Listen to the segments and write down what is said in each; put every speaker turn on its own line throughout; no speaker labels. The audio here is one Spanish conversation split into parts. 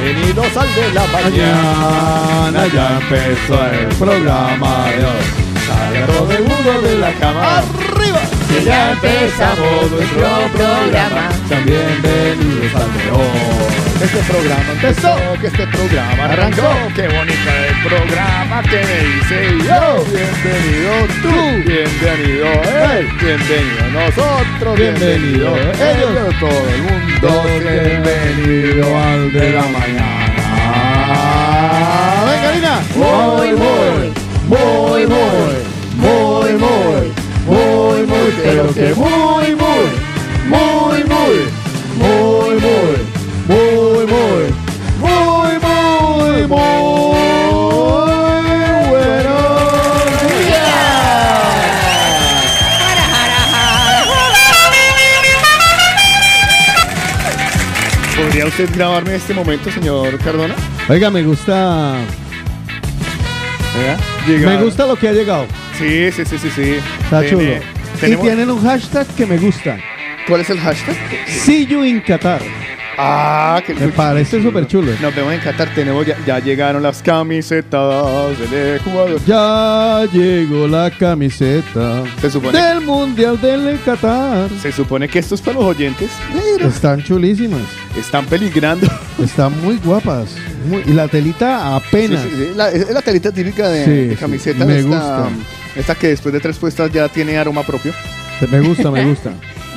Bienvenidos al de la mañana, bienvenidos al de la mañana, Mañana ya empezó el programa de hoy. Salga todo el mundo de la cama. ¡Arriba! Que ya empezamos nuestro programa. Sean bienvenidos al de hoy. Este programa empezó, que este programa arrancó. Qué bonito el programa que me hice yo. Bienvenido tú, bienvenido él, bienvenido nosotros, bienvenido ellos, todo el mundo. Bienvenido al de la mañana. ¡Ven, Karina! Muy, muy, muy, muy, muy, muy, muy, muy, pero que muy, muy, muy, muy, muy, muy. Muy, muy, muy, muy, muy buenos días. ¿Podría usted grabarme este momento, señor Cardona?
Oiga, me gusta. Me gusta lo que ha llegado.
Sí, sí, sí, sí, sí.
Está
Tiene-
chulo.
tenemos-
Y tienen un hashtag que me gusta.
¿Cuál es el hashtag?
See you in Qatar.
Ah, que
Me parece súper chulo.
Nos vemos en Qatar. Tenemos ya, ya llegaron las camisetas del jugador.
Ya llegó la camiseta
Se supone,
del Mundial del Qatar.
se supone que esto es para los oyentes, pero
Están chulísimas.
están peligrando.
Están muy guapas. Muy- y la telita
Sí,
apenas.
sí, sí. La, es la telita típica de,
Sí,
de
sí,
camiseta.
me
esta,
gusta.
esta que después de tres puestas ya tiene aroma propio.
Me gusta, me gusta.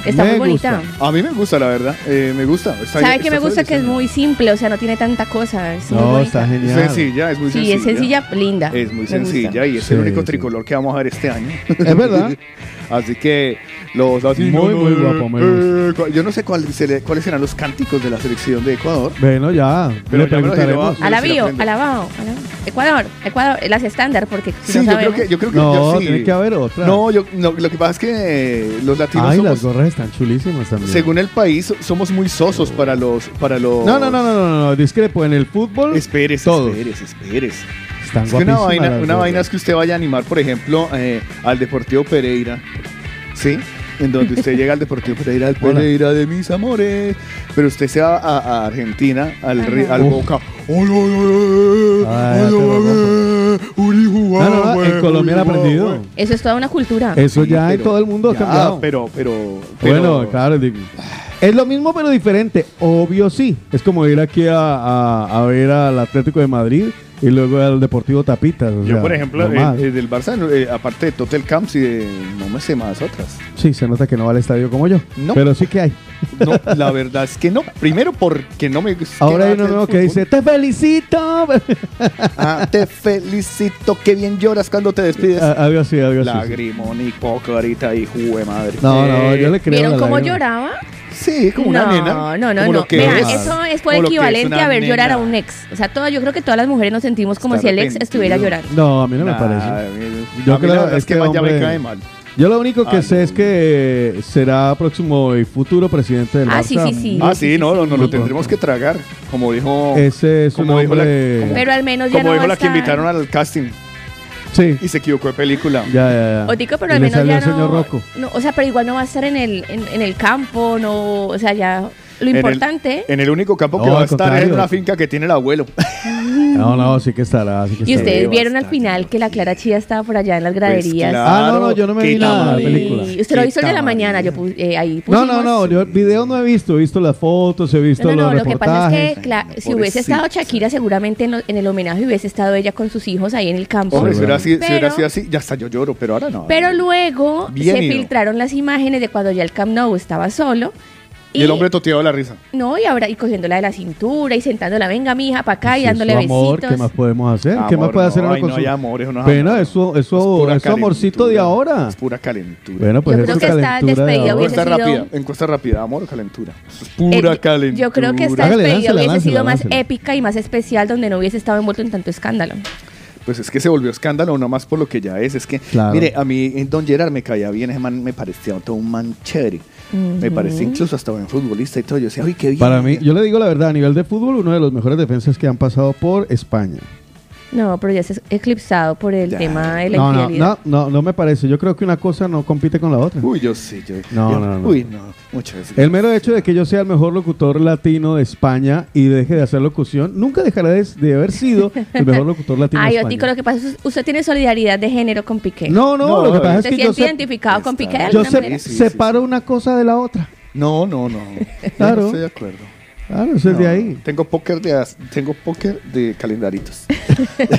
Está
Me
muy bonita.
gusta.
A mí me gusta, la verdad. Eh, me gusta. Está-
¿Sabe qué
está
me gusta? Que es
sencilla.
muy simple, o sea, no tiene tanta cosa. Es muy
No,
bonita.
está
Es
genial.
sencilla, es muy
Sí,
sencilla.
es sencilla, linda.
Es muy
Me gusta.
sencilla y es
Sí,
el único
sí.
tricolor que vamos a ver este año.
Es verdad.
Así que los latinos,
Muy, muy
eh,
guapo, me
eh, cu- yo no sé cuál se le- cuáles serán los cánticos de la selección de Ecuador.
Bueno, ya.
Pero
le
ya me lo
preguntaremos.
giraba.
A la
Sí, sí,
bio,
aprende.
a la bao, a la bao. Ecuador, Ecuador, las estándar, porque si
Sí,
no
yo creo
sabemos.
que, yo creo que
No,
yo sí.
tiene que haber otra.
No, yo- no, lo que pasa es que eh, los latinos
Ay, las
somos,
gorras están chulísimas también.
según el país, somos muy sosos para los, para los.
No, no, no, no, no, no, discrepo. En el fútbol
Espérese,
Todos.
espérese, espérese.
están
Es que una
guapísimas
vaina,
las
una
gorras.
vaina es que usted vaya a animar, por ejemplo, eh, al Deportivo Pereira, ¿sí? En donde usted llega al Deportivo Pereira, al
Hola.
Pereira de mis amores, pero usted se va a, a Argentina, al, ri-
Ajá.
al
Uf.
Boca. Hola, hola,
Ah,
hola,
te lo
hola, Uri,
No,
guau,
no, no, en
güey,
Colombia
Uri,
era
guau,
aprendido.
güey.
Eso es toda una cultura.
Eso
Sí,
ya en
pero-
todo el mundo ha
ya,
cambiado.
Pero, pero,
bueno, claro, digo, es lo mismo pero diferente. Obvio sí. Es como ir aquí a, a- a ver al Atlético de Madrid y luego al Deportivo Tapitas. o
Yo,
sea,
por ejemplo,
no más.
eh, eh, del Barça, no, eh, aparte de Totel Camps y de no me sé más otras.
sí, se nota que no va al estadio como yo.
No.
Pero sí que hay.
No, la verdad es que no. Primero porque no me gusta.
Ahora hay
nada
uno
del
nuevo que
fútbol.
dice, te felicito.
Ah, te felicito, qué bien lloras cuando te despides.
Ah, algo así, algo así.
Lagrimón y poco ahorita y jugué madre. Eh,
No, no, yo le creo.
¿Vieron
la
cómo
lágrima.
lloraba?
Sí, como una
no,
nena.
no, no,
como lo
no.
que
Vean,
es.
eso es por
Como lo que es
equivalente
una
a ver llorar
nena.
a un ex. O sea, todo, yo creo que todas las mujeres nos sentimos como
Está
si el ex
arrepentido.
estuviera llorando.
No, a mí no
Nah,
me parece.
a mí-
Yo
a mí la
creo
verdad es
este
que ya me
hombre-
cae mal.
Yo lo único que
Ay,
sé
no.
es que será próximo y futuro presidente del
Ah, sí,
Barça.
sí, sí.
Ah, sí, no, no, no, lo
Muy
tendremos que tragar. Como dijo,
Ese es un
Como dijo la-
hombre...
como-
Pero al menos ya
como
no
dijo
va
la
a
que
estar-
invitaron al casting
Sí,
y se equivocó de película.
ya, ya, ya.
Otico, pero
Y
al
le
menos
salió
ya
el señor
no,
Rocco.
no, O sea, pero igual no va a estar en el, en, en el campo, no. O sea, ya.
En
Lo
el-
importante.
En el único campo que
No,
va a
al
estar es en
contrario.
una finca que tiene el abuelo.
No, no, sí que estará. Sí que
y
estará.
ustedes
Sí,
vieron al
bastante.
final que la Clara Chía estaba por allá en las graderías.
Pues claro,
Ah, no, no, yo no me
qué
vi nada de la
Y-
tamaño.
película.
Usted lo
Qué
hizo el de la
tamaño.
mañana, yo pu- eh, ahí
No,
pusimos.
no, no, yo el video no he visto, he visto las fotos, he visto
No, no,
los
no, lo que pasa
reportajes.
es que cla-
Ay,
si hubiese estado
pobrecita.
Shakira, seguramente en, lo- en el homenaje hubiese estado ella con sus hijos ahí en el campo.
Hombre, si hubiera sido si hubiera
Pero-
sido así, ya hasta yo lloro, pero ahora no.
Pero luego
Bien
se
ido.
filtraron las imágenes de cuando ya el Camp Nou estaba solo
Y, el hombre toteado de la risa.
No, y ahora, y cogiéndola de la cintura y sentándola, venga, mija, para acá, y
Si es
dándole
su amor,
besitos.
¿Qué más podemos hacer? ¿Qué más
Amor,
puede
no,
hacer uno
ay,
con
no
su-
hay amor, eso no es
Pena,
amor.
eso,
Es
eso,
pura
eso amorcito de
calentura,
ahora.
Es pura calentura.
Bueno, pues
Yo
eso
creo
es
que está
calentura de
despedido,
ahora.
hubiese
encuesta
sido-
rápida, encuesta rápida, amor o calentura. Eso Es
Eh,
pura
yo-
calentura.
Yo creo que esta
Hágale,
despedida
láncela,
hubiese
láncela,
sido más
láncela.
épica y más especial donde no hubiese estado envuelto en tanto escándalo.
Pues es que se volvió escándalo, no más por lo que ya es. Es que,
Claro.
mire, a mí eh, Don Gerard me caía bien, ese man me parecía todo un man chévere. Me parecía incluso hasta buen futbolista y todo. Yo decía, uy, qué bien.
Para mí, yo le digo la verdad, a nivel de fútbol, uno de los mejores defensas que han pasado por España.
No, pero ya es eclipsado por el
Ya.
tema de la
No, no,
infidelidad.
no, no, no me parece. Yo creo que una cosa no compite con la otra.
Uy, yo sí, yo.
No,
yo-
no, no.
Uy, no, muchas veces.
El mero hecho de que yo sea el mejor locutor latino de España y deje de hacer locución, nunca dejará de, de haber sido el mejor locutor latino
Ay,
de España.
Otico, lo que pasa es que usted tiene solidaridad de género con Piqué.
No, no,
No,
lo que
no,
pasa es
¿Se
que yo,
siente
se-
identificado con
Está-
Piqué de
yo
alguna
se-
manera?
Sí, sí,
separo
sí.
una cosa de la otra.
No, no, no. Yo
Claro.
No estoy de acuerdo.
Claro, eso es de
No,
ahí.
Tengo póker de, as- tengo póker de calendaritos.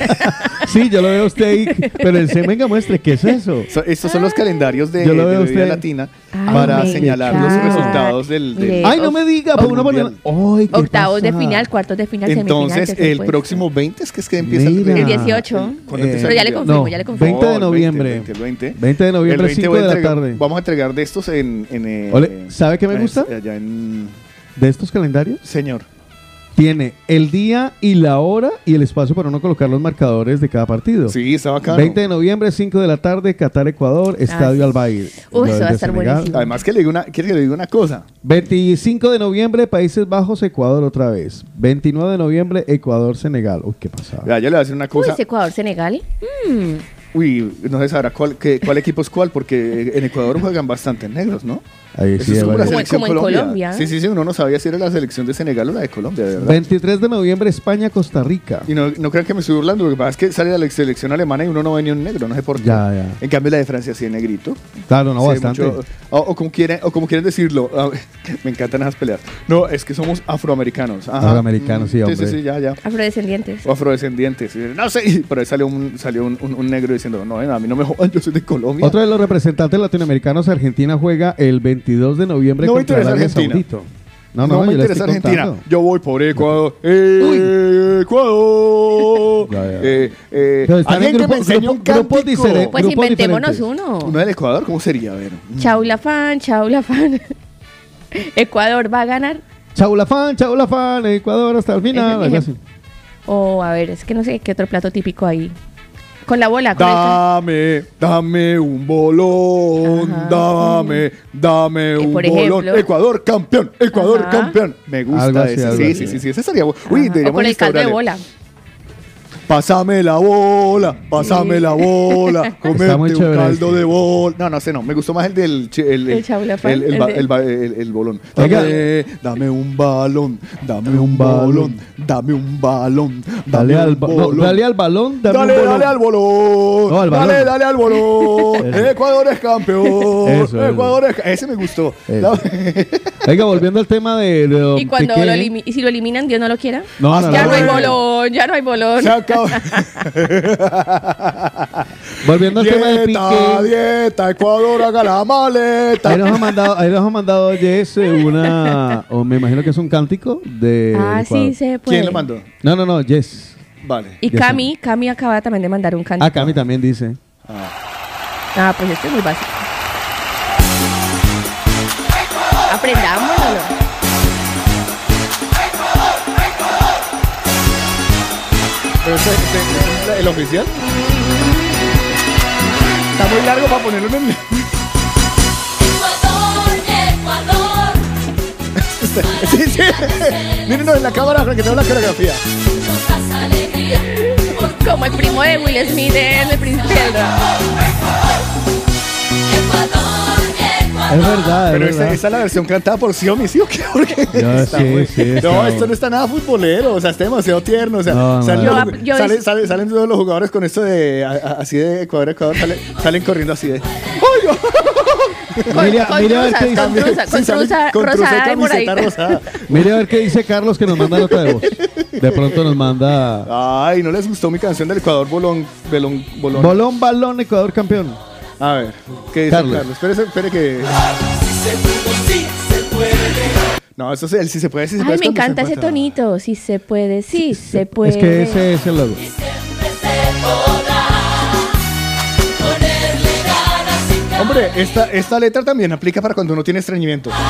Sí, yo lo veo a usted ahí, pero el semen que muestre, ¿qué es eso?
So- Estos son los calendarios de,
Yo lo
de
veo a
bebida
usted.
latina
Ay,
para
Ah, me
señalar los
encanta.
resultados del. del-
Mire,
Ay, no me diga,
oh,
pero uno pone...
mundial.
Ay, ¿qué
Octavos de
pasa?
final, cuartos de final,
Entonces,
semifinal. tercer
el
puesto.
próximo 20 es que es que empieza
Mira. Eh,
El 18.
¿Cuándo empieza
Pero ya
el mundial?
le confirmo, ya le
No,
confirmo.
20 de
No, el
noviembre.
20, el 20, el 20.
20 de noviembre,
El 20
5
voy a
de la
entregar-
tarde.
Vamos a entregar de estos en. en, eh,
Ole, ¿sabe qué me
eh,
gusta?
Allá en.
¿De estos calendarios?
Señor.
Tiene el día y la hora y el espacio para uno colocar los marcadores de cada partido.
Sí, está bacano.
20 de noviembre, 5 de la tarde, Qatar, Ecuador, Estadio
Ah,
Albair.
Uy,
Lo
eso va a
de
estar
Senegal.
buenísimo.
Además, que le digo una, quiere que le diga una cosa.
25 de noviembre, Países Bajos, Ecuador otra vez. 29 de noviembre, Ecuador, Senegal. Uy, qué pasada.
Ya, yo le voy a decir una
Uy,
cosa.
ese Ecuador-Senegal. Mm.
Uy, no se sabrá cuál, qué- cuál equipo es cuál, porque en Ecuador juegan bastantes negros, ¿no?
Ahí
Eso
sí,
es
hay
como la
varias.
Como-
selección
como en Colombia.
Sí, sí, sí, uno no sabía si era la selección de Senegal o la de Colombia, de verdad.
23 de noviembre, España, Costa Rica.
Y no, no crean que me estoy burlando, lo que pasa es que sale la selección alemana y uno no ve ni un negro, no sé por qué.
Ya, ya.
En cambio la de Francia sí es negrito.
Claro, no,
Sí,
bastante.
mucho- o, o como quieren, o como quieren decirlo, ah, me encantan esas peleas. No, es que somos afroamericanos. Ajá. Mm,
Afroamericanos, sí, hombre.
Sí, sí, ya, ya.
Afrodescendientes.
O afrodescendientes. Y, No sé, y por ahí salió un, salió un, un- un negro diciendo, no, a mí no me jodan, yo soy de Colombia.
Otro de los representantes latinoamericanos, Argentina juega el 22 de noviembre
No me
contra
interesa
Arabia
Argentina.
Saudita.
No, no, me
yo le
interesa
estoy
Argentina.
contando.
Yo voy por Ecuador. ¡Eh, Ecuador.
Ya, ya.
Eh, eh,
Pero están en
Alguien que
grupo-
me enseñó un
grupo- grupos
cántico.
diferentes.
Pues
grupos
inventémonos
diferentes.
¿Uno
uno.
del Ecuador? ¿Cómo sería? A ver.
Chau la fan, chau la fan. Ecuador va a ganar.
Chaulafán, Chaulafán, Ecuador hasta el final.
Ese
algo
es mi
así.
O a ver, es que no sé qué otro plato típico ahí. Con la bola, con el can-
Dame, dame un bolón,
Ajá.
dame, dame
Eh,
un
por
bolón.
ejemplo.
Ecuador campeón, Ecuador
Ajá.
campeón. Me
Algo
gusta
así,
ese.
algo
Sí,
así.
sí, sí, sí, ese sería bueno. Uy,
Ajá. O
deberíamos
con el caldo de
instaurarle.
bola.
Pásame la bola, pásame
Sí.
la bola, comete
muy
un
chévere
caldo
este.
de bola. No, no sé, no, me gustó más el del chi- el,
El chaulafán,
el, el ba-
el de-
el ba- el- el bolón.
Oiga.
Dame, dame un balón, dame un
un balón.
balón, dame un balón, dame
Dale
un
al, ba- no,
bolón.
dale al balón, dame
dale,
un bolón.
dale al bolón.
No, al balón.
Dale, dale al bolón.
Eso.
Ecuador es campeón.
Eso, eso.
Ecuador es ca- Ese me gustó.
Eso. Oiga, volviendo al tema de, de don
Y cuando lo
Piqué.
elimi- y si lo eliminan, Dios no lo quiera.
No, no,
ya
no,
no hay
no.
bolón, ya no hay bolón.
Se acabó.
Volviendo al tema de
dieta,
Piqué.
dieta, Ecuador haga la maleta.
Ahí nos ha mandado, ahí nos ha mandado Jess eh, una, o me imagino que es un cántico de.
ah, sí,
Ecuador.
se puede.
¿Quién lo mandó?
No, no, no, Jess.
Vale.
Y
Ya
Cami, Cami acaba también de mandar un
Ah,
canto.
Cami también dice.
Ah, pues este es muy básico. Aprendámoslo.
Pero ese- ese- ¿El oficial? Está muy largo para ponerlo en el...
Ecuador, Ecuador,
Sí, sí. Mírenos en la cámara para que tenga la coreografía.
nos das alegría.
Como el primo de Will Smith en el príncipe del rap.
Ecuador,
Es
Ecuador,
verdad,
Pero
es
esa,
verdad.
esa es la versión cantada por Xiaomi, ¿sí o qué? Porque
Ya, sí,
muy-
sí,
no,
está
esto
bueno.
no está nada futbolero, o sea, está demasiado tierno. O sea,
No, no,
salen,
no.
los-
Yo- yo-
sale- sale- salen todos los jugadores con esto de a- a- así de Ecuador, Ecuador, sale- salen corriendo así de. ¡Ay, oh!
Con,
Mira-
con
mira a ver
trusa,
qué dice.
con trusa, con
Sí, salen
trusa
con trusa y
rosada y
camiseta
moradita.
rosada.
Mire a ver qué dice Carlos que nos manda nota de voz. De pronto nos manda.
Ay, ¿no les gustó mi canción del Ecuador Bolón? Belón, bolón.
Bolón, balón, Ecuador campeón.
A ver, ¿qué dice
Carlos.
Carlos? Espérese, espere que.
seguro sí, seguro
No, eso sí, el sí se puede, sí se puede.
Ay,
es cuando se
me encanta ese
encuentra.
tonito. Si se puede, sí, se puede.
Es que ese
pues.
es el logo.
siempre se podrá ponerle ganas sin
Hombre, esta, esta letra también aplica para cuando uno tiene estreñimiento. Ah.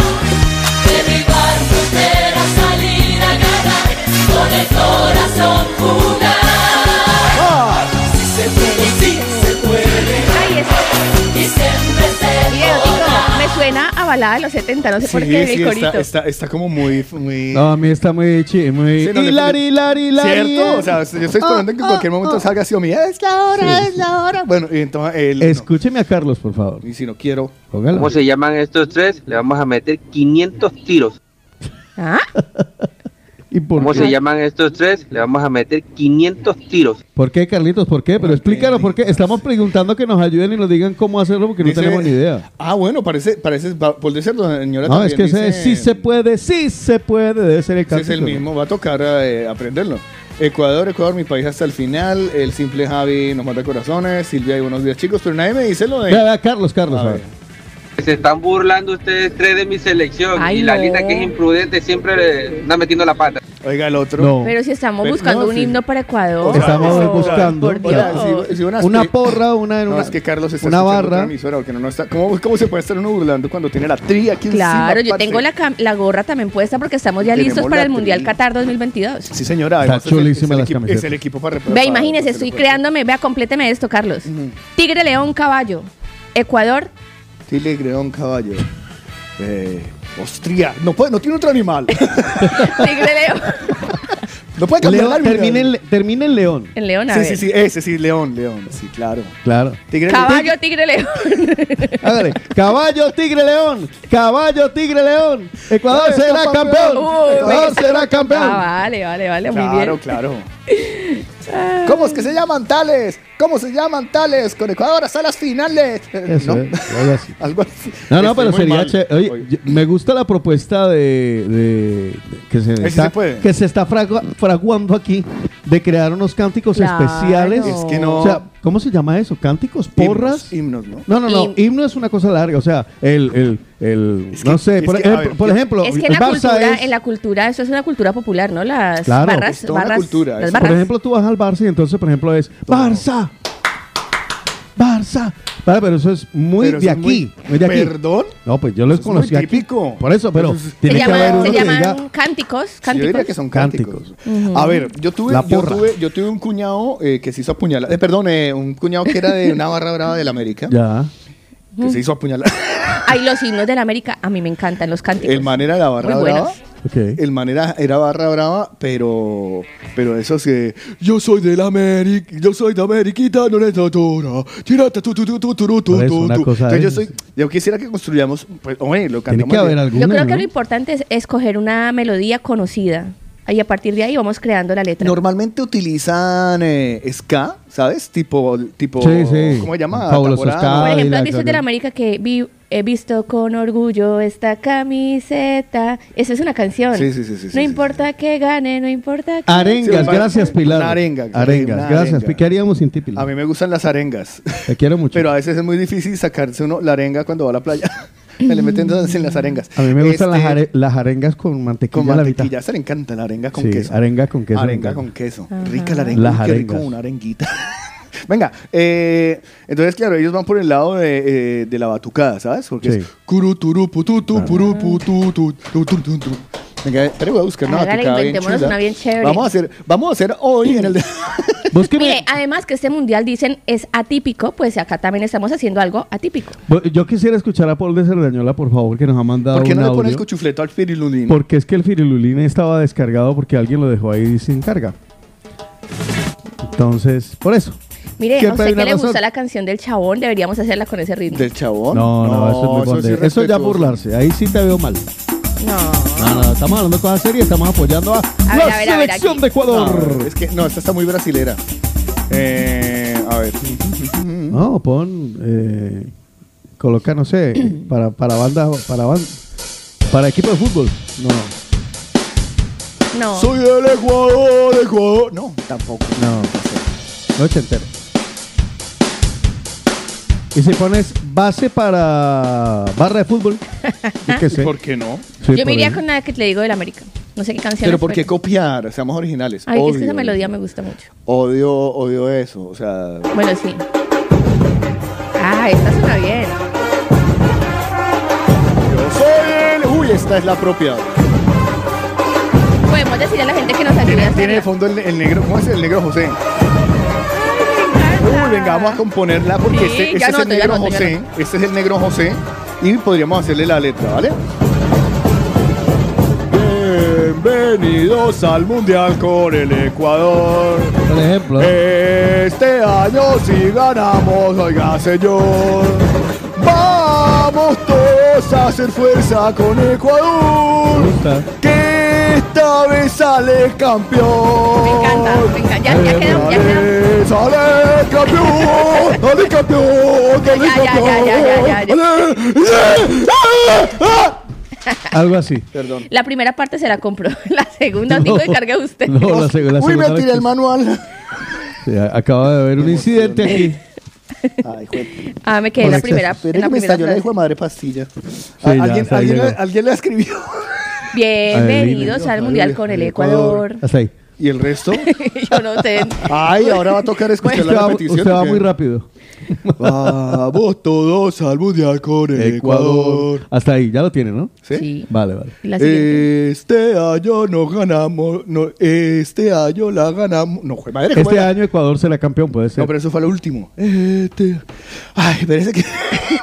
derribar fronteras, salir a ganar, con el corazón jugar. Si se puede, sí se puede,
Ay, es-
y siempre se
y erótico. Me suena a balada de los 70, no sé por qué el corito.
está, está, está como muy... muy...
No, a mí está muy chi, muy.
Sí, no, le-
hilari, hilari, hilari, Ah,
¿Cierto?
eh.
O sea, yo estoy esperando que en cualquier momento salga así o mira, es la hora, es la hora. Bueno, y entonces él... no.
Escúcheme a Carlos, por favor.
Y si no quiero...
Póngala.
¿Cómo se llaman estos tres? Le vamos a meter 500 tiros.
¿Ah?
¿Y por
¿Cómo
qué?
se llaman estos tres? Le vamos a meter 500 tiros.
¿Por qué, Carlitos? ¿Por qué? Pero explícanos por qué. Estamos preguntando que nos ayuden y nos digan cómo hacerlo porque
dice-
no tenemos ni idea.
Ah, bueno, parece... parece va- por decirlo, la señora
No, es que
también
ese
dice-
sí se puede, sí se puede, debe ser el
Ese es
Carlitos.
el mismo, va a tocar eh, aprenderlo. Ecuador, Ecuador, mi país hasta el final. El simple Javi nos manda corazones. Silvia, y buenos días, chicos. Pero nadie me dice lo de.
Vea, vea, Carlos, Carlos.
A
a
ver.
ver.
Se están burlando ustedes tres de mi selección.
Ay,
y la
no.
lista que es imprudente siempre le anda metiendo la pata.
Oiga, el otro.
No.
Pero si estamos
Pero
buscando
no,
un
sí.
himno para Ecuador.
Estamos
por favor,
buscando.
Por
Hola,
Dios.
si- si unas
Una
que-
porra, una en
No,
una,
es que Carlos está
una
escuchando otra
barra.
emisora porque no está. ¿Cómo, cómo se puede estar uno burlando cuando tiene la tri aquí encima,
Claro, yo
parce?
tengo la, cam- la gorra también puesta porque estamos ya
Tenemos
listos para
la
el Mundial
tri.
Qatar 2022.
Sí, señora.
Está
además es el-
chulísima
es el
las
equipo-
camisetas.
Es el equipo para reparar.
Vea, imagínese, estoy creándome. Vea, compléteme esto, Carlos. Tigre, león, caballo. Ecuador.
Chile, Greón, caballo. Eh, Ostria. No, puede, no tiene otro animal.
Tigre, león.
No puede cambiar
León,
la vida.
termina en le- termina en León.
En león, a
Sí,
ver.
sí, eh, sí. Ese sí, León, León. Sí, claro.
Claro.
Tigre,
Caballo, tigre, león.
Hágale. Caballo, tigre, león. Caballo, tigre, león. Ecuador
Eso,
será
campeón.
campeón.
Uh,
Ecuador
venga.
será
Ah,
campeón.
vale, vale, vale. muy
Claro,
bien.
claro. ¿Cómo es que se llaman tales? ¿Cómo se llaman tales? Con Ecuador hasta las finales.
Eso
¿No?
es, algo así.
Algo así.
No, no,
Estoy
pero
muy
sería
mal
che- Oye,
hoy.
yo- me gusta la propuesta de, de- de- que se
sí
está,
se puede.
que se está fragua- fraguando aquí de crear unos cánticos
Claro.
especiales.
Es
que no.
O sea, ¿cómo se llama eso? ¿Cánticos? ¿Porras?
Himnos, himnos, ¿no?
No, no, no.
Y-
Himno es una cosa larga. O sea, el, el, el-
Es
no
que-
sé.
es
Por,
que, a
ejemplo-
ver,
por
yo-
ejemplo,
Es que
el
en la,
Barça
cultura,
es-
en la cultura, eso es una cultura popular, ¿no? Las
Claro,
barras,
es toda una
barras,
cultura,
las
eso.
barras.
Por ejemplo, tú vas al Barça y entonces, por ejemplo, es Barça. Barça. Vale, pero eso es muy
Pero
de
eso es
aquí.
muy-
muy de aquí.
¿Perdón?
No, pues yo los
Eso es muy
conocí aquí.
típico.
Por eso, pero
Eso es-
se
tiene que
llaman,
haber uno
se
que
llaman
diga
cánticos,
Yo diría que
cánticos.
son cánticos. A ver, yo tuve,
La
yo
porra.
tuve, yo tuve un cuñado eh, que se hizo apuñalar. eh, perdón, eh, un cuñado que era de una barra brava del América.
ya.
Que se hizo apuñalar.
Ay, los himnos de la América, a mí me encantan los cánticos.
El man era de la barra
Muy
brava.
buenos.
Ok.
El man era, era barra brava, pero, pero eso sí. Yo soy del América, yo soy de Ameriquita, no le totora. Tírate tu, tu, tu, tu, tu, tu, tu,
Por eso, Pues una
tu.
cosa
Entonces yo,
es-
soy, yo quisiera que construyamos, pues, hombre, lo
Tiene
cantamos.
que haber
bien.
alguna.
Yo creo que
¿no?
lo importante es escoger una melodía conocida. Y a partir de ahí vamos creando la letra.
Normalmente utilizan eh, ska, ¿sabes? Tipo, tipo
Sí, sí.
¿cómo se llama?
Fabuloso
Tamborano.
ska. Ah,
Por
y
ejemplo,
la-
¿has visto de la América que vi- he visto con orgullo esta camiseta? Esa es una canción.
Sí, sí, sí, sí,
No
sí, sí,
importa que gane, no importa que...
Arengas,
Sí,
gracias
una
Pilar.
arenga, que
Arengas,
una
gracias.
arenga.
¿Qué haríamos sin ti, Pilar?
A mí me gustan las arengas.
Te quiero mucho.
Pero a veces es muy difícil sacarse uno la arenga cuando va a la playa. Me le meten todas en las arengas.
a mí me gustan las,
Este,
are- las arengas con mantequilla,
Con
a la mitad.
mantequilla, se le encanta la arenga con
Sí,
queso.
arenga con queso,
Arenga
me
con
encanta.
queso. Rica la arenga.
Las
Uy, qué rico
arengas.
una arenguita. Venga, eh, entonces claro, ellos van por el lado de, eh, de la batucada, ¿sabes? Porque
Sí.
es curu turu pututu puru pututu tu, tu, tu, tu. Venga, pero voy a buscar una
Hágale,
batucada bien
inventémonos
chula.
una bien chévere.
Vamos a hacer, vamos a hacer hoy en el de-
Búsqueme-
Mire, además que este mundial dicen es atípico, pues acá también estamos haciendo algo atípico.
Bu- Yo quisiera escuchar a Paul de Cerdañola, por favor, que nos ha mandado
¿Por qué
un
no le
audio.
pone el cuchufleto al pirulín?
Porque es que el firululín estaba descargado porque alguien lo dejó ahí sin carga. Entonces, por eso.
Mire,
Siempre
a usted
hay
que
una
le gusta
razón.
la canción del chabón, deberíamos hacerla con ese ritmo.
del chabón.
No, no, eso es muy
sí
bondero. Eso ya
respetuoso.
burlarse. Ahí sí te veo mal.
No.
No, no, estamos hablando de cosas serias. Estamos apoyando a,
A ver,
la
a ver, a ver,
selección
aquí.
de Ecuador.
No, es que no, esta está muy brasilera. Eh, a ver.
No, pon. Eh, coloca, no sé, para, para banda. Para, ban- para equipo de fútbol. No,
No.
Soy del Ecuador, Ecuador. No, tampoco.
no. Noche entera. Y si pones base para barra de fútbol, yo qué sé.
¿Por qué no?
Sí,
Yo
por
me iría
ahí.
con la que te digo del América. No sé qué canción
Pero ¿por qué copiar? Seamos originales.
Ay, es
Obvio.
que esa melodía me gusta mucho.
Odio, odio eso. O sea,
Bueno, sí. Ah, esta suena bien.
yo soy el... Uy, esta es la propia.
Podemos decirle a la gente que nos ayude a
Tiene,
hacerla.
tiene de fondo el, el negro. ¿Cómo es el negro José?
Ay,
Uy, venga, vamos a componerla porque
Sí,
este, este
ya
es el
anoto, ya
negro
anoto, ya
José. Este es el negro José. Y podríamos hacerle la letra, ¿vale? Bienvenidos al Mundial con el Ecuador.
Por ejemplo.
Este año si ganamos, oiga señor. Vamos todos a hacer fuerza con Ecuador.
Me gusta.
Que esta vez sale campeón.
Me encanta, me encanta. Ya, ya quedó, ya quedó.
¡Sale, sale campeón! ¡Sale campeón! ¡Sale
Ya, ya, ya, ya, ya, ya, ya.
campeón!
Algo así.
Perdón.
La primera parte se la compro. La segunda, digo, descargue usted.
No, la, seg- la
Uy, me
segunda
tiré
vez
el manual.
que- Sí, a- Acaba de haber un incidente aquí.
Ay, hijo de-
Ah, me quedé en la primera.
Espere que
en la
me
primera
estalló la
frase.
hijo de madre pastilla. Ah,
ya,
¿Alguien,
hasta ahí
alguien,
llegó.
alguien la escribió.
Bienvenidos
Ay,
al Mundial con el Ecuador.
Hasta ahí.
¿Y el resto?
Yo no sé.
Ay, ahora va a tocar escuchar
Usted
la
va,
repetición.
usted va
¿o qué?
muy rápido.
Vamos todos al mundial con el Ecuador.
Hasta ahí, ya lo tiene, ¿no?
¿Sí? Eh,
Sí.
Vale, vale.
Y La siguiente.
Este año no ganamos, no, este año la ganamos. No, jue madre, ¿cómo
Este
era?
año Ecuador será campeón, puede ser.
No, pero eso fue lo último. Este, ay, parece que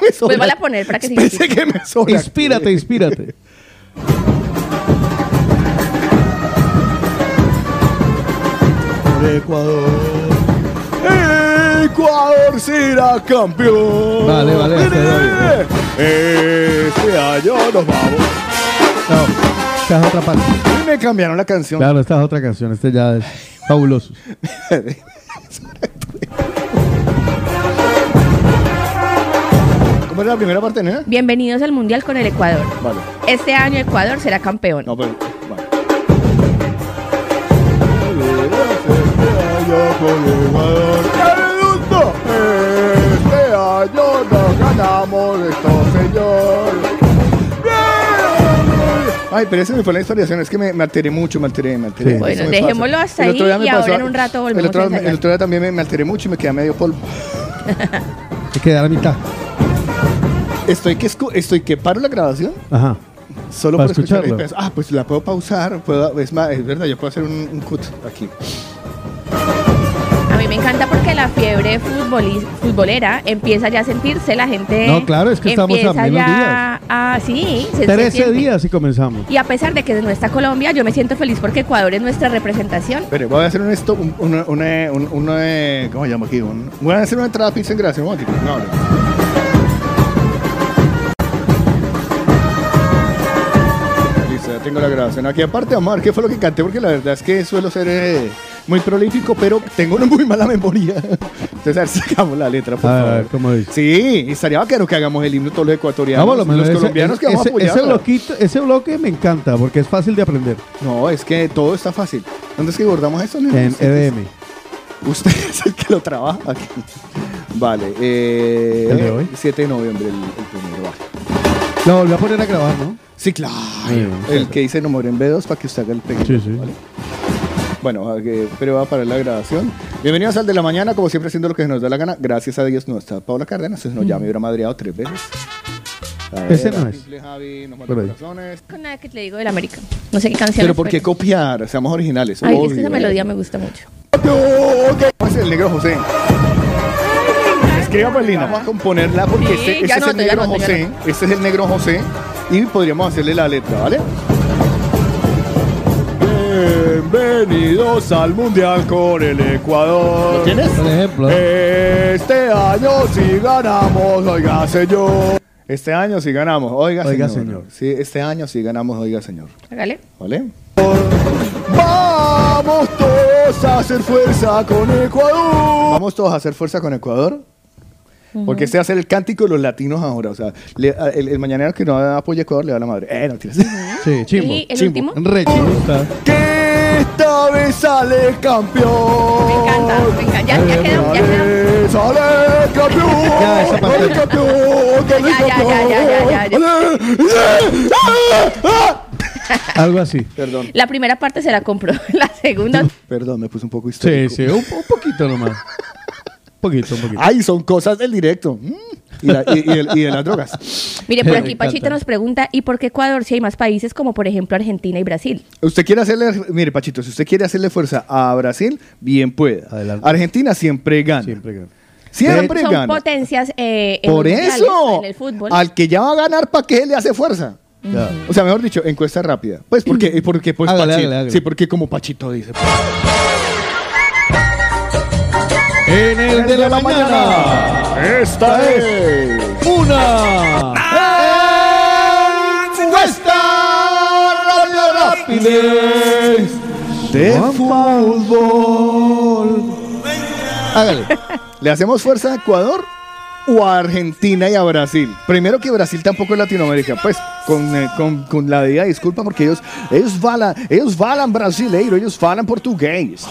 me sobra.
Vuélvala Pues a poner para que se
Parece
inspire.
que me sobra.
Inspírate, inspírate.
Por Ecuador. Ecuador será campeón.
Vale, vale, hasta ahí,
Este año nos vamos.
No, esta es otra parte.
Y me cambiaron la canción.
Claro, esta es otra canción. Este ya es fabuloso.
¿Cómo era la primera parte, nena?
Bienvenidos al Mundial con el Ecuador.
Vale.
Este año Ecuador será campeón.
No, pero. Vale. Este año nos ganamos esto, señor. Ay, pero ese me fue la historiación, es que me, me alteré mucho, me alteré, me alteré.
Sí.
Bueno,
Eso me
dejémoslo
pasa.
hasta
El otro
ahí
día me
y ahora
pasó-
en un rato
el
volvemos
otro,
a
día- El
ensayar.
otro día también me, me alteré mucho y me quedé medio polvo.
Se queda a la mitad.
Estoy que, escu- estoy que paro la grabación
Ajá.
Solo
Para
por escucharlo.
escucharlo.
Ah, pues la puedo pausar. Puedo, es, más, es verdad, yo puedo hacer un, un cut aquí.
A mí me encanta porque la fiebre futboli- futbolera empieza ya a sentirse. La gente.
No, claro, es que estamos a
empieza
menos
ya a- sí, se- se
13
siente.
días y comenzamos.
Y a pesar de que no está Colombia, yo me siento feliz porque Ecuador es nuestra representación.
Pero voy a hacer un esto, un, un, un, un- un- eh, ¿cómo se llama aquí? Un- voy a hacer una entrada pizza en gracia. Un momentito. No, no. Listo, ya tengo la grabación aquí. Aparte, vamos a ver qué fue lo que canté, porque la verdad es que suelo ser eh, muy prolífico, pero tengo una muy mala memoria. Entonces, a ver, sacamos la letra, por
A ver,
favor.
¿cómo dice?
Sí, estaría bacano que hagamos el himno todos los ecuatorianos,
Vamos, lo menos
los
ese-
colombianos que vamos
ese-
a apoyar.
ese bloquito- ese bloque me encanta porque es fácil de aprender.
No, es que todo está fácil. ¿Dónde es que abordamos eso? Leo?
En E
Usted es-
EDM.
Usted es el que lo trabaja aquí. Vale. Eh,
¿El de hoy?
7 de noviembre, el, el primero. vale.
Lo volví a poner a grabar, ¿no?
Sí, claro.
Muy bien,
el
claro.
que dice no en B2 para que usted haga el
Sí,
pequeño.
sí.
¿vale? Bueno, a que- pero va a parar la grabación. Bienvenidos al de la mañana, como siempre, haciendo lo que se nos da la gana. Gracias a Dios no está Paula Cárdenas, entonces no, ya me hubiera madreado tres veces. A
Mm. Ese no es.
Simple Javi, nos manda
Por ahí.
corazones.
Con la que te digo del América. No sé qué canción.
Pero ¿por qué copiar? Seamos originales.
Ay, es
obvio.
que esa melodía me gusta mucho.
No, ¿qué es el negro José? Escriba Berlina, vamos a componerla porque
Sí,
este, este
ya
es el
anoto, ya
negro
anoto, ya
José. Este es el negro José y podríamos hacerle la letra, ¿vale? Bienvenidos al Mundial con el Ecuador. ¿Lo tienes?
Por ejemplo.
Este año si ganamos, oiga señor. Este año si ganamos, oiga,
Oiga,
señor.
señor.
Sí, este año si ganamos, oiga señor.
Hágale.
¿Vale? Vamos todos a hacer fuerza con Ecuador. Vamos todos a hacer fuerza con Ecuador. Porque este va a ser el cántico de los latinos ahora. O sea, le- a- el, el mañanero que no apoya a Ecuador le da la madre. Eh, no tienes.
Sí, chimbo.
¿Y el
chimbo.
último?
Re chimbo está.
Que Esta vez sale campeón.
Me encanta, me encanta. Ya, ya quedamos, ya quedamos.
Sale, sale campeón.
Ya, esa parte.
Sale campeón, sale
Ya, ya, ya, ya, ya, ya, ya.
campeón. Sale. ¡Ah! ¡Ah!
Algo así.
Perdón,
La primera parte se la compró, la segunda.
perdón, me puse un poco
Sí,
histérico.
sí, un, un poquito nomás. Un poquito, un poquito.
Ay, son cosas del directo. Mm. Y, la- y- y el- y de las drogas.
Mire, por
Me
aquí Pachito
encanta.
nos pregunta, ¿y por qué Ecuador si hay más países como por ejemplo Argentina y Brasil?
Usted quiere hacerle, mire Pachito, si usted quiere hacerle fuerza a Brasil, bien pueda.
Adelante.
Argentina siempre gana.
Siempre gana.
Siempre
Son
gana.
potencias eh, en
Por
los mundiales,
eso,
en el fútbol.
al que ya va a ganar, ¿para qué le hace fuerza?
Mm. Ya. Mm.
O sea, mejor dicho, encuesta rápida. Pues porque, porque pues
Hágale,
Pachito.
hágale, hágale.
Sí, porque como Pachito dice. pues.
En el de la mañana,
Esta es
una.
encuesta rápida, de fútbol. Hágale. ¿Le hacemos fuerza a Ecuador o a Argentina y a Brasil? Primero que Brasil tampoco es Latinoamérica, pues con, eh, con- con la debida disculpa porque ellos ellos falan, ellos falan brasileiro, ellos falan portugués.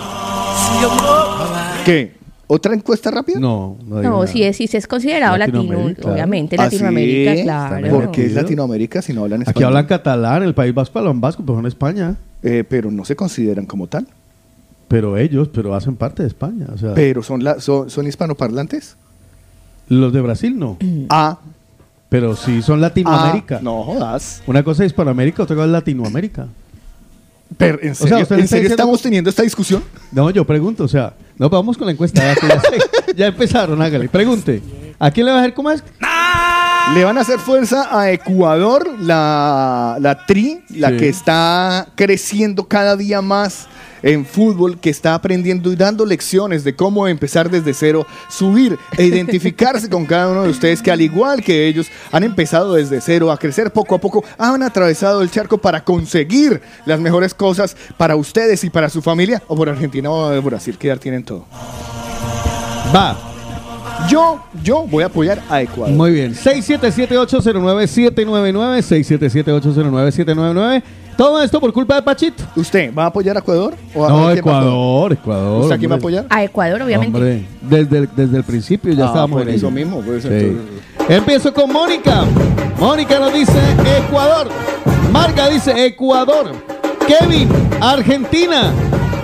¿Qué? ¿Otra encuesta rápida?
No, no digo
no,
nada.
si es, si es considerado latino,
Latinoamérica, claro.
obviamente,
¿Ah,
Latinoamérica,
sí?
claro.
Porque es
Unido.
Latinoamérica si no hablan español.
Aquí hablan catalán, el País Vasco hablan vasco, pero son España.
Eh, pero no se consideran como tal.
Pero ellos, pero hacen parte de España. O sea,
Pero son, la, son, son hispanoparlantes.
los de Brasil no,
Ah,
pero sí son Latinoamérica.
ah, no jodas.
Una cosa es Hispanoamérica, otra cosa es Latinoamérica.
Pero, ¿En
sea,
serio,
usted
¿en
está
serio
diciendo-
estamos teniendo esta discusión?
No, yo pregunto, o sea, no, pues vamos con la encuesta. ya, que ya sé. Ya empezaron, hágale. Pregunte, ¿a quién le va a hacer cómo es?
Le van a hacer fuerza a Ecuador, la, la tri, la
Sí.
que está creciendo cada día más en fútbol, que está aprendiendo y dando lecciones de cómo empezar desde cero, subir e identificarse con cada uno de ustedes que al igual que ellos han empezado desde cero a crecer poco a poco, han atravesado el charco para conseguir las mejores cosas para ustedes y para su familia, o por Argentina o por Brasil, que ya tienen todo.
Va.
Yo, yo voy a apoyar a Ecuador.
Muy bien. 677-809-799, 677-809-799. Todo esto por culpa de Pachito.
¿Usted va a apoyar a Ecuador? o a-
No,
quién va a apoyar?
Ecuador, Ecuador.
¿Usted a quién va a
hombre.
apoyar?
A Ecuador, obviamente.
Hombre, desde el, desde el principio ya
Ah,
estábamos
por
en
eso
ello.
mismo, pues,
Sí.
entonces-
Empiezo con Mónica. Mónica nos dice Ecuador. Marga dice Ecuador. Kevin, Argentina.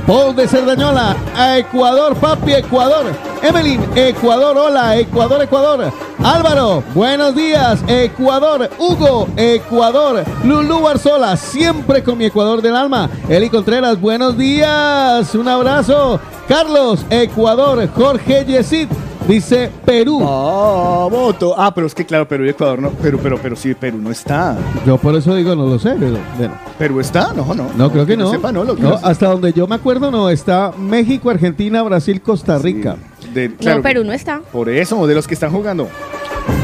Paul de Cerdañola, a Ecuador, papi, Ecuador. Evelyn, Ecuador, hola, Ecuador, Ecuador. Álvaro, buenos días, Ecuador. Hugo, Ecuador. Lulú Barzola, siempre con mi Ecuador del alma. Eli Contreras, buenos días, un abrazo. Carlos, Ecuador. Jorge Yesid, dice Perú.
Ah, voto. Ah, pero es que claro, Perú y Ecuador no. Pero, pero, pero sí, Perú no está.
Yo por eso digo, no lo sé, pero bueno.
Perú está, no, no.
No, creo que no.
sepa, no, lo que
No,
no sé.
hasta donde yo me acuerdo, no. Está México, Argentina, Brasil, Costa Rica.
De-
no,
claro,
Perú no está.
Por eso, de los que están jugando.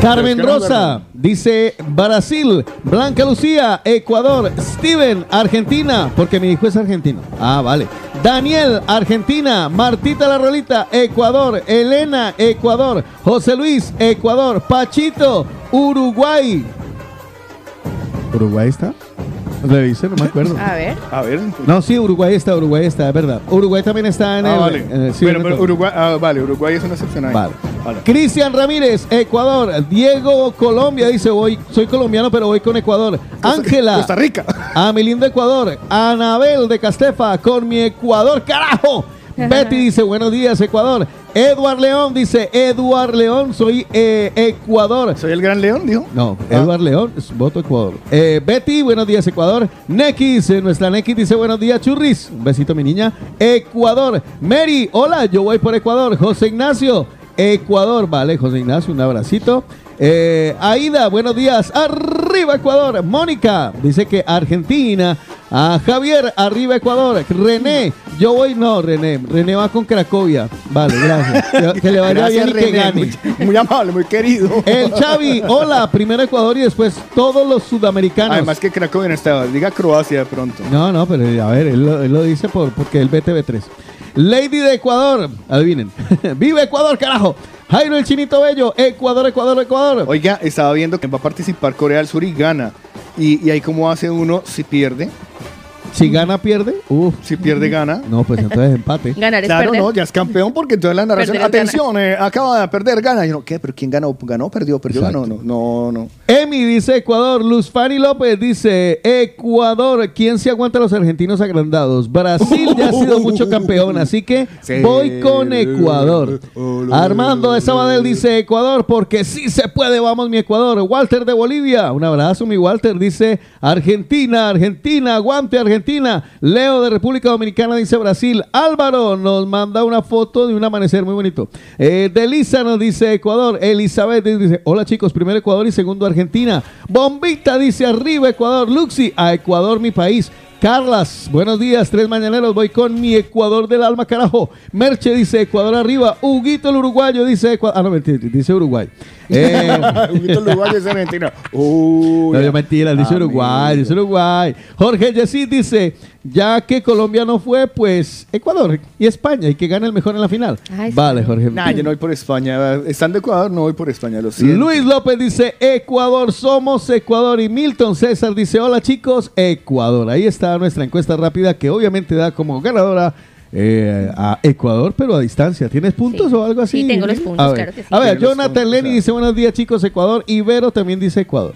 Carmen
Pero es que no,
Rosa
Carmen.
dice Brasil, Blanca Lucía, Ecuador, Steven, Argentina, porque mi hijo es argentino. Ah, vale. Daniel, Argentina, Martita La Rolita, Ecuador, Elena, Ecuador, José Luis, Ecuador, Pachito, Uruguay. ¿Uruguay está? Revise, no me acuerdo.
A ver.
A ver.
No, sí, Uruguay está, Uruguay está, es verdad. Uruguay también está en
Ah,
el.
vale.
en el- sí, en
pero,
el
pero
top.
Uruguay, ah, vale, Uruguay es una excepción ahí.
Vale.
Vale.
Cristian Ramírez, Ecuador. Diego, Colombia, dice, voy, soy colombiano, pero voy con Ecuador.
Costa-
Ángela.
Costa Rica.
A mi lindo Ecuador. Anabel de Castefa, con mi Ecuador, carajo. Betty dice, buenos días, Ecuador. Eduard León dice, Eduard León, soy eh, Ecuador.
Soy el gran león, dijo.
No,
Ah.
Eduard León, es voto Ecuador. Eh, Betty, buenos días, Ecuador. Nekis, eh, nuestra Nekis dice buenos días, Churris. Un besito, mi niña. Ecuador. Mary, hola, yo voy por Ecuador. José Ignacio, Ecuador. Vale, José Ignacio, un abracito. Eh, Aida, buenos días. Arriba, Ecuador. Mónica, dice que Argentina. Ah, Javier, arriba Ecuador. René, yo voy, no, René. René va con Cracovia. Vale, gracias. Que, que le vaya
Gracias,
bien y que
René,
gane.
Muy, muy amable, muy querido.
El Xavi, hola, primero Ecuador y después todos los sudamericanos.
Además que Cracovia no estaba. Diga Croacia de pronto.
No, no, pero a ver, él lo, él lo dice por, porque él ve TV3. Lady de Ecuador, adivinen. ¡Vive Ecuador, carajo! Jairo el Chinito Bello, Ecuador, Ecuador, Ecuador.
Oiga, estaba viendo que va a participar Corea del Sur y gana. Y, y ahí como hace uno si pierde.
Si gana, pierde. Uf.
Si pierde, gana.
No, pues entonces empate.
Ganar es
Claro,
perder.
no, ya es campeón porque entonces la narración,
Perder es
atención, eh, acaba de perder, gana. Y no, ¿qué? ¿Pero quién ganó? ¿Ganó? ¿Perdió? ¿Perdió?
Exacto.
Ganó. No, no, no.
Emi dice Ecuador. Luz Fanny López dice Ecuador. ¿Quién se aguanta a los argentinos agrandados? Brasil ya ha sido mucho campeón, así que
Sí.
voy con Ecuador.
Ole.
Armando de Sabadell dice Ecuador porque sí se puede. Vamos, mi Ecuador. Walter de Bolivia. Un abrazo, mi Walter. Dice Argentina, Argentina. Aguante, Argentina. Leo de República Dominicana dice Brasil. Álvaro nos manda una foto de un amanecer muy bonito. Eh, Delisa nos dice Ecuador. Elizabeth dice: Hola, chicos. Primero Ecuador y segundo Argentina. Bombita dice: Arriba, Ecuador. Luxi, a Ecuador, mi país. Carlas, buenos días, tres mañaneros, voy con mi Ecuador del alma, carajo. Merche dice Ecuador arriba, Huguito el uruguayo dice Ecuador, ah, no, mentira, dice Uruguay. Eh,
Huguito Luguayo es argentino. Uy.
no, yo mentira, dice
Amigo.
Uruguay, dice Uruguay. Jorge Yesid dice, ya que Colombia no fue, pues Ecuador y España, y que gane el mejor en la final.
Ay, sí.
vale, Jorge.
Nah, yo no voy por España. Estando Ecuador, no voy por España, lo siento.
Luis López dice Ecuador, somos Ecuador. Y Milton César dice, hola chicos, Ecuador. Ahí está nuestra encuesta rápida que obviamente da como ganadora eh, a Ecuador, pero a distancia. ¿Tienes puntos
Sí.
o algo así?
Sí, tengo los
Mili?
puntos,
a ver,
claro que sí.
A ver,
Tengo los
Jonathan
puntos,
Lenny
ah.
dice buenos días chicos, Ecuador. Ibero también dice Ecuador.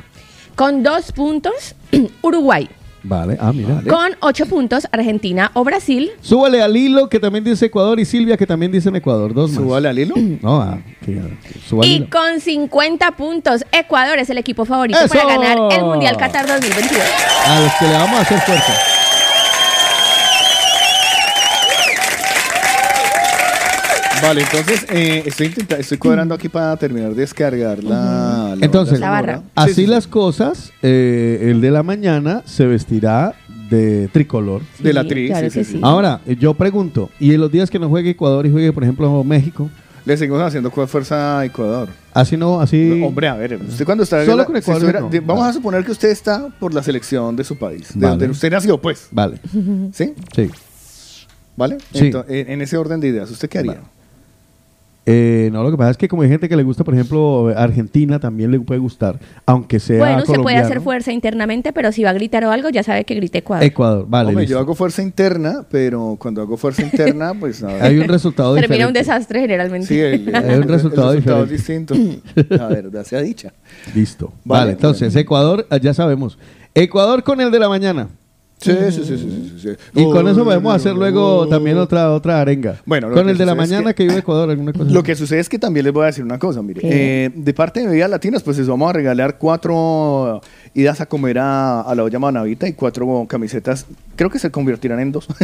Con dos puntos, Uruguay.
Vale, ah, mira.
Con ocho puntos, Argentina o Brasil.
Súbale a Lilo que también dice Ecuador y Silvia que también dicen Ecuador. Dos más.
Súbale al hilo.
No, ah, que- súbale a
Y
Lilo.
con 50 puntos, Ecuador es el equipo favorito
¡Eso!
para ganar el Mundial Qatar 2022.
A los que le vamos a hacer fuerza.
Vale, entonces eh, estoy, intenta- estoy cuadrando aquí para terminar de descargar la, la
Entonces,
La barra.
así
Sí, sí,
las cosas, eh, el de la mañana se vestirá de tricolor.
De la
Sí,
tri,
claro
sí, sí,
que
sí.
sí.
Ahora, eh, yo pregunto, ¿y en los días que no juegue Ecuador y juegue, por ejemplo, México?
Le seguimos haciendo cu- fuerza a Ecuador.
Así no, así...
Hombre, ah. a ver, eh, usted cuando está...
Solo con Ecuador,
si estuviera-
no.
de- vamos
Vale.
a suponer que usted está por la selección de su país, de
Vale.
donde usted nació, pues.
Vale,
¿Sí?
sí.
¿Vale?
Sí.
Ento- en, en ese orden de ideas, ¿usted qué haría?
Vale. Eh, no, lo que pasa es que como hay gente que le gusta, por ejemplo, Argentina, también le puede gustar, aunque sea
Bueno, se puede
colombiano.
hacer fuerza internamente, pero si va a gritar o algo, ya sabe que grite Ecuador.
Ecuador, vale,
Hombre,
listo.
yo hago fuerza interna, pero cuando hago fuerza interna, pues... a ver.
Hay un resultado
Termina un
diferente.
desastre generalmente.
Sí, el, el-
Hay un
el
resultado
es distinto. La verdad sea dicha.
Listo. Vale,
Vale,
entonces,
bueno.
Ecuador, ah, ya sabemos. Ecuador con el de la mañana.
Sí, sí, sí, sí, sí, sí, sí.
Y con eso
Oh,
podemos hacer luego también otra otra arenga.
Bueno, lo
con
que
el de la
sucede es
mañana que,
que-
vive Ecuador, alguna cosa.
Lo que sucede es que también les voy a decir una cosa, mire.
¿Qué?
Eh, de parte de Bebidas Latinas, pues les vamos a regalar cuatro idas a comer a, a la olla Manavita y cuatro camisetas, creo que se convertirán en dos,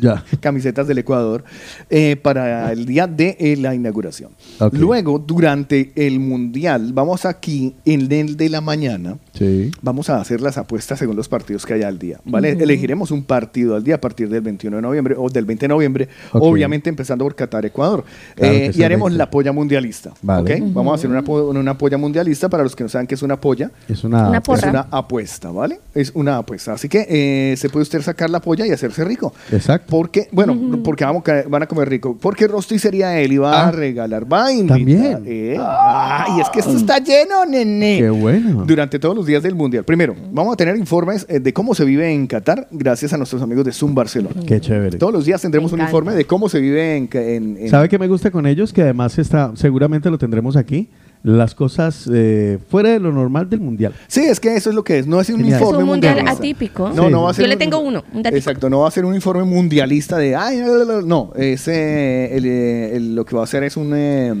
Ya.
camisetas del Ecuador, eh, para el día de eh, la inauguración.
Ok.
Luego, durante el Mundial, vamos aquí en el de la mañana.
Sí.
Vamos a hacer las apuestas según los partidos que haya al día, ¿vale? Elegiremos un partido al día a partir del 21 de noviembre o del 20 de noviembre,
Ok.
obviamente empezando por Qatar-Ecuador.
Claro
Eh,
que es
y
el
haremos
20.
la polla mundialista,
Vale.
¿ok? Vamos a hacer una, po- una polla mundialista para los que no saben qué es una polla.
Es una,
Una porra.
Es una apuesta, ¿vale? Es una apuesta. Así que eh, se puede usted sacar la polla y hacerse rico.
Exacto.
Porque, bueno, porque vamos, ca- van a comer rico. Porque Rosti sería él y va
Ah.
a regalar, va a invitar,
También. Ah.
eh. Ay, es que esto está lleno, nene.
Qué bueno.
Durante todos los días del Mundial. Primero, vamos a tener informes eh, de cómo se vive en Qatar gracias a nuestros amigos de Zoom Barcelona.
Qué chévere.
Todos los días tendremos
Me
un
encanta.
informe de cómo se vive en... ca- en- en-
¿Sabe qué me gusta con ellos? Que además está, seguramente lo tendremos aquí. Las cosas eh, fuera de lo normal del mundial.
Sí, es que eso es lo que es. No es un
Genial.
informe
Es un mundial
mundialista.
atípico.
No,
Sí.
no va a ser
Yo le
un-
tengo uno, un datico.
Exacto, no va a ser un informe mundialista de... Ay, la, la, la". no, es, eh, el, eh, el- lo que va a hacer es un... eh,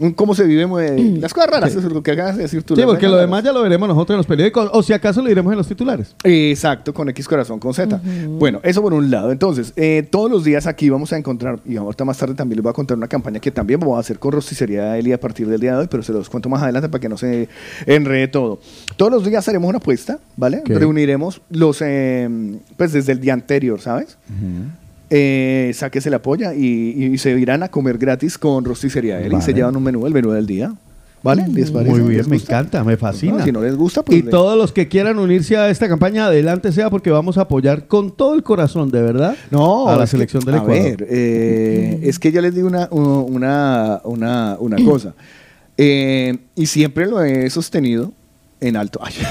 un cómo se vive... eh, las cosas raras, eso es lo que acabas de decir tú.
Sí,
las
porque
vainas
lo
raras.
demás ya lo veremos nosotros en los periódicos. O si acaso lo diremos en los titulares.
Exacto, con X corazón con Z. Bueno, eso por un lado. Entonces, eh, todos los días aquí vamos a encontrar, y ahorita más tarde también les voy a contar una campaña que también vamos a hacer con Rosticería Eli a partir del día de hoy, pero se los cuento más adelante para que no se enrede todo. Todos los días haremos una apuesta, ¿vale?
Ok.
Reuniremos los, eh, pues desde el día anterior, ¿sabes? Eh, sáquese la polla y, y se irán a comer gratis con Rosticería Eli.
Vale.
Se llevan un menú, el menú del día. ¿Vale? ¿Les parece?
Muy bien,
¿Les
me
gusta?
encanta, me fascina.
No, si no les gusta, pues
y
le-
todos los que quieran unirse a esta campaña, adelante sea, porque vamos a apoyar con todo el corazón, de verdad,
No,
a la
es que-
selección del
a
Ecuador.
ver, eh, es que yo les digo una, una, una, una cosa. Eh, y siempre lo he sostenido en alto. Ay.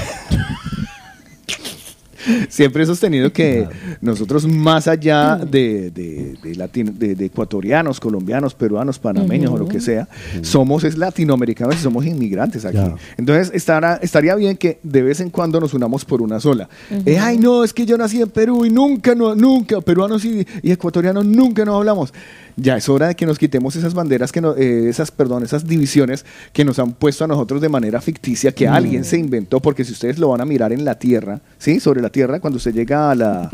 Siempre he sostenido que nosotros, más allá de, de- de latino- de- de ecuatorianos, colombianos, peruanos, panameños o lo que sea, somos es latinoamericanos y somos inmigrantes aquí.
Ya.
Entonces estará, estaría bien que de vez en cuando nos unamos por una sola. Eh, Ay, no, es que yo nací en Perú y nunca, no, nunca, peruanos y, y ecuatorianos nunca nos hablamos. Ya es hora de que nos quitemos esas banderas, que no- eh, esas, perdón, esas divisiones que nos han puesto a nosotros de manera ficticia, que
Mm.
alguien se inventó, porque si ustedes lo van a mirar en la tierra, ¿sí? Sobre la tierra, cuando usted llega a la...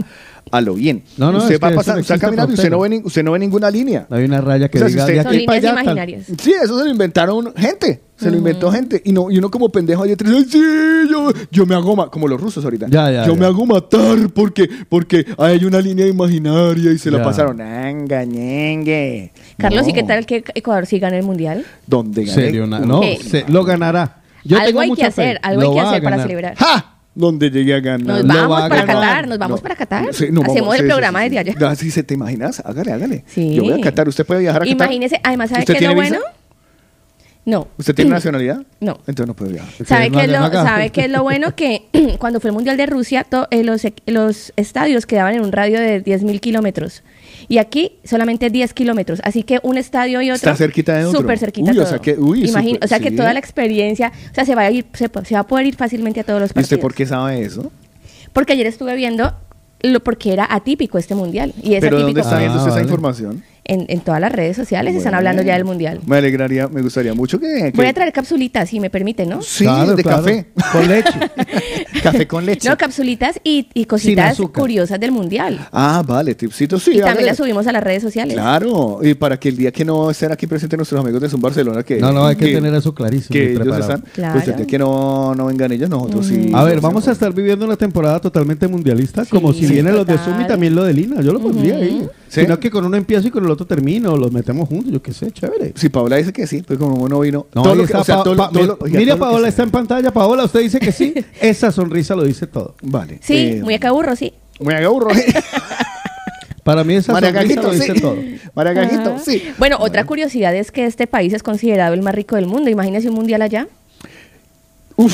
A lo bien.
No, no,
usted
es
va
que eso
pasando,
no
usted
existe
caminando y usted
frontera.
no, ve ni- usted no ve ninguna línea.
Hay una raya que
O sea, si
diga
usted-
de
Son
aquí para allá.
líneas
tal.
imaginarias.
Sí, eso se lo inventaron gente. Se lo inventó gente. Y, no, y uno como pendejo ahí atrás, "Ay, sí, yo, yo me hago matar. Como los rusos ahorita.
Ya, ya,
yo
ya.
me hago matar porque, porque hay una línea imaginaria y se la
Ya.
pasaron. Anga, ñengue.
Carlos, ¿y
No.
qué tal que Ecuador sí gana el mundial?
Donde gané.
Serio, na- no,
Eh.
se- lo ganará. Yo
algo
tengo
hay que
mucha fe.
hacer, algo
Lo
hay que
va a
hacer para
ganar.
celebrar.
¡Ja! Donde llegué a ganar.
Nos
Lo va
vamos
a
para
ganar.
Qatar, nos vamos
No.
para Qatar.
Sí, no,
Hacemos
vamos,
el
sí, sí,
programa
sí, sí.
desde allá.
Ah, sí, se te imaginas. Hágale, hágale.
Sí.
Yo voy a Qatar. Usted puede viajar a Qatar.
Imagínese, además, ¿sabe
¿Usted
qué es lo
tiene visa?
bueno? No.
¿Usted tiene nacionalidad?
No.
Entonces no puede viajar.
¿Sabe
no
qué, es
hagan
lo,
acá.
¿Sabe qué es lo bueno? Que cuando fue el Mundial de Rusia, to- eh, los, e- los estadios quedaban en un radio de 10.000 kilómetros. Y aquí solamente 10 kilómetros. Así que un estadio y otro.
Está cerquita de otro.
Súper cerquita
Uy, o
todo.
sea que- uy,
Imagina-
súper-
o sea que
sí.
toda la experiencia, o sea, se va a, ir, se, po- se va a poder ir fácilmente a todos los
¿Y
partidos.
usted por qué sabe eso?
Porque ayer estuve viendo lo porque era atípico este mundial. Y es
¿Pero
atípico.
dónde está
Ah,
viendo usted esa
vale.
información?
En, en todas las redes sociales están
Bueno,
hablando ya del mundial.
Me alegraría, me gustaría mucho que.
Voy a
que-
traer capsulitas, si me permite, ¿no?
Sí,
Claro,
de
claro.
café.
Con leche.
café con leche.
No, capsulitas y, y cositas
azúcar.
curiosas del mundial.
ah, vale, tipsito, sí.
y
a
también
ver.
las subimos a las redes sociales.
Claro, y para que el día que no estén aquí presentes nuestros amigos de Zoom Barcelona, que.
No, no, hay que tener eso clarísimo y
Que ellos
preparado. Mm.
están.
Claro.
Pues el día que no, no vengan ellos, nosotros sí.
A ver, vamos a estar viviendo una temporada totalmente mundialista, como si
Sí,
vienen los de
total.
Zoom y también lo de Lina. Yo lo pondría ahí.
Sí.
Sino que con uno empiezo y con el otro termino, o los metemos juntos, yo qué sé, chévere.
Si Paola dice que sí, pues como no vino.
No,
todo
ahí
lo que-
está
o sea,
Pa-
todo lo-
Pa-
todo lo-
mira, mira,
todo lo que
Paola
sea.
está en pantalla. Paola, usted dice que sí. Esa sonrisa lo dice todo.
Vale.
Sí,
eh,
muy acaburro, sí.
Muy aburro.
Para mí esa
María
sonrisa lo
Gajito,
dice
sí.
todo.
María Gajito,
Ajá.
sí.
Bueno, otra curiosidad es que este país es considerado el más rico del mundo. Imagínese un mundial allá. ¿Mm?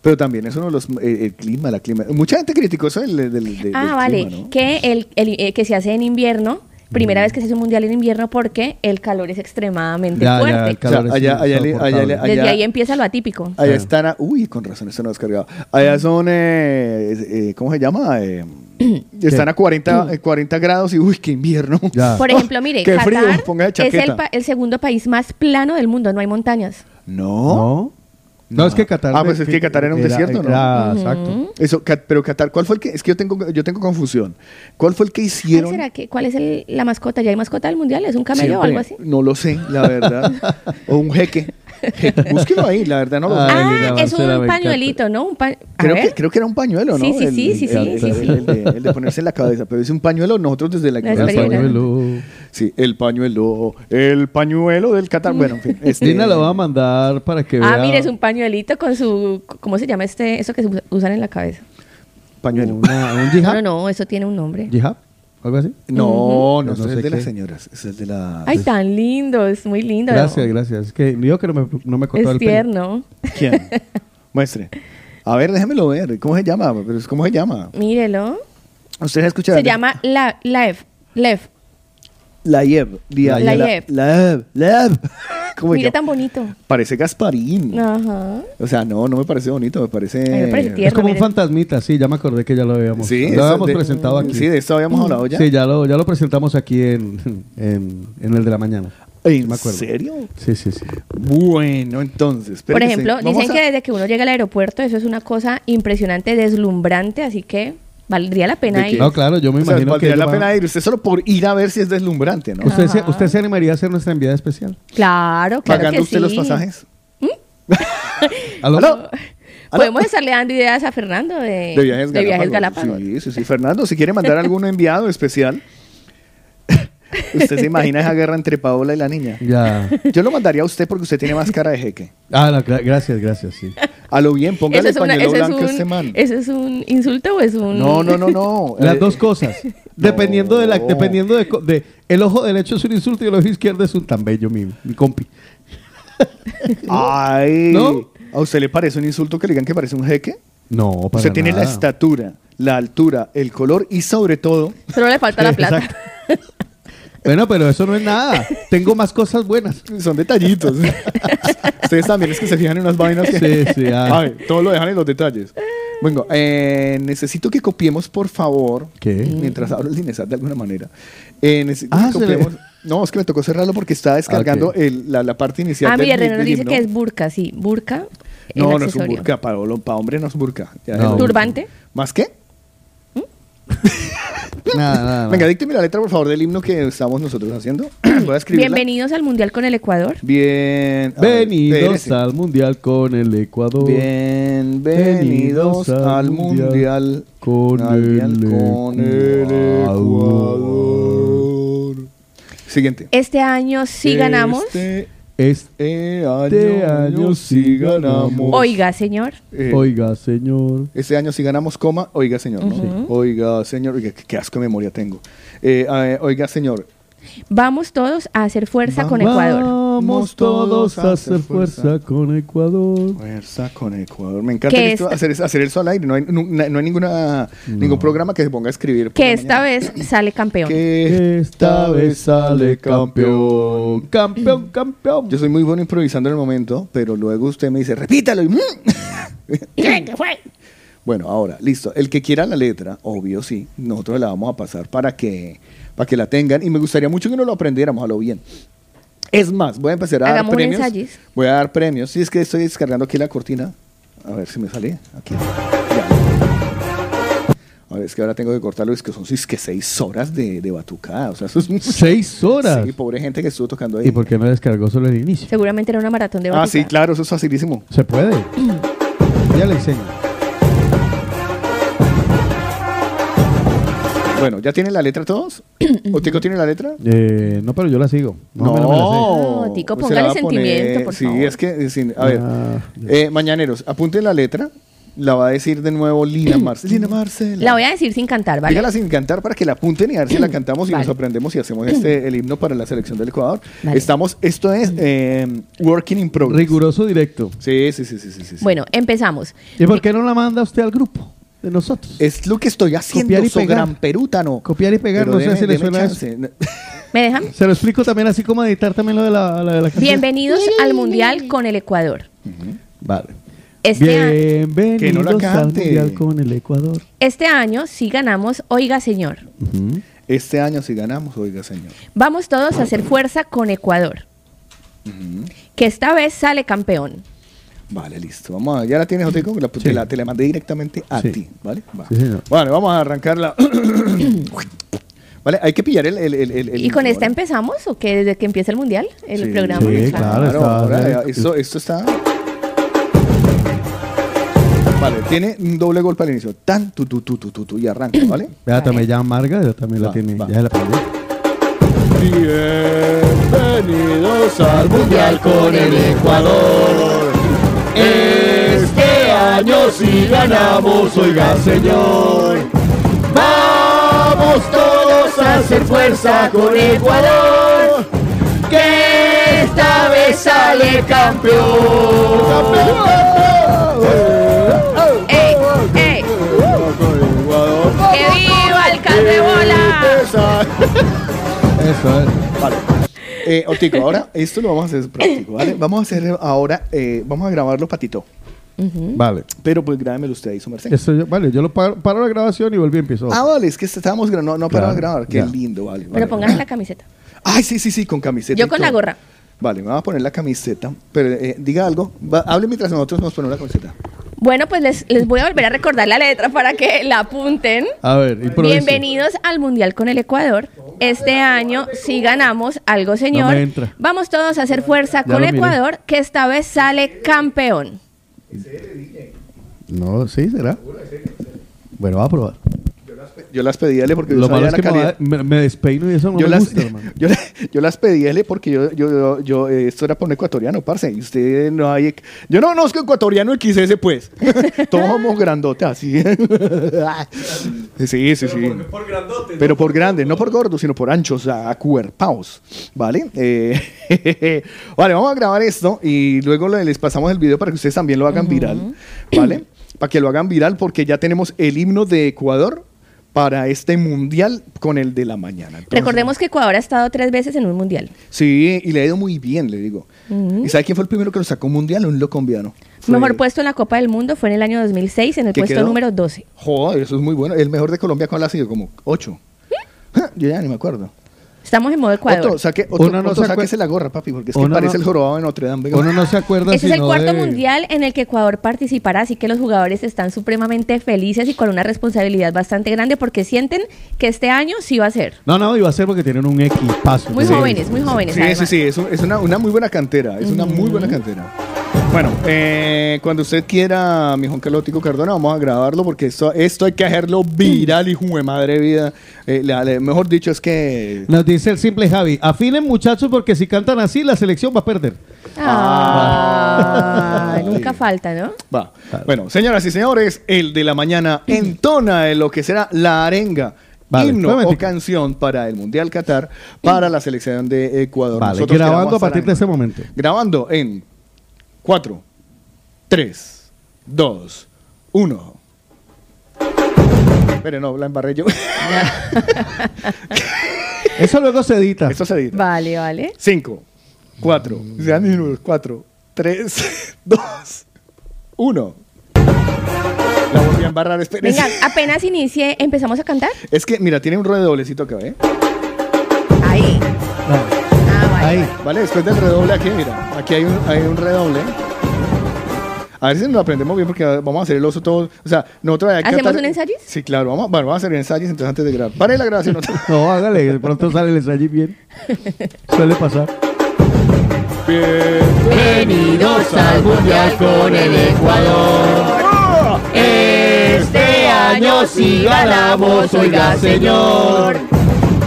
Pero también es uno de los. eh, el clima, la clima. Mucha gente criticó eso del. del- del- del
ah,
clima,
vale.
¿no? Mm.
Que el, el- eh, que se hace en invierno. Primera vez que se hace un mundial en invierno porque el calor es extremadamente
Ya, ya,
fuerte.
el calor
O sea,
es
allá- allá le-
insoportable.
allá le-
Desde ahí empieza lo atípico.
Allá están. a- uy, con razón, esto no es cargado. Allá son. eh, es- eh, ¿Cómo se llama? Eh, están a 40, eh, 40 grados y uy, qué invierno.
Ya.
Por
Oh,
ejemplo, mire,
qué
Qatar
frío, ponga
es
chaqueta.
el, pa- el segundo país más plano del mundo, no hay montañas.
No.
No. No, es que Qatar.
Ah, pues es que Qatar era un desierto, ¿no?
Ah, exacto.
Eso, Cat- pero Qatar, ¿cuál fue el que? Es que yo tengo, yo tengo confusión. ¿Cuál fue el que
¿Cuál
hicieron?
será que, ¿Cuál es el- la mascota? ¿Ya hay mascota del mundial? ¿Es un camello o
Siempre.
algo así?
No lo sé, la verdad. o un jeque. Jeque. Búsquelo ahí, la verdad no lo sé.
Ay, mira,
ah, es
Marcela, me
un
encanta.
pañuelito, ¿no? Un pa- a
Creo
ver.
que, creo que era un pañuelo, ¿no?
Sí, sí,
El-
sí, sí,
el- el-
sí, sí, sí.
El, de, el de ponerse en la cabeza. Pero es un pañuelo, nosotros desde la
La
ignorancia.
esperina.
Pañuelo.
Sí, el pañuelo, el pañuelo del Qatar. Bueno, en fin. este-
Lina lo va a mandar para que
Ah,
vea.
mire, es un pañuelito con su. ¿Cómo se llama este? Eso que se usa- usan en la cabeza.
Pañuelo.
Una- un
No,
jihad.
no, no, eso tiene un nombre.
¿Jihad? ¿Algo así? Mm.
No, no,
Yo no
ese es
sé
el de
qué.
las señoras. Es el de la...
Ay, tan lindo, es muy lindo.
Gracias, gracias. Es que yo que no me, no me cortó
Es
el pelo.
tierno.
¿Quién? Muestre. A ver, déjemelo ver. ¿Cómo se llama? Pero es- ¿Cómo se llama?
Mírelo.
Ustedes escucharon.
Se llama la, Laev. Lev.
La Yev. La
La
Yev.
Yev.
La Yev. La Yev. ¿Cómo se
Mire
llama?
tan bonito.
Parece Gasparín.
Ajá.
O sea, no, no me parece bonito. Me parece...
Ay, me parece tierno.
Es como un
miren.
fantasmita, sí, ya me acordé que ya lo habíamos,
Sí,
lo
eso
habíamos
de-
presentado aquí.
Sí, de esto
Mm.
habíamos hablado ya.
Sí, ya lo, ya lo presentamos aquí en, en, en el de la mañana.
¿En
Sí me acuerdo.
serio?
Sí, sí, sí.
Bueno, entonces.
Por
espérese.
ejemplo,
Vamos
dicen
a-
que desde que uno llega al aeropuerto, eso es una cosa impresionante, deslumbrante, así que valdría la pena
¿De qué?
ir.
No, claro, yo me
O sea,
imagino que
valdría
ella
la
va-
pena ir. Usted solo por ir a ver si es deslumbrante, ¿no?
¿Usted, se, ¿Usted se animaría a hacer nuestra enviada especial?
Claro, claro.
¿Pagando
que
usted
sí.
los pasajes?
¿Aló?
¿Aló?
Podemos estarle dando ideas a Fernando de,
De viajes
Eh, de
Galápagos.
viajes Galápagos.
Sí, sí, sí. Fernando, si quiere mandar algún enviado especial, ¿usted se imagina esa guerra entre Paola y la niña?
Ya.
Yo lo mandaría a usted porque usted tiene más cara de jeque.
Ah, no, gra- gracias, gracias, sí.
A lo bien,
¿Eso
póngale
es, una-
pañuelo
eso es
blanco a este
un,
man.
¿Eso es un insulto o es un...?
No, no, no, no.
Las
Eh,
dos cosas. Dependiendo de
Oh,
la, dependiendo de, co- de- el ojo derecho es un insulto y el ojo izquierdo es un tan bello, mi, mi compi.
Ay.
¿No?
¿A usted le parece un insulto que le digan que parece un jeque?
No, para
Usted tiene la
nada.
estatura, la altura, el color y sobre todo
Solo le falta la plata.
Exacto. Bueno, pero eso no es nada. Tengo más cosas buenas.
son detallitos. Ustedes también es que se fijan en unas vainas que
Sí, sí, ah.
Ay, todo lo dejan en los detalles. Venga, eh, necesito que copiemos, por favor.
¿Qué?
Mientras hablo el Dinesat de alguna manera. Eh, necesito
Ah,
que
se le-
copiemos. No, es que me tocó cerrarlo porque estaba descargando
ok.
el- la, la parte inicial.
Ah,
del
mira,
himno-
René nos
del
dice
himno.
que es burka, sí. Burka. el
No, no es un
accesorio.
burka. Para, para hombre no es burka. Ya
No.
es el-
Turbante.
¿Más qué?
Nada, nada, nada.
¿Mm? Venga, dícteme la letra, por favor, del himno que estamos nosotros haciendo. Voy a escribirla.
Bienvenidos al Mundial con el Ecuador.
Bien. a ver,
Venidos
espérese.
al mundial con el Ecuador. Eh,
Bienvenidos al Mundial
con el
con el
Ecuador.
Ecuador. Siguiente.
Este año sí ganamos.
Este
Este
eh,
Este
año,
año
sí
sí
ganamos.
ganamos.
Oiga, señor.
Eh,
Oiga, señor.
Este año sí ganamos, coma. Oiga, señor. ¿no? Oiga, señor. Oiga, qué, qué asco de memoria tengo. Eh, eh, oiga, señor.
Vamos todos a hacer fuerza con
Vamos.
Ecuador.
Vamos todos a hacer fuerza con Ecuador.
Fuerza con Ecuador. Me encanta
Que este-
que esto-
esta-
hacer, hacer eso al aire. No hay, nu- na- no hay ninguna, ningún programa que se ponga a escribir. por
Que
la
esta
mañana.
vez sale campeón.
Que
Esta vez sale campeón.
Mm.
Campeón, campeón.
Yo soy muy bueno improvisando en el momento, pero luego usted me dice, repítalo. y, "Mm". bueno, ahora, listo. El que quiera la letra, obvio, sí. Nosotros la vamos a pasar para que, para que la tengan. Y me gustaría mucho que nos lo aprendiéramos a lo bien. Es más, voy a empezar a
Hagamos
dar
un
premios.
ensayis.
Voy a dar premios. Si es que estoy descargando aquí la cortina. A ver si me sale. Aquí. Ya. A ver, es que ahora tengo que cortarlo. Es que son es que seis horas de, de batucada. O sea, eso es mucho.
Seis horas.
Sí, pobre gente que estuvo tocando ahí.
¿Y por qué no descargó solo el inicio?
Seguramente era una maratón de
Ah, sí,
batuta.
claro, eso es facilísimo.
Se puede. Ya le enseño.
Bueno, ¿ya tienen la letra todos? ¿Otico tiene la letra?
Eh, no, pero yo la sigo. Más o menos me la sé.
No, Tico,
se la
póngale
va a poner-
sentimiento, por
sí,
favor.
es que, eh, sí, a ver,
Ah, ya.
eh, mañaneros, apunten la letra, la va a decir de nuevo Lina Marcela. Lina Marcela.
La voy a decir sin cantar, ¿vale?
Dígala sin cantar para que la apunten y a ver si la cantamos y
Vale.
nos aprendemos y hacemos este, el himno para la selección del Ecuador.
Vale.
Estamos, esto es eh, Working in Progress.
Riguroso directo.
Sí, sí, sí, sí, sí, sí, sí.
Bueno, empezamos.
¿Y por qué no la manda usted al grupo de nosotros?
Es lo que estoy haciendo,
Copiar y
so
pegar.
gran perútano.
Copiar y pegar,
Pero
no sé
deme-
si le
deme
suena
chance.
¿Me dejan?
Se lo explico también así como editar también lo de la, la de la canción.
Bienvenidos al Mundial con el Ecuador.
Vale.
Este, a-
Bienvenidos
Que no la
al
cante.
Mundial con el Ecuador.
este año sí ganamos, oiga señor.
Este año si ganamos, oiga señor.
Vamos todos a hacer fuerza con Ecuador. Que esta vez sale campeón.
Vale, listo. Vamos a, ya la tienes, Otico, que la,
Sí.
te, la, te la mandé directamente a
Sí.
ti, ¿vale? Va.
Sí, señor.
Vale, vamos a arrancarla. vale, hay que pillar el... el, el, el- el
¿Y con
ritmo,
esta
¿vale?
empezamos o que desde que empieza el Mundial? El
Sí.
programa.
Sí, claro, está-
ahora, eh, esto, esto está... Vale, tiene un doble golpe al inicio. Tan, tu, tu, tu, tu, tu, tu, y arranca, ¿vale?
Ya también ya Marga, ya también la
Va,
tiene.
va.
Ya se la aprendió.
Bienvenidos al Mundial con el Ecuador. Este año si ganamos, oiga señor. Vamos todos a hacer fuerza con Ecuador. Que esta vez sale ¡Eh! campeón.
¡Ey! ¡Ey! ¡Eh! ¡Que viva el Candebola!
Eso es.
Vale. Eh, Otico, ahora esto lo vamos a hacer práctico, ¿vale? Vamos a hacer ahora, eh, vamos a grabarlo, Patito.
Vale.
Pero pues grábemelo usted ahí, su merced.
Eso yo- vale, yo lo paro, paro la grabación y vuelvo y empiezo.
Ah, vale, es que estábamos grabando, no, no para
Claro,
grabar. Qué
ya.
lindo, vale. vale.
Pero pónganse la camiseta.
Ay, sí, sí, sí, con camiseta.
Yo
y
con la
todo.
gorra.
Vale, me voy a poner la camiseta. Pero eh, diga algo, Va, hable mientras nosotros nos ponemos la camiseta.
Bueno, pues les, les voy a volver a recordar la letra para que la apunten.
A ver, improvise.
Bienvenidos al Mundial con el Ecuador. Este año sí ganamos algo, señor.
me entra.
Vamos todos a hacer
Ya
fuerza con
lo miré.
Ecuador, que esta vez sale campeón.
No, sí, será. Bueno, va a probar.
Yo las pedí a él porque yo
Lo
sabía
malo es
la
que me, va-
calidad.
me- me despeino y eso no
Yo
me
las,
gusta, hermano.
yo, le- yo las pedí a él porque yo, yo, yo, yo, eh, esto era para un ecuatoriano, parce. Y usted no hay. Yo no conozco ecuatoriano XS, pues. Todos somos grandotes, así. sí, sí, sí. Pero por, grandes, no por gordos, sino por anchos, a- acuerpaos. ¿Vale? Eh, vale, vamos a grabar esto y luego le- les pasamos el video para que ustedes también lo hagan viral. ¿Vale? para que lo hagan viral, porque ya tenemos el himno de Ecuador para este mundial con el de la mañana. Entonces,
Recordemos que Ecuador ha estado tres veces en un mundial.
Sí, y le ha ido muy bien, le digo. ¿Y sabe quién fue el primero que lo sacó un mundial? Un loco colombiano. Fue-
Mejor puesto en la Copa del Mundo fue en el año 2006, en el
¿Qué
puesto
quedó?
número 12.
Joder, eso es muy bueno. El mejor de Colombia, ¿cuál ha sido? Como 8. Yo ya ni me acuerdo.
Estamos en modo Ecuador.
Otto, saque, Otto,
Uno no
Otto,
se acue-
sáquese la gorra, papi, porque es que
Uno no-
parece el jorobado de Notre Dame. venga.
Uno no se acuerda
Ese es el
sino
cuarto
de-
mundial en el que Ecuador participará, así que los jugadores están supremamente felices y con una responsabilidad bastante grande porque sienten que este año sí va a ser.
No, no, iba a ser porque tienen un X paso.
Muy jóvenes, muy jóvenes.
Sí, sí,
además.
sí, es, un- es una, una muy buena cantera, es una muy buena cantera. Bueno, eh, cuando usted quiera, mi Juan Calótico Cardona, vamos a grabarlo porque esto, esto hay que hacerlo viral, hijo de madre vida. Eh, la- la- mejor dicho, es que...
Nos dice el simple Javi, afinen muchachos porque si cantan así la selección va a perder.
Ah, nunca falta, ¿no?
Va. Bueno, señoras y señores, el de la mañana entona en lo que será la arenga.
Vale, un
himno o
momentico.
canción para el Mundial Qatar, para la selección de Ecuador.
Vale,
Nosotros
grabando a
queremos
partir de ese
estar ahí.
momento.
Grabando en 4, 3, 2, 1. Pero no, la embarré yo.
Eso luego se edita. Mm.
Esto se edita.
Vale, vale.
5, 4, 4, 3, 2, 1. La volví a embarrar, este- espérense.
Venga, apenas inicié, empezamos a cantar.
Es que, mira, tiene un redoblecito acá, ¿eh?
Ahí. Ah, vale.
Ahí.
vale.
Vale, después del redoble aquí, mira. Aquí hay un, hay un redoble. A ver si nos lo aprendemos bien porque vamos a hacer el oso todo. O sea, nosotros hay que
¿Hacemos
atar-
un ensayo?
Sí, claro. Vamos, bueno, vamos a hacer ensayos entonces antes de grabar. Para la grabación. no te-
No, hágale, de pronto sale el ensayo bien. Suele pasar.
Bienvenidos al Mundial con el Ecuador. Este año sí ganamos, oiga señor.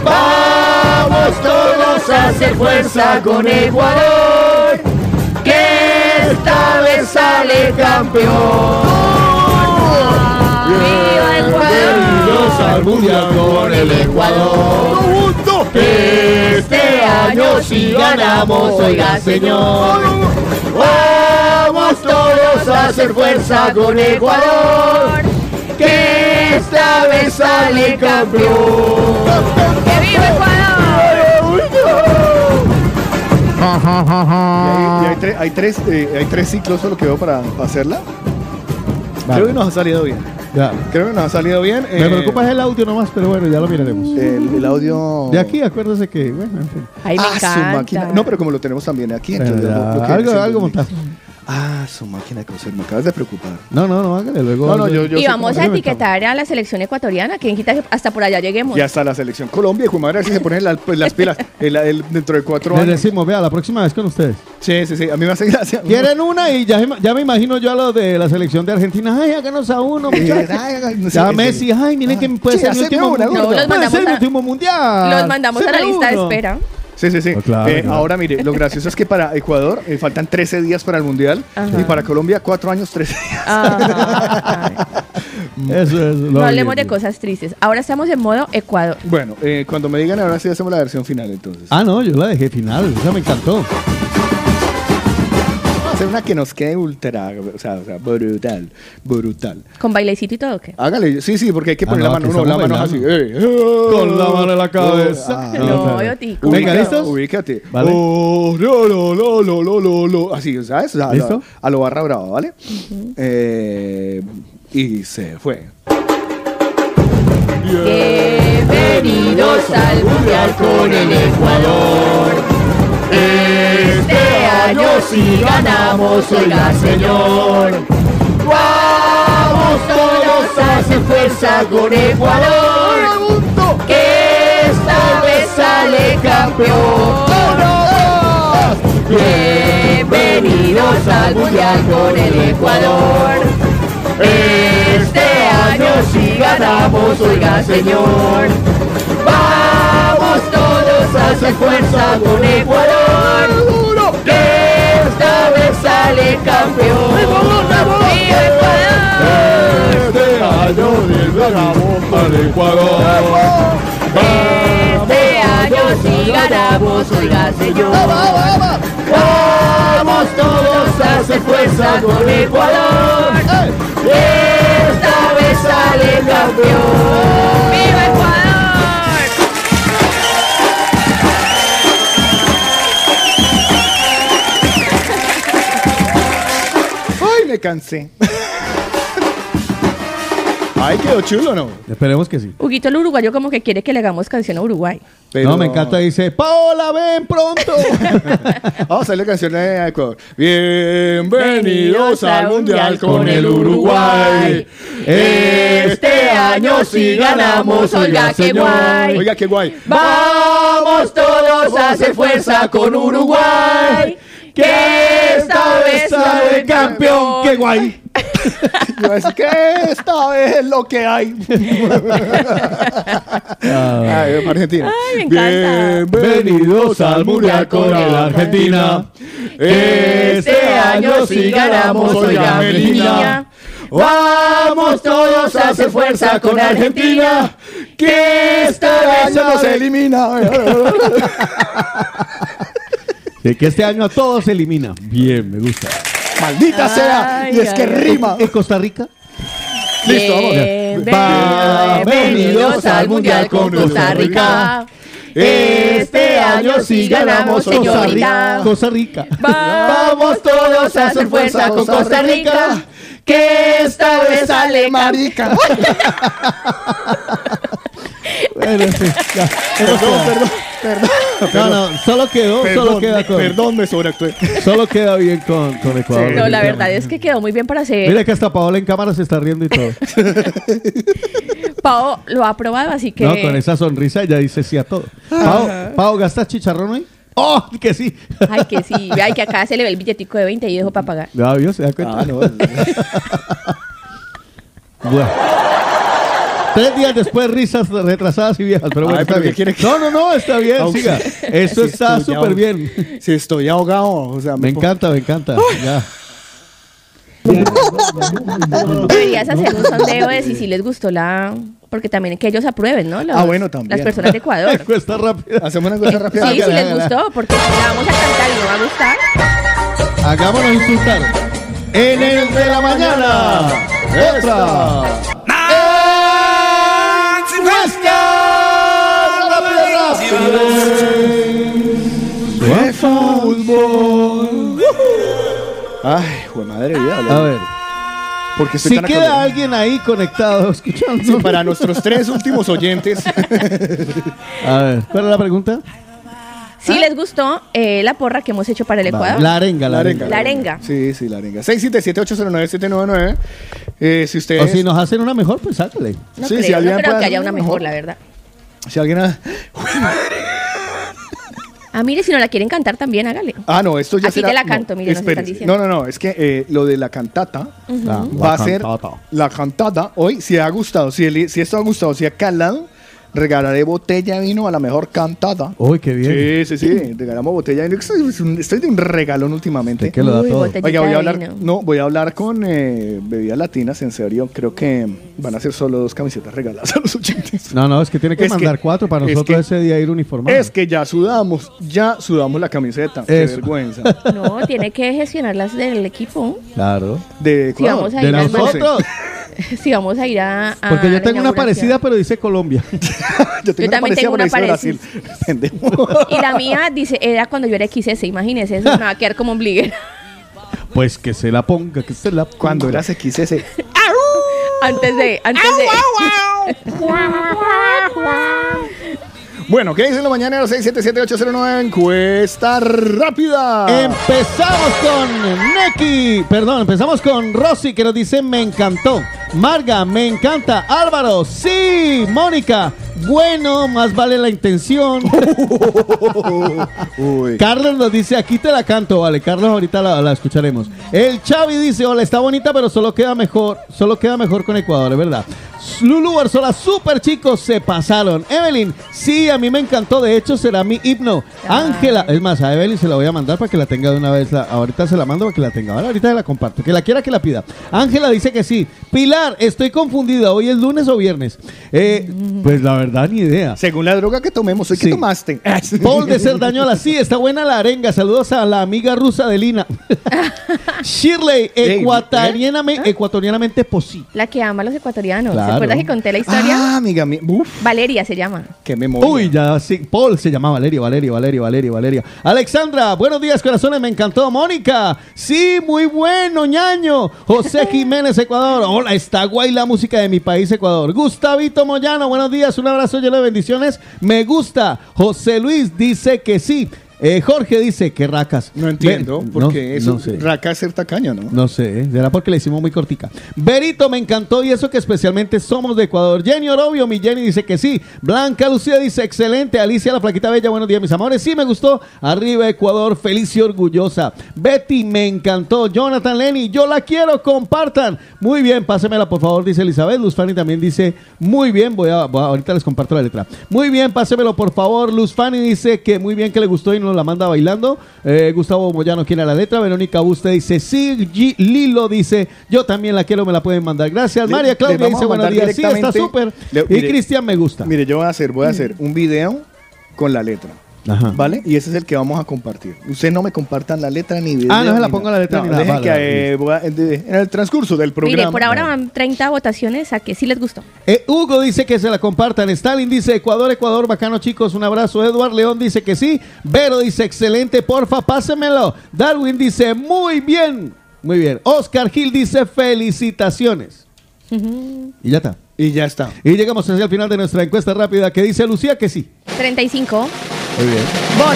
Vamos todos a hacer fuerza con Ecuador, que esta vez sale campeón. ¡Viva
Bienvenidos al Mundial con el
Ecuador! Este año sí ganamos, oiga señor. Vamos todos a hacer fuerza con Ecuador, que esta vez sale campeón. ¡Que viva Ecuador!
Y hay, y hay tre- hay tres, eh, hay tres ciclos solo que veo para hacerla.
Vale.
Creo que nos ha salido bien.
Ya.
Creo que nos ha salido bien.
Me
eh,
preocupa es el audio nomás, pero bueno, ya lo miraremos.
El, el audio.
De aquí, acuérdese que, bueno, en fin.
Ahí me
Ah, su máquina.
encanta.
No, pero como lo tenemos también aquí, entonces
Ya,
lo- lo que
algo,
es el
algo
remix.
montar.
Ah, su máquina que me acabas de preocupar.
No, no, no, hágale luego.
No, no, yo, yo
y
sé
vamos
cómo
a
se
etiquetar a la selección ecuatoriana, quien quita que hasta por allá lleguemos.
Y hasta la selección Colombia, hijo de madre, si se ponen la- pues, las pilas el- el- dentro de cuatro
Les
años.
decimos, vea, la próxima vez con ustedes.
Sí, sí, sí, a mí me hace gracia.
Quieren una y ya, se- ya me imagino yo a los de la selección de Argentina. Ay, háganos a uno, muchachos. Ya Messi, ay, miren que puede
Ah.
ser
Sí,
mi
haceme
último
una,
mundial.
gordo. No, los
Puede
mandamos
ser mi
a-
último mundial.
Los mandamos a la
Haceme
lista de
uno.
espera.
Sí, sí, sí.
Ah, claro,
Eh,
claro.
Ahora mire, lo gracioso es que para Ecuador eh, faltan 13 días para el Mundial
Ajá.
y para Colombia 4 años, 13 días.
Ah,
Eso es.
no hablemos de cosas tristes. Ahora estamos en modo Ecuador.
Bueno, eh, cuando me digan ahora sí hacemos la versión final entonces.
Ah, no, yo la dejé final. Esa me encantó.
Hacer una que nos quede ultra, o sea, o sea, brutal, brutal.
Con bailecito y todo, ¿o ¿qué?
Hágale, sí, sí, porque hay que
Ah,
poner
no,
la
aquí
mano, no, la
estamos
mano así.
bailando.
eh,
Con la
eh,
mano en la cabeza.
eh, ah,
No,
espera.
yo tico.
Venga,
Ubícate,
¿listos?
Ubícate.
Vale.
Oh, lo, lo, lo, lo, lo, lo, lo. Así, ¿sabes? A,
¿Listo?
Lo, a lo barra brava, ¿vale? Eh, y se fue.
Bienvenidos al Mundial con el Ecuador. Este año sí ganamos, oiga señor. Vamos todos a hacer fuerza con Ecuador. Que esta vez sale campeón. Bienvenidos al Mundial con el Ecuador. Este año sí ganamos, oiga señor. Vamos todos a hacer fuerza con Ecuador. Que esta vez sale campeón. ¡Viva Ecuador!
Este año ganamos para Ecuador.
Este año sí ganamos, oiga señor. Vamos todos a hacer fuerza con Ecuador.
me cansé. Ay, quedó chulo, ¿no?
Esperemos que sí.
Huguito el uruguayo como que quiere que le hagamos canción a Uruguay.
Pero-
No, me encanta, dice, Paola, ven pronto.
Vamos a hacer la canción de Ecuador. Bienvenidos al Mundial con el Uruguay.
Este año sí ganamos, oiga, qué guay.
Oiga, qué guay.
Vamos todos a hacer fuerza con Uruguay. Que esta vez sale campeón.
¡Qué guay! Yo es que esta vez es lo que hay.
Ah.
Ay, Argentina.
Ay, me encanta.
Bienvenidos al Mundial con la Argentina. Eh,
Este año sí ganamos,
oiga,
oiga,
Melina.
Melina.
Vamos todos a hacer fuerza con Argentina. Que esta vez no se elimina.
De que este año a todos se elimina.
Bien, me gusta.
Maldita sea. Y es que rima.
¿En Costa Rica?
Listo, vamos.
Eh,
Bienvenidos al Mundial con Costa Rica.
Este año sí ganamos,
Costa
señorita.
Rica. Costa Rica.
Vamos todos a hacer fuerza con Costa Rica. Que esta vez sale marica.
Bueno, sí, ya.
Perdón, perdón, perdón.
No, no, solo quedó, solo queda con,
perdón, me sobreactué.
solo queda bien con, con Ecuador.
No, la verdad es que quedó muy bien para hacer.
Mira que hasta Paola en cámara se está riendo y todo.
Pao lo ha probado, así que...
No, con esa sonrisa ya dice sí a todo.
Ah.
Pao, Pao, ¿gastas chicharrón hoy? ¡Oh, que sí!
Ay, que sí. Ay, que acá se le ve el billetico de 20 y dejo para pagar.
No, Dios, se da cuenta.
Ah,
Bueno. Tres días después, risas retrasadas y viejas, pero bueno,
Ay,
está
pero ¿qué
bien.
quiere que-
No, no, no, está bien,
Au,
siga.
sí.
Eso
Sí,
está
estoy ya
súper
ahog-
bien.
Sí, estoy ahogado. O sea,
Me
po-
encanta, me encanta. Ya.
Deberías hacer un sondeo de si, sí les gustó la... Porque también que ellos aprueben, ¿no? Los-
Ah, bueno, también.
Las personas de Ecuador.
Encuesta rápida.
Hacemos una cosa rápida.
Sí, si
Hágala,
les
hágala.
gustó, porque si la vamos a cantar y no va a gustar.
Hagámonos insultar.
En el de la mañana. Extra. De fútbol. Ay, güey, madre
A
mía.
ver,
Porque estoy
si
tan
queda
acordado.
alguien ahí conectado escuchando.
Sí, para nuestros tres últimos oyentes.
A ver, ¿cuál es la pregunta?
Si les gustó eh, la porra que hemos hecho para el Ecuador.
La arenga, la
La
arenga.
arenga.
La arenga.
Sí, sí, la arenga. 677-809-799. Eh, si ustedes.
O si nos hacen una mejor, pues sácale.
No
Sí,
creo,
si alguien
no creo
puede
que
hacer
haya una
una
mejor,
mejor.
la verdad.
si alguien ha-
Ah, mire, si no la quieren cantar también, hágale.
Ah, no, esto ya
Aquí
será-
te la
no,
canto, mire, nos están
espérese.
diciendo.
No, no, no. Es que eh, lo de la cantata
Ah,
va a
la
ser
cantata.
la cantata. Hoy, si ha gustado, si, el- si esto ha gustado, si ha calado, regalaré botella de vino a la mejor cantata.
Uy, qué bien.
Sí, sí, sí. Regalamos botella de vino. Estoy, estoy de un regalón últimamente.
¿De qué lo da
Uy,
todo?
botellita
Oiga, voy
de
a hablar,
vino.
no, voy a hablar con eh, bebidas latinas, en serio, creo que van a ser solo dos camisetas regaladas a los oyentes.
No, no, es que tiene que
Es que-
mandar cuatro para
es
nosotros
que-
ese día ir uniformados.
Es que ya sudamos, ya sudamos la camiseta, qué
Eso.
vergüenza.
No, tiene que gestionar las del equipo.
Claro.
De Ecuador,
vamos a
De
ir al
las doce.
nosotros.
Si vamos a ir a. a
Porque
la
yo tengo una
inauguración.
parecida, pero dice Colombia.
Yo tengo
Yo
una
también
parecida, pero
tengo una
dice Brasil. Pendejo.
Y la mía dice, era cuando yo era XS, imagínese, eso me va a quedar como ombliguera.
pues que se la ponga, que se la ponga.
Cuando eras XS.
Antes de, antes de.
Bueno, ¿qué dicen los mañaneros? 677-809, encuesta rápida.
Empezamos con Neki, perdón, empezamos con Rosy que nos dice me encantó. Marga, me encanta. Álvaro, sí. Mónica, bueno, más vale la intención.
Uy.
Carlos nos dice, aquí te la canto, vale. Carlos, ahorita la, la escucharemos. El Xavi dice, hola, está bonita, pero solo queda mejor, solo queda mejor con Ecuador, es verdad. Lulu Barzola, súper chicos, se pasaron. Evelyn, sí, a mí me encantó, de hecho será mi himno. Ángela, es más, a Evelyn se la voy a mandar para que la tenga de una vez. La, ahorita se la mando para que la tenga, ¿vale? Ahorita se la comparto, que la quiera que la pida. Ángela dice que sí. Pilar, estoy confundida, ¿hoy es lunes o viernes? Eh, pues la verdad, ni idea.
Según la droga que tomemos, hoy
Sí.
que tomaste.
Paul de Cerdañola, sí, está buena la arenga. Saludos a la amiga rusa de Lina.
¿eh?
Shirley, ecuatorianame- ecuatorianamente pues posí.
La que ama a los ecuatorianos. ¿Recuerdas que conté la historia?
Ah, amiga mía. Uf,
Valeria se llama.
qué memoria.
Uy, ya sí, Paul se llama Valerio, Valerio, Valerio, Valerio, Valerio. Alexandra, buenos días, corazones, me encantó. Mónica, sí, muy bueno, ñaño. José Jiménez, Ecuador. Hola, está guay la música de mi país, Ecuador. Gustavito Moyano, buenos días, un abrazo lleno de bendiciones. Me gusta. José Luis dice que sí. Eh, Jorge dice que racas.
No entiendo,
Ven-
porque
no,
eso
no sé.
raca es ser tacaño, ¿no?
No sé, será porque la hicimos muy cortica. Berito, me encantó y eso que especialmente somos de Ecuador. Jenny Orobio, mi Jenny dice que sí. Blanca Lucía dice excelente. Alicia la Flaquita Bella, buenos días, mis amores. Sí, me gustó. Arriba Ecuador, feliz y orgullosa. Betty, me encantó. Jonathan Lenny, yo la quiero, compartan. Muy bien, pásemela por favor, dice Elizabeth. Luz Fanny también dice, muy bien, voy a, voy a- ahorita les comparto la letra. Muy bien, pásemelo por favor. Luz Fanny dice que muy bien que le gustó y nos la manda bailando. Eh, Gustavo Moyano quiere la letra. Verónica Buste dice, sí, G- Lilo dice, yo también la quiero, me la pueden mandar. Gracias.
Le-
María
le
Claudia
vamos
dice,
a
buenos
mandar
días. Sí, está
directamente-
súper.
Le-
Y
mire-
Cristian me gusta. Mm.
Mire, yo voy a hacer, voy a hacer un video con la letra.
Ajá.
¿Vale? Y ese es el que vamos a compartir. Ustedes no me compartan la letra ni video.
Ah, no se la
ni
pongo
nada.
la letra
No,
ni nada.
dejen
Vale,
que,
vale,
eh, voy a- de- en el transcurso del programa.
Mire, por ahora van 30 votaciones a que sí les gustó.
Eh, Hugo dice que se la compartan. Stalin dice Ecuador, Ecuador, bacano chicos, un abrazo. Eduard León dice que sí. Vero dice excelente, porfa, pásemelo. Darwin dice muy bien, muy bien. Oscar Gil dice felicitaciones. Y ya está.
Y ya está.
Y llegamos hacia el final de nuestra encuesta rápida que dice Lucía que sí.
35
Muy bien.
votos.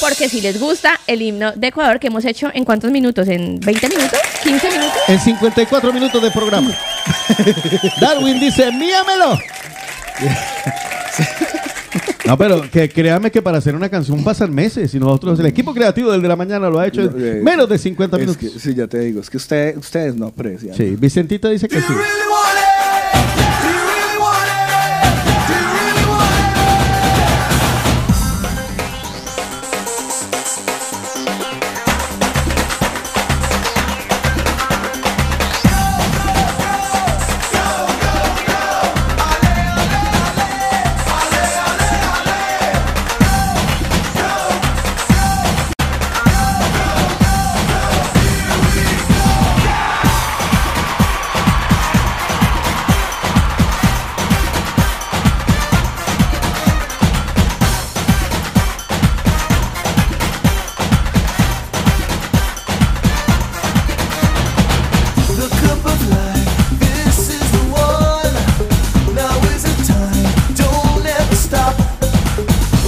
Porque si les gusta el himno de Ecuador que hemos hecho en cuántos minutos, en 20 minutos, 15 minutos.
En 54 minutos de programa. Darwin dice, míamelo. No, pero que créame que para hacer una canción pasan meses y nosotros, el equipo creativo del de la mañana lo ha hecho en eh, menos de 50
Eh, Es
minutos.
que- sí, ya te digo. Es que usted- ustedes no aprecian.
Sí, Vicentito dice que sí.
The cup of life, this is the one. Now is the time, don't ever stop.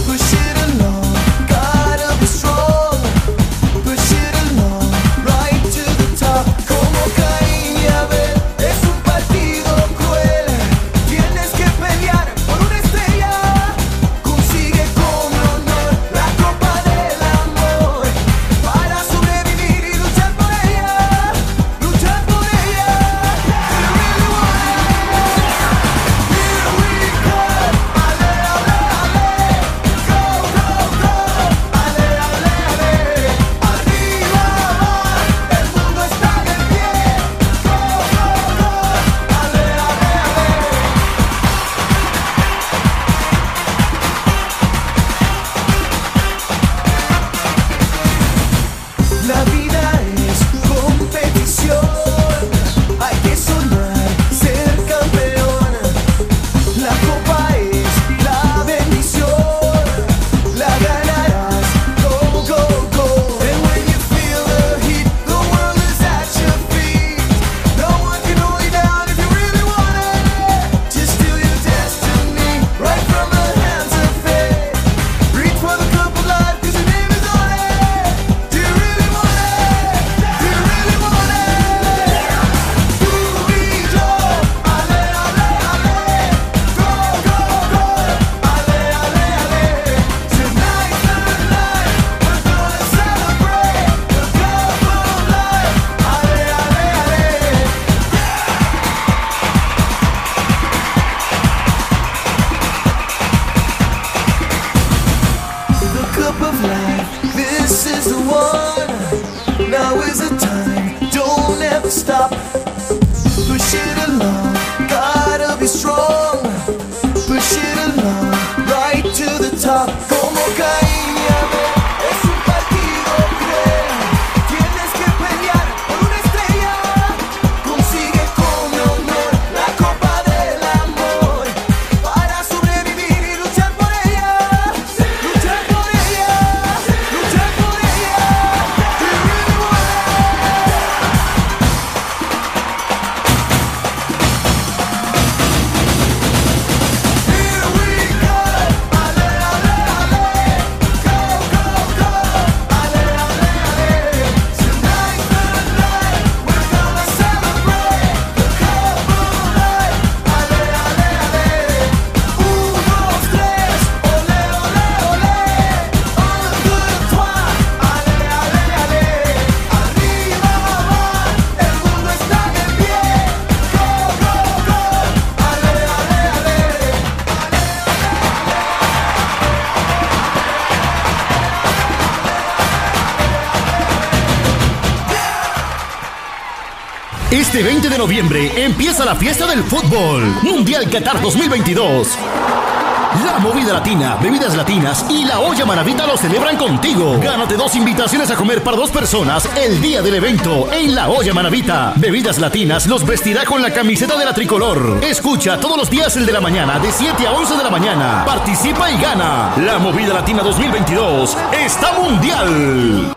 Push it along, gotta be strong. Push it along, right to the top. Como Caín y Abel, es un partido cruel. Tienes que pelear por una estrella. Consigue con honor la copa del amor. Para sobrevivir y luchar por ella. Luchar por ella. La vida es competición, hay que sonar, ser campeón. La copa es la bendición, la ganarás. Go, go, go. And when you feel the heat, the world is at your feet. No one can hold you down if you really want it. Just feel your destiny right from the hands of fate. Reach for the cup of life 'cause your name is on it. Do you really want it? Do you really want it? Do we go? Ale, ale, ale. Go, go, go. Ale, ale, ale. Tonight's the night. We're gonna celebrate the cup of life. Ale, ale, ale. The cup of life, this is the one. Now is the time, don't ever stop. Push it along, gotta be strong. Push it along, right to the top. Como Caín y Abel, es un partido cruel. Tienes que pelear por una estrella. Consigue con
Este 20 de noviembre empieza la fiesta del fútbol. Mundial Qatar 2022. La movida latina, bebidas latinas y la olla maravita lo celebran contigo. Gánate dos invitaciones a comer para dos personas el día del evento en la olla maravita. Bebidas latinas los vestirá con la camiseta de la tricolor. Escucha todos los días el de la mañana de 7 a 11 de la mañana. Participa y gana. La movida latina 2022 está mundial.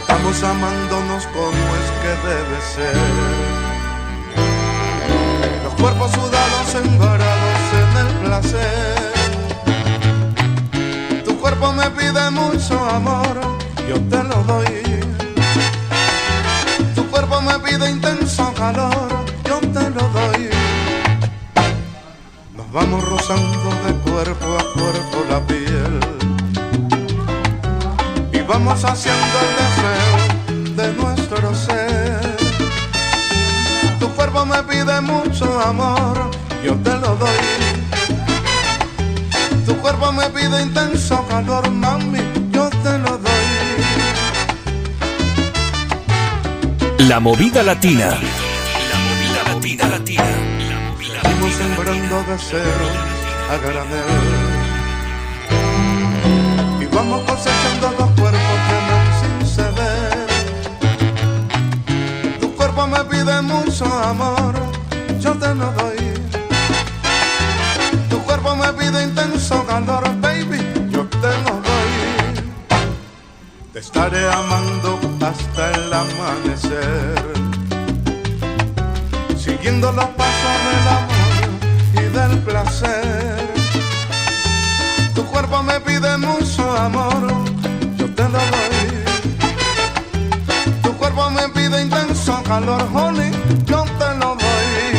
Estamos amándonos como es que debe ser. Los cuerpos sudados, embarados en el placer. Tu cuerpo me pide mucho amor, yo te lo doy. Tu cuerpo me pide intenso calor, yo te lo doy. Nos vamos rozando de cuerpo a cuerpo la piel y vamos haciendo el deseo de nuestro ser. Tu cuerpo me pide mucho amor, yo te lo doy. Tu cuerpo me pide intenso calor, mami, yo te lo doy.
La movida latina.
Fuimos sembrando deseos a granel Y vamos cosechando los cuerpos que no sin ceder Tu cuerpo me pide mucho amor, yo te lo doy Tu cuerpo me pide intenso calor, baby, yo te lo doy Te estaré amando hasta el amanecer Siguiendo los pasos del amor y del placer. Tu cuerpo me pide mucho amor, yo te lo doy. Tu cuerpo me pide intenso calor, honey, yo te lo doy.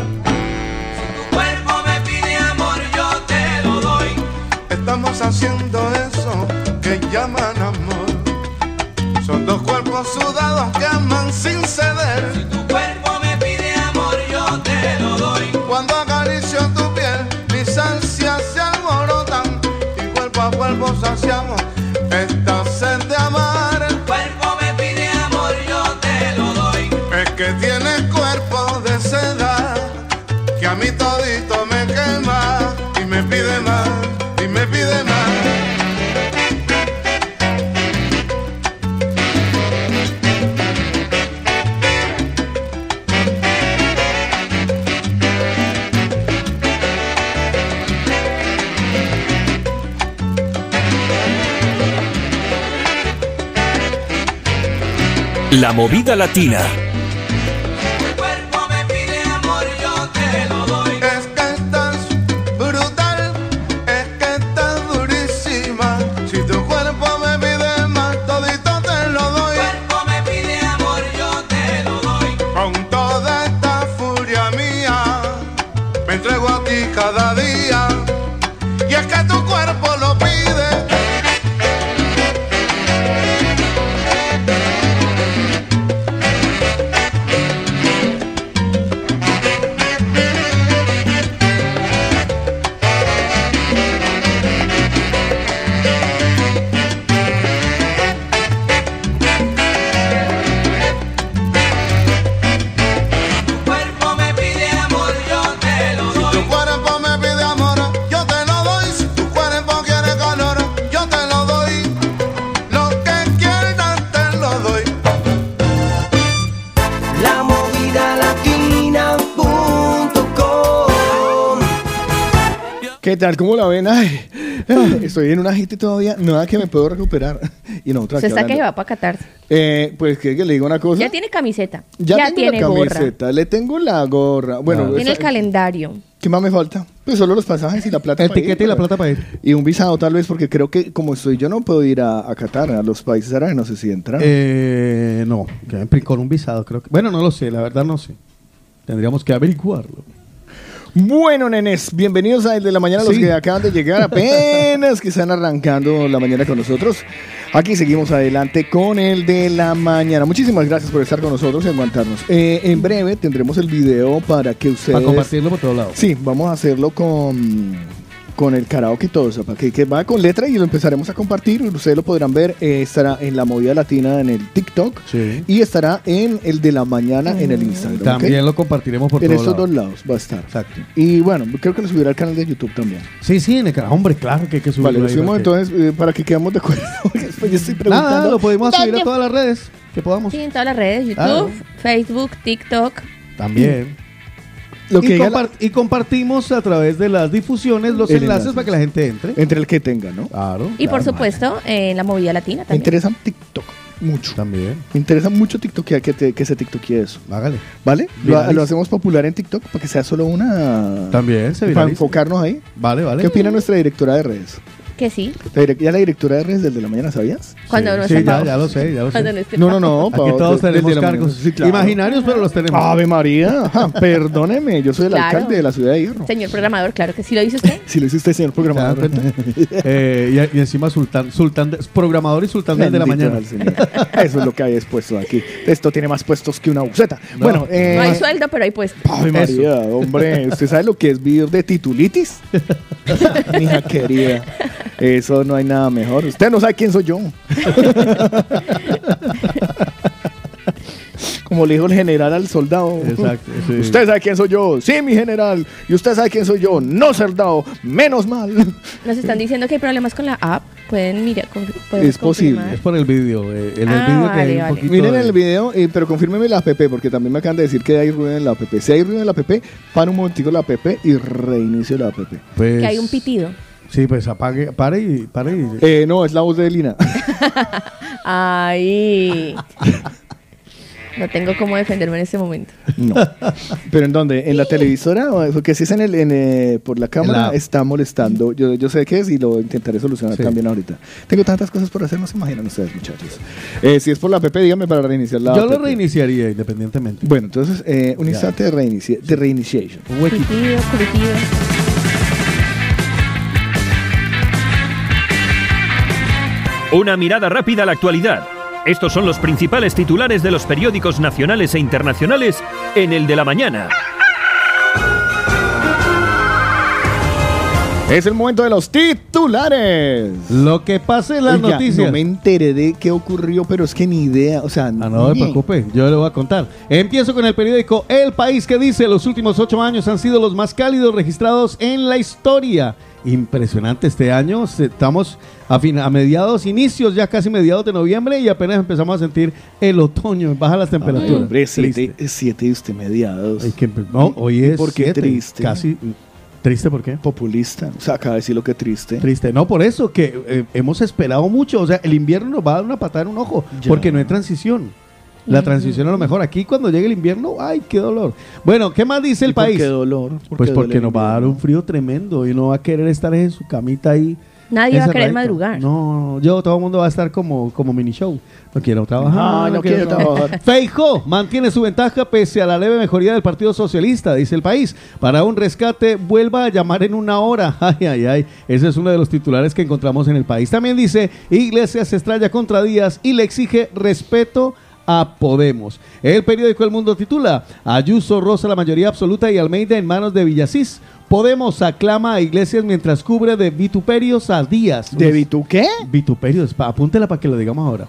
Tu cuerpo me pide amor, yo te lo doy.
Estamos haciendo eso que llaman amor. Son dos cuerpos sudados que aman sin ceder.
Tu cuerpo me pide amor, yo te lo doy.
Cuando acaricio tu piel, mis ansias se alborotan y cuerpo a cuerpo saciamos esta sed de amar.
Tu cuerpo me pide amor, yo te lo doy.
Es que tienes cuerpo de seda que a mí todito me quema y me pide más y me pide más.
La movida latina.
Tu cuerpo me pide amor, yo te lo doy.
Es que estás brutal, es que estás durísima. Si tu cuerpo me pide más, todito te lo doy.
Tu cuerpo me pide amor, yo te lo doy.
Con toda esta furia mía, me entrego a ti cada día. Y es que tu cuerpo lo pide.
Tu cuerpo me pide amor, yo te lo
Si
doy.
tu cuerpo me pide amor, yo te lo doy. Si tu cuerpo quiere calor, yo te lo doy. Lo que quieras te lo doy.
La movida latina.com
¿Qué tal? ¿Cómo la ven? Ay,
Ah.
ay, estoy en un agite todavía, nada que me puedo recuperar. Y no, otra
Se
aquí
está que
hablando.
va para Qatar.
Eh, pues que, que le digo una cosa.
Ya tiene camiseta.
Ya
Ya,
tengo
tiene
la
gorra.
camiseta, le tengo la gorra. Bueno,
Nada.
Tiene el
esa-
calendario.
¿qué más me falta? Pues solo los pasajes y la plata.
El
para ir,
tiquete y la
pero-
plata para ir.
Y un visado tal vez, porque creo que como estoy yo no puedo ir a, a Qatar, a los países árabes, no sé si entran.
Eh, no, que con un visado, creo que. Bueno, no lo sé, la verdad no sé. Tendríamos que averiguarlo.
Bueno, nenes, bienvenidos a El de la Mañana, los
Sí.
que acaban de llegar apenas que están arrancando la mañana con nosotros. Aquí seguimos adelante con El de la Mañana. Muchísimas gracias por estar con nosotros y aguantarnos. Eh, en breve tendremos el video para que ustedes...
Para compartirlo por todos lados.
Sí, vamos a hacerlo con... Con el karaoke y todo eso, para que, que va con letra y lo empezaremos a compartir. Ustedes lo podrán ver. eh, estará en la movida latina en el TikTok
Sí.
y estará en el de la mañana en el Instagram. ¿ok?
También lo compartiremos por
en
todos
estos
lados.
dos lados va a estar.
Exacto.
Y bueno, creo que lo subirá al canal de YouTube también.
Sí, sí, en el canal. Hombre, claro que hay que subirlo.
Vale, lo
ahí,
subimos
porque-
entonces eh, para que quedamos de acuerdo. porque después yo estoy preguntando.
Nada, lo podemos subir a
Dale.
todas las redes que podamos.
Sí, en todas las redes, YouTube, Facebook, TikTok.
También.
Lo que
y,
diga
compart- y compartimos a través de las difusiones los
El
enlaces
enlace.
para que la gente entre.
Entre el que tenga, ¿no?
Claro.
Y por supuesto, en la movida latina
Me
también.
interesa TikTok mucho.
También.
Me interesa mucho TikTok que, te- que se TikTokie eso.
Hágale.
¿Vale? Lo,
Viraliza.
lo hacemos popular en TikTok para que sea solo una.
También se
Para
viraliza.
enfocarnos ahí.
Vale, vale.
¿Qué opina nuestra directora de redes?
Que sí,
La direc- ya la directora de redes del de la mañana, ¿sabías?
cuando no
Sí,
esté
ya,
Pau.
ya lo sé, ya lo
Cuando
sé.
no esté
No, no,
Pau.
no.
Aquí
pa-
todos
del- del de
tenemos
la
cargos
mañana. Sí, claro. Ah,
imaginarios, pero los tenemos.
Ave María, ajá, perdóneme, yo soy el
Claro.
alcalde de la ciudad de Hierro.
Señor programador, claro que sí lo dice usted.
Si lo hizo usted, señor
¿Se dan
programador.
cuenta? Eh, y, y encima sultán, sultán de- programador y sultán del de la
Bendito
mañana.
al Señor. Eso es lo que hay expuesto aquí. Esto tiene más puestos que una buceta.
No.
Bueno, eh,
No hay sueldo, pero hay puesto.
Ave María, hombre, ¿usted sabe lo que es vivir de titulitis? Mija querida, eso no hay nada mejor. Usted no sabe quién soy yo. Como le dijo el general al soldado.
Exacto, sí.
Usted sabe quién soy yo. Sí, mi general. Y usted sabe quién soy yo. No, soldado. Menos mal.
Nos están diciendo que hay problemas con la app. Pueden mirar. con- podemos
Es posible.
confirmar.
Es por el vídeo. eh, en el
Ah,
vídeo que
vale,
hay un
vale.
poquito
Miren
de-
el video, eh, pero confírmeme la app, porque también me acaban de decir que hay ruido en la app. Si hay ruido en la app, para un momentico la app y reinicio la app.
Pues-
Que hay un pitido.
Sí, pues apague, pare y pare y.
Eh, no, es la voz de Lina.
Ay. No tengo cómo defenderme en este momento.
no. ¿Pero en dónde? ¿En la televisora? O- Porque si es en el, en, eh, por la cámara,
app.
está molestando. Yo, yo sé qué es y lo intentaré solucionar
Sí.
también ahorita. Tengo tantas cosas por hacer, no se imaginan ustedes, muchachos. Eh, si es por la app, díganme para reiniciar la
Yo lo
app.
reiniciaría independientemente.
Bueno, entonces, eh, un
Ya.
instante de, reinici de reinitiation.
Un huequito.
Pitido, pitido.
Una mirada rápida a la actualidad. Estos son los principales titulares de los periódicos nacionales e internacionales en el de la mañana.
Es el momento de los titulares.
Lo que pase en las
Oiga,
noticias.
No me enteré de qué ocurrió, pero es que ni idea. O sea,
Ah, no te
ni-
preocupes, yo le voy a contar. Empiezo con el periódico El País que dice los últimos ocho años han sido los más cálidos registrados en la historia. Impresionante este año, se- estamos a, fin- a mediados, inicios ya casi mediados de noviembre y apenas empezamos a sentir el otoño, baja las
Ay,
temperaturas.
hombre, siete,
Triste.
siete y usted mediados.
Ay, que- no, hoy es
¿Por qué
siete,
triste?
Casi triste, ¿por qué?
Populista. O sea, acaba de decir lo que triste.
Triste, no por eso, que eh, hemos esperado mucho. O sea, el invierno nos va a dar una patada en un ojo,
Ya.
porque no hay transición. La transición a lo mejor. Aquí cuando llegue el invierno, ah, ¡ay, qué dolor! Bueno, ¿qué más dice
¿Y
el
por
país?
qué dolor? ¿Por
pues
qué
porque
duele
nos
el
va a dar un
invierno?
frío tremendo y no va a querer estar en su camita ahí.
Nadie va a querer
encerradito.
madrugar.
No, yo, todo el mundo va a estar como, como mini show. No quiero trabajar.
Ah, no quiero trabajar.
Feijóo mantiene su ventaja pese a la leve mejoría del Partido Socialista, dice el país. Para un rescate, vuelva a llamar en una hora. Ay, ay, ay. Ese es uno de los titulares que encontramos en el país. También dice, Iglesias se estrella contra Díaz y le exige respeto a Podemos. El periódico El Mundo titula, Ayuso roza la mayoría absoluta y Almeida en manos de Villasís. Podemos aclama a Iglesias mientras cubre de vituperios a Díaz.
¿De Vitu qué?
Vituperios, pa- apúntela para que lo digamos ahora.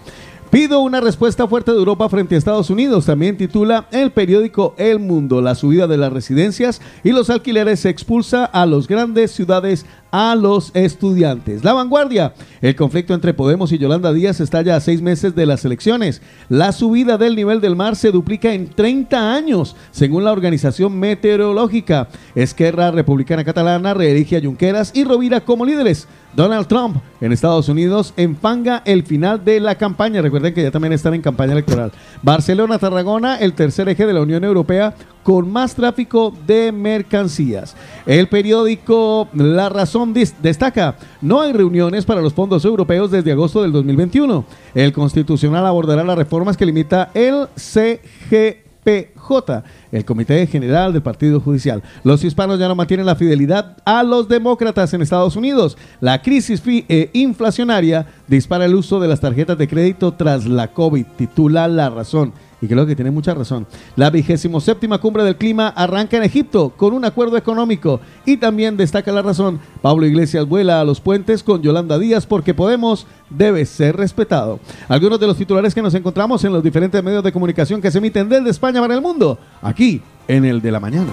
Pido una respuesta fuerte de Europa frente a Estados Unidos. También titula el periódico El Mundo. La subida de las residencias y los alquileres se expulsa a las grandes ciudades a los estudiantes. La vanguardia. El conflicto entre Podemos y Yolanda Díaz estalla a seis meses de las elecciones. La subida del nivel del mar se duplica en 30 años, según la organización meteorológica. Esquerra Republicana Catalana reelige a Junqueras y Rovira como líderes. Donald Trump en Estados Unidos enfanga el final de la campaña. Recuerden que ya también están en campaña electoral. Barcelona-Tarragona, el tercer eje de la Unión Europea con más tráfico de mercancías. El periódico La Razón dis- destaca, no hay reuniones para los fondos europeos desde agosto del 2021. El Constitucional abordará las reformas que limita el CGPJ. el Comité General del Partido Judicial. Los hispanos ya no mantienen la fidelidad a los demócratas en Estados Unidos. La crisis fi- eh, inflacionaria dispara el uso de las tarjetas de crédito tras la COVID, titula La Razón. Y creo que tiene mucha razón. La vigésimo séptima cumbre del clima arranca en Egipto con un acuerdo económico. Y también destaca la razón. Pablo Iglesias vuela a los puentes con Yolanda Díaz porque Podemos debe ser respetado. Algunos de los titulares que nos encontramos en los diferentes medios de comunicación que se emiten desde España para el mundo. Aquí, en el de la mañana.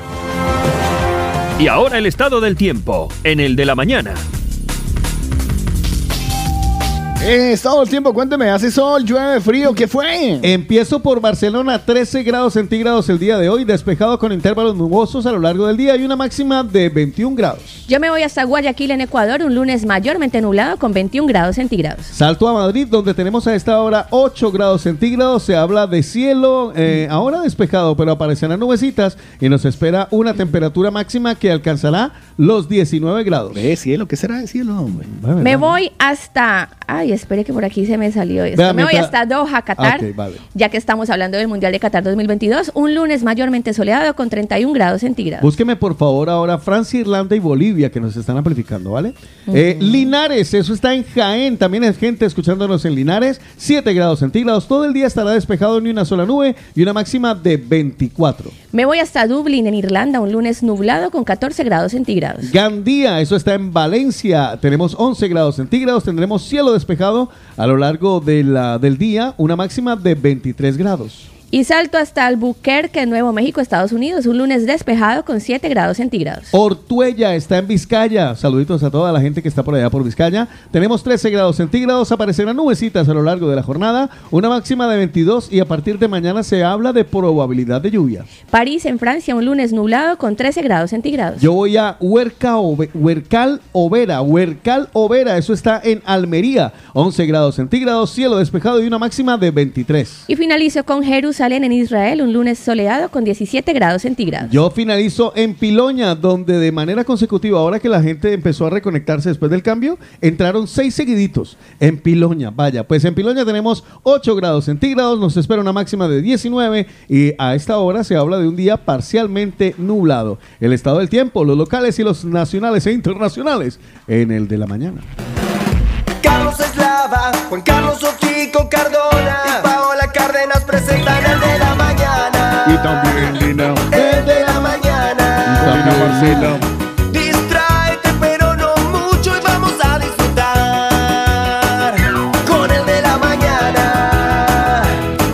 Y ahora el estado del tiempo, en el de la mañana.
Eh, estado del tiempo, cuénteme, ¿hace sol, llueve, frío? ¿Qué fue?
Empiezo por Barcelona, 13 grados centígrados el día de hoy, despejado con intervalos nubosos a lo largo del día y una máxima de 21 grados.
Yo me voy hasta Guayaquil, en Ecuador, un lunes mayormente nublado con 21 grados centígrados.
Salto a Madrid, donde tenemos a esta hora 8 grados centígrados. Se habla de cielo, eh, ahora despejado, pero aparecerán nubecitas y nos espera una temperatura máxima que alcanzará los 19 grados. ¿Qué
cielo? ¿Qué será de cielo, hombre?
Me voy hasta. Ay, espere que por aquí se me salió esto.
Vea,
me voy
mientras-
hasta Doha, Qatar.
Ok, vale.
Ya que estamos hablando del Mundial de Qatar 2022, un lunes mayormente soleado con 31 grados centígrados.
Búsqueme por favor ahora Francia, Irlanda y Bolivia que nos están amplificando, ¿vale? Eh, Linares, eso está en Jaén, también hay gente escuchándonos en Linares, 7 grados centígrados, todo el día estará despejado ni una sola nube y una máxima de 24.
Me voy hasta Dublín, en Irlanda, un lunes nublado con 14 grados centígrados.
Gandía, eso está en Valencia. Tenemos 11 grados centígrados, tendremos cielo despejado a lo largo de la- del día, una máxima de 23 grados.
Y salto hasta Albuquerque, Nuevo México, Estados Unidos, un lunes despejado con 7 grados centígrados.
Ortuella está en Vizcaya. Saluditos a toda la gente que está por allá por Vizcaya. Tenemos 13 grados centígrados, aparecerán nubecitas a lo largo de la jornada, una máxima de 22 y a partir de mañana se habla de probabilidad de lluvia.
París, en Francia, un lunes nublado con 13 grados centígrados.
Yo voy a Huerca Ove- Huercal Overa, Huercal Overa, eso está en Almería, 11 grados centígrados, cielo despejado y una máxima de 23.
Y finalizo con Jerusalén, en Israel, un lunes soleado con 17 grados centígrados.
Yo finalizo en Piloña, donde de manera consecutiva, ahora que la gente empezó a reconectarse después del cambio, entraron seis seguiditos en Piloña. Vaya, pues en Piloña tenemos 8 grados centígrados, nos espera una máxima de 19 y a esta hora se habla de un día parcialmente nublado. El estado del tiempo, los locales y los nacionales e internacionales en el de la mañana.
Carlos Eslava, Juan Carlos Ochico Cardona y Paola Cárdenas presentan el de la mañana.
Y también Lina.
El de la mañana.
Marcela.
Distráete, pero no mucho y vamos a disfrutar con el de la mañana.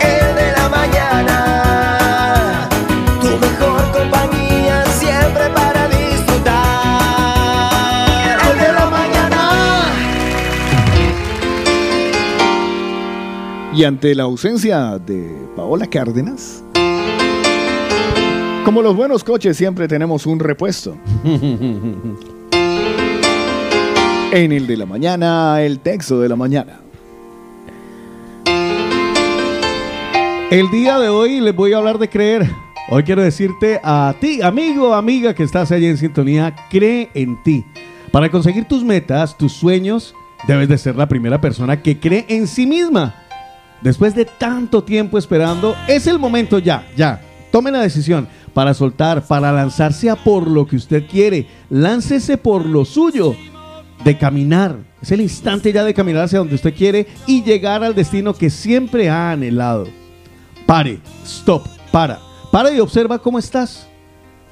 El de la mañana. Tu mejor compañía siempre para disfrutar. El de la mañana.
Y ante la ausencia de Paola Cárdenas, como los buenos coches siempre tenemos un repuesto. En el de la mañana, el texto de la mañana.
El día de hoy les voy a hablar de creer. Hoy quiero decirte a ti, amigo, amiga que estás allí en sintonía, cree en ti. Para conseguir tus metas, tus sueños, debes de ser la primera persona que cree en sí misma. Después de tanto tiempo esperando, es el momento ya, ya. Tomen la decisión para soltar, para lanzarse a por lo que usted quiere. Láncese por lo suyo de caminar. Es el instante ya de caminar hacia donde usted quiere y llegar al destino que siempre ha anhelado. Pare, stop, para. Para y observa cómo estás.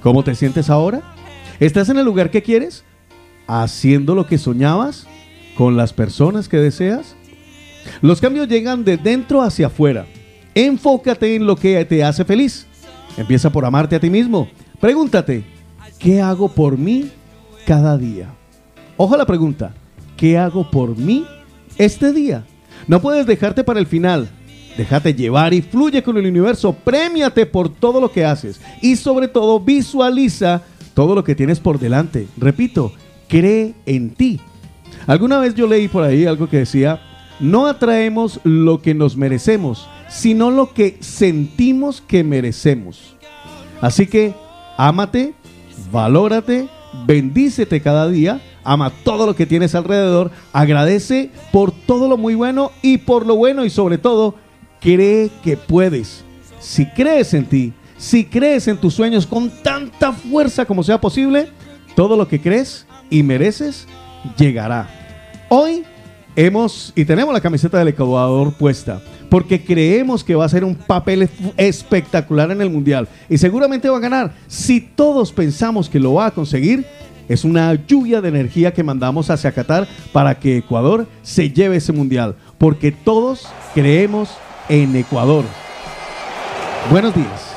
¿Cómo te sientes ahora? ¿Estás en el lugar que quieres? ¿Haciendo lo que soñabas? ¿Con las personas que deseas? Los cambios llegan de dentro hacia afuera. Enfócate en lo que te hace feliz. Empieza por amarte a ti mismo. Pregúntate, ¿qué hago por mí cada día? Ojo a la pregunta, ¿qué hago por mí este día? No puedes dejarte para el final. Déjate llevar y fluye con el universo. Premiate por todo lo que haces. Y sobre todo, visualiza todo lo que tienes por delante. Repito, cree en ti. Alguna vez yo leí por ahí algo que decía, no atraemos lo que nos merecemos, sino lo que sentimos que merecemos. Así que, ámate, valórate, bendícete cada día, ama todo lo que tienes alrededor, agradece por todo lo muy bueno y por lo bueno y sobre todo, cree que puedes. Si crees en ti, Si crees en tus sueños con tanta fuerza como sea posible, todo lo que crees y mereces llegará. Hoy hemos y tenemos la camiseta del Ecuador puesta porque creemos que va a ser un papel ef- espectacular en el Mundial y seguramente va a ganar. Si todos pensamos que lo va a conseguir, es una lluvia de energía que mandamos hacia Qatar para que Ecuador se lleve ese Mundial, porque todos creemos en Ecuador. Buenos días.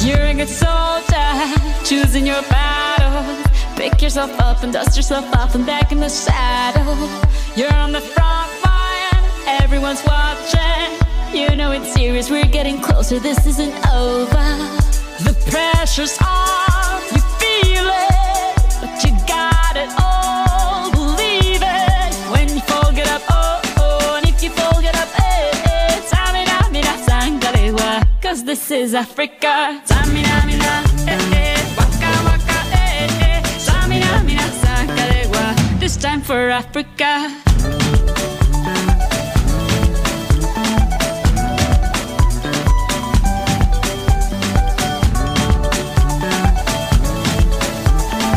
You're a good soldier, choosing your battles. Pick yourself up and dust yourself off and back in the saddle. You're on the front line, everyone's watching. You know it's serious, we're getting closer, this isn't over. The pressure's on, you feel it, but you got it all. Believe it when you fold it up, oh oh, and if you fold it up, eh eh. Tamina, mina, sangalewa, cause this is Africa. Tamina, mina, eh eh, waka waka, eh eh. Tamina, mina, sangalewa, this time for Africa.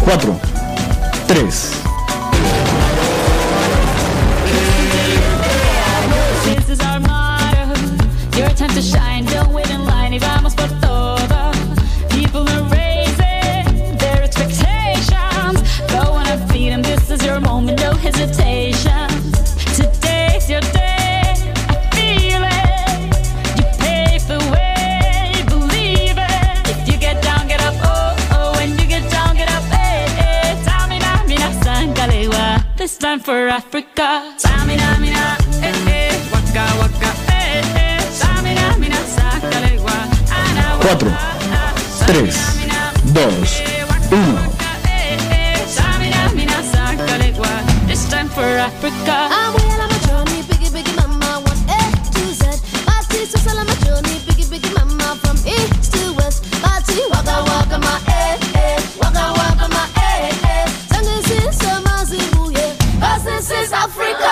Cuatro. Tres.
This is our motto. Your time to shine. Don't wait in line. Y vamos por todo. People are raising their expectations. Go on and feed 'em. This is your moment. No hesitation. Today's your day. I feel it. You pave the way. Believe it. If you get down, get up. Oh oh. When you get down, get up. Eh eh. Tamina, mina, sangalewa. This time for Africa. Tamina, mina, eh eh. Waka waka, eh eh. Tamina, mina, sangalewa. Ana, wa,
Cuatro. Tres. Dos. Uno.
eh eh. Tamina, mina, sangalewa. This time for Africa.
I'm well, I'm a journey, biggie, biggie, mama, one A to Z. My tea, so sell, I'm a journey, biggie, biggie, mama, from east to west. My tea, waka, waka, my eh, eh, waka, waka, my eh, eh. Tango is summer, Zimbabwe, cause this is Africa.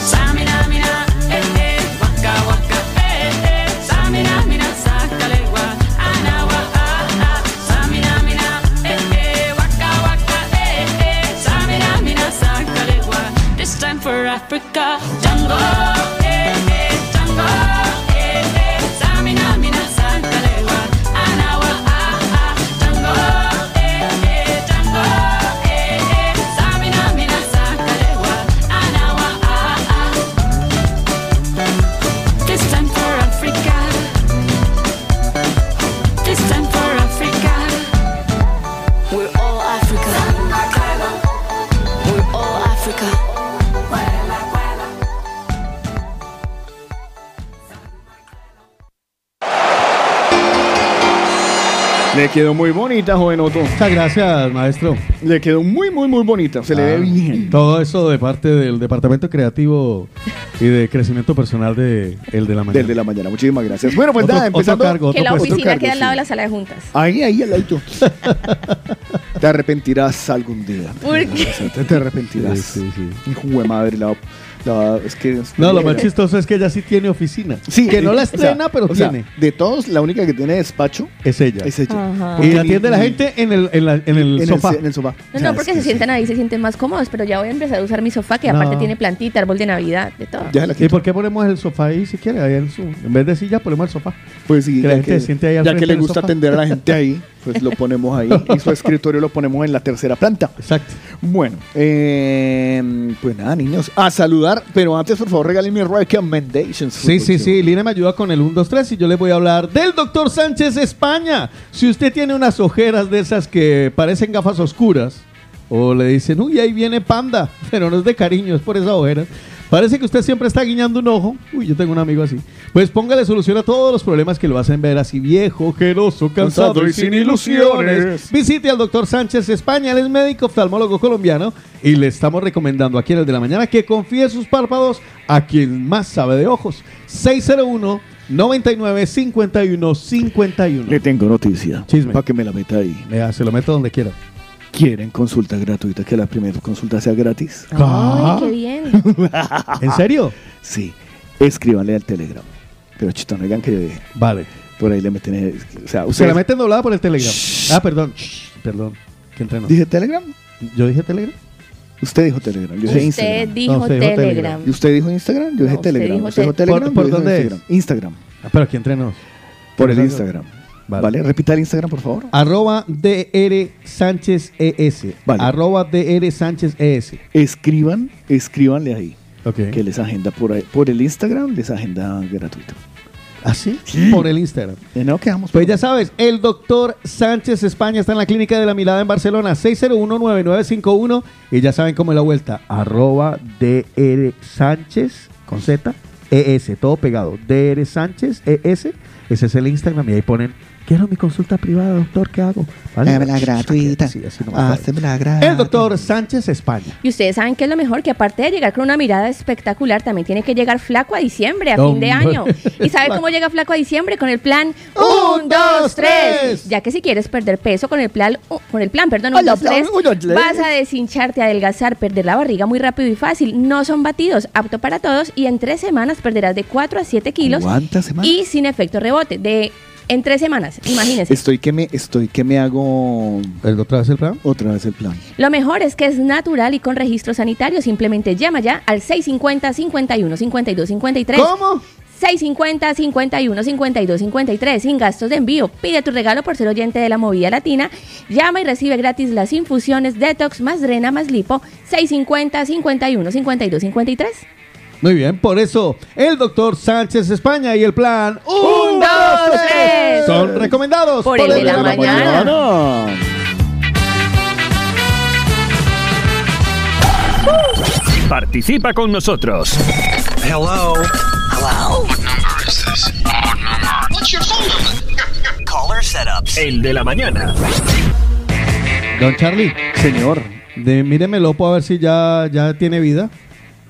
Samina, mina, eh, eh, waka, waka, eh, eh. Samina, mina, sakalewa, anawa, ah, ah. Samina, mina, eh, eh, waka, waka, eh, eh. Samina, mina, sakalewa. This time for Africa, jungle, eh, eh, jungle, eh, eh. Samina, mina, sakalewa, anawa, ah, ah. Jungle, eh, eh, jungle, eh, eh. Samina, mina, sakalewa, anawa, ah, ah. This time for Africa. This time for Africa. We're all Africa. We're all Africa.
Le quedó muy bonita, joven Otto.
Muchas gracias, maestro.
Le quedó muy, muy, muy bonita. Se le ve bien.
Ah. Todo eso de parte del Departamento Creativo y de Crecimiento Personal de El de la Mañana.
Del de la mañana. Muchísimas gracias. Bueno, pues nada, empezando.
que la oficina queda al lado de la sala de juntas.
Ahí, ahí, al lado. Te arrepentirás algún día.
¿Por qué?
Te, te arrepentirás. Hijo de madre, la, la- es que.
No, lo más chistoso es que ella sí tiene oficina.
Sí,
Que no la
o sea,
estrena, pero
o sea,
tiene.
de todos, la única que tiene despacho
es ella.
Es ella.
Ajá.
Porque
Y
ni-
atiende a la
ni-
gente en el, en la- en el
en el
sofá.
se- en el sofá.
No, no, porque se sientan ahí, se sienten más cómodos, pero ya voy a empezar a usar mi sofá, que
No.
aparte tiene plantita, árbol de Navidad, de todo.
¿Y por qué ponemos el sofá ahí si quiere? Ahí en, su- en vez de silla ponemos el sofá.
Pues sí,
que la
ya
gente
que-
se siente ahí al
ya que
frente
le
del
gusta
sofá.
atender a la gente ahí. pues lo ponemos ahí. y su escritorio lo ponemos en la tercera planta.
Exacto.
Bueno, eh, pues nada, niños, a saludar. Pero antes, por favor, regalen mis recommendations.
Sí, sí, sí. Lina me ayuda con el 1, 2, 3 y yo les voy a hablar del doctor Sánchez España. Si usted tiene unas ojeras de esas que parecen gafas oscuras, o le dicen, uy, ahí viene panda, pero no es de cariño, es por esas ojeras. Parece que usted siempre está guiñando un ojo. Uy, yo tengo un amigo así. Pues póngale solución a todos los problemas que lo hacen ver así viejo, ojeroso, cansado y sin ilusiones. Visite al doctor Sánchez España, él es médico oftalmólogo colombiano y le estamos recomendando aquí en el de la mañana que confíe sus párpados a quien más sabe de ojos. 601 99 51 51.
Le tengo noticia. Para que me la meta ahí.
se lo meto donde quiera.
¿Quieren consulta gratuita? Que la primera consulta sea gratis.
Ay, qué bien.
¿En serio?
Sí. Escríbanle al Telegram. Pero chito, no digan que yo dije.
Vale.
Por ahí le meten. eh, O sea,
Se
ustedes.
la meten doblada por el Telegram. Ah, perdón. Shh, perdón. Que entrenó.
¿Dije Telegram?
¿Yo dije Telegram?
Usted dijo Telegram. Yo
Usted
dije Instagram.
dijo No, usted dijo Telegram. Telegram.
¿Y usted dijo Instagram? Yo dije
usted
Telegram.
dijo
¿Usted dijo
Tel-
Telegram?
¿Por- por
Yo dije
dónde es?
Instagram. Instagram.
Ah, pero aquí entrenó.
Por el
Vale.
Instagram. Vale. Repita el Instagram, por favor.
Arroba DR Sánchez ES.
Vale.
Arroba DR Sánchez E ES.
Escriban, escríbanle ahí.
Ok.
Que les agenda por, ahí- por el Instagram, les agenda gratuito.
¿Ah, sí? Por el Instagram.
Eh, No quedamos.
Pues ya sabes, el doctor Sánchez España está en la clínica de la mirada en Barcelona, 601-9951. Y ya saben cómo es la vuelta. Arroba DR Sánchez con Z ES, todo pegado. DR Sánchez ES. Ese es el Instagram y ahí ponen, quiero mi consulta privada, doctor, ¿qué hago?
Dámela gratuita.
Sí, así nomás.
Házmela
El doctor Sánchez España.
Y ustedes saben que es lo mejor, que aparte de llegar con una mirada espectacular, también tiene que llegar flaco a diciembre, a fin
Hombre.
de año. ¿Y sabe cómo llega flaco a diciembre? Con el plan
Un,
1,
dos,
2,
tres.
3. Ya que si quieres perder peso con el plan, u- con el plan, perdón, 1,
Hola,
2,
plan,
3,
un, dos, tres.
vas a deshincharte, adelgazar, perder la barriga muy rápido y fácil. No son batidos, apto para todos y en tres semanas perderás de 4 a 7 kilos
¿Cuántas semanas?
y sin efecto rebote. De, en tres semanas, imagínense.
Estoy que me, estoy que me hago.
¿Otra vez el plan?
Otra vez el plan.
Lo mejor es que es natural y con registro sanitario. Simplemente llama ya al 650 51 52 53.
¿Cómo?
650 51 52 53 sin gastos de envío. Pide tu regalo por ser oyente de la movida latina. Llama y recibe gratis las infusiones detox más drena más lipo. 650 51 52 53.
Muy bien, por eso el doctor Sánchez España y el plan
Un, dos, tres.
son recomendados
Por el de la mañana.
Participa con nosotros. Hello. Hello. What number is this? What's your phone number? Caller setups. El de la mañana.
Don Charlie.
Señor.
De, míreme el opo a ver si ya, ya tiene vida.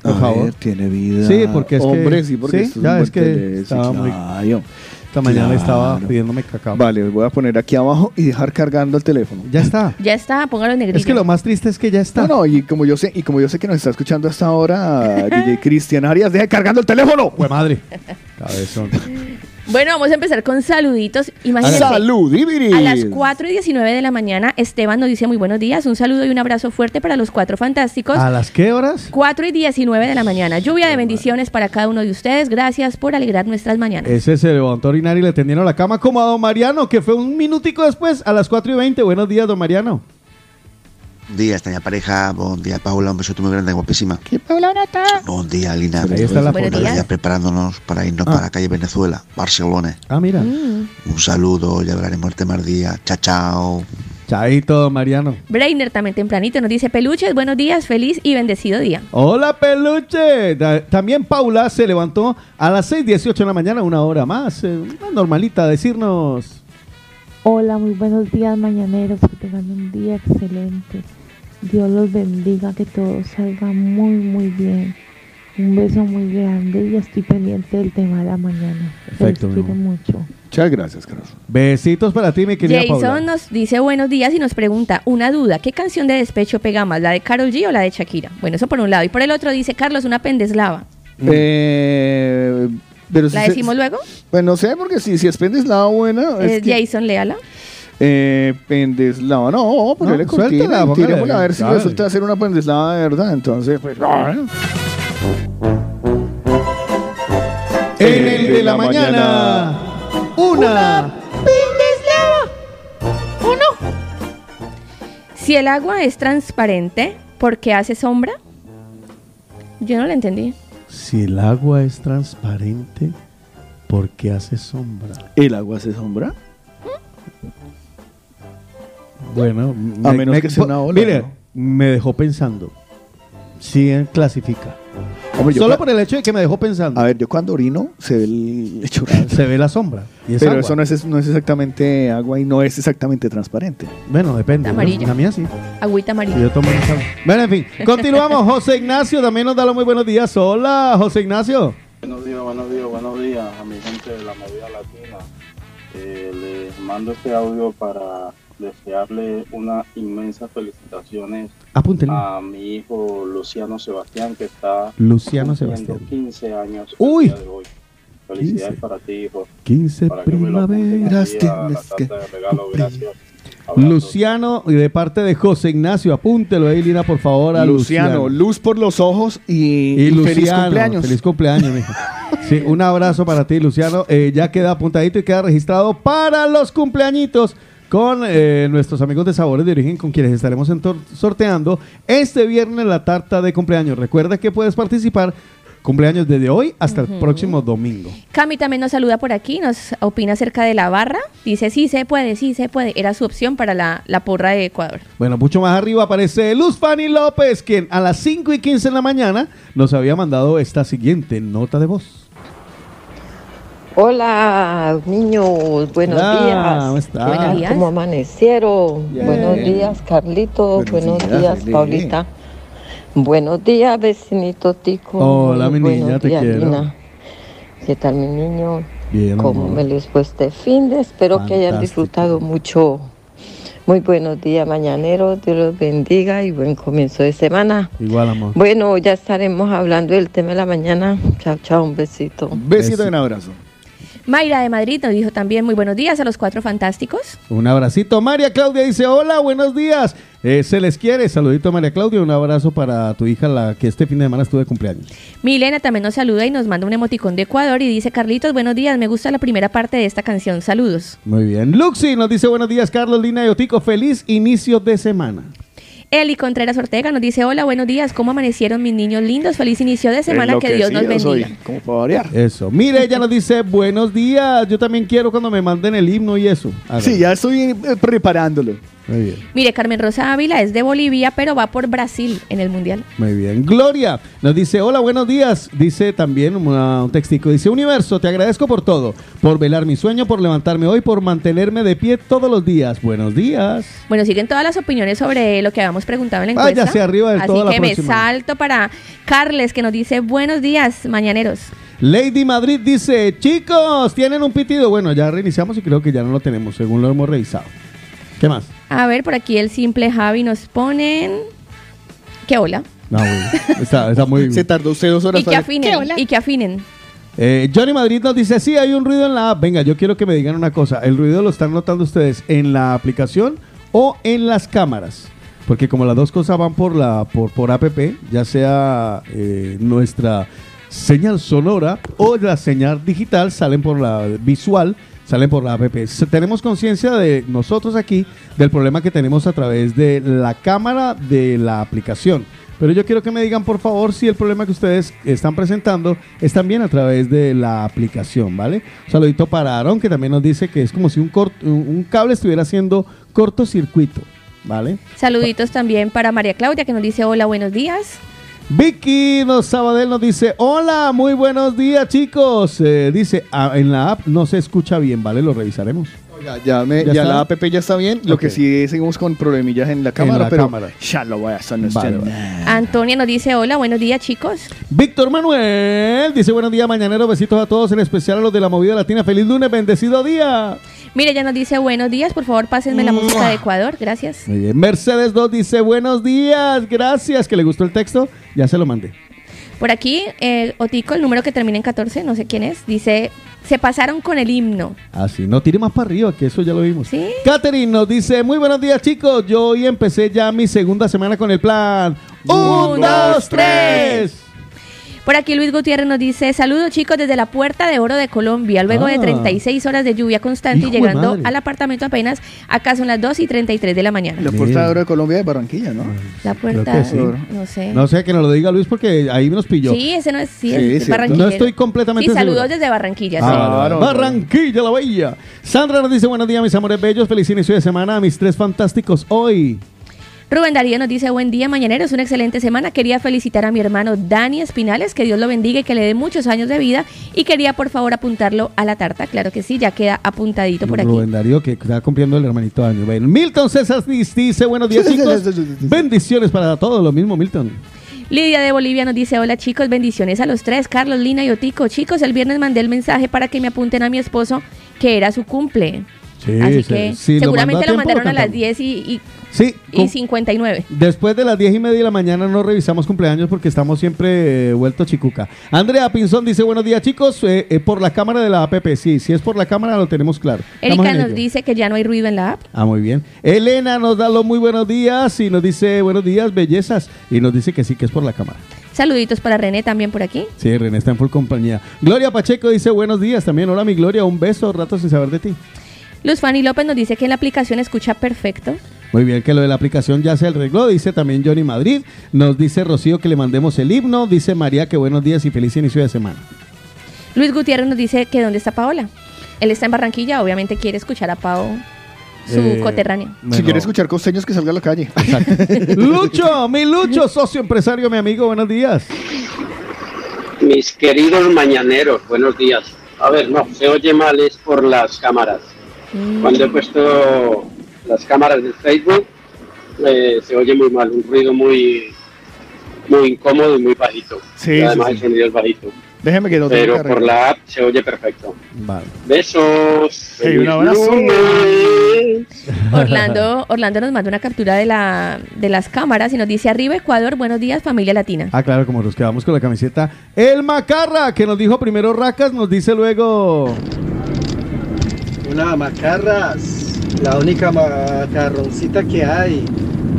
Por
A
favor.
ver, tiene vida.
Sí, porque es que-
Hombre, sí, porque
sí,
esto
ya
un
es
buen
que
tele- sí,
estaba muy-
claro.
Esta mañana
Claro.
estaba pidiéndome cacao.
Vale, voy a poner aquí abajo y dejar cargando el teléfono.
Ya está.
Ya está, póngalo en negrito.
Es que lo más triste es que ya está.
No, no, y como yo sé, y como yo sé que nos está escuchando hasta ahora, DJ Cristian Arias, deje cargando el teléfono.
Pues madre. Cabezón.
Bueno, vamos a empezar con saluditos. Imagínense.
Salud,
A las 4 y 19 de la mañana, Esteban nos dice muy buenos días, un saludo y un abrazo fuerte para los cuatro fantásticos.
¿A las qué horas?
4 y 19 de la mañana. Lluvia de bendiciones para cada uno de ustedes. Gracias por alegrar nuestras mañanas.
Ese se levantó a orinar y le tendieron la cama como a don Mariano, que fue un minutico después, a las 4 y 20. Buenos días, don Mariano.
Buen día, extraña pareja. Buen día, Paula. Un beso muy grande, guapísima. Buen día, Lina.
Ahí está la
Estamos
foto.
ya preparándonos para irnos
Ah.
para calle Venezuela, Barcelona.
Ah, mira.
Mm.
Un saludo, ya hablaremos el tema del día. Chao, chao.
Chaito, don Mariano.
Brainer también tempranito nos dice peluches, buenos días, feliz y bendecido día.
Hola peluche. Da- también Paula se levantó a las 6.18 de la mañana, una hora más. eh, una normalita, a decirnos.
Hola, muy buenos días mañaneros, que tengan un día excelente. Dios los bendiga, que todo salga muy, muy bien. Un beso muy grande y estoy pendiente del tema de la mañana.
Perfecto,
Los
mi
quiero mucho.
Muchas gracias, Carlos.
Besitos para ti, mi querida
Jason
Paula.
nos dice buenos días y nos pregunta una duda, ¿qué canción de despecho pega más, la de Carol G o la de Shakira? Bueno, eso por un lado. Y por el otro dice Carlos, una pendeslava.
Eh, pero si
¿La
se-
decimos luego?
Pues no sé, porque si, si es Pendeslava buena.
Eh,
Es que-
Jason, léala.
eh, Pendeslava, no, ponerle
No,
cortina,
suéltala,
y
póngale,
tirémosla a ver si
dale.
resulta ser una Pendeslava de verdad. Entonces, pues.
En el de la mañana. Una.
Una
Si el agua es transparente, ¿por qué hace sombra? Yo no la entendí.
Si el agua es transparente, ¿por qué hace sombra?
¿El agua se sombra?
Bueno,
A menos que sea una ola,
Mire,
¿no?
me dejó pensando. Sí, él clasifica.
Hombre, yo
Solo
cua-
por el hecho de que me dejó pensando.
A ver, yo cuando orino se ve el chorrito.
Se ve la sombra. Y es
Pero
agua.
eso no es, no es exactamente agua y no es exactamente transparente.
Bueno, depende.
Amarilla.
La mía sí.
Agüita amarilla.
Y yo tomo esa- Bueno, en fin. Continuamos. José Ignacio también nos da los muy buenos días. Hola, José Ignacio.
Buenos días, buenos días, buenos días a mi gente de la movida latina. Eh, les mando este audio para desearle unas inmensas felicitaciones
Apúntenlo.
a mi hijo Luciano Sebastián, que está
Luciano
cumpliendo
Sebastián.
15 años. el
Uy.
día de hoy. Felicidades
15.
para ti, hijo.
15
Para que me lo apunten
primaveras
ahí a la
tienes que
tarta de regalo.
cumplir.
Gracias.
Luciano, y de parte de José Ignacio, apúntelo ahí, Lina, por favor. A
Luciano, luz por los ojos y,
Y,
y
Luciano,
feliz cumpleaños.
Feliz cumpleaños, mijo. Sí, un abrazo para ti, Luciano. Eh, ya queda apuntadito y queda registrado para los cumpleañitos con eh, nuestros amigos de Sabores de Origen, con quienes estaremos entor- sorteando este viernes la tarta de cumpleaños. Recuerda que puedes participar cumpleaños desde hoy hasta el
Ujú.
próximo domingo.
Cami también nos saluda por aquí, nos opina acerca de la barra. Dice, sí se puede, sí se puede. Era su opción para la, la porra de Ecuador.
Bueno, mucho más arriba aparece Luz Fanny López, quien a las 5 y 15 de la mañana nos había mandado esta siguiente nota de voz.
Hola, niños, buenos
Hola,
días.
¿cómo están?
¿Qué tal?
Buenos días.
¿Cómo amanecieron?
Bien.
Buenos días, Carlito. Buenos,
días,
días,
Lili.
Paulita. Buenos días, vecinito Tico.
Hola, mi
Buenos
niña, te
días,
quiero.
Lina. ¿Qué tal, mi niño?
Bien,
¿Cómo
amor.
me les fue este fin de? Espero que hayan
Fantástico.
disfrutado mucho. Muy buenos días, mañaneros. Dios los bendiga y buen comienzo de semana.
Igual, amor.
Bueno, ya estaremos hablando del tema de la mañana. Chao, chao, un besito.
Besito y un abrazo.
Mayra de Madrid nos dijo también muy buenos días a los cuatro fantásticos.
Un abracito. María Claudia dice, hola, buenos días. Eh, se les quiere. Saludito María Claudia. Un abrazo para tu hija, la que este fin de semana estuvo de cumpleaños.
Milena también nos saluda y nos manda un emoticón de Ecuador y dice, Carlitos, buenos días, me gusta la primera parte de esta canción, saludos.
Muy bien. Luxi nos dice, buenos días, Carlos, Lina y Otico. Feliz inicio de semana.
Eli Contreras Ortega nos dice, hola, buenos días, ¿cómo amanecieron mis niños lindos? Feliz inicio de semana, que Dios nos bendiga.
¿Cómo puedo variar?
Eso. Mire, ella nos dice, buenos días. Yo también quiero cuando me manden el himno y eso.
Sí, ya estoy eh, preparándolo.
Muy bien.
Mire, Carmen Rosa Ávila es de Bolivia, pero va por Brasil en el Mundial.
Muy bien. Gloria nos dice, hola, buenos días. Dice también una- un textico. Dice, universo, te agradezco por todo. Por velar mi sueño, por levantarme hoy, por mantenerme de pie todos los días. Buenos días.
Bueno, siguen todas las opiniones sobre lo que habíamos preguntado en la
Vaya
encuesta.
hacia arriba del
Así
todo la
que me
próxima.
salto para Carles, que nos dice, buenos días, mañaneros.
Lady Madrid dice, chicos, ¿tienen un pitido? Bueno, ya reiniciamos y creo que ya no lo tenemos, según lo hemos revisado. ¿Qué más?
A ver, por aquí el simple Javi nos ponen... Que hola.
No, güey, está, está muy Se
tardó usted dos
Y que afinen. Y que afinen.
Eh, Johnny Madrid nos dice, sí, hay un ruido en la app. Venga, yo quiero que me digan una cosa. ¿El ruido lo están notando ustedes en la aplicación o en las cámaras? Porque como las dos cosas van por la por, por app, ya sea eh, nuestra señal sonora o la señal digital, salen por la visual, salen por la app. Se- Tenemos conciencia de nosotros aquí del problema que tenemos a través de la cámara de la aplicación. Pero yo quiero que me digan, por favor, si el problema que ustedes están presentando es también a través de la aplicación, ¿vale? Un saludito para Aaron, que también nos dice que es como si un, cort- un un cable estuviera haciendo cortocircuito, ¿vale?
Saluditos también para María Claudia, que nos dice, hola, buenos días.
Vicky nos Sabadell nos dice, hola, muy buenos días chicos. Eh, dice, "Ah, en la app no se escucha bien, ¿vale? Lo revisaremos.
Ya, ya me-
¿Ya
Eh, ya
está?
la app ya está bien. Lo que sí es, seguimos con problemillas en la cámara,
la
pero
cámara.
ya lo voy a
Vale,
solucionar.
Ah.
Antonia nos dice, hola, buenos días, chicos.
Víctor Manuel dice, buenos días mañanero, besitos a todos, en especial a los de la movida latina. Feliz lunes, bendecido día.
Mire, ya nos dice, buenos días, por favor, pásenme la música de Ecuador, gracias.
Muy bien. Mercedes 2 dice, buenos días, gracias, que le gustó el texto, ya se lo mandé.
Por aquí, eh, Otico, el número que termina en 14, no sé quién es, dice, se pasaron con el himno.
Así, Ah, no tire más para arriba, que eso ya lo vimos.
Sí.
Catherine nos dice, muy buenos días chicos, yo hoy empecé ya mi segunda semana con el plan. Un, dos, tres.
Por aquí Luis Gutiérrez nos dice, saludos chicos desde la Puerta de Oro de Colombia, luego de
Ah.
36 horas de lluvia constante
Hijo
y
de
llegando
madre.
al apartamento apenas acá son las 2 y 33 de la mañana.
La Puerta de Oro de Colombia de Barranquilla, ¿no?
La puerta,
Creo que sí.
no sé.
No sé, que nos lo diga Luis porque ahí nos pilló.
Eh. Sí, ese no es, sí,
Sí,
es
es cierto.
barranquillero.
No estoy completamente
Sí, saludos
seguro.
desde Barranquilla. sí.
Ah, vale, vale. Barranquilla la Bella. Sandra nos dice buenos días, mis amores bellos. Feliz inicio de semana a mis tres fantásticos hoy.
Rubén Darío nos dice, buen día, mañaneros, una excelente semana. Quería felicitar a mi hermano Dani Espinales, que Dios lo bendiga y que le dé muchos años de vida. Y quería, por favor, apuntarlo a la tarta. Claro que sí, ya queda apuntadito por aquí.
Rubén Darío, que está cumpliendo el hermanito año. Bueno, Milton César Nis dice buenos días, chicos. Bendiciones para todos. Lo mismo, Milton.
Lidia de Bolivia nos dice, hola chicos, bendiciones a los tres, Carlos, Lina y Otico. Chicos, el viernes mandé el mensaje para que me apunten a mi esposo, que era su cumple.
Sí,
Así
se-
que
si lo mandó
seguramente lo,
a tiempo, lo
mandaron a las
cantamos.
10 y,
Sí,
y, y
cum-
59.
Después de las 10 y media de la mañana no revisamos cumpleaños porque estamos siempre eh, vuelto chicuca. Andrea Pinzón dice, buenos días chicos, eh, eh, por la cámara de la APP. Sí, si es por la cámara lo tenemos claro. Estamos
Erika
en
nos
ello.
dice que ya no hay ruido en la app.
Ah, muy bien. Elena nos da los muy buenos días y nos dice, buenos días, bellezas. Y nos dice que sí, que es por la cámara.
Saluditos para René también por aquí.
Sí, René está en full compañía. Gloria Pacheco dice, buenos días también. Hola, mi Gloria, un beso, rato sin saber de ti.
Luz Fanny López nos dice que en la aplicación escucha perfecto.
Muy bien, que lo de la aplicación ya se arregló, dice también Johnny Madrid. Nos dice Rocío que le mandemos el himno, dice María que buenos días y feliz inicio de semana.
Luis Gutiérrez nos dice que dónde está Paola. Él está en Barranquilla, obviamente quiere escuchar a Pao, su
Eh,
coterráneo.
Si quiere escuchar costeños, que salga a la calle.
Lucho, mi Lucho, socio empresario, mi amigo, buenos días.
Mis queridos mañaneros, buenos días. A ver, no, se oye mal, es por las cámaras.
Mm.
Cuando he puesto las cámaras de Facebook, eh, se oye muy mal, un ruido muy, muy incómodo y muy bajito.
Sí,
Y
sí,
además
sí.
el sonido es bajito.
Déjeme que no tenga
Pero
que
por la app se oye perfecto.
Vale.
Besos.
Hey, un
Feliz
abrazo.
lunes.
Orlando, Orlando nos manda una captura de, la, de las cámaras y nos dice arriba Ecuador, buenos días familia latina.
Ah, claro, como nos quedamos con la camiseta. El Macarra, que nos dijo primero Racas, nos dice luego...
Una macarras, la única macarroncita que hay,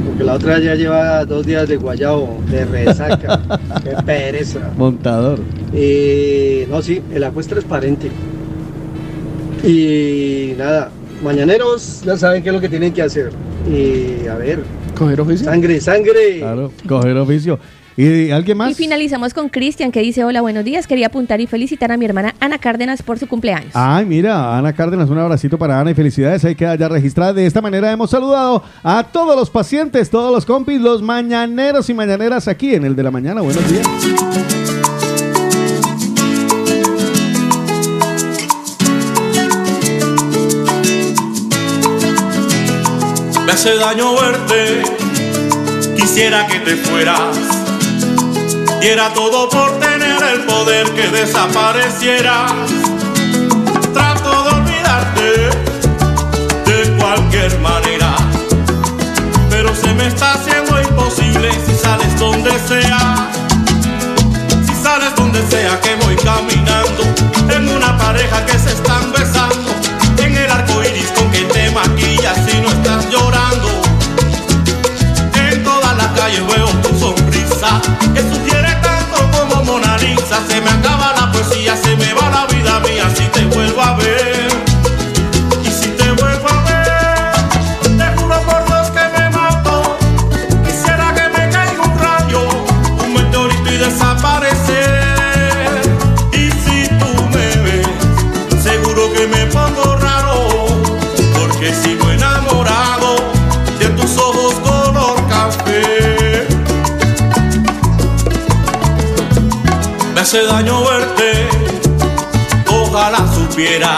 porque la otra ya lleva dos días de guayabo, de resaca, qué pereza.
Montador.
Eh, no, sí, el agua es transparente. Y nada, mañaneros ya saben qué es lo que tienen que hacer. Y a ver,
Coger oficio.
Sangre, sangre.
Claro, coger oficio. ¿Y alguien
Y
más?
finalizamos con Cristian que dice hola, buenos días, quería apuntar y felicitar a mi hermana Ana Cárdenas por su cumpleaños.
Ay, mira, Ana Cárdenas, un abracito para Ana y felicidades. Ahí queda ya registrada. De esta manera hemos saludado a todos los pacientes, todos los compis, los mañaneros y mañaneras aquí en el de la mañana. Buenos días.
Me hace daño verte, quisiera que te fueras. Diera todo por tener el poder que desaparecieras. Trato de olvidarte de cualquier manera, pero se me está haciendo imposible si sales donde sea. Si sales donde sea que voy caminando, en una pareja que se están besando, en el arco iris con que te maquillas y no estás llorando. En todas las calles veo tu sonrisa, que sugiere tanto como Mona Lisa. Se me acaba la poesía, se me va la vida mía si te vuelvo a ver. Y si te vuelvo a ver, te juro por Dios que me mato. Quisiera que me caiga un rayo, un meteorito y desaparecer. Y si tú me ves, seguro que me pongo raro, porque sigo enamorado de tus ojos color café. Me hace daño verte, ojalá supieras.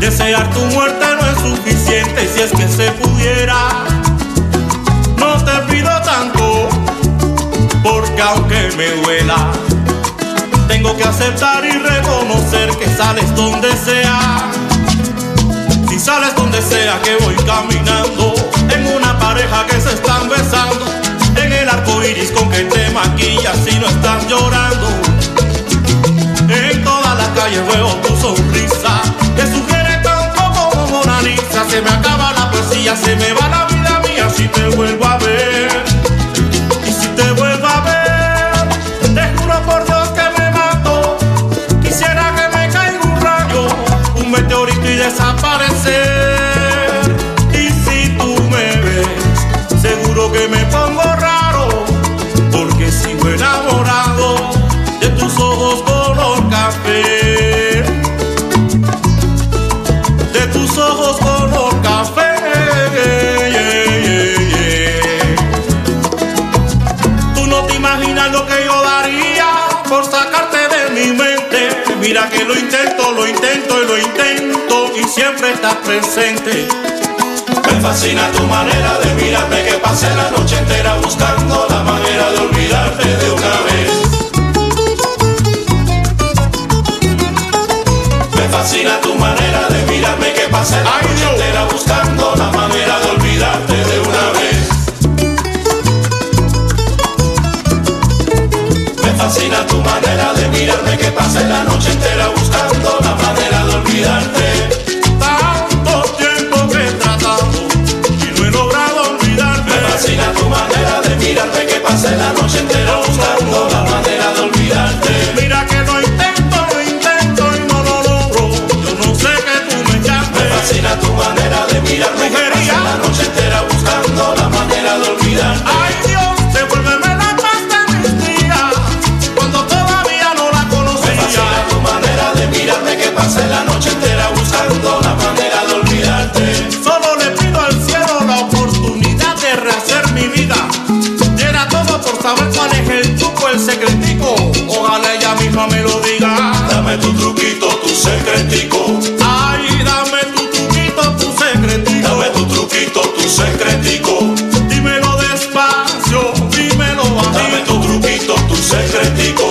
Desear tu muerte no es suficiente si es que se pudiera. No te pido tanto, porque aunque me duela, tengo que aceptar y reconocer que sales donde sea. Si sales donde sea que voy caminando, en una pareja que se están besando, en el arco iris con que te maquillas y no estás llorando. En todas las calles veo tu sonrisa, que sugiere tanto como Mona Lisa. Se me acaba la poesía, se me va la vida mía si te vuelvo a ver. Y si te vuelvo a ver, te juro por sacarte de mi mente. Mira que lo intento, lo intento y lo intento y siempre estás presente.
Me fascina tu manera de mirarme que pasé la noche entera buscando la manera de olvidarte de una vez. Me fascina tu manera de mirarme que pasé la noche entera buscando la manera de olvidarte de una vez. Me fascina tu manera de mirarme que pasé la noche entera buscando la manera de olvidarte.
Tanto tiempo que he tratado y no he logrado olvidarme.
Me fascina tu manera de mirarme que pasé la noche entera buscando la manera de olvidarte.
Mira que lo intento, lo intento y no lo logro. Yo no sé que tú me echaste.
Me fascina tu manera de mirarme que pasé la noche entera buscando la manera de olvidarte.
Ay Dios, devuélveme la paz de mis días cuando todavía no la
Me fascina
conocía.
tu manera de mirarme que pasé la noche entera buscando la manera de olvidarte.
Solo le pido al cielo la oportunidad de rehacer mi vida. Y era todo por saber cuál es el truco, el secretico. Ojalá ella misma me lo diga.
Dame tu truquito, tu secretico.
Ay, dame tu truquito, tu secretico.
Dame tu truquito, tu secretico.
Dímelo despacio, dímelo
Dame
bajito.
tu truquito, tu secretico.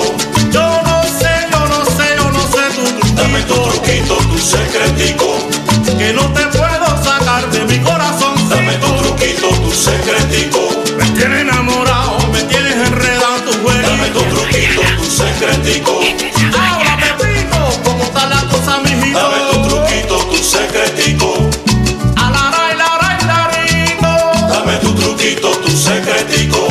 Yo no sé, yo no sé, yo no sé tu
Dame tu
truquito.
truquito, tu secretico.
Que no te puedo sacar de mi corazón.
Dame tu truquito, tu secretico.
Me tienes enamorado, me tienes enredado en tu juego.
Dame tu truquito, tu secretico.
Ahora te pido cómo está la cosa, mijito.
Dame tu truquito, tu secretico.
Alaray, laray, larito.
Dame tu truquito, tu secretico.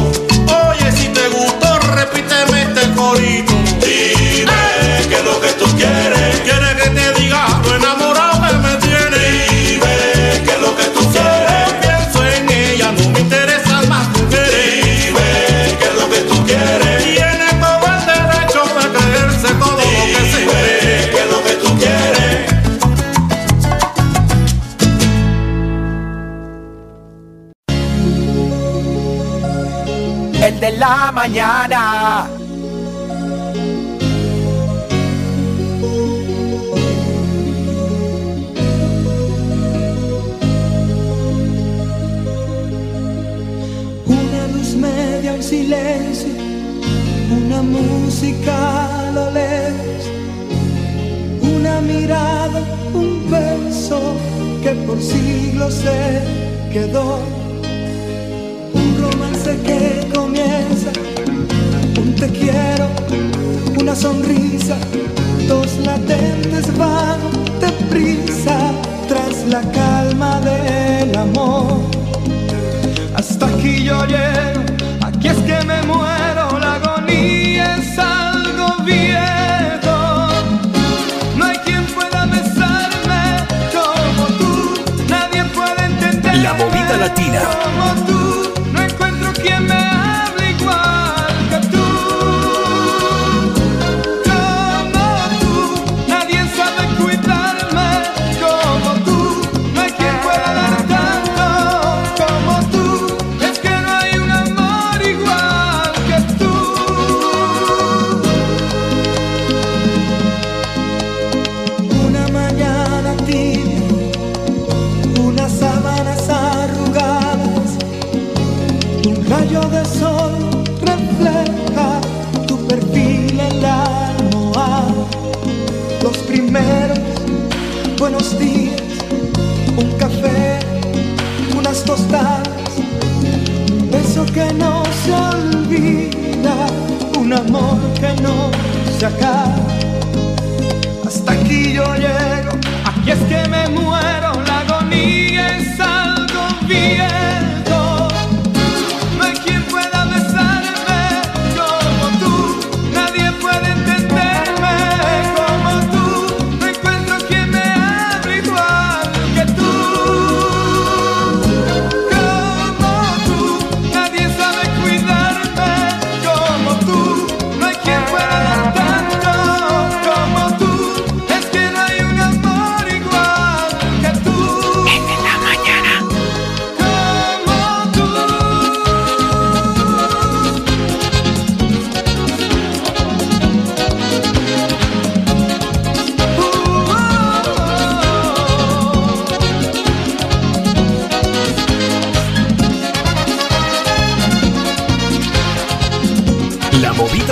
Oye, si te gustó, repíteme este corito.
Dime qué es lo que tú quieres.
¿Quieres que te diga lo enamorado que me tienes?
Dime qué es lo que tú quieres.
Solo pienso en ella, no me interesa más mujeres.
Dime qué es lo que tú quieres.
Tiene todo el derecho para creerse todo lo que se cree.
Dime qué es lo que tú quieres.
El de la mañana.
Una luz media, un silencio, una música a lo lejos, una mirada, un beso que por siglos se quedó. Un romance que comienza, un te quiero, una sonrisa, dos latentes van de prisa tras la calma del amor. Hasta aquí yo llego, aquí es que me muero, la agonía es algo viejo. No hay quien pueda besarme como tú, nadie puede entender
La movida latina.
como tú. No encuentro quien me hable igual que tú. Como tú, nadie sabe cuidarme como tú. No hay quien pueda dar tanto como tú. Es que no hay un amor igual que tú. Una mañana tibia, unas sábanas arrugadas, un rayo de sol refleja tu perfil en la almohada. Los primeros buenos días, un café, unas tostadas, un beso que no se olvida, un amor que no se acaba. Hasta aquí yo llego, aquí es que me muero, la agonía es algo viejo. No hay quien pueda besarme como tú, nadie puede entenderme como tú. No encuentro quien me hable igual que tú. Como tú, nadie sabe cuidarme como tú. No hay quien pueda dar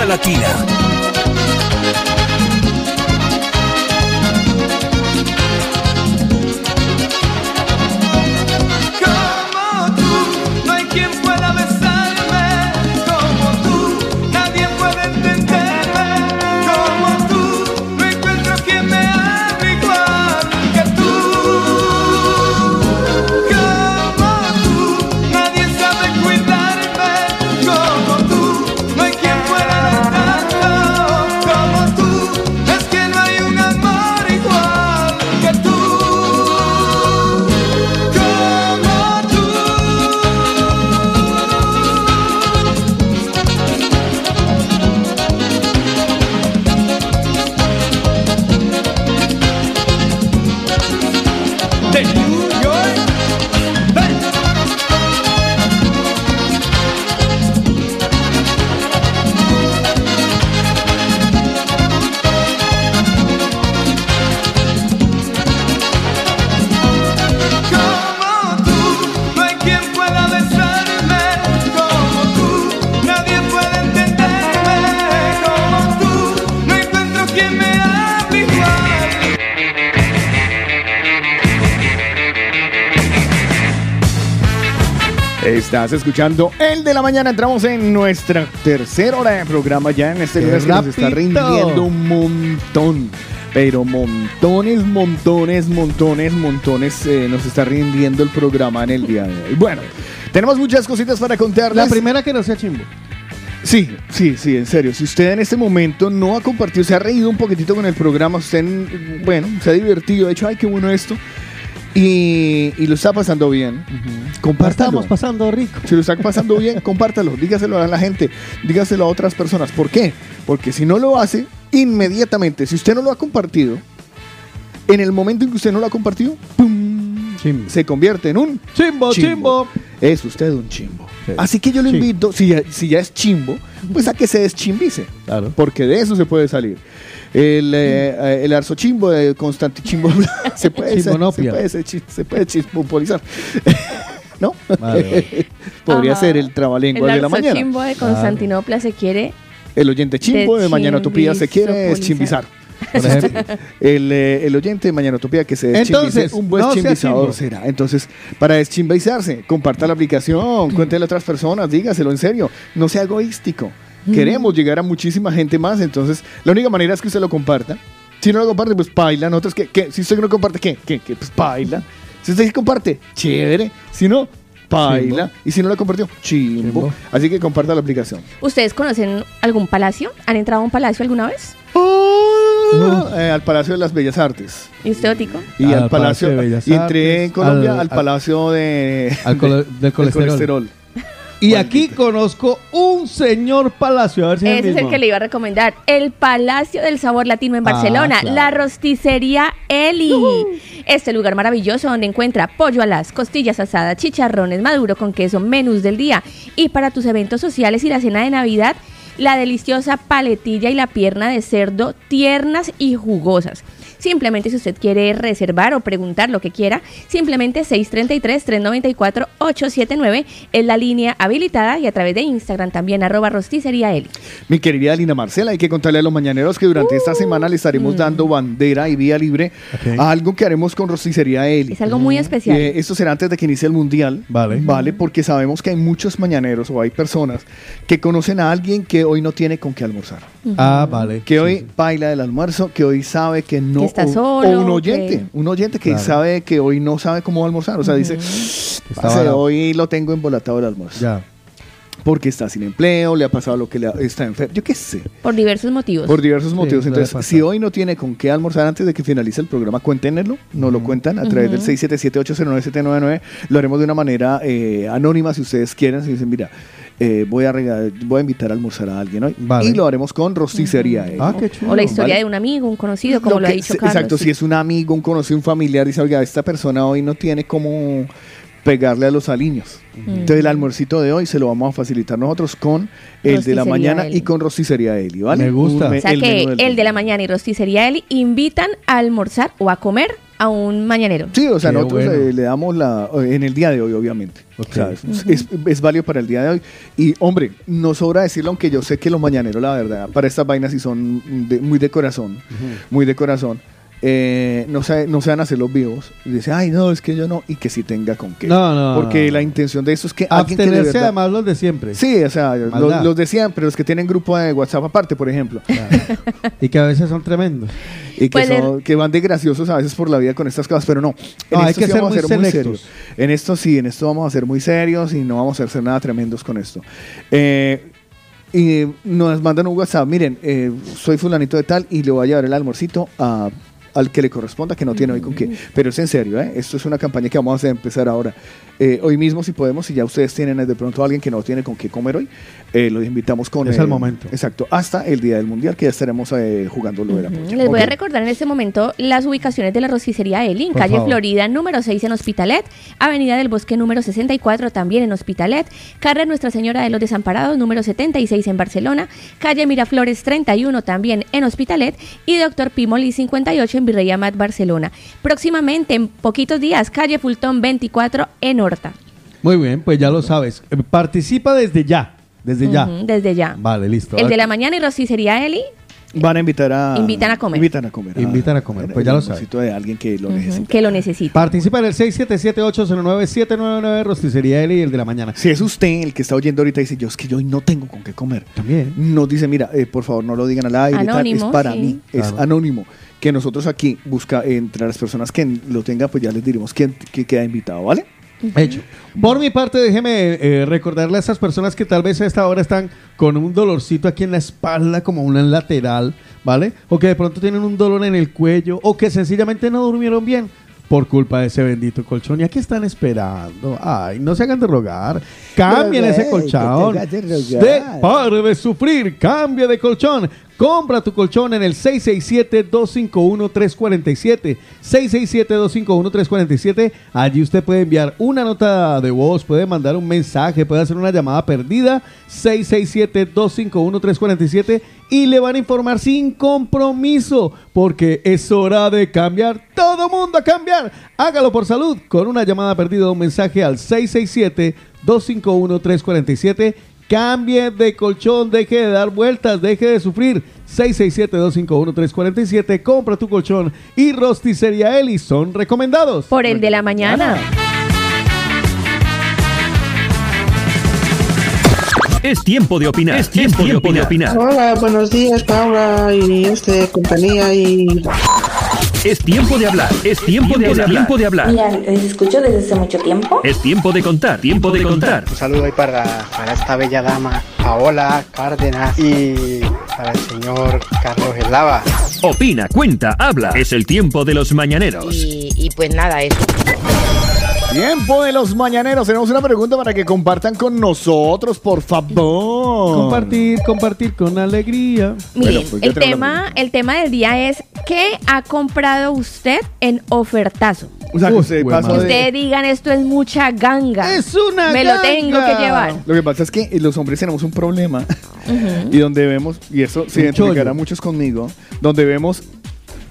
Latina.
Como tú, no hay quien pueda besarme. Como tú, nadie puede entenderme. Como tú, no encuentro quien me ame igual que tú. Como tú, nadie sabe cuidarme. Como tú, no hay quien pueda tanto. Como tú, es que no hay un amor igual que tú. Como tú. De New York. Ven. Como tú, no hay quien pueda besarme. Como tú, nadie puede entenderme. Como tú, no encuentro quien me hable igual.
Estás escuchando el de la mañana. Entramos en nuestra tercera hora de programa ya en este
¡Qué
lunes que nos está
rapidito!
rindiendo un montón. Pero montones, montones, montones, montones eh, nos está rindiendo el programa en el día de hoy. Bueno, tenemos muchas cositas para contarles.
La primera que no sea chimbo.
Sí, sí, sí, en serio. Si usted en este momento no ha compartido, se ha reído un poquitito con el programa, usted, mm, bueno, se ha divertido, ha dicho, ay, qué bueno esto. Y, y lo está pasando bien. Compartamos
pasando rico.
Si lo está pasando bien, compártalo. Dígaselo a la gente. Dígaselo a otras personas. ¿Por qué? Porque si no lo hace, inmediatamente, si usted no lo ha compartido, en el momento en que usted no lo ha compartido, ¡pum! se convierte en un
chimbo,
chimbo. Es usted un chimbo. Así que yo lo
Chimbo.
invito, si ya, si ya es chimbo, pues a que se deschimbice. Porque de eso se puede salir. El, eh, eh, el arzochimbo de Constante Chimbo se puede, se,
Chimbonopia.
puede, se, chi- se puede chismopolizar. ¿No?
Vale.
Podría
Ajá.
ser el trabalenguas de la mañana.
chimbo de Constantinopla se quiere.
El oyente chimbo de, Mañana Utopía se quiere es
Deschimbizar.
chimbizar. el, eh, el oyente de Mañana Utopía que se deschimbice,
Entonces,
un buen
no sea
chimbizador
chimbo.
será. Entonces, para deschimbizarse, comparta la aplicación, cuéntele a otras personas, dígaselo en serio, no sea egoístico.
Mm.
Queremos llegar a muchísima gente más, entonces la única manera es que usted lo comparta. Si no lo comparte, pues paila. Nosotros, ¿qué? ¿Qué? Si usted no comparte, ¿qué? ¿Qué? ¿Qué? Pues paila. Si usted sí comparte, chévere. Si no, paila. Y si no la compartió, chimbo. Así que comparta la aplicación.
¿Ustedes conocen algún palacio? ¿Han entrado a un palacio alguna vez?
Oh. Eh, al Palacio de las Bellas Artes.
¿Y usted, Otico?
Y
Al
al,
Palacio
Palacio.
de Bellas
y entré
Artes,
en Colombia
al-
al,
al-
Palacio de,
al colo- del colesterol.
Y aquí conozco un señor palacio. A ver si es el
Ese es el
mismo.
que le iba a recomendar. El Palacio del Sabor Latino en
Ah,
Barcelona.
claro.
La rosticería Eli. Este lugar maravilloso donde encuentra pollo a las costillas asadas, chicharrones maduro con queso, menús del día. Y para tus eventos sociales y la cena de Navidad, la deliciosa paletilla y la pierna de cerdo tiernas y jugosas. Simplemente si usted quiere reservar o preguntar lo que quiera, simplemente 633-394-879 es la línea habilitada y a través de Instagram también arroba rosticería Eli.
Mi querida Lina Marcela, hay que contarle a los mañaneros que durante esta semana le estaremos
Mm.
dando bandera y vía libre a algo que haremos con Rosticería Eli.
Es algo muy especial.
Eh, esto será antes de que inicie el mundial. Vale. Vale, porque sabemos que hay muchos mañaneros o hay personas que conocen a alguien que hoy no tiene con qué almorzar.
Ujú. Ah, vale.
Que hoy baila del almuerzo, que hoy sabe que no.
Que está
o-
solo,
O un oyente.
que-
Un oyente que
Claro.
sabe que hoy no sabe cómo almorzar. O sea, dice, "Parce,
varado".
hoy lo tengo embolatado el almuerzo. Ya. Porque está sin empleo, le ha pasado lo que le ha- está enfermo. Yo qué sé.
Por diversos motivos.
Por diversos
Sí,
motivos.
puede
Entonces,
pasar.
si hoy no tiene con qué almorzar antes de que finalice el programa, cuéntenlo. No lo cuentan a través
Ujú.
del 677-809-799. Lo haremos de una manera eh, anónima si ustedes quieren. Si dicen, mira, eh, voy, a regalar- voy a invitar a almorzar a alguien hoy. Y lo haremos con rosticería. eh,
Ah,
¿no?
O la historia
¿Vale?
de un amigo, un conocido, como lo, ha
que-
dicho
se-
Carlos.
Exacto, si es un amigo, un conocido, un familiar, dice, oiga, esta persona hoy no tiene cómo pegarle a los aliños. Entonces el almuercito de hoy se lo vamos a facilitar nosotros con el de
Rosticería
la mañana
Eli.
y con rosticería Eli, ¿vale?
Me gusta.
Un me-
o sea
el
que
menú del
el de la mañana y rosticería Eli invitan a almorzar o a comer a un mañanero.
Sí, o sea,
Qué
nosotros
bueno.
eh, le damos la. En el día de hoy, obviamente. O sea, es, es- es válido para el día de hoy. Y, hombre, no sobra decirlo, aunque yo sé que los mañaneros, la verdad, para estas vainas sí son de- muy de corazón. Muy de corazón. eh, no, se, no se van a hacer los vivos. Y dice, ay, no, es que yo no. Y que sí tenga con qué.
No, no,
Porque
no.
la intención de eso es que alguien que de
Abstenerse
verdad-
además los de siempre.
Sí, o sea, los,
Maldad.
los decían, pero los que tienen grupo de WhatsApp aparte, por ejemplo.
Y que a veces son tremendos.
Y que,
Pues,
son- que van de graciosos a veces por la vida con estas cosas, pero no. En
No, hay
esto
que
sí
ser
vamos a
muy
ser muy
selectos.
serios. En esto sí, en esto vamos a ser muy serios y no vamos a hacer nada tremendos con esto. Eh, y nos mandan un WhatsApp, miren, eh, soy fulanito de tal y le voy a llevar el almorcito a- al que le corresponda, que no tiene hoy con qué. Pero es en serio, ¿eh? esto es una campaña que vamos a empezar ahora. Eh, hoy mismo, si podemos, si ya ustedes tienen eh, de pronto a alguien que no tiene con qué comer hoy, eh, los invitamos con...
Es el
eh,
momento.
Exacto, hasta el Día del Mundial, que ya estaremos eh, jugando lo de la
Les
puya.
voy a
Ok.
recordar en este momento las ubicaciones de la rosticería Elin,
Por
calle
favor.
Florida número 6 en Hospitalet, Avenida del Bosque número 64 también en Hospitalet, carrera Nuestra Señora de los Desamparados número 76 en Barcelona, calle Miraflores 31 también en Hospitalet y Doctor Pimoli 58 en Virrey Amat, Barcelona. Próximamente, en poquitos días, calle Fultón 24 en Horta.
Muy bien, pues ya lo sabes. Eh, Participa desde ya. Desde ya.
Ujú, desde ya.
Vale, listo.
El de la mañana y rosticería Eli
Van a invitar a.
Invitan a comer.
Invitan a comer. ah,
Invitan a comer, pues ya lo sabes.
de alguien que lo necesite.
que lo necesita.
Participa en el 677-809-799 Rosticería Eli y el de la mañana.
Si es usted el que está oyendo ahorita y dice, yo es que yo hoy no tengo con qué comer.
También.
Nos dice, mira, eh, por favor no lo digan al aire. tal,
Anónimo,
es para
sí.
mí, es
Claro.
anónimo. Que nosotros aquí busca entre las personas que lo tengan, pues ya les diremos quién que queda invitado, ¿vale?
Hecho. Por mi parte, déjeme eh, recordarle a esas personas que tal vez a esta hora están con un dolorcito aquí en la espalda, como una en lateral, ¿vale? O que de pronto tienen un dolor en el cuello, o que sencillamente no durmieron bien por culpa de ese bendito colchón. ¿Y aquí están esperando? Ay, no se hagan de rogar. Cambien
Pero,
ese
güey,
colchón.
que te hagas de
De
rogar.
Pare de sufrir, cambia de colchón. Compra tu colchón en el 667-251-347. 667-251-347. Allí usted puede enviar una nota de voz, puede mandar un mensaje, puede hacer una llamada perdida. 667-251-347. Y le van a informar sin compromiso, porque es hora de cambiar. Todo mundo a cambiar. Hágalo por salud con una llamada perdida o un mensaje al 667-251-347. Cambie de colchón, deje de dar vueltas, deje de sufrir. 667-251-347, compra tu colchón y Rosticería Eli son recomendados.
Por el de la mañana.
Es tiempo de opinar. Es tiempo, de opinar.
Hola, buenos días, Paula y este compañía y
Es tiempo de hablar. Es tiempo de hablar. Tiempo de hablar.
les escucho desde hace mucho tiempo.
Es tiempo de contar. Tiempo de contar.
Un saludo ahí para, para esta bella dama, Paola Cárdenas, y para el señor Carlos Eslava.
Opina, cuenta, habla. Es el tiempo de los mañaneros.
Y, y pues nada, eso.
Tiempo de los mañaneros. Tenemos una pregunta para que compartan con nosotros, por favor.
Compartir, compartir con alegría.
Miren,
pues
el, tema, el tema del día es ¿qué ha comprado usted en ofertazo?
O sea, que usted pasó
Que
de-
ustedes digan esto es mucha ganga. Es
una
Me lo tengo que
ganga.
llevar.
Lo que pasa es que eh, los hombres tenemos un problema
Ujú.
y donde vemos, y eso se
Un
identificará
chollo.
muchos conmigo, donde vemos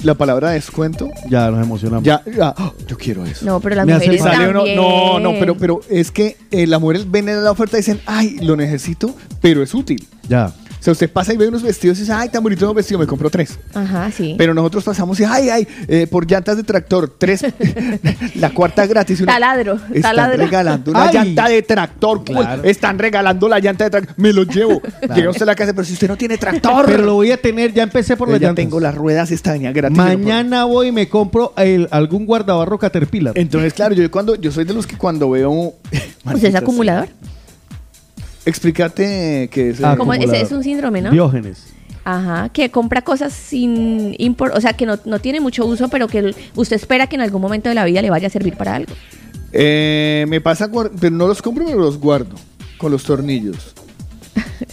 la palabra descuento.
Ya nos emocionamos.
Ya, ya, ¡ah! yo quiero eso.
No, pero las
Me
mujeres
hace- sale uno-
también.
no, no, pero, pero es que eh, las mujeres ven la oferta y dicen, ay, lo necesito, pero es útil.
Ya.
O sea, usted pasa y ve unos vestidos y dice, ay, tan bonito los vestidos, me compro tres.
Ajá, sí.
Pero nosotros pasamos y, ay, ay, eh, por llantas de tractor, tres, la cuarta gratis. y uno,
taladro,
están
taladro.
regalando una
Ay.
llanta de tractor. güey.
Claro.
Están regalando la llanta de tractor. Me lo llevo. Llega usted a la casa, pero si usted no tiene tractor.
Pero lo voy a tener, ya empecé por
Yo
las
Eh, ya
llantas.
tengo las ruedas, esta venía gratis.
Mañana voy y me compro el- algún guardabarro Caterpillar.
Entonces, claro, yo cuando yo soy de los que cuando veo.
¿Usted es acumulador?
Explícate qué es.
Como ese es un síndrome, ¿no?
Ah, Diógenes.
Ajá, que compra cosas sin import, o sea, que no, no tiene mucho uso, pero que el- usted espera que en algún momento de la vida le vaya a servir para algo.
Eh, me pasa, guar- pero no los compro, pero los guardo con los tornillos.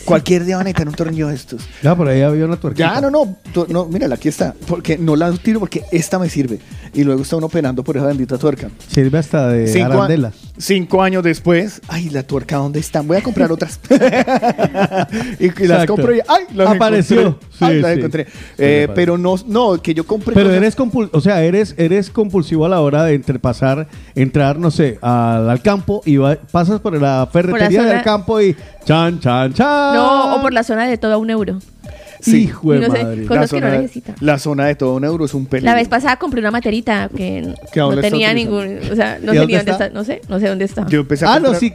Cualquier día van a necesitar un tornillo de estos.
Ya, por ahí había una tuerquita.
Ya, no, no, to- no, mírala, aquí está. Porque no la tiro porque esta me sirve. y luego está uno penando por esa bendita tuerca.
Sirve hasta de
Cinco, a-
arandela.
cinco años después, ay, la tuerca, ¿dónde están? Voy a comprar otras. y, y las
Exacto.
compro y, ay, las
Apareció.
encontré. Ay,
Sí,
las
sí.
encontré.
Sí, me
Eh,
parece.
pero no, no, que yo compré.
Pero
cosas-
eres, compul- o sea, eres, eres compulsivo a la hora de entre pasar, entrar, no sé, al, al campo y va- pasas por la ferretería
zona-
del campo y chan, chan, chan.
No, o por la zona de todo a un euro.
Ah. Sí.
Hijo de
No sé,
madre.
cosas
La
que no
zona de-
necesita.
La zona de todo un euro es un peligro.
La vez pasada compré una materita que
Que
no
ahora está
tenía
utilizando.
ningún, o sea, no
¿Y
sé
dónde
ni dónde
está?
está, no sé, no sé dónde está.
Yo empecé a
Ah, no,
comprar,
sí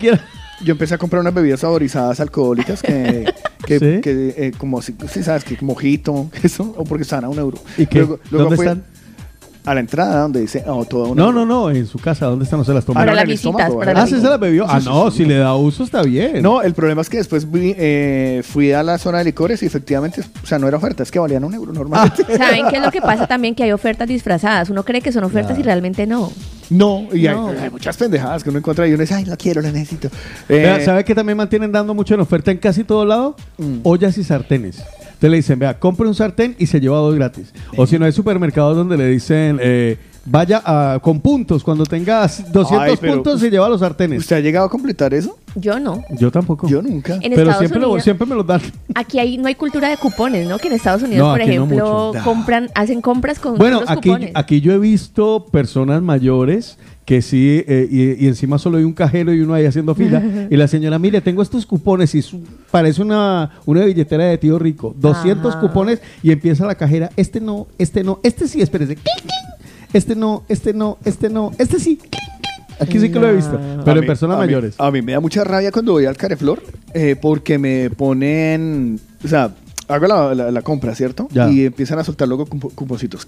Yo empecé a comprar unas bebidas saborizadas alcohólicas que, que, que, eh, como si, si sabes que mojito, eso, o porque están a un euro.
¿Y qué? ¿Dónde
fui
están?
A la entrada donde dice, oh, todo a un
No,
euro.
no, no, en su casa, ¿dónde están? No se las toman.
Para Ah, las en el visitas, estómago, para
Ah,
las
¿sí se
visitas.
las bebió. Ah,
Sí, sí,
no,
sí.
si le da uso está bien.
No, el problema es que después vi- eh, fui a la zona de licores y efectivamente, o sea, no era oferta, es que valían un euro
Ah,
normalmente.
¿Saben qué es lo que pasa también? Que hay ofertas disfrazadas. Uno cree que son ofertas y realmente no.
No, y hay-
No.
Hay, muchas pendejadas que uno encuentra y uno dice, ay, lo quiero, lo necesito. Eh, Mm.
Vea, ¿Sabe que también mantienen dando mucho en oferta en casi todo lado? Ollas y sartenes. Entonces le dicen, vea, compre un sartén y se lleva dos gratis. O si no, hay supermercados donde le dicen, eh, vaya a- con puntos. Cuando tengas 200
Ay, pero- pues,
puntos, se lleva los sartenes.
¿Usted ha llegado a completar eso?
Yo no.
Yo tampoco.
Yo nunca. En
Pero
Estados
siempre, lo-
Unidos-
siempre me los dan.
Aquí hay, no hay cultura de cupones, ¿no? Que en Estados Unidos,
No,
por
aquí no
ejemplo,
mucho.
compran, hacen compras con
Bueno,
los
aquí,
cupones.
aquí yo he visto personas mayores que sí, eh, y, y encima solo hay un cajero y uno ahí haciendo fila. y la señora, mire, tengo estos cupones y su- parece una, una billetera de tío rico. 200
Ajá.
cupones y empieza la cajera, este no, este no, este sí, espérese. clin, clin. Este no, este no, este no, este sí. clin, clin. Aquí sí que lo he visto,
A
pero en
mí-
personas
a mí-
mayores.
a mí me da mucha rabia cuando voy al Careflor eh, porque me ponen, o sea, hago la, la- la compra, ¿cierto?
Ya.
Y empiezan a soltar luego cupo- cuponcitos.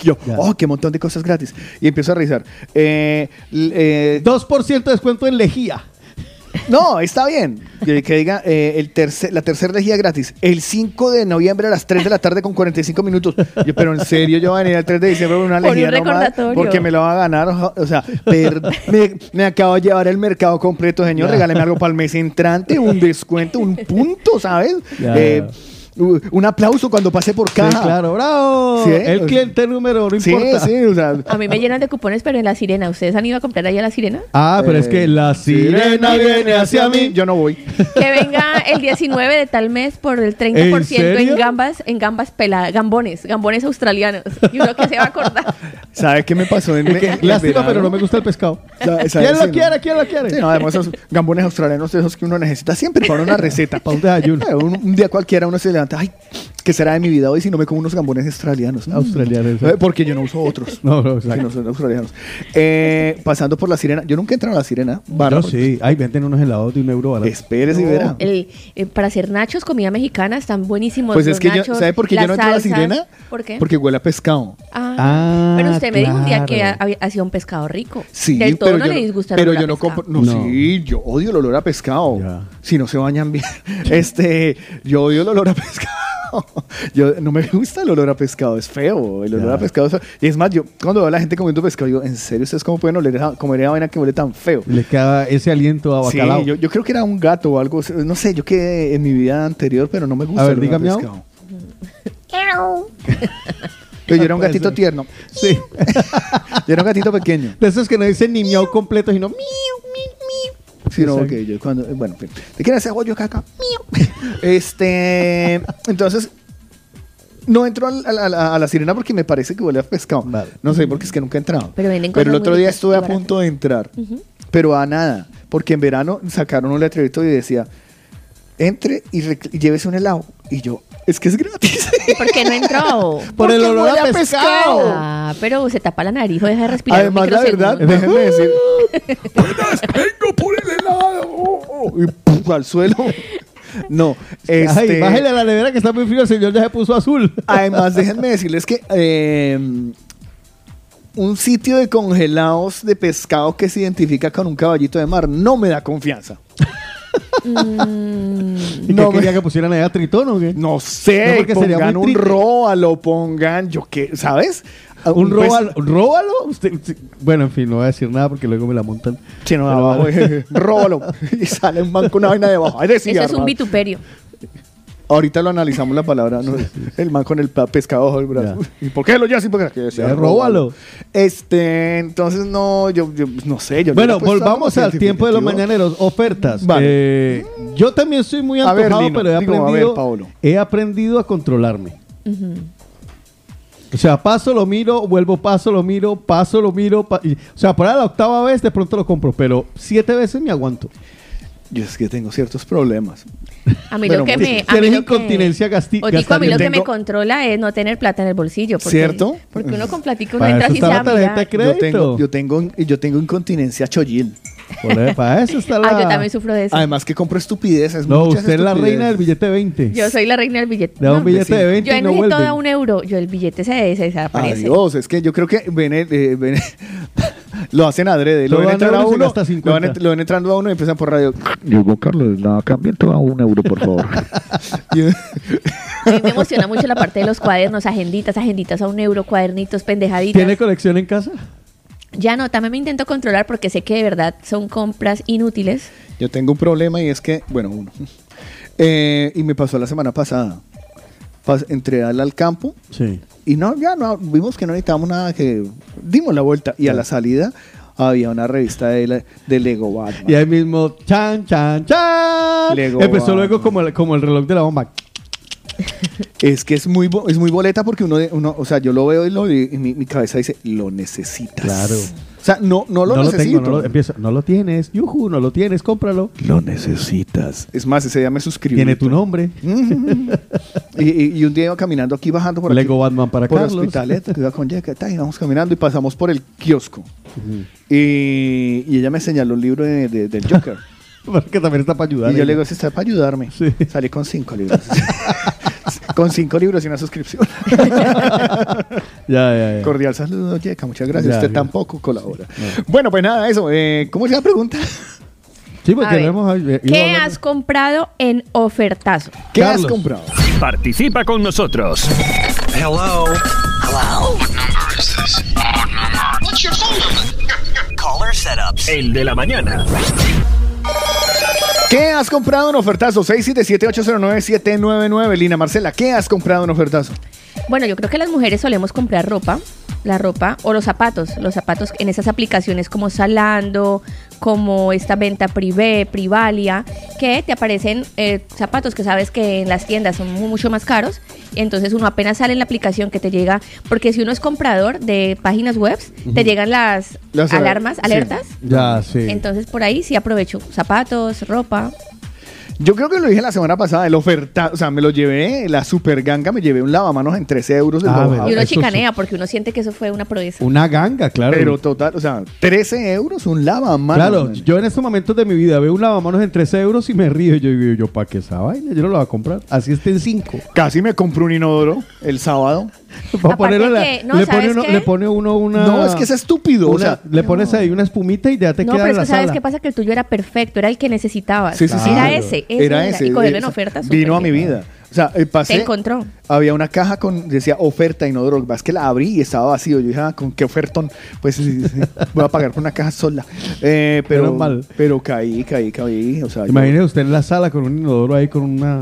Yo, oh, qué montón de cosas gratis. Y empiezo a revisar. Eh, l- eh,
2% de descuento en lejía.
No, está bien. Que que diga eh, el tercer, la tercera lejía gratis. El 5 de noviembre a las 3 de la tarde con 45 minutos. Yo, pero en serio, yo voy a venir el 3 de diciembre con una
Por un
lejía nomás
recordatorio.
porque me la va a ganar. oja- O sea, per- me, me acabo de llevar el mercado completo, señor.
Ya.
Regáleme algo para el mes entrante, un descuento, un punto, ¿sabes?
Ya.
Eh, u- un aplauso cuando pase por
Sí,
caja.
claro, bravo.
Sí,
El
o-
cliente número, no
Sí,
importa.
sí, o sea,
A mí me llenan de cupones, pero en la sirena. ¿Ustedes han ido a comprar ahí a la sirena?
Ah, pero es
Eh,
que la sirena viene hacia mí.
Yo no voy.
Que venga el 19 de tal mes por el 30% en,
serio?
gambas, en gambas peladas, gambones, gambones australianos. Y uno que se va a acordar.
¿Sabes qué me pasó en,
Y que,
en
lástima,
verano?
pero no me gusta el pescado.
assim,
¿Sabes?
¿Quién
Sí,
lo
no.
quiere? ¿Quién lo quiere?
Sí, no,
é,
además esos gambones australianos, esos que uno necesita siempre para una receta.
Para un desayuno.
Claro, Un, un día cualquiera uno se levanta, ay, ¿qué será de mi vida hoy si no me como unos gambones australianos? Mm.
Australianos.
Eh, Porque yo no uso otros.
No, no,
que
exacto.
no son australianos. Eh, pasando por la sirena, yo nunca he entrado a la sirena. pues.
Yo sí. Ay, venden unos helados de un euro barato.
Espérese y verá.
El, eh, para hacer nachos, comida mexicana, están buenísimos.
Pues
los
es que yo,
nachos,
¿sabe por qué yo
las
no entro a la
salsas.
sirena?
¿Por qué?
Porque huele a pescado.
Ah,
Ah,
pero usted me dijo un día que ha-
claro.
había- hacía un pescado rico.
Sí,
Del todo
pero
no
yo
le
no-
disgusta el
pero
olor a
yo no
pescado.
compro. No,
No.
sí, yo odio el olor a pescado. Si no se bañan bien. Este, yo odio el olor a pescado. Yo, no me gusta el olor a pescado, es feo. El olor
Ya.
a pescado es feo. Y es más, yo cuando veo a la gente comiendo pescado, digo, ¿en serio ustedes cómo pueden oler a, comer a vaina que huele tan feo?
Le queda ese aliento a
Sí,
bacalao.
yo, yo creo que era un gato o algo. No sé, yo quedé en mi vida anterior, pero no me gusta
A ver,
el olor
diga miau.
pescado. Yo era un
Puede
gatito
ser.
tierno.
Sí.
Yo era un gatito pequeño.
De esos que no dicen ni miau completo, sino miau.
Sí, no,
Exacto.
que yo cuando, eh, bueno, en fin. ¿te quieres hacer hoyo caca? Mío. Este, entonces, no entro al- al- al- a, la sirena porque me parece que huele a pescado. No sé, porque es que nunca he entrado.
Pero venden
Pero el
cosas
otro
muy
día
ricas y
estuve a
baratas.
punto de entrar,
Ujú.
pero a nada, porque en verano sacaron un letrerito y decía, entre y, rec- y llévese un helado. Y yo, es que es gratis.
¿Y ¿Por qué no entró?
Por el olor
huele
a pescado.
Ah, pero se tapa la nariz o deja de respirar. un
Además, la verdad, ¡Uh!
microsegundo.
déjenme decir, Oh, y puf, al suelo. No,
Ay,
este,
bájale a la nevera que está muy frío, el señor ya se puso azul.
Además, déjenme decirles que eh, un sitio de congelados de pescado que se identifica con un caballito de mar no me da confianza.
¿Y
no
qué quería que pusieran allá tritón o qué?
No sé,
porque sería
pongan
muy
un
triste.
róbalo, pongan yo qué, ¿sabes? Ah,
¿Un
pes-
róbalo? ¿Róbalo? Usted- usted- bueno, en fin, no voy a decir nada porque luego me la montan.
Chino de
Pero
abajo,
vale.
róbalo. Y sale un banco una vaina de abajo. Ay, decía,
Eso es un
hermano.
vituperio.
Ahorita lo analizamos la palabra. ¿no? El man con el pa- pescado bajo el brazo. ¿Y por qué lo llevas? Porque que decía,
Ya,
róbalo.
róbalo.
Este, entonces no, yo, yo no sé. Yo le
Bueno,
hubiera puesto
volvamos
algo
al tiempo de los
científico.
mañaneros. Ofertas.
Vale.
Eh, yo también soy muy
A ver,
antojado,
Lino,
pero he
digo, a ver,
aprendido,
Paolo.
he aprendido a controlarme. O sea, paso, lo miro, vuelvo, paso, lo miro, paso, lo miro. pa- y- o sea, por ahí la octava vez de pronto lo compro, pero siete veces me aguanto.
Yo es que tengo ciertos problemas.
A mí
Bueno,
lo que me. A mí
tienes
lo que-
incontinencia gasti-
Otico, a mí
gastaria.
lo que me
Tengo-
controla es no tener plata en el bolsillo. Porque,
¿Cierto?
Porque uno con platico no
Para
entra
eso
y se
está la tarjeta
amiga.
de Yo tengo, yo tengo, yo tengo incontinencia chollil.
para eso está
la- Ah, yo también sufro de eso.
Además que compro estupideces.
No,
muchas
usted es la
estupideces.
reina del billete de 20.
Yo soy la reina del billete. pues
Le da un billete de 20
Yo
y no
enojé todo
vuelven.
a un euro. Yo el billete se, se desaparece.
Adiós, es que yo creo que ven, el- eh, ven- lo hacen adrede. Lo
Todo
ven
van
entrar a
euros y
uno,
gasta
lo van,
50.
ent- lo ven entrando a uno y empiezan por radio.
Digo, Carlos, la cambien toda a un euro, por favor.
A mí me emociona mucho la parte de los cuadernos, agenditas, agenditas a un euro, cuadernitos, pendejaditas.
¿Tiene colección en casa?
Ya no, también me intento controlar porque sé que de verdad son compras inútiles.
Yo tengo un problema y es que, bueno, uno. Eh, y me pasó la semana pasada. Pas- entré al, al campo
Sí.
y no, ya no, vimos que no necesitábamos nada, que dimos la vuelta. Y a la salida había una revista de, la- de Lego Batman.
Y ahí mismo, chan, chan, chan.
Lego
Empezó
Batman.
luego como el, como el reloj de la bomba.
Es que es muy, bo- es muy boleta porque uno, de- uno, o sea, yo lo veo y, lo, y mi, mi cabeza dice, lo necesitas.
Claro.
O sea, no, no lo necesito.
tengo, no lo, empiezo, no lo tienes, yuju, no lo tienes, cómpralo.
Lo necesitas. Es más, ese día me suscribí.
Tiene tu nombre.
y, y- y un día iba caminando aquí, bajando por
Lego
aquí.
Batman para
por
Carlos.
Hospitalet, que iba con Jeca, ta, y vamos caminando y pasamos por el kiosco. Y, y ella me señaló el libro de- de- del Joker.
Porque también está para ayudar.
Y yo le
ella.
digo, "Ese está para ayudarme. Salí con cinco libros. con cinco libros y una suscripción.
Ya, ya, ya.
Cordial saludo, Jeca. Muchas gracias.
Ya,
Usted
ya.
tampoco colabora. Bueno, pues nada, eso. eh, ¿Cómo es la pregunta?
Sí, pues
porque A ver, no
eh,
¿Qué
hablando-
has comprado en ofertazo?
¿Qué has comprado?
Participa con nosotros.
Hello. Hello. What number is this? What number? What's your phone number? Caller setups. El de la mañana.
¿Qué has comprado en ofertazo? 677-809-799. Lina Marcela, ¿qué has comprado en ofertazo?
Bueno, yo creo que las mujeres solemos comprar ropa, la ropa o los zapatos, los zapatos en esas aplicaciones como Zalando, como esta venta Privé, Privalia, que te aparecen eh, zapatos que sabes que en las tiendas son mu- mucho más caros, y entonces uno apenas sale en la aplicación que te llega, porque si uno es comprador de páginas web, te
Ujú.
llegan las,
Las aler-
alarmas,
sí.
alertas,
Ya, sí.
entonces por ahí sí aprovecho zapatos, ropa.
Yo creo que lo dije la semana pasada, el ofertazo, o sea, me lo llevé, la super ganga, me llevé un lavamanos en 13 euros. del
Ah,
Bauhaus.
verdad.
Y uno
eso sí.
chicanea porque uno siente que eso fue una proeza.
Una ganga, claro.
Pero total, o sea, 13 euros, un lavamanos.
claro,
man.
yo en estos momentos de mi vida veo un lavamanos en 13 euros y me río. Yo digo, yo, ¿para qué esa vaina? Yo no la voy a comprar. Así está en 5.
Casi me compré un inodoro el sábado.
Va a ponerle la-
que- no,
le,
¿sabes
pone uno,
qué?
le pone uno una.
No, es que es estúpido, o
una-
sea,
le pones ahí una espumita y ya te
no,
queda en
pero es
la
que sabes
sala.
qué pasa que el tuyo era perfecto, era el que necesitabas.
Sí, sí, sí.
Era
Claro.
ese, ese
Era
era.
ese,
Y cogerlo en
esa-
oferta. súper
Vino a mi
bien.
vida. O sea, eh, pasé.
Te encontró.
Había una caja con, decía oferta inodoro. Vas que la abrí y estaba vacío. Yo dije, ah, ¿con qué ofertón? Pues sí, sí, voy a pagar por una caja sola. Eh, pero,
Menos mal.
pero caí, caí, caí. O sea, yo-
Imagínese usted en la sala con un inodoro ahí con una.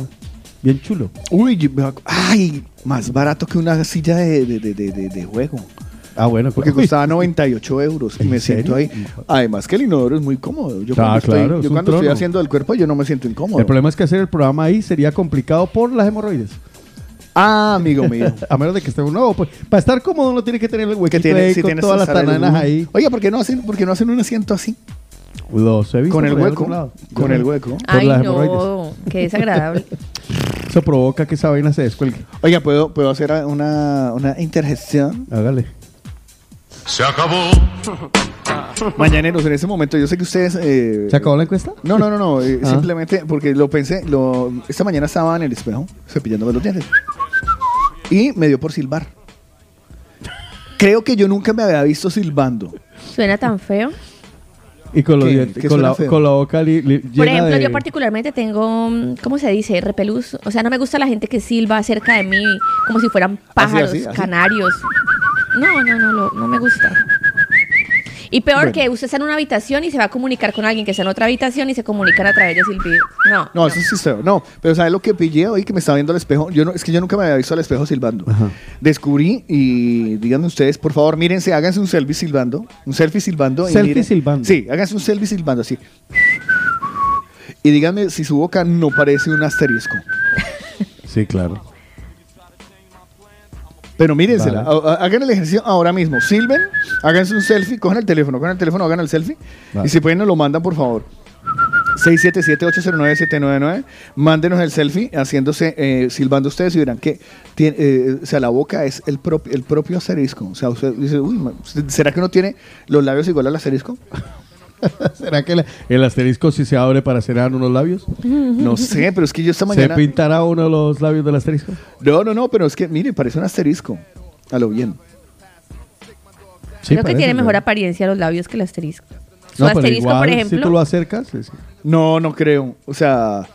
Bien chulo.
Uy, yo- ay, más barato que una silla de, de- de- de- de- de juego.
Ah, bueno,
Porque
claro.
costaba 98 euros y me siento ahí. Además que el inodoro es muy cómodo. Yo
Ah,
cuando, estoy,
claro,
yo
es un
cuando estoy
trono.
haciendo el cuerpo yo no me siento incómodo.
El problema es que hacer el programa ahí sería complicado por las hemorroides.
Ah, amigo mío.
a menos de que esté uno. no, pues, para estar cómodo uno tiene que tener el
que
huequito
tiene,
ahí
sí
con
tienes
todas
que
las
usar el-
tananas ahí.
Oye, ¿por qué no hacen, por qué no hacen un asiento así?
Los he visto
Con el
por ahí en
hueco,
algún lado.
con el hueco.
Por
Ay,
las hemorroides.
no, qué desagradable.
Eso provoca que esa vaina se descuelgue.
Oiga, ¿puedo, puedo hacer una, una interjección?
Hágale.
Se acabó. Mañaneros, en ese momento, yo sé que ustedes... eh,
¿Se acabó la encuesta?
No, no, no, no. eh,
Ah.
Simplemente porque lo pensé. Lo, esta mañana estaba en el espejo cepillándome los dientes. Y me dio por silbar. Creo que yo nunca me había visto silbando.
Suena tan feo.
Y con, los
¿Qué?
dientes-
¿Qué
con,
suena
la,
feo?
con la boca li- li- llena
Por ejemplo,
de...
yo particularmente tengo, mm, ¿cómo se dice? Repelús. O sea, no me gusta la gente que silba cerca de mí como
¿Ah,
si fueran pájaros,
así, así.
canarios. No, no, no, no, no me gusta. Y peor
Bueno.
que usted está en una habitación y se va a comunicar con alguien que está en otra habitación y se comunican a través de silbido. No.
No, eso sí feo. No, pero ¿sabes lo que pillé hoy que me estaba viendo al espejo? Yo no, es que yo nunca me había visto al espejo silbando. Descubrí y díganme ustedes, por favor, mírense, háganse un selfie silbando. Un selfie silbando. y
Selfie
miren-
silbando.
Sí, háganse un selfie silbando así. Y díganme si su boca no parece un asterisco.
Sí, claro.
Pero mírensela,
Vale.
ha- ha- hagan el ejercicio ahora mismo. Silben, háganse un selfie, cojan el teléfono, cojan el teléfono, hagan el selfie.
Vale.
Y si pueden, nos lo mandan, por favor. 677-809-799. Mándenos el selfie haciéndose, eh, silbando ustedes y verán que tiene, eh, o sea, la boca es el, prop- el propio asterisco. O sea, usted dice, uy, ma- ¿será que uno tiene los labios igual al asterisco?
¿Será que la- el asterisco si se abre para cerrar unos labios?
No sé, pero es que yo esta
¿Se
mañana.
pintará uno de los labios del asterisco?
No, no, no, pero es que, mire, parece un asterisco. A lo bien.
Creo que tiene mejor apariencia los labios que el asterisco. Su
No, pero
asterisco,
igual,
por
si
ejemplo.
tú lo haces-
¿Cercas?
No, no creo. O sea,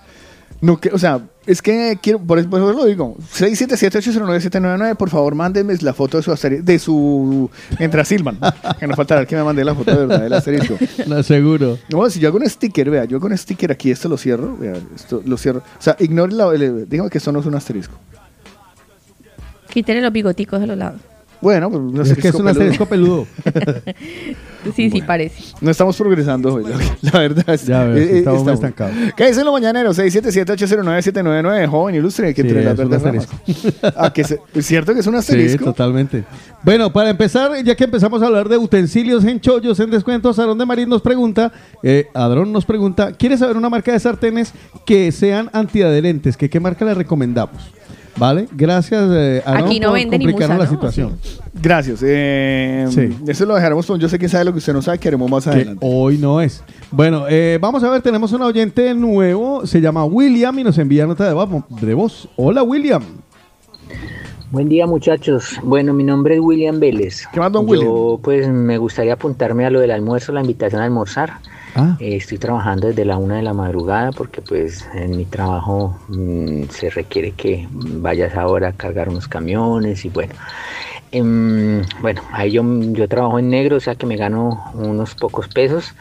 no que, o sea, es que quiero, por eso, por eso lo digo. 677-809-799, por favor, mándenme la foto de su asterisco, de su mientras silban. que nos faltará el que me mande la foto de verdad del asterisco.
No, seguro.
No, si yo hago un sticker, vea, yo hago un sticker aquí, esto lo cierro, vea, esto lo cierro. O sea, ignore la, el- dígame que esto no es un asterisco.
Quítele los bigoticos de los lados.
Bueno, pues un
Es que es un asterisco peludo.
Sí, sí, parece.
No estamos progresando hoy, la, la verdad. es-
Ya veo,
eh,
sí,
eh,
estamos muy estancados.
¿Qué dicen los mañaneros? 677-809-799, joven ilustre, que
Sí,
entre las
es un
verdes ramas. Ah, que se- ¿Es cierto que es un asterisco?
Sí, totalmente. Bueno, para empezar, ya que empezamos a hablar de utensilios en chollos, en descuentos, Aarón de Marín nos pregunta, eh, Adrón nos pregunta, ¿quiere saber una marca de sartenes que sean antiadherentes? ¿Qué, qué marca le recomendamos? ¿Vale? Gracias, eh, Aarón,
Aquí no
por
venden
complicarnos la
Imusa, ¿no?
situación.
Gracias. eh,
Sí.
Eso lo dejaremos con yo sé que sabe lo que usted no sabe, que haremos más
Que
adelante.
hoy no es. Bueno, eh, vamos a ver, tenemos un oyente nuevo, se llama William y nos envía nota de vo- de voz. Hola, William.
Buen día muchachos. Bueno, mi nombre es William Vélez.
¿Qué más,
Yo pues me gustaría apuntarme a lo del almuerzo, la invitación a almorzar.
Ah.
Eh, estoy trabajando desde la una de la madrugada porque pues en mi trabajo mm, se requiere que vayas ahora a cargar unos camiones y bueno. Em, bueno, ahí yo, yo trabajo en negro, o sea que me gano unos pocos pesos.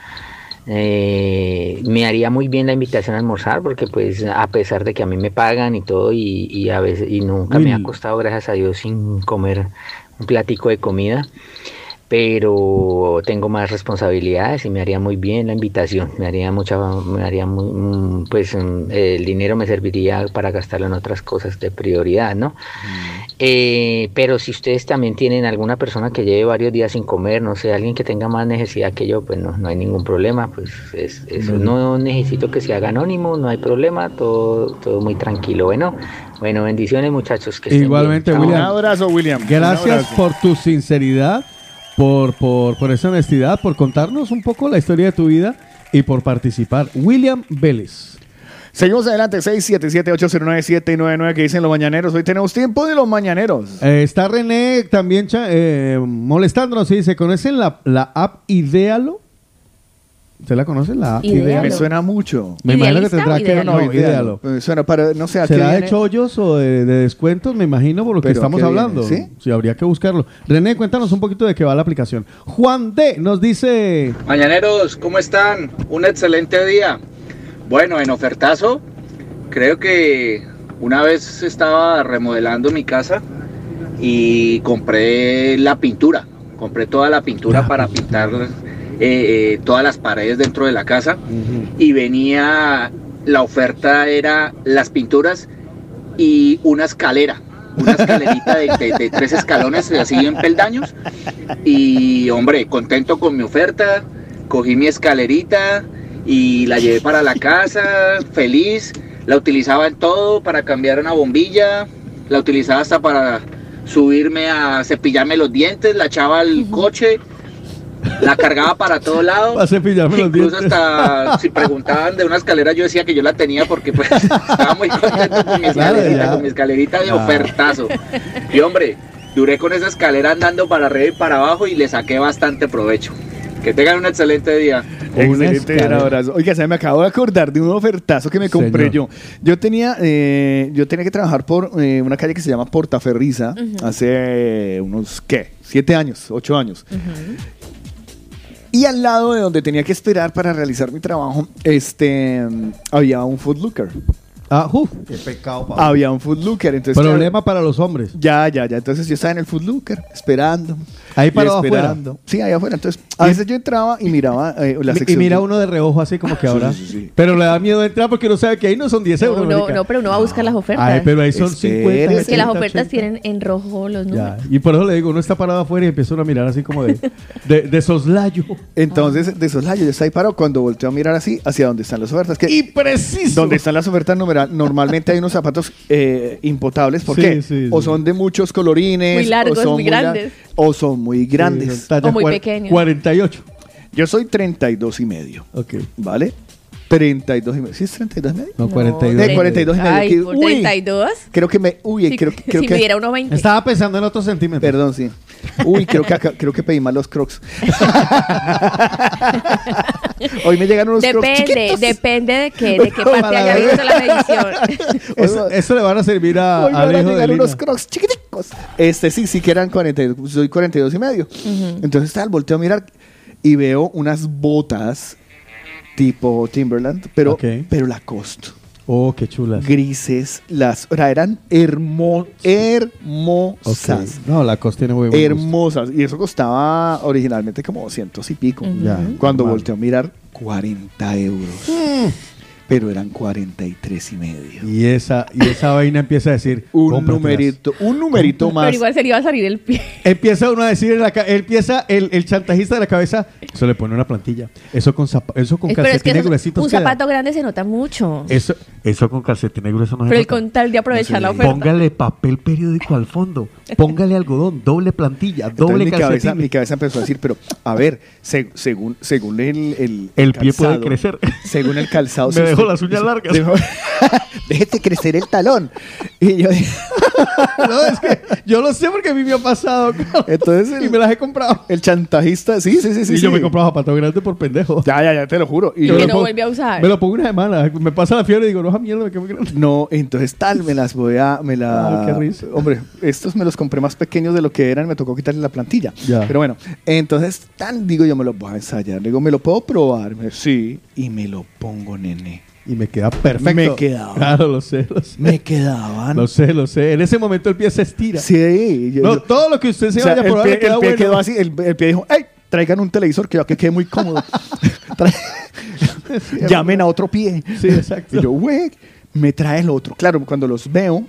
Eh, me haría muy bien la invitación a almorzar porque pues a pesar de que a mí me pagan y todo y, y a veces y nunca me ha
Will.
costado gracias a Dios sin comer un platico de comida pero tengo más responsabilidades y me haría muy bien la invitación me haría mucha me haría muy, mm, pues mm, el dinero me serviría para gastarlo en otras cosas de prioridad no eh, pero si ustedes también tienen alguna persona que lleve varios días sin comer, no sé, alguien que tenga más necesidad que yo, pues no, no hay ningún problema, pues es- eso no necesito que se haga anónimo, no hay problema, todo, todo muy tranquilo. Bueno, bueno, bendiciones muchachos. Que estén
Igualmente,
bien. Chao.
William.
Un abrazo, William. Un
Gracias
abrazo.
por tu sinceridad, por, por, por esa honestidad, por contarnos un poco la historia de tu vida y por participar. William Vélez.
Seguimos adelante, 677-809-799, que dicen los mañaneros. Hoy tenemos tiempo de los mañaneros.
Eh, está René también cha- eh, molestándonos y dice, ¿conocen la, la app Idealo? ¿Usted la conoce, la app Idealo?
Me suena mucho.
Me imagino que tendrá que...
No,
no, Idealo.
Me Pues, suena para, no sé, ¿a qué
¿Será de
viene?
chollos o de, de descuentos? Me imagino por lo que
Pero, ¿a
estamos
qué viene?
hablando.
¿Sí?
Sí, habría que buscarlo. René, cuéntanos un poquito de qué va la aplicación. Juan D nos dice...
Mañaneros, ¿cómo están? Un excelente día. Bueno, en ofertazo, creo que una vez estaba remodelando mi casa y compré la pintura. Compré toda la pintura para pintar eh, eh, todas las paredes dentro de la casa y venía, la oferta era las pinturas y una escalera, una escalerita de, de- de tres escalones así en peldaños. Y hombre, contento con mi oferta, cogí mi escalerita y la llevé para la casa, feliz, la utilizaba en todo para cambiar una bombilla, la utilizaba hasta para subirme a cepillarme los dientes, la echaba al coche, la cargaba para todo lado.
Para cepillarme los
Incluso
dientes.
hasta si preguntaban de una escalera, yo decía que yo la tenía porque pues estaba muy contento con mi
Claro,
escalerita,
ya.
con mi escalerita de
Ah.
ofertazo. Y hombre, duré con esa escalera andando para arriba y para abajo y le saqué bastante provecho. Que tengan un excelente día.
Excelente gran abrazo. Oiga, se me acabo de acordar de un ofertazo que me compré
Señor.
yo. Yo tenía, eh, yo tenía que trabajar por eh, una calle que se llama Portaferriza hace unos, ¿qué? Siete años, ocho años. Y al lado de donde tenía que esperar para realizar mi trabajo, este, había un food looker.
Ah, uf.
Qué pecado,
Ah,
Había un food looker. Entonces,
Problema para los hombres.
Ya, ya, ya. Entonces yo estaba en el food looker esperando.
Ahí
y
parado afuera.
esperando. Sí, ahí afuera. Entonces, a veces yo entraba y miraba eh, la
Mi-
sección.
Y mira
de-
uno de reojo así como que ahora.
Sí, sí, sí.
Pero le da miedo entrar porque uno sabe que ahí no son 10 euros.
No, no,
marica.
no, pero uno va a buscar las ofertas.
Ay, pero ahí son
Espere.
50.
Es que las
80,
ofertas
80.
tienen en rojo los
Ya,
números.
Y por eso le digo, uno está parado afuera y empieza uno a mirar así como de, de, de soslayo.
Entonces, de soslayo, yo estaba ahí parado cuando volteo a mirar así hacia donde están las ofertas. Que
y preciso.
Donde están las ofertas numeral- normalmente hay unos zapatos eh, impotables. ¿Por
Sí,
qué?
sí,
O
sí.
son de muchos colorines.
Muy largos,
o son
muy
lar-
grandes.
O son muy grandes.
Sí, son talla O muy cuar- pequeños. 48.
Yo soy 32 y medio.
Ok.
¿Vale? 32 y medio. ¿Sí es 32 y medio?
No, 42.
De 42 y medio.
Ay,
Que-
por
uy,
32.
Creo que me. Uy,
Si-
creo, creo
si
que.
midiera 1.20.
Estaba pensando en otros centímetros.
Perdón, sí. Uy, creo que, acá- creo que pedí mal los crocs. Hoy me llegaron unos crocs
Depende,
chiquitos.
depende de qué, de qué parte
Ojalá,
haya
¿verdad?
visto la medición.
Eso, eso le van a servir a,
Hoy me
al
van a
hijo de
llegar
Lina.
unos crocs chiquiticos. Este sí, sí que eran 42, soy 42 y medio. Entonces tal, volteo a mirar y veo unas botas tipo Timberland, pero,
Ok.
pero la costo.
Oh, qué chulas.
Grises, las o sea, eran hermo-
Ok.
hermosas.
No, la cos tiene muy buen gusto.
Hermosas. Y eso costaba originalmente como 200 y pico.
Ujú. Ya,
Cuando
normal.
volteo a mirar, 40 euros. Pero eran 43 y medio.
Y esa, y esa vaina empieza a decir
Un
"Cómpratelas".
numerito, un numerito
Pero
más.
igual se le iba a salir el pie.
Empieza uno a decir, en la ca- empieza el, el chantajista de la cabeza, eso le pone una plantilla. Eso con, zapa- eso con
Eh, Pero es que
calcetines
eso-
gruesitos
un
queda.
zapato grande se nota mucho.
Eh,
Eso, eso con calcetines gruesos no se
Pero el
nota.
con tal de aprovechar la oferta.
Póngale papel periódico al fondo. Póngale algodón, doble plantilla,
Entonces,
doble
mi cabeza,
calcetín.
mi cabeza empezó a decir, pero a ver, se- según, según el, el,
El pie puede crecer.
Según el calzado.
Me
si
dejó
usted-
las uñas
si-
largas.
dejó- Déjete crecer el talón. Y yo dije,
No, es que yo lo sé porque a mí me ha pasado. Carlos.
entonces el,
y me las he comprado.
el chantajista, sí, sí, sí, sí.
y yo
sí.
me he comprado zapatos grandes por pendejo.
Ya, ya, ya, te lo juro. Y
Y
yo-
que
lo
no
pongo-
vuelve a usar.
Me lo pongo una semana. Me pasa la fiebre y digo, no, esa mierda, me quedo grande.
No, entonces tal, me las voy a. Me la...
Ah, qué risa.
Hombre, estos me los compré más pequeños de lo que eran, me tocó quitarle la plantilla.
Ya.
Pero bueno, entonces tan, digo yo, me los voy a ensayar. Digo, ¿me lo puedo probar? Me- sí. Y me lo pongo, nene.
Y me queda perfecto. Ah,
Me quedaba.
Claro, lo sé, lo sé.
Me quedaban.
Lo sé, lo sé. En ese momento el pie se estira.
Sí. yo-
no,
yo-
todo lo que usted se
o sea,
vaya a probar
el
le
pie,
queda
el pie
bueno.
quedó así, el, el pie dijo, ¡ay! Traigan un televisor que yo que quede muy cómodo. Tra- Llamen a otro pie.
Sí, exacto.
Y yo, güey, me trae el otro. Claro, cuando los veo,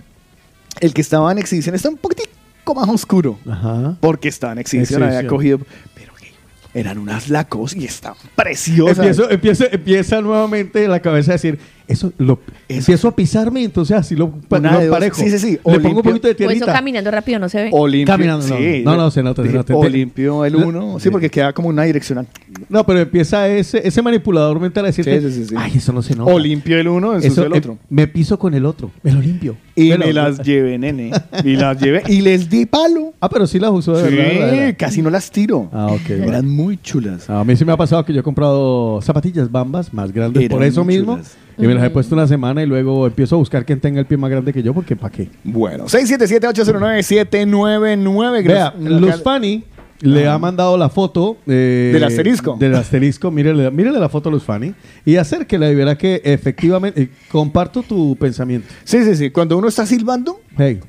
el que estaba en exhibición está un poquitico más oscuro.
Ajá.
Porque estaba en exhibición, había
Exhibición.
cogido. Pero güey, eran unas lacos y estaban preciosas.
Empiezo, empiezo- empieza nuevamente la cabeza a decir, eso, lo, empiezo a pisarme, entonces así lo, pa-
Una
lo
de dos.
parejo.
Sí, sí, sí. O
Le pongo
limpio-
un poquito de
O eso
tierrita.
caminando rápido no se ve.
O limpio.
Caminando, no.
sí.
No, no, se nota, se
Dije,
nota.
O limpio el uno. Sí,
Sí.
porque queda como una direccional.
No, pero empieza ese, ese manipulador mental a decirte,
Sí, sí, sí, sí.
ay, eso no se nota.
O limpio el uno, ensucio
Eso,
el
eh,
otro.
me piso con el otro, me lo limpio.
Y
Bueno,
me las llevé, nene. Y las llevé. Y les di palo.
Ah, pero sí las usó de
Sí,
verdad. de verdad.
casi no las tiro.
Ah, ok. bueno.
Eran muy chulas.
A mí sí me ha pasado que yo he comprado zapatillas bambas más grandes
Eran
por eso
muy
mismo.
chulas.
Y me las he puesto una semana y luego empiezo a buscar quien tenga el pie más grande que yo porque ¿para qué?
Bueno, 677-809-799.
Vea,
gracias.
Luz Fanny le ha mandado la foto eh,
Del asterisco.
Del asterisco, mírele, mírele la foto a Luz Fanny y acérquela y verá que efectivamente eh, comparto tu pensamiento.
Sí, sí, sí. Cuando uno está silbando,
Hey,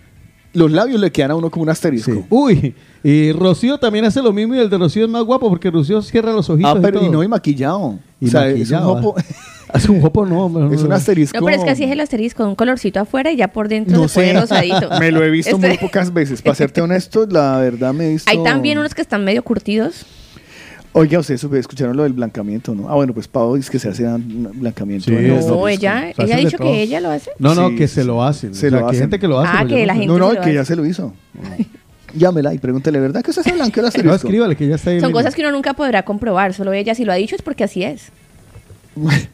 los labios le quedan a uno como un
sí.
asterisco.
Uy, y Rocío también hace lo mismo y el de Rocío es más guapo porque Rocío cierra los ojitos.
Ah,
y,
pero y
todo.
no, y maquillado.
Y
o sea,
maquillado,
es un, jopo-
Hace un jopo, no. no, no,
es un
no.
asterisco.
No, pero es que así es el asterisco, un colorcito afuera y ya por dentro
No
se pone
sé.
rosadito.
Me lo he visto
Este-
muy pocas veces. Para serte honesto, la verdad me he visto.
Hay también unos que están medio curtidos.
Oiga, ustedes escucharon lo del blancamiento, ¿no? Ah, bueno, pues Pau es que se hace un blancamiento.
Sí,
en
No,
los
es
No,
labios.
Se
ella, ella ha
hacen de
dicho
todo.
que ella lo hace.
No, no,
Sí,
que
sí,
se lo hacen.
se
o sea,
lo
que hay
hacen.
gente que lo hace.
Ah,
pero yo
que
no-
la gente
No, no,
se lo
que
hace.
ya se lo hizo. Llámela y pregúntele, ¿verdad que usted se blanqueó el asterisco?
No, escríbale, que ya está ahí.
Son cosas que uno nunca podrá comprobar, solo ella si lo ha dicho es porque así es.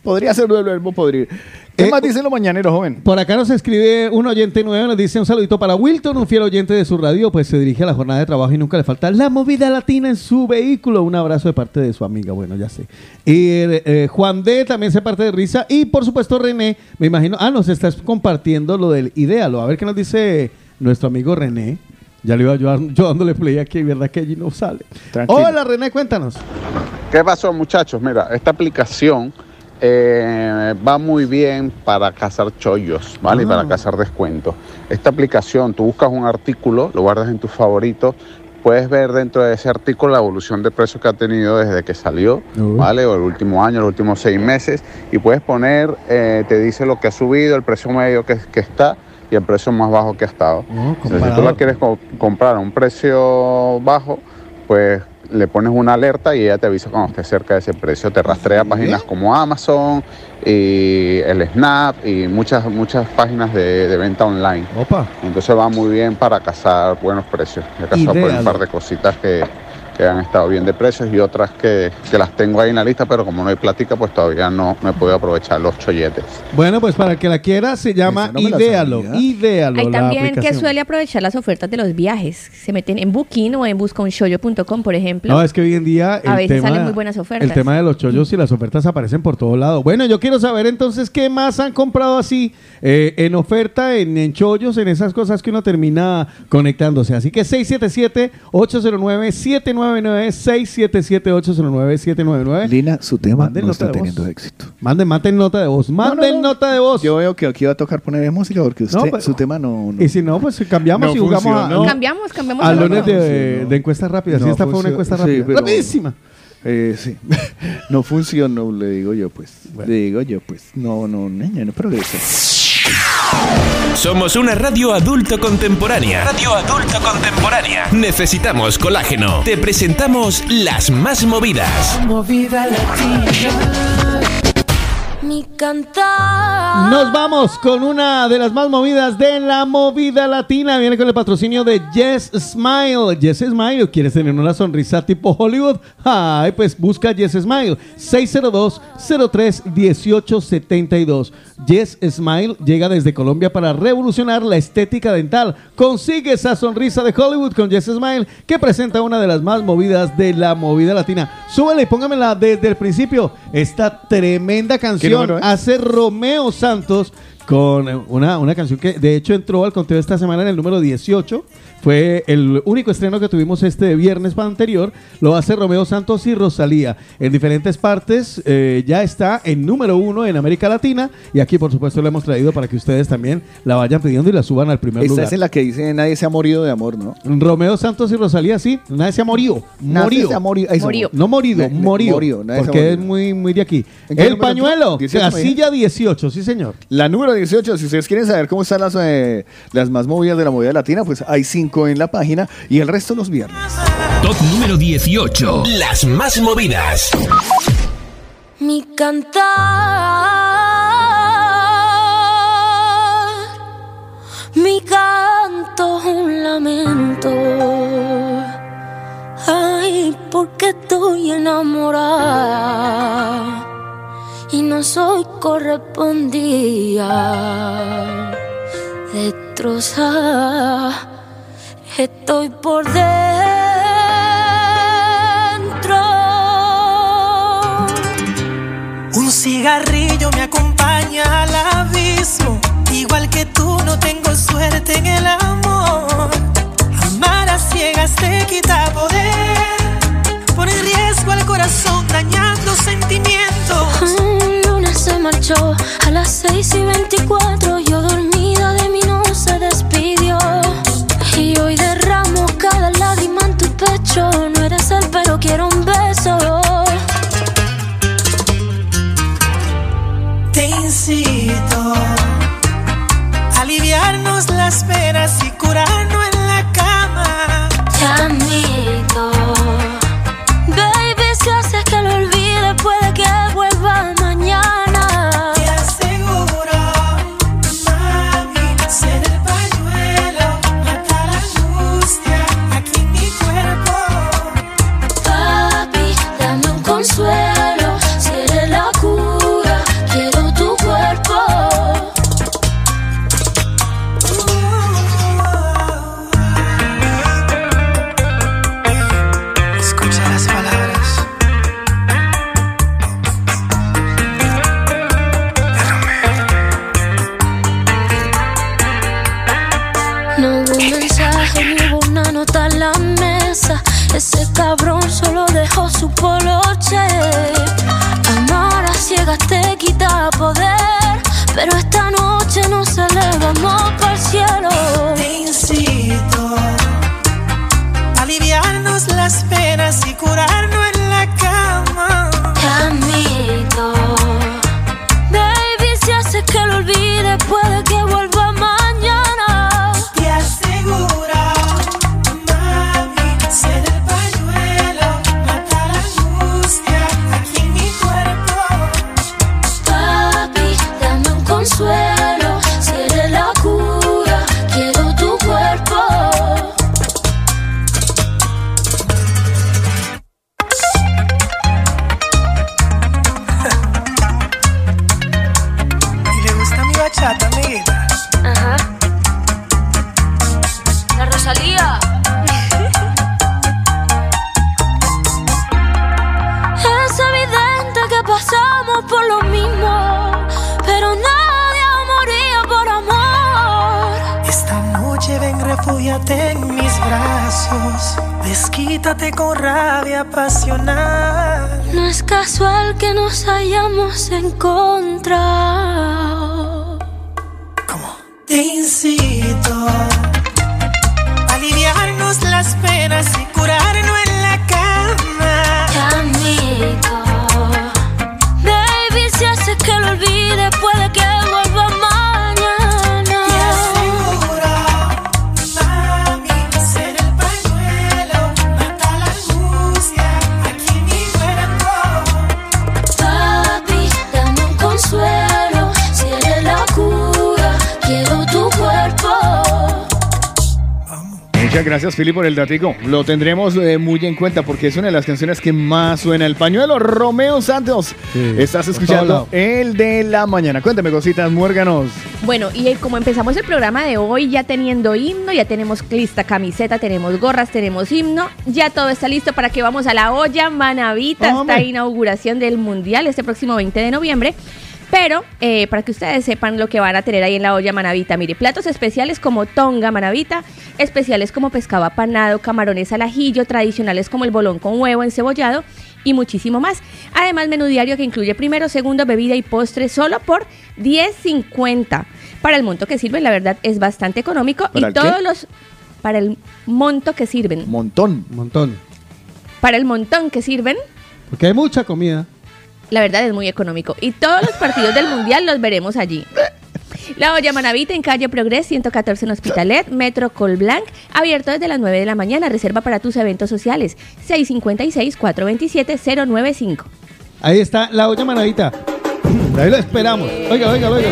Podría ser el verbo podrir. ¿Qué
Eh,
más dicen los mañaneros, joven?
Por acá nos escribe un oyente nuevo, nos dice un saludito para Wilton, un fiel oyente de su radio, pues se dirige a la jornada de trabajo y nunca le falta la movida latina en su vehículo. Un abrazo de parte de su amiga, bueno, ya sé. Y eh, eh, Juan D también se parte de risa. Y por supuesto René, me imagino, ah, nos estás compartiendo lo del idealo. A ver qué nos dice nuestro amigo René. Ya le iba yo, a- yo dándole play aquí, ¿verdad? Que allí no sale.
Tranquilo.
Hola René, cuéntanos.
¿Qué pasó muchachos? Mira, esta aplicación eh, va muy bien para cazar chollos, ¿vale? Y
Ah.
para cazar descuentos. Esta aplicación, tú buscas un artículo, lo guardas en tus favoritos, puedes ver dentro de ese artículo la evolución de precio que ha tenido desde que salió, ¿vale? O el último año, los últimos seis meses, y puedes poner, eh, te dice lo que ha subido, el precio medio que, que está y el precio más bajo que ha estado. Entonces, si tú la
comparador.
quieres co- comprar a un precio bajo, pues le pones una alerta y ella te avisa cuando esté cerca de ese precio. Te rastrea páginas como Amazon y el Snap y muchas, muchas páginas de, de venta online. Entonces va muy bien para cazar buenos precios. He cazado por
Ideal.
un par de cositas que, que han estado bien de precios y otras que, que las tengo ahí en la lista, pero como no hay plática, pues todavía no me puedo aprovechar los cholletes.
Bueno, pues para el que la quiera se llama
no me la
Idealo. Idealo.
Hay
la
también que
aplicación.
suele aprovechar las ofertas de los viajes. Se meten en Booking o en buscaunshoyo.com, por ejemplo.
No, es que hoy en día el
A veces
tema,
salen muy buenas ofertas.
El tema de los chollos y las ofertas aparecen por todos lados. Bueno, yo quiero saber entonces qué más han comprado así eh, en oferta, en, en chollos, en esas cosas que uno termina conectándose. Así que 677-809-799, 677-809-799. Lina, su tema
no está teniendo
éxito. Manden, maten nota de voz, manden nota de voz.
Yo veo que aquí va a tocar poner música porque usted,
No, pero-
su tema no, no-
Y si no, pues cambiamos
No
y jugamos a,
funcionó.
Cambiamos, cambiamos.
a
el
lunes
orden.
de, de encuestas rápidas. Sí,
No
esta fue una
funcionó.
encuesta
Sí,
rápida.
pero-
¡Rapidísima!
Eh, sí. no funcionó, le digo yo, pues. Le digo yo, pues. No, no, niña, no progresa.
Somos una radio adulto contemporánea. Radio adulto contemporánea. Necesitamos colágeno. Te presentamos las más movidas.
Movida latina. Mi cantar.
Nos vamos con una de las más movidas de la movida latina. Viene con el patrocinio de Yes Smile. Yes Smile, ¿quieres tener una sonrisa tipo Hollywood? Ay, pues busca Yes Smile. 602-03-1872. Yes Smile llega desde Colombia para revolucionar la estética dental. Consigue esa sonrisa de Hollywood con Yes Smile, que presenta una de las más movidas de la movida latina. Súbele y póngamela desde el principio. Esta tremenda canción
número es?
hace Romeo Santos con eh, una, una canción que de hecho entró al conteo esta semana en el número 18. Fue el único estreno que tuvimos este viernes anterior. Lo hace Romeo Santos y Rosalía. En diferentes partes eh, ya está en número uno en América Latina. Y aquí, por supuesto, lo hemos traído para que ustedes también la vayan pidiendo y la suban al primer
Esta
lugar.
es en la que dice nadie se ha morido de amor, ¿no?
Romeo Santos y Rosalía, sí. Nadie se ha morido.
Nadie
Morido.
se ha morido. Eso. Morido.
No morido,
Ne- ne-
morido.
morido, nadie se ha
Porque es
morido.
muy, muy de aquí.
¿En qué
El
número entró?
pañuelo,
18, me
casilla 18, sí, señor.
La número 18, si ustedes quieren saber cómo están las, eh, las más movidas de la movida latina, pues hay cinco en la página y el resto los viernes.
Top número 18. Las más movidas.
Mi cantar, mi canto es un lamento. Ay, porque estoy enamorada y no soy correspondida. Destrozada, estoy por dentro.
Un cigarrillo me acompaña al abismo. Igual que tú, no tengo suerte en el amor. Amar a ciegas te quita poder. Pone en riesgo al corazón, dañando sentimientos.
Un lunes se marchó a las 6 y 24. Yo dormida de mí no se despidió. Y hoy derramo cada lágrima en tu pecho. No eres él, pero quiero un beso.
Te incito a aliviarnos las penas y curarnos en la cama.
Te admito. Baby, si haces que lo olvide, puede que vuelva mañana.
Te aseguro, mami, ser el pañuelo mata la angustia aquí en mi cuerpo.
Papi, dame un consuelo. Si eres la cura, quiero tu cuerpo.
Escucha las palabras.
No hubo un mensaje, ni hubo una nota en la mesa. Ese cabrón solo dejó su poloche. Amar a ciegas te quita poder. Pero esta noche nos elevamos para el cielo.
Te incito a aliviarnos las penas y curarnos en la cama.
Camito, baby, si haces que lo olvide, puede que vuelva mañana.
Te asegura, mami, ser el pañuelo, mata la angustia aquí en mi cuerpo.
Papi, dame un consuelo. Si eres la cura, quiero tu cuerpo.
Y le gusta mi bachata, amiguita.
Ajá. La Rosalía. Es evidente que pasamos por lo mismo, pero nadie moría por amor.
Esta noche ven, refúgiate en mis brazos. Desquítate con rabia apasionada.
No es casual que nos hayamos encontrado.
Te incito a aliviarnos las penas y curarnos en la cama.
Camito, baby, si haces que lo olvide, puede que vuelva mañana.
Te aseguro, mami, ser el pañuelo, mata la angustia aquí en mi cuerpo.
Papi, dame un consuelo. Si eres la cura, quiero tu cuerpo.
Muchas gracias, Philly, por el datico. Lo tendremos eh, muy en cuenta porque es una de las canciones que más suena el pañuelo. Romeo Santos, estás
por
escuchando
todo lado.
el de la mañana. Cuéntame cositas, muérganos.
Bueno, y eh, como empezamos el programa de hoy, ya teniendo himno, ya tenemos lista camiseta, tenemos gorras, tenemos himno, ya todo está listo para que vamos a la olla manavita, esta inauguración del Mundial este próximo 20 de noviembre. Pero eh, para que ustedes sepan lo que van a tener ahí en la olla manavita, mire, platos especiales como tonga manavita, especiales como pescado apanado, camarones al ajillo, tradicionales como el bolón con huevo encebollado y muchísimo más. Además, menú diario que incluye primero, segundo, bebida y postre solo por 10.50. Para el monto que sirven, la verdad es bastante económico
¿Para
y
el
todos
qué?
los para el monto que sirven,
Montón. Montón.
para el montón que sirven,
Porque hay mucha comida.
la verdad es muy económico y todos los partidos del mundial los veremos allí. La olla Manavita en calle Progres 114 en Hospitalet, Metro Colblanc, abierto desde las 9 de la mañana, reserva para tus eventos sociales 656-427-095.
Ahí está la olla manadita. Ahí lo esperamos. Oiga, oiga, oiga.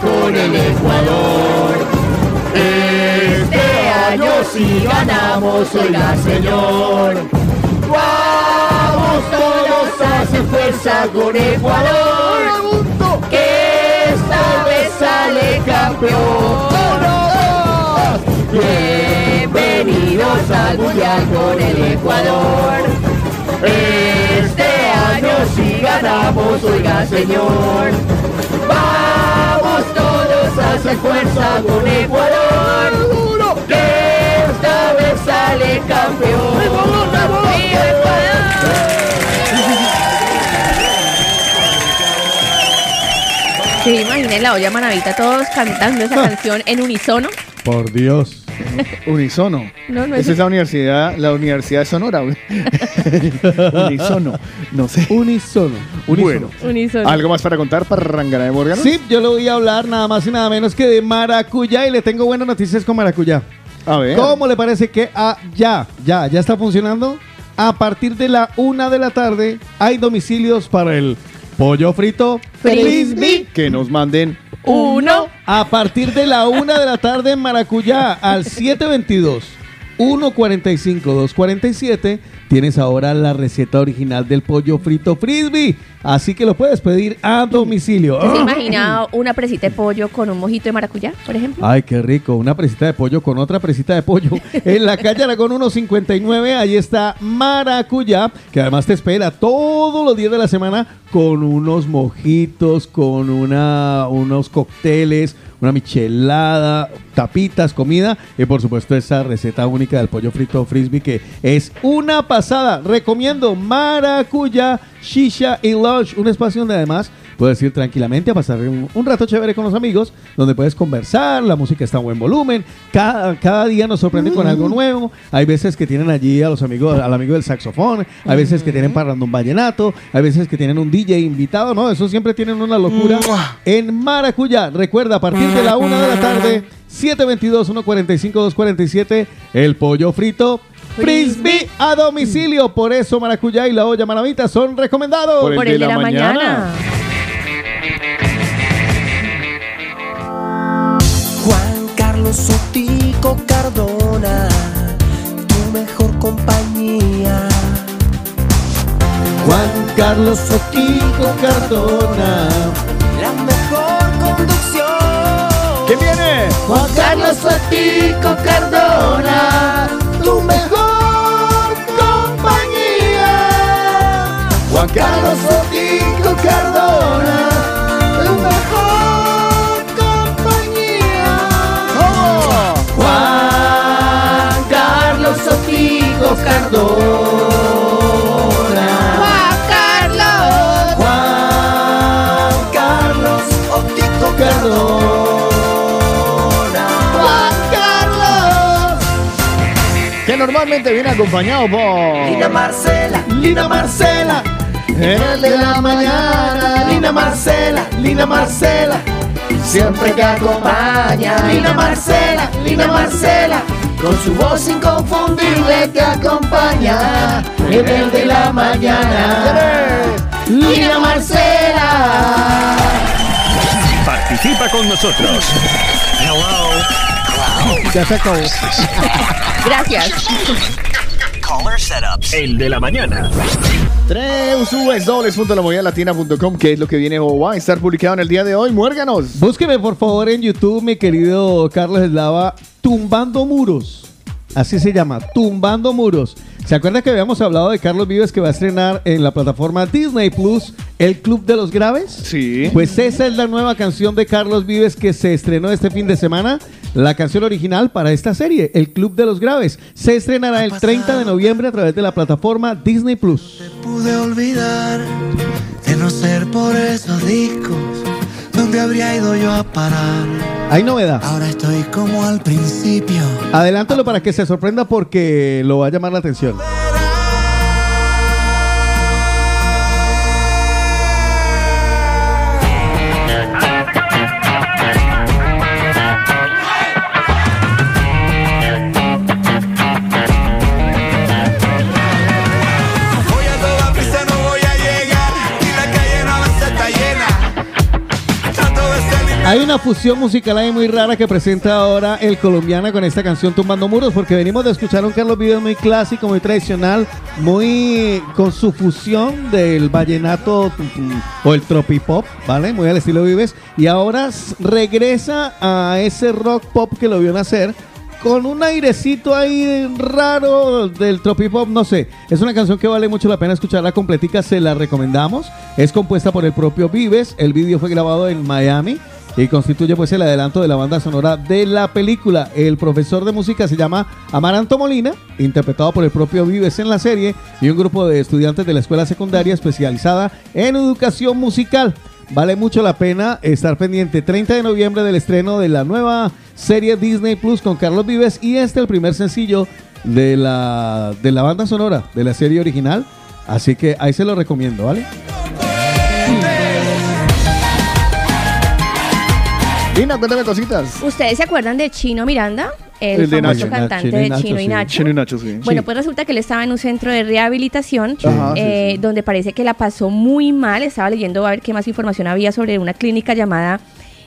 con el Ecuador. Este año si ganamos, oiga señor. Vamos todos a hacer fuerza con Ecuador. Que esta vez sale campeón. Bienvenidos al Mundial con el Ecuador. Este año si ganamos, oiga señor. Vamos todos a hacer fuerza con Ecuador. Que esta vez sale campeón. ¡Viva Ecuador!
Se imaginen la olla Manavita todos cantando
Ah.
esa canción en unisono.
Por Dios. Unisono.
No, no es-
Esa es la universidad, la Universidad de Sonora. güey. Unisono. No sé.
Unisono.
Bueno.
Unisono.
¿Algo más para contar para Rangará de Morgan?
Sí, yo le voy a hablar nada más y nada menos que de maracuyá y le tengo buenas noticias con maracuyá.
A ver.
¿Cómo le parece que ah, ya, ya, ya está funcionando? A partir de la una de la tarde hay domicilios para el pollo frito frisbee.
Que nos manden
uno.
A partir de la una de la tarde en Maracuyá al 722 145 247 tienes ahora la receta original del pollo frito frisbee. Así que lo puedes pedir a domicilio.
Ah.
¿Se imagina una presita de pollo con un mojito de maracuyá, por ejemplo?
Ay, qué rico. Una presita de pollo con otra presita de pollo. En la calle Aragón 159, ahí está Maracuyá, que además te espera todos los días de la semana con unos mojitos, con una, unos cócteles, una michelada, tapitas, comida y por supuesto esa receta única del pollo frito frisbee que es una pasada. Recomiendo Maracuya, Shisha y Lodge, un espacio donde además puedes ir tranquilamente a pasar un, un rato chévere con los amigos, donde puedes conversar, la música está a buen volumen, cada, cada día nos sorprende con algo nuevo. Hay veces que tienen allí a los amigos, al amigo del saxofón, hay veces que tienen parrando un vallenato, hay veces que tienen un DJ invitado, no, eso siempre tienen una locura. En Maracuya, recuerda, a partir de la una de la tarde, 722-145-247, el pollo frito. Frisbee a domicilio, por eso Maracuyá y la olla maravita son recomendados.
Por el Por el de de la la mañana. mañana.
Juan Carlos Sotico Cardona, tu mejor compañía.
Juan Carlos Sotico Cardona.
La mejor conducción.
¿Quién viene?
Juan Carlos Sotico Cardona, tu mejor compañía. Juan Carlos Sotico Cardona, tu mejor compañía. Juan Carlos Sotico Cardona. Juan Carlos. Juan Carlos Sotico Cardona. Juan Carlos.
Que normalmente viene acompañado por.
Lina Marcela, Lina Marcela. En el de la mañana, Lina Marcela, Lina Marcela, siempre te acompaña. Lina Marcela, Lina Marcela, con su voz inconfundible te acompaña. En el de la mañana, Lina Marcela.
Participa con nosotros.
Ya se acabó.
Gracias.
El de la mañana.
www.latina.com, que es lo que viene o va a estar publicado en el día de hoy. Muérganos.
Búsqueme por favor en YouTube, mi querido Carlos Eslava, Tumbando Muros. Así se llama, Tumbando Muros. ¿Se acuerda que habíamos hablado de Carlos Vives que va a estrenar en la plataforma Disney Plus El Club de los Graves?
Sí.
Pues esa es la nueva canción de Carlos Vives que se estrenó este fin de semana. La canción original para esta serie, El Club de los Graves, se estrenará el 30 de noviembre a través de la plataforma Disney Plus.
Pude olvidar de no ser por esos discos, donde habría ido yo a parar.
Hay novedad.
Ahora estoy como al principio.
Adelántalo para que se sorprenda porque lo va a llamar la atención.
Voy a toda prisa, no voy a llegar. Y la calle no se está llena. Tanto de salir.
Hay una fusión musical ahí muy rara que presenta ahora el colombiana con esta canción Tumbando Muros, porque venimos de escuchar a un Carlos Vives muy clásico, muy tradicional, muy con su fusión del vallenato tum, tum, o el tropipop, ¿vale? Muy al estilo Vives. Y ahora s- regresa a ese rock pop que lo vio nacer. Con un airecito ahí raro del tropipop, no sé. Es una canción que vale mucho la pena escucharla completica, se la recomendamos. Es compuesta por el propio Vives. El vídeo fue grabado en Miami y constituye pues el adelanto de la banda sonora de la película. El profesor de música se llama Amaranto Molina, interpretado por el propio Vives en la serie, y un grupo de estudiantes de la escuela secundaria especializada en educación musical. Vale mucho la pena estar pendiente 30 de noviembre del estreno de la nueva serie Disney Plus con Carlos Vives y este el primer sencillo de la, de la banda sonora de la serie original. Así que ahí se lo recomiendo, ¿vale?
Lina, cuéntame cositas.
¿Ustedes se acuerdan de Chino Miranda? El,
El de
famoso
Nacho.
cantante
Chino y
de
Nacho,
Chino y
sí.
Nacho.
Chino y Nacho, sí.
Bueno,
Sí.
pues resulta que él estaba en un centro de rehabilitación
Ajá, sí,
eh, donde parece que la pasó muy mal. Estaba leyendo a ver qué más información había sobre una clínica llamada,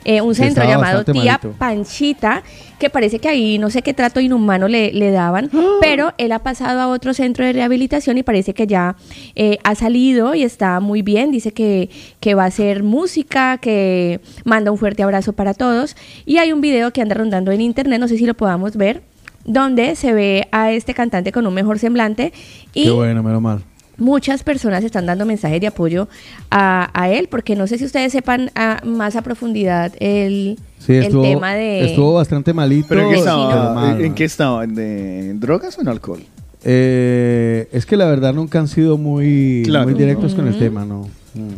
eh, un
Sí,
centro
estaba
llamado
bastante
Tía
malito.
Panchita, que parece que ahí no sé qué trato inhumano le, le daban, pero él ha pasado a otro centro de rehabilitación y parece que ya eh, ha salido y está muy bien. Dice que, que va a hacer música, que manda un fuerte abrazo para todos. Y hay un video que anda rondando en internet, no sé si lo podamos ver, donde se ve a este cantante con un mejor semblante y
Qué bueno, menos mal.
Muchas personas están dando mensajes de apoyo a, a él, porque no sé si ustedes sepan a- más a profundidad el,
Sí,
el
estuvo,
tema de...
estuvo bastante malito.
¿Pero en qué
Pero
estaba?
mal.
¿En qué estaba? ¿En, de- en drogas o en alcohol?
Eh, es que la verdad nunca han sido muy,
Claro.
muy directos con el
Ujú.
tema, ¿no? Mm.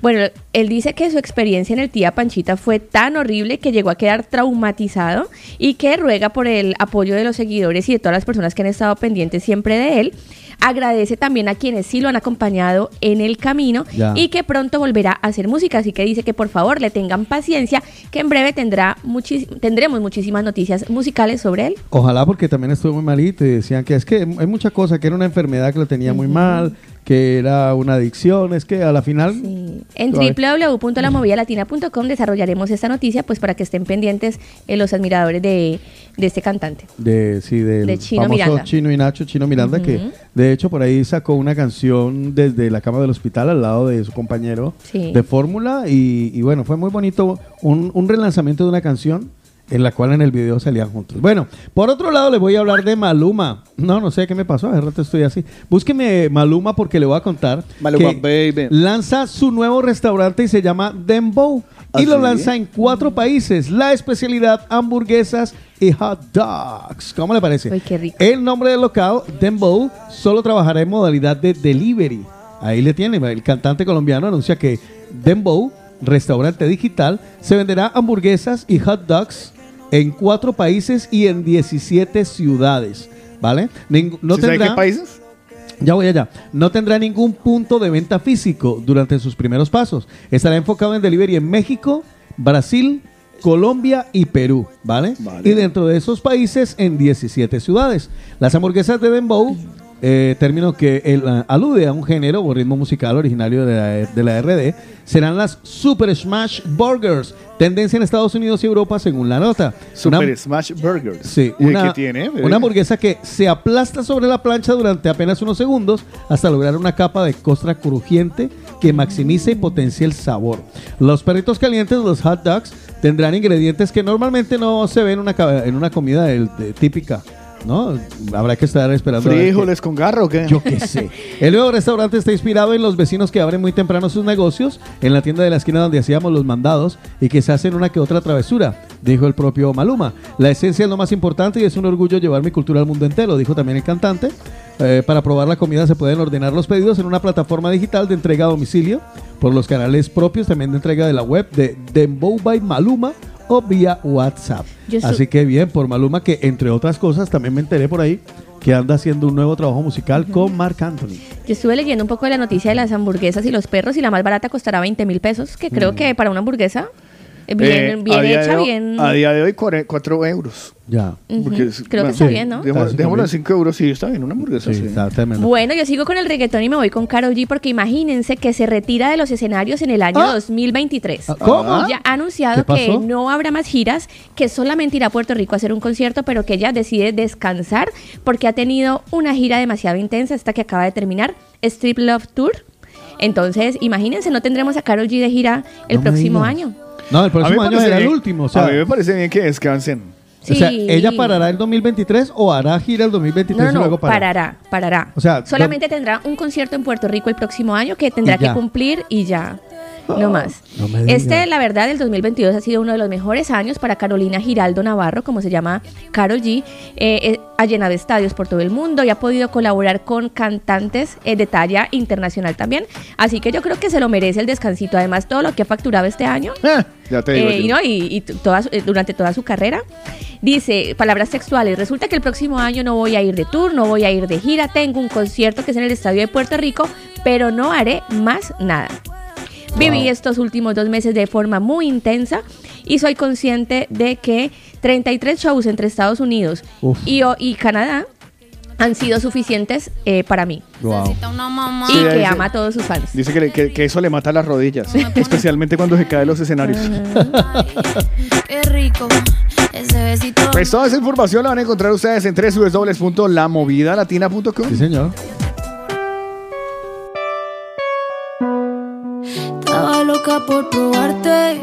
Bueno, él dice que su experiencia en el tía Panchita fue tan horrible que llegó a quedar traumatizado y que ruega por el apoyo de los seguidores y de todas las personas que han estado pendientes siempre de él. Agradece también a quienes sí lo han acompañado en el camino
Ya.
y que pronto volverá a hacer música, así que dice que por favor le tengan paciencia, que en breve tendrá muchis- tendremos muchísimas noticias musicales sobre él.
Ojalá porque también estuvo muy malito y decían que es que hay mucha cosa, que era una enfermedad que lo tenía muy
Ujú.
mal, que era una adicción, es que a la final...
En
Ay.
www.lamovidalatina.com desarrollaremos esta noticia pues para que estén pendientes eh, los admiradores de- de este cantante.
De, sí, del
De Chino
famoso
Miranda.
Chino y Nacho, Chino Miranda, que
Ujú.
de hecho por ahí sacó una canción desde la cama del hospital al lado de su compañero
Sí.
de fórmula y, y bueno, fue muy bonito un, un relanzamiento de una canción en la cual en el video salían juntos. Bueno, por otro lado les voy a hablar de Maluma. No, no sé qué me pasó, hace rato estoy así. Búsqueme Maluma porque le voy a contar.
Maluma,
que
baby.
Lanza su nuevo restaurante y se llama Dembow.
¿Ah,
Y lo
sí?
lanza en cuatro países. La especialidad hamburguesas y hot dogs. ¿Cómo le parece?
Uy, qué rico.
El nombre del local, Dembow, solo trabajará en modalidad de delivery. Ahí le tienen. El cantante colombiano anuncia que Dembow, restaurante digital, se venderá hamburguesas y hot dogs en cuatro países y en 17 ciudades. ¿Vale? Ning- no
¿Sí sabe
tendrá-
qué países?
ya voy allá. No tendrá ningún punto de venta físico durante sus primeros pasos. Estará enfocado en delivery en México, Brasil, Colombia y Perú, ¿vale? Y dentro de esos países en 17 ciudades. Las hamburguesas de Dembow, eh, término que él, ah, alude a un género o ritmo musical originario de la, de la RD, serán las Super Smash Burgers, tendencia en Estados Unidos y Europa según la nota. Una-
Super Smash Burgers.
Sí,
¿Y de
una,
qué tiene? eh.
una hamburguesa que se aplasta sobre la plancha durante apenas unos segundos hasta lograr una capa de costra crujiente que maximiza y potencia el sabor. Los perritos calientes, los hot dogs, tendrán ingredientes que normalmente no se ven en una, ca- en una comida del- de- típica. ¿No? Habrá que estar esperando. a ver qué-
¿Frijoles con garro o qué?
Yo qué sé. el nuevo restaurante está inspirado en los vecinos que abren muy temprano sus negocios en la tienda de la esquina donde hacíamos los mandados y que se hacen una que otra travesura, dijo el propio Maluma. La esencia es lo más importante y es un orgullo llevar mi cultura al mundo entero, dijo también el cantante. Eh, para probar la comida se pueden ordenar los pedidos en una plataforma digital de entrega a domicilio por los canales propios, también de entrega de la web de Dembow by Maluma o vía WhatsApp.
Yo su-
Así que bien, por Maluma, que entre otras cosas también me enteré por ahí que anda haciendo un nuevo trabajo musical con Marc Anthony.
Yo estuve leyendo un poco de la noticia de las hamburguesas y los perros y la más barata costará 20 mil pesos, que creo
Mm.
que para una hamburguesa eh, bien,
Eh,
bien
a día
hecha,
de hoy-
bien...
A día de hoy, 4 euros.
Ya.
Ujú, creo que está bien, ¿no?
Dejémoslo,
Está
dejémoslo en
súper
5 euros y está bien, una hamburguesa. Sí,
está tremendo.
Bueno, yo sigo con el reggaetón y me voy con Karol G porque imagínense que se retira de los escenarios en el año 2023.
Ah, ¿cómo?
Ya ha anunciado
¿Qué
que
pasó?
no habrá más giras, que solamente irá a Puerto Rico a hacer un concierto, pero que ella decide descansar porque ha tenido una gira demasiado intensa, esta que acaba de terminar, Strip Love Tour. Entonces, imagínense, no tendremos a Karol G de gira el
No me
próximo
digas.
año.
No, el
A mí
próximo
me
año
parece
será el
bien-
último. O sea,
a mí me parece bien que descansen.
o sea,
Sí.
ella parará el 2023 o hará gira el 2023
No, no,
y luego
no,
parará.
parará, parará.
O sea,
Solamente tendrá un concierto en Puerto Rico el próximo año que tendrá
Y ya. Ah,
que cumplir y ya. No más.
No me digas.
Este, la verdad, el 2022 ha sido uno de los mejores años para Carolina Giraldo Navarro, como se llama Carol G. Eh, eh, ha llenado estadios por todo el mundo y ha podido colaborar con cantantes eh, de talla internacional también. Así que yo creo que se lo merece el descansito. Además, todo lo que ha facturado este año.
Ya te digo.
Eh, y
yo.
no, y, y t- toda su- eh, durante toda su carrera. Dice, palabras textuales, resulta que el próximo año no voy a ir de tour, no voy a ir de gira, tengo un concierto que es en el Estadio de Puerto Rico, pero no haré más nada. Viví estos últimos dos meses de forma muy intensa y soy consciente de que 33 shows entre Estados Unidos
Uf.
y, o- y Canadá han sido suficientes eh, para mí.
Wow.
Y
Sí,
que
dice-
ama a todos sus fans.
Dice que, le- que- que eso le mata las rodillas, especialmente cuando se caen los escenarios.
Qué rico ese besito.
Pues toda esa información la van a encontrar ustedes en www.lamovidalatina.com. Sí,
señor.
Estaba loca por probarte,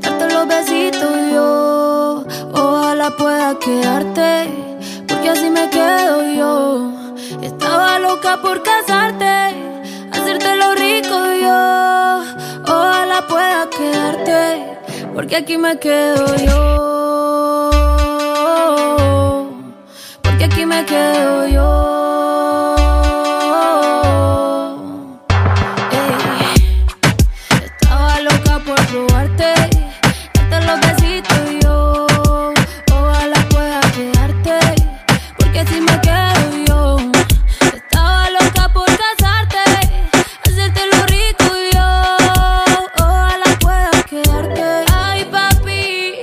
darte los besitos yo. Ojalá pueda quedarte, porque así me quedo yo. Estaba loca por casarte, Ojalá pueda quedarte, porque aquí me quedo yo. Porque aquí me quedo yo. Ey, Estaba loca por probarte, darte los besitos yo. Ojalá pueda quedarte, porque así me quedo yo. Estaba loca por casarte. Hacerte lo rico yo, ojalá puedas quedarte. Ay, papi,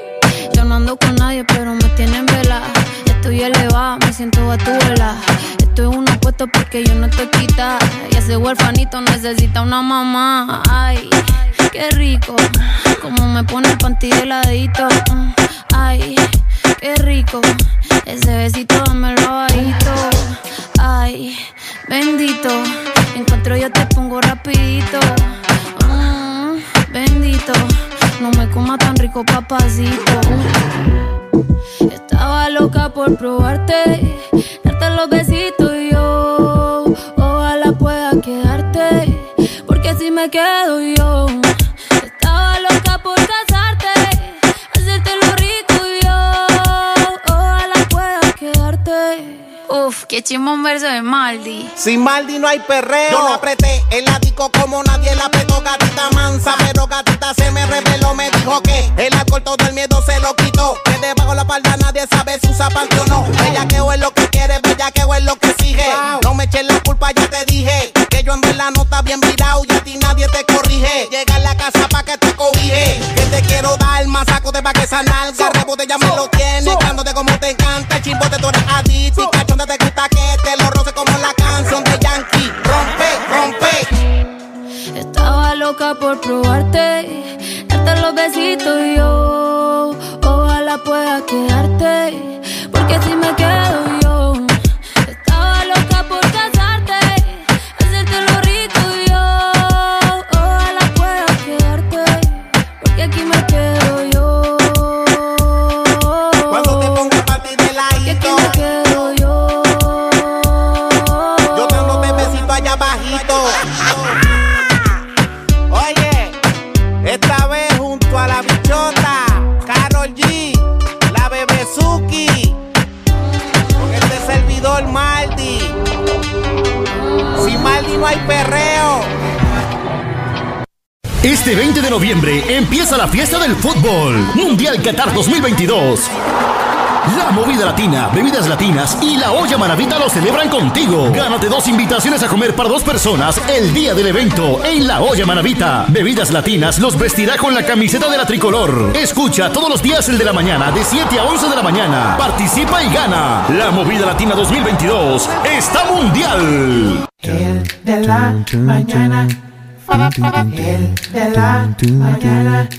yo no ando con nadie, pero me tienen vela. Ya estoy elevada, me siento a tu vela. Esto es una apuesta porque yo no te quita. Y ese huerfanito necesita una mamá. Ay, qué rico, como me pone el panty de ladito. Mm, Ay, qué rico, ese besito dámelo bajito. Ay, bendito, encuentro yo te pongo rapidito. Mm, bendito, no me coma tan rico papacito. Estaba loca por probarte, darte los besitos yo. Ojalá pueda quedarte, porque así me quedo yo. Estaba loca por casarte, hacerte lo rico yo. Ojalá pueda quedarte. Uf, qué chimón un verso de Maldi.
Sin Maldi no hay perreo. Yo la apreté el ático como nadie la apretó, gatita mansa. Pero gatita se me reveló, me dijo que el alcohol todo el miedo se lo quitó. Que debajo la palda nadie sabe si usa parte o no. Bellaqueo es lo que quiere, bellaqueo es lo que exige. No me eches la culpa, ya te dije. Que yo en verdad no está bien virado y a ti nadie te corrige. Llega a la casa pa' que te cobije. Que te quiero dar más saco de pa' que esa nalga. Rebote ya me lo tiene, cándote como te encanta. El chimbote tú eres adicto y cachonda te gusta que te lo roce como la canción de Yankee. Rompe, rompe.
Estaba loca por probarte, darte los besitos yo. Ojalá pueda quedarte, porque así me quedo yo. Estaba loca por casarte, hacerte lo rico yo. Ojalá pueda quedarte, porque aquí me quedo yo.
Cuando te pongas parte del aire,
quedo yo.
Yo te ando de besito allá bajito. Oye, esta vez junto a la bichota, Carol G, la bebé Suki, con este servidor Maldi. Sin Maldi no hay perreo.
Este 20 de noviembre empieza la fiesta del fútbol. Mundial Qatar 2022. La movida latina, bebidas latinas y la olla maravita lo celebran contigo. Gánate dos invitaciones a comer para dos personas el día del evento en la olla maravita. Bebidas latinas los vestirá con la camiseta de la tricolor. Escucha todos los días el de la mañana de 7 a 11 de la mañana. Participa y gana. La movida latina 2022 está mundial.
de la mañana. El de la mañana.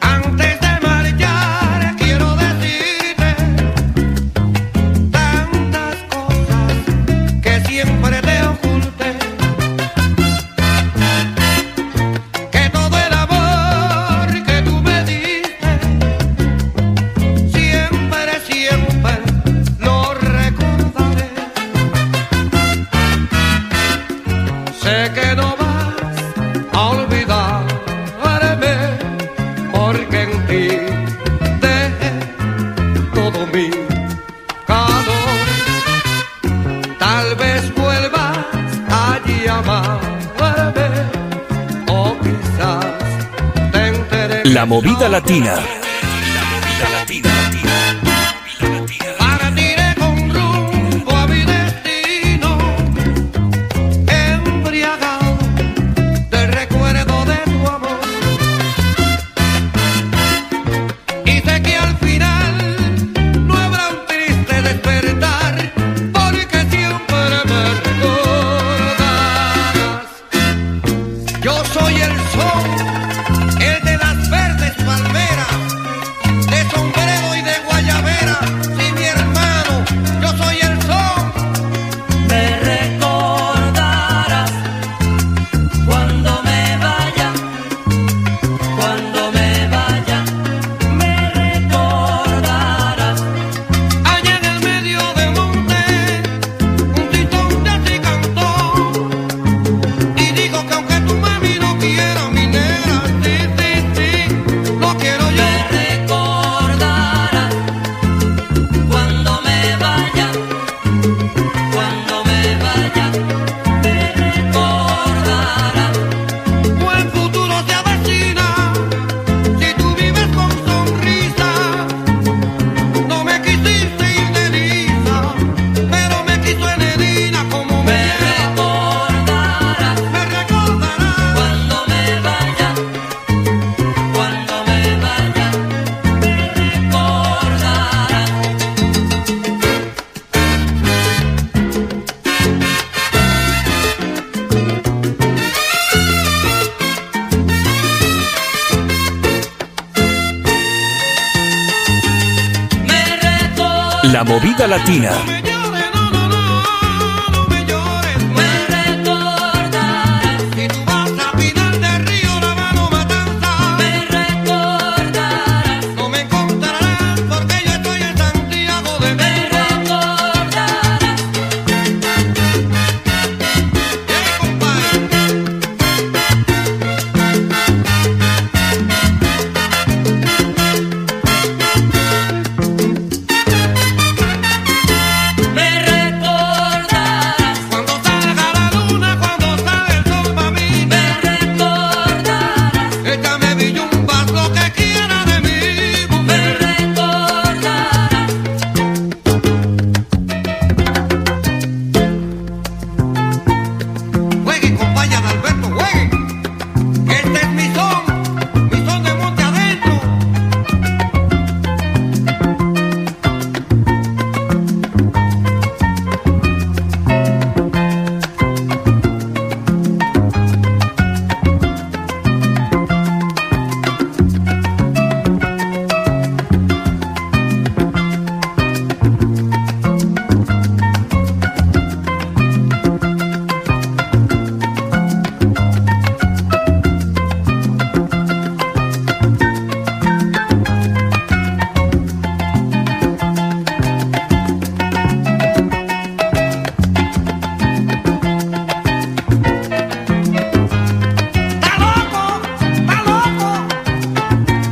Antes de marchar quiero decirte tantas cosas que siempre te oculté, que todo el amor que tú me diste siempre, siempre lo recordaré. Sé que no vas a olvidarme porque en ti dejé todo mi calor. Tal vez vuelvas a llamarme o quizás te enteré.
La movida latina.
Partiré con rumbo a mi destino, embriagado del recuerdo de tu amor. Y sé que al final no habrá un triste despertar, porque siempre me recordarás. Yo soy el sol, el de las verdes palmeras,
La movida latina.
Y tú vas a Pinar del Río, La mano Matanza. Me recordarás. No me encontrarás porque yo estoy en Santiago de Me recordarás. Me recordarás. Cuando salga la luna, cuando salga el sol para mí. Me recordarás. Échame billumpas lo que quiera de mí. Me recordarás. Jueguen, compañía de Alberto, jueguen. Este es mi son, mi son de monte adentro.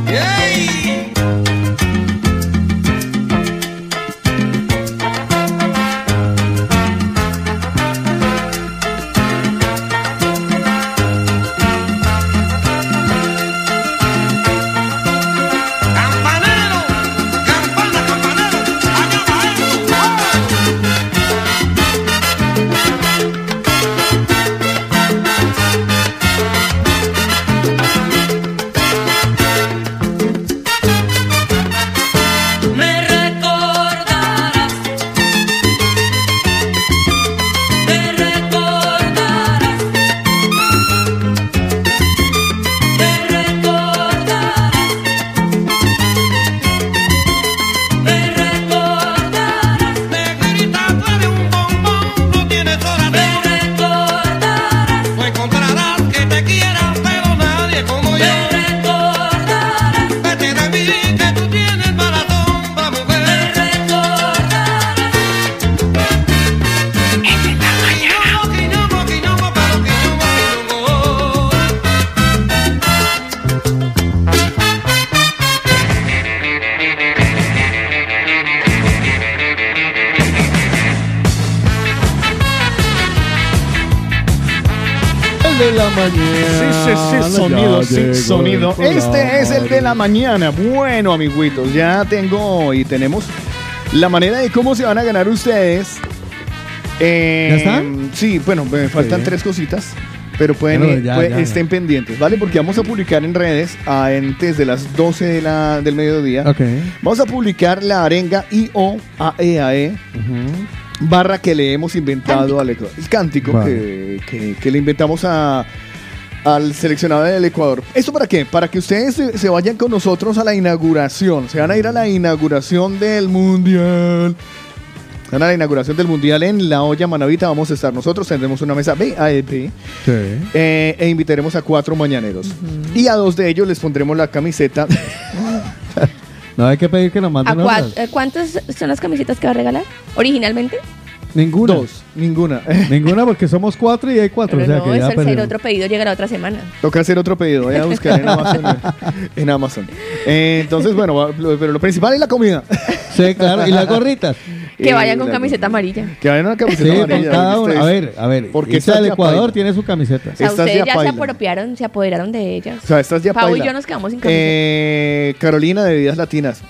¡Ey! ¡Campanero! ¡Campana, campanero! ¡Acaba esto! Me recordarás. Me recordarás. Me recordarás. Me recordarás. Negrita, tú eres un bombón, no tienes hora de. Me recordarás. No encontrarás que te quiera, pero nadie como yo. Me recordarás. Vete de mí, que tú tienes para sombra, mujer. Me recordarás.
El de la mañana.
Sí, sí, sí, sonido,
Ya
sí,
llegó el
sonido.
programa.
Este es el de la mañana. Bueno, amiguitos, ya tengo y tenemos la manera de cómo se van a ganar ustedes. Eh,
¿Ya está?
Sí, bueno, me faltan tres cositas. Pero pueden,
Bueno, ya,
pues,
ya, ya.
estén pendientes, ¿vale? Porque vamos a publicar en redes antes de las 12 de la- del mediodía.
Ok.
Vamos a publicar la arenga IOAEAE E barra que le hemos inventado al Ecuador. El cántico
Vale.
que, que- que le inventamos a- al seleccionado del Ecuador. ¿Esto para qué? Para que ustedes se, se vayan con nosotros a la inauguración. Se van a ir a la inauguración del Mundial. Se Van a la inauguración del Mundial en La Olla Manavita. Vamos a estar nosotros. Tendremos una mesa VIP.
Sí.
Eh, e invitaremos a cuatro mañaneros. Y a dos de ellos les pondremos la camiseta.
No hay que pedir que nos
¿A
manden
cua-
otras.
eh, ¿Cuántas son las camisetas que va a regalar originalmente?
Ninguna.
Dos. Ninguna.
Ninguna porque somos cuatro y hay cuatro.
Pero
o sea
no,
que ya
es el ser
perdimos.
otro pedido, llega la otra semana.
Toca hacer otro pedido, voy a buscar en Amazon. en Amazon. Eh, entonces, bueno, va- lo- pero lo principal es la comida.
Sí, claro. Y las gorritas.
Que
Eh,
vayan con
la-
camiseta amarilla.
Que vayan con
Sí,
camiseta
con
amarilla,
cada uno.
ustedes.
A ver, a ver.
Porque
Porque
estas
el
ya
Ecuador
bailan.
tiene su camiseta.
O sea,
Estas
ustedes
ya
ya se
bailan.
apropiaron, se apoderaron de ellas.
O sea, estas ya
Pau y
paila.
yo nos quedamos sin camiseta.
Eh, Carolina de Bebidas Latinas.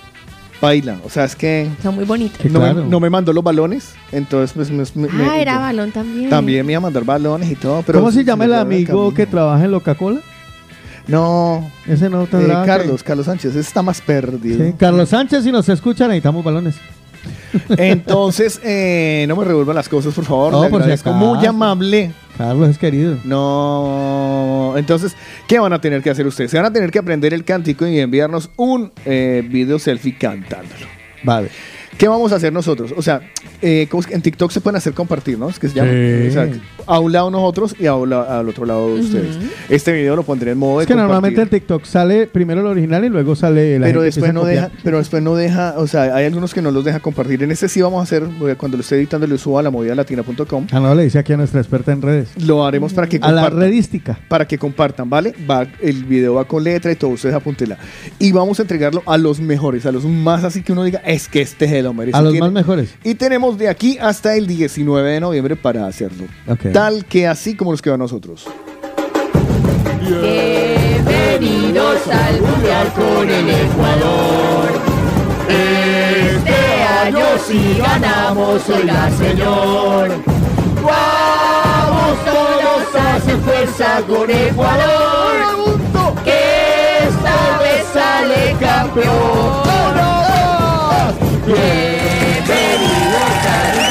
Baila. O sea, es que.
Son muy bonitas.
No,
claro.
me, no me mandó los balones. Entonces, pues. me- me-
ah,
me-
era balón también.
También me iba a mandar balones y todo. Pero
¿Cómo se llama el
me quedó en
amigo que trabaja en Coca-Cola?
No.
Ese no
eh,
tendrá. que-
Carlos, Carlos Sánchez. ese Está más perdido.
Sí, Carlos Sánchez, si nos escucha, necesitamos balones.
Entonces, eh, no me revuelvan las cosas, por favor.
No,
Le
por si
agradezco.
acaso.
Muy amable.
Carlos es querido.
No. Entonces, ¿qué van a tener que hacer ustedes? Se van a tener que aprender el cántico y enviarnos un eh, video selfie cantándolo.
Vale.
¿Qué vamos a hacer nosotros? O sea, eh, ¿cómo es que en TikTok se pueden hacer compartir, ¿no? Es que se llama.
Sí.
O sea, a un lado nosotros y a un la- al otro lado ustedes.
Ujú.
Este video lo pondré en modo
Es
de
que normalmente el TikTok sale primero el original y luego sale la
pero
gente empieza
después
a
no deja,
copiar.
pero después no deja, o sea, hay algunos que no los deja compartir. En este sí vamos a hacer, voy a- cuando lo esté editando, lo subo a la movida latina.com.
Ah, no, le dice aquí a nuestra experta en redes.
Lo haremos para que
A la
compartan.
redística.
Para que compartan, ¿vale? Va, el video va con letra y todo, ustedes apúntela. Y vamos a entregarlo a los mejores, a los más así que uno diga, es que este se lo merece.
A los
Tiene-
más mejores.
Y tenemos de aquí hasta el 19 de noviembre para hacerlo.
Ok.
Tal que así como nos quedó a nosotros.
Bienvenidos al Mundial con el Ecuador. Este año sí ganamos, oiga señor. Vamos todos a hacer fuerza con Ecuador. Que esta vez sale campeón.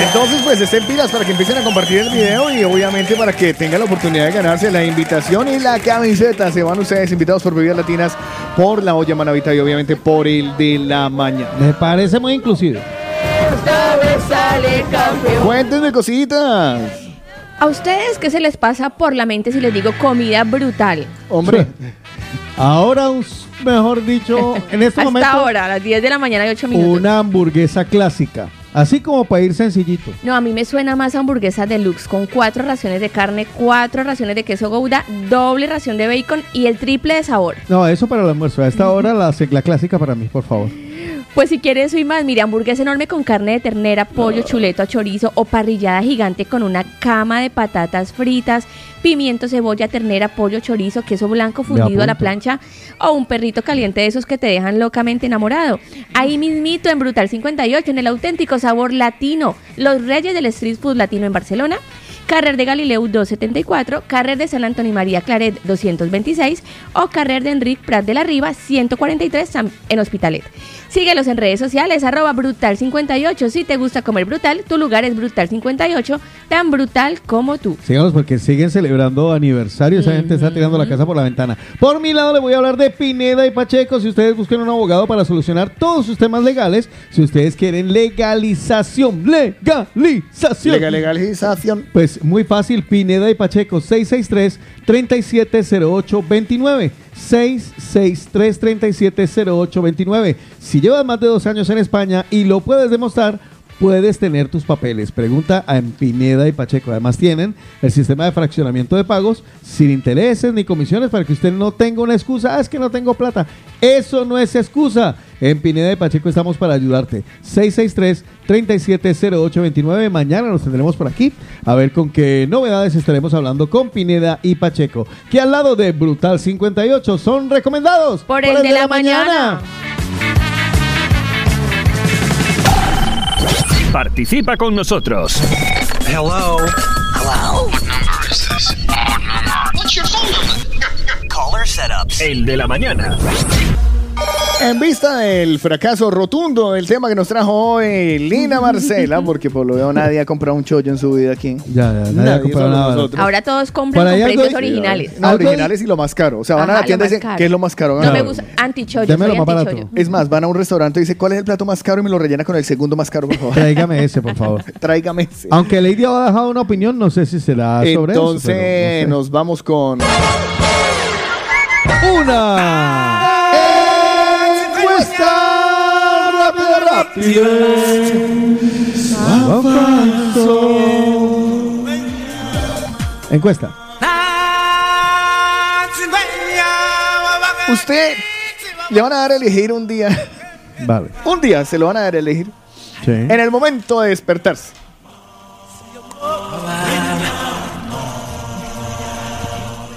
Entonces, pues estén pilas para que empiecen a compartir el video y obviamente para que tengan la oportunidad de ganarse la invitación y la camiseta. Se van ustedes invitados por Bebidas Latinas, por la olla Manavita y obviamente por el de la mañana.
Me parece muy inclusivo.
Esta vez sale campeón.
Cuéntenme cositas.
¿A ustedes qué se les pasa por la mente si les digo comida brutal?
Hombre.
Ahora, un s- mejor dicho, en este
Hasta
momento,
ahora, a las 10 de la mañana y 8 minutos.
una hamburguesa clásica. Así como para ir sencillito.
No, a mí me suena más hamburguesa deluxe con cuatro raciones de carne, cuatro raciones de queso gouda, doble ración de bacon y el triple de sabor.
No, eso para el almuerzo. A esta hora la, la clásica para mí, por favor.
Pues si quieres eso y más, mire, hamburguesa enorme con carne de ternera, pollo, chuleto a chorizo o parrillada gigante con una cama de patatas fritas, pimiento, cebolla, ternera, pollo, chorizo, queso blanco fundido a la
apunto.
plancha o un perrito caliente de esos que te dejan locamente enamorado. Ahí mismito en Brutal 58, en el auténtico sabor latino, los reyes del street food latino en Barcelona. Carrer de Galileu 274, Carrer de San Antonio María Claret 226 o Carrer de Enric Prat de la Riva 143 sam- en Hospitalet. Síguelos en redes sociales, arroba brutal58. Si te gusta comer brutal, tu lugar es brutal58, tan brutal como tú.
Sigamos porque siguen celebrando aniversario. Esa gente está tirando la casa por la ventana. Por mi lado, le voy a hablar de Pineda y Pacheco. Si ustedes buscan un abogado para solucionar todos sus temas legales, si ustedes quieren legalización, legalización.
Legal- legalización.
Pues muy fácil, Pineda y Pacheco, 663-370829. 663-370829. Si llevas más de dos años en España y lo puedes demostrar, puedes tener tus papeles. Pregunta a Pineda y Pacheco. Además tienen el sistema de fraccionamiento de pagos sin intereses ni comisiones para que usted no tenga una excusa. "Ah, es que no tengo plata. Eso no es excusa. En Pineda y Pacheco estamos para ayudarte. 663-370829. Mañana nos tendremos por aquí a ver con qué novedades estaremos hablando con Pineda y Pacheco, que al lado de Brutal 58 son recomendados
Por el de la mañana.
Participa con nosotros.
Hello. Hello. What number is this? What number? What's your phone number? Caller setups. El de la mañana.
En vista del fracaso rotundo del tema que nos trajo hoy Lina Marcela, porque por lo veo nadie ha comprado un chollo en su vida aquí.
Ya, ya, nadie ha comprado
solo
nada.
nosotros.
Ahora todos compran
Por ahí
con
algo
precios
hay-
originales.
No, originales y lo más caro. O sea, van
Ajá,
a la tienda y
lo más
dicen,
caro.
¿qué es lo más caro? Ah.
No me gusta antichollo,
Dámelo
soy
más barato.
antichollo.
Es más, van a un restaurante y dicen, ¿cuál es el plato más caro? Y me lo rellena con el segundo más caro, por favor.
Tráigame ese, por favor.
Tráigame ese.
Aunque Lady ha dejado una opinión, no sé si será sobre eso.
Entonces,
pero no sé.
nos vamos con...
¡Una!
Encuesta rápida, rápida.
San Encuesta.
Usted le van a dar a elegir un día.
Vale.
un día se lo van a dar a elegir.
Sí.
En el momento de despertarse.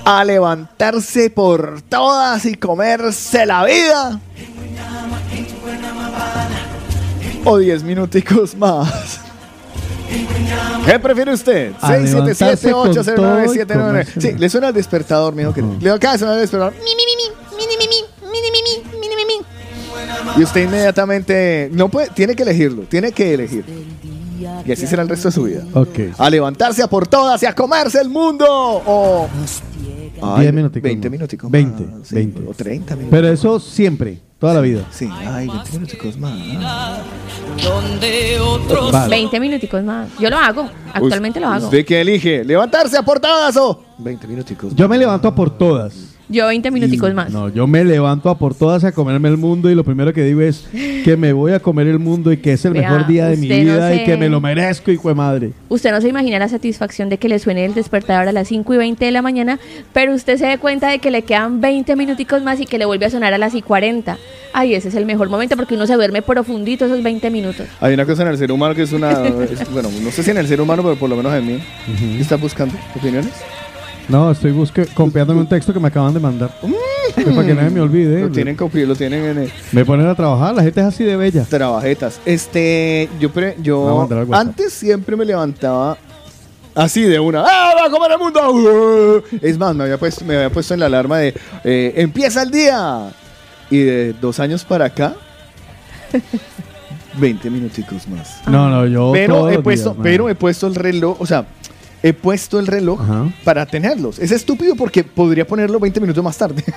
A levantarse por todas y comerse la vida. O 10 minuticos más. ¿Qué prefiere usted?
A levantarse con todo y
677-809-79.
comerse
Sí, le suena el despertador, mijo. Que le acaba de sonar el despertador.
Mi, mi, mi, mi, mi, mi, mi, mi, mi, mi, mi, mi, mi, mi.
Y usted inmediatamente no puede, tiene que elegirlo, tiene que elegir. Y así será el resto de su vida.
Ok.
A levantarse a por todas y a comerse el mundo. O Ay,
10 minuticos.
20
más.
minuticos
20,
más, sí,
20.
o 30 minutos
Pero eso siempre, toda la vida.
Sí, ay, 20 minuticos más.
Donde
otros-
20 minuticos más. Yo lo hago. Actualmente lo hago.
¿De qué elige? ¿Levantarse a portadas o? 20 minuticos.
Yo me levanto a por todas.
Yo 20 minuticos más.
No, yo me levanto a por todas a comerme el mundo y lo primero que digo es que me voy a comer el mundo y que es el
Vea,
mejor día de mi
usted no
vida y
se-
que me lo merezco, hijo de madre.
Usted no se imagina la satisfacción de que le suene el despertador a las 5 y 20 de la mañana, pero usted se da cuenta de que le quedan 20 minuticos más y que le vuelve a sonar a las y 40. Ay, ese es el mejor momento porque uno se duerme profundito esos 20 minutos.
Hay una cosa en el ser humano que es una. es- bueno, no sé si en el ser humano, pero por lo menos en mí. ¿Qué ¿Estás buscando opiniones?
No, estoy busque, copiándome un texto que me acaban de mandar. Pero para que nadie me olvide.
Lo tienen, copi- lo tienen en el-
Me ponen a trabajar, la gente es así de bella.
Trabajetas. Este, yo, pre-
Voy a
yo
mandar al WhatsApp.
antes siempre me levantaba así de una. ¡Ah, va a comer el mundo! Es más, me había puesto, me había puesto en la alarma de eh, ¡Empieza el día! Y de dos años para acá, 20 minuticos más.
No, no,
Ah.
yo.
Pero
eh,
todos
he,
los
pues,
puesto,
días, man.
pero he puesto el reloj, o sea, he puesto el reloj para tenerlos. Es estúpido porque podría ponerlo 20 minutos más tarde.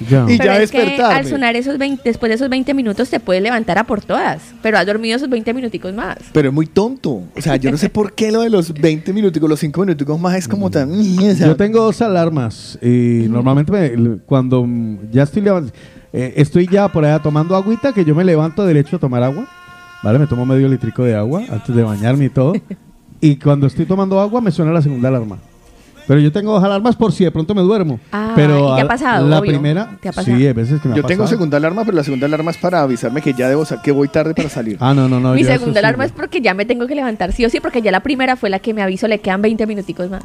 Y
Pero
ya
es que
despertarme.
al sonar esos 20, después de esos 20 minutos te puedes levantar a por todas, pero has dormido esos 20 minuticos más.
Pero es muy tonto. O sea, yo no sé por qué lo de los 20 minuticos, los 5 minuticos más es como tan. o sea,
Yo tengo dos alarmas y normalmente me- cuando mm, ya estoy levant- eh, estoy ya por allá tomando agüita que yo me levanto derecho a tomar agua, ¿vale? Me tomo medio litrico de agua antes de bañarme y todo. y cuando estoy tomando agua me suena la segunda alarma. Pero yo tengo dos alarmas por si de pronto me duermo.
Ah,
pero
¿y te ha
a-
pasado,
La
obvio?
primera,
¿Te ha pasado?
sí, hay veces que me ha
Yo tengo
pasado.
segunda alarma, pero la segunda alarma es para avisarme que ya debo, sa- que voy tarde para salir.
Ah, no, no, no.
Mi
yo eso
segunda
sí,
alarma es porque ya me tengo que levantar, sí o sí, porque ya la primera fue la que me avisó, le quedan 20 minuticos más.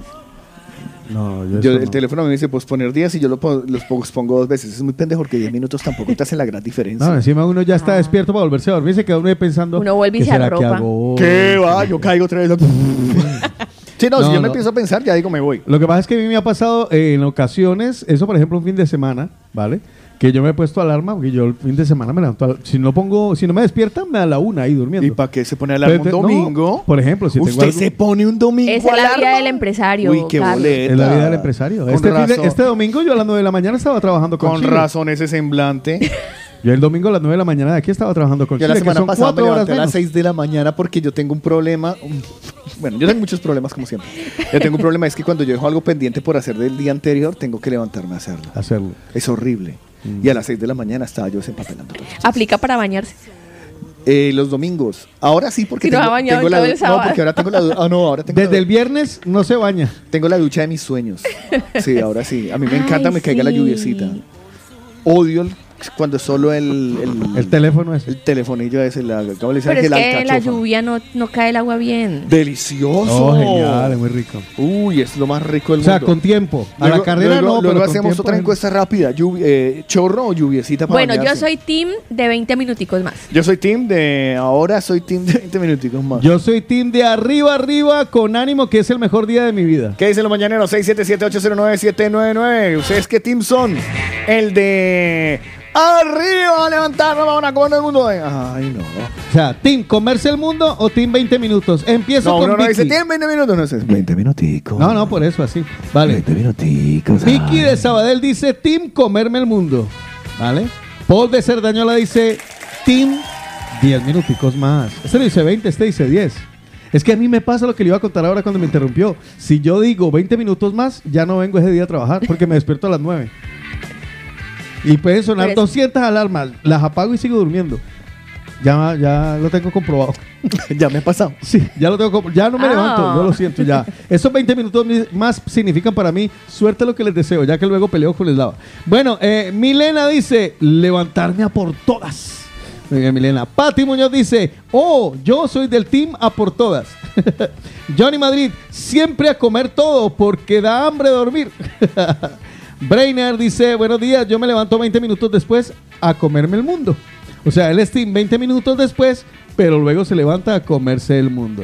No, yo,
Yo-
eso
el
no.
teléfono me dice posponer días y yo lo po- los pospongo dos veces. Es muy pendejo porque 10 minutos tampoco te hacen la gran diferencia.
No, encima uno ya está despierto para volverse a dormir, se queda uno ahí pensando.
Ah. Uno vuelve y
¿qué
se
será que
arropa.
hago hoy?
¿Qué va? Yo caigo otra vez. sí, no,
No,
si yo me
no.
empiezo a pensar, ya digo, me voy.
Lo que pasa es que a mí me ha pasado eh, en ocasiones, eso por ejemplo un fin de semana, ¿vale? Que yo me he puesto alarma, porque yo el fin de semana me levanto. al- Si no pongo, si no me despiertan, me da la una ahí durmiendo. ¿Y para
qué se pone alarma un domingo?
por ejemplo, si tengo
Usted
algo-
se pone un domingo
Esa es la
alarma.
vida del empresario.
Uy, qué
Carlos.
boleta.
Es la vida del empresario.
Con
Este, fin de-
razón.
este domingo yo a las 9 de la mañana estaba trabajando con,
Con
Chile.
razón ese semblante.
Yo el domingo a las 9 de la mañana de aquí estaba trabajando con
Yo
Chile,
la
que
semana
son
pasada me
cuatro horas
levanté a las
menos.
6 de la mañana porque yo tengo un problema. Bueno, yo tengo muchos problemas como siempre. Yo tengo un problema, es que cuando yo dejo algo pendiente por hacer del día anterior, tengo que levantarme a hacerlo.
Hacerlo. Mm.
Es horrible. Y a las 6 de la mañana estaba yo desempapelando. todo.
Aplica para bañarse.
Eh, los domingos. Ahora sí porque
Si no
tengo,
ha bañado
tengo la
todo
du-
el sábado.
No, porque ahora tengo la du- ah, no, ahora tengo
Desde el viernes no se baña.
Tengo la ducha de mis sueños. Sí, ahora sí. A mí me encanta
Ay,
me caiga la
sí.
lluviecita. Odio el- cuando solo el, el,
teléfono es.
El telefonillo es el, ¿cómo le dicen?
Pero es
El
que la
alcachofa.
lluvia no, no cae el agua bien.
Delicioso.
Oh, genial, es muy rico.
Uy, es lo más rico del
O sea,
mundo.
con tiempo. A la carrera
luego,
no,
luego
pero con
hacemos
tiempo
otra
es-
encuesta rápida. Lluvi- eh, ¿Chorro o lluviecita para
Bueno, yo
bañarse?
soy team de 20 minuticos más.
Yo soy team de... Ahora soy team de 20 minuticos más.
Yo soy team de arriba, arriba, con ánimo, que es el mejor día de mi vida.
¿Qué dicen los mañaneros? 677-809-799. ¿Ustedes qué team son? El de... Arriba, levantar la mano, como todo el mundo. Ay, no.
O sea, team comerse el mundo o team 20 minutos. Empiezo
No,
con
uno no
Vicky.
dice, tienen 20 minutos. No, es 20 minuticos.
No, no, por eso, así. Vale.
20 minuticos.
Vicky de Sabadell dice, Team comerme el mundo. ¿Vale? Paul de Cerdañola dice, Team 10 minuticos más. Este lo dice 20, este dice 10. Es que a mí me pasa lo que le iba a contar ahora cuando me interrumpió. Si yo digo 20 minutos más, ya no vengo ese día a trabajar porque me despierto a las 9. Y pueden sonar
Pero es-
200 alarmas, las apago y sigo durmiendo. Ya, ya lo tengo comprobado.
ya me ha pasado.
Sí, ya lo tengo compro- Ya no me
Ah.
levanto, yo lo siento ya. Esos 20 minutos mi- más significan para mí suerte lo que les deseo, ya que luego peleo con el lava. Bueno, eh, Milena dice, levantarme a por todas. Muy bien, Milena. Pati Muñoz dice, oh, yo soy del team a por todas. Johnny Madrid, siempre a comer todo porque da hambre dormir. Brainer dice, buenos días, yo me levanto 20 minutos después a comerme el mundo. O sea, él es team 20 minutos después, pero luego se levanta a comerse el mundo.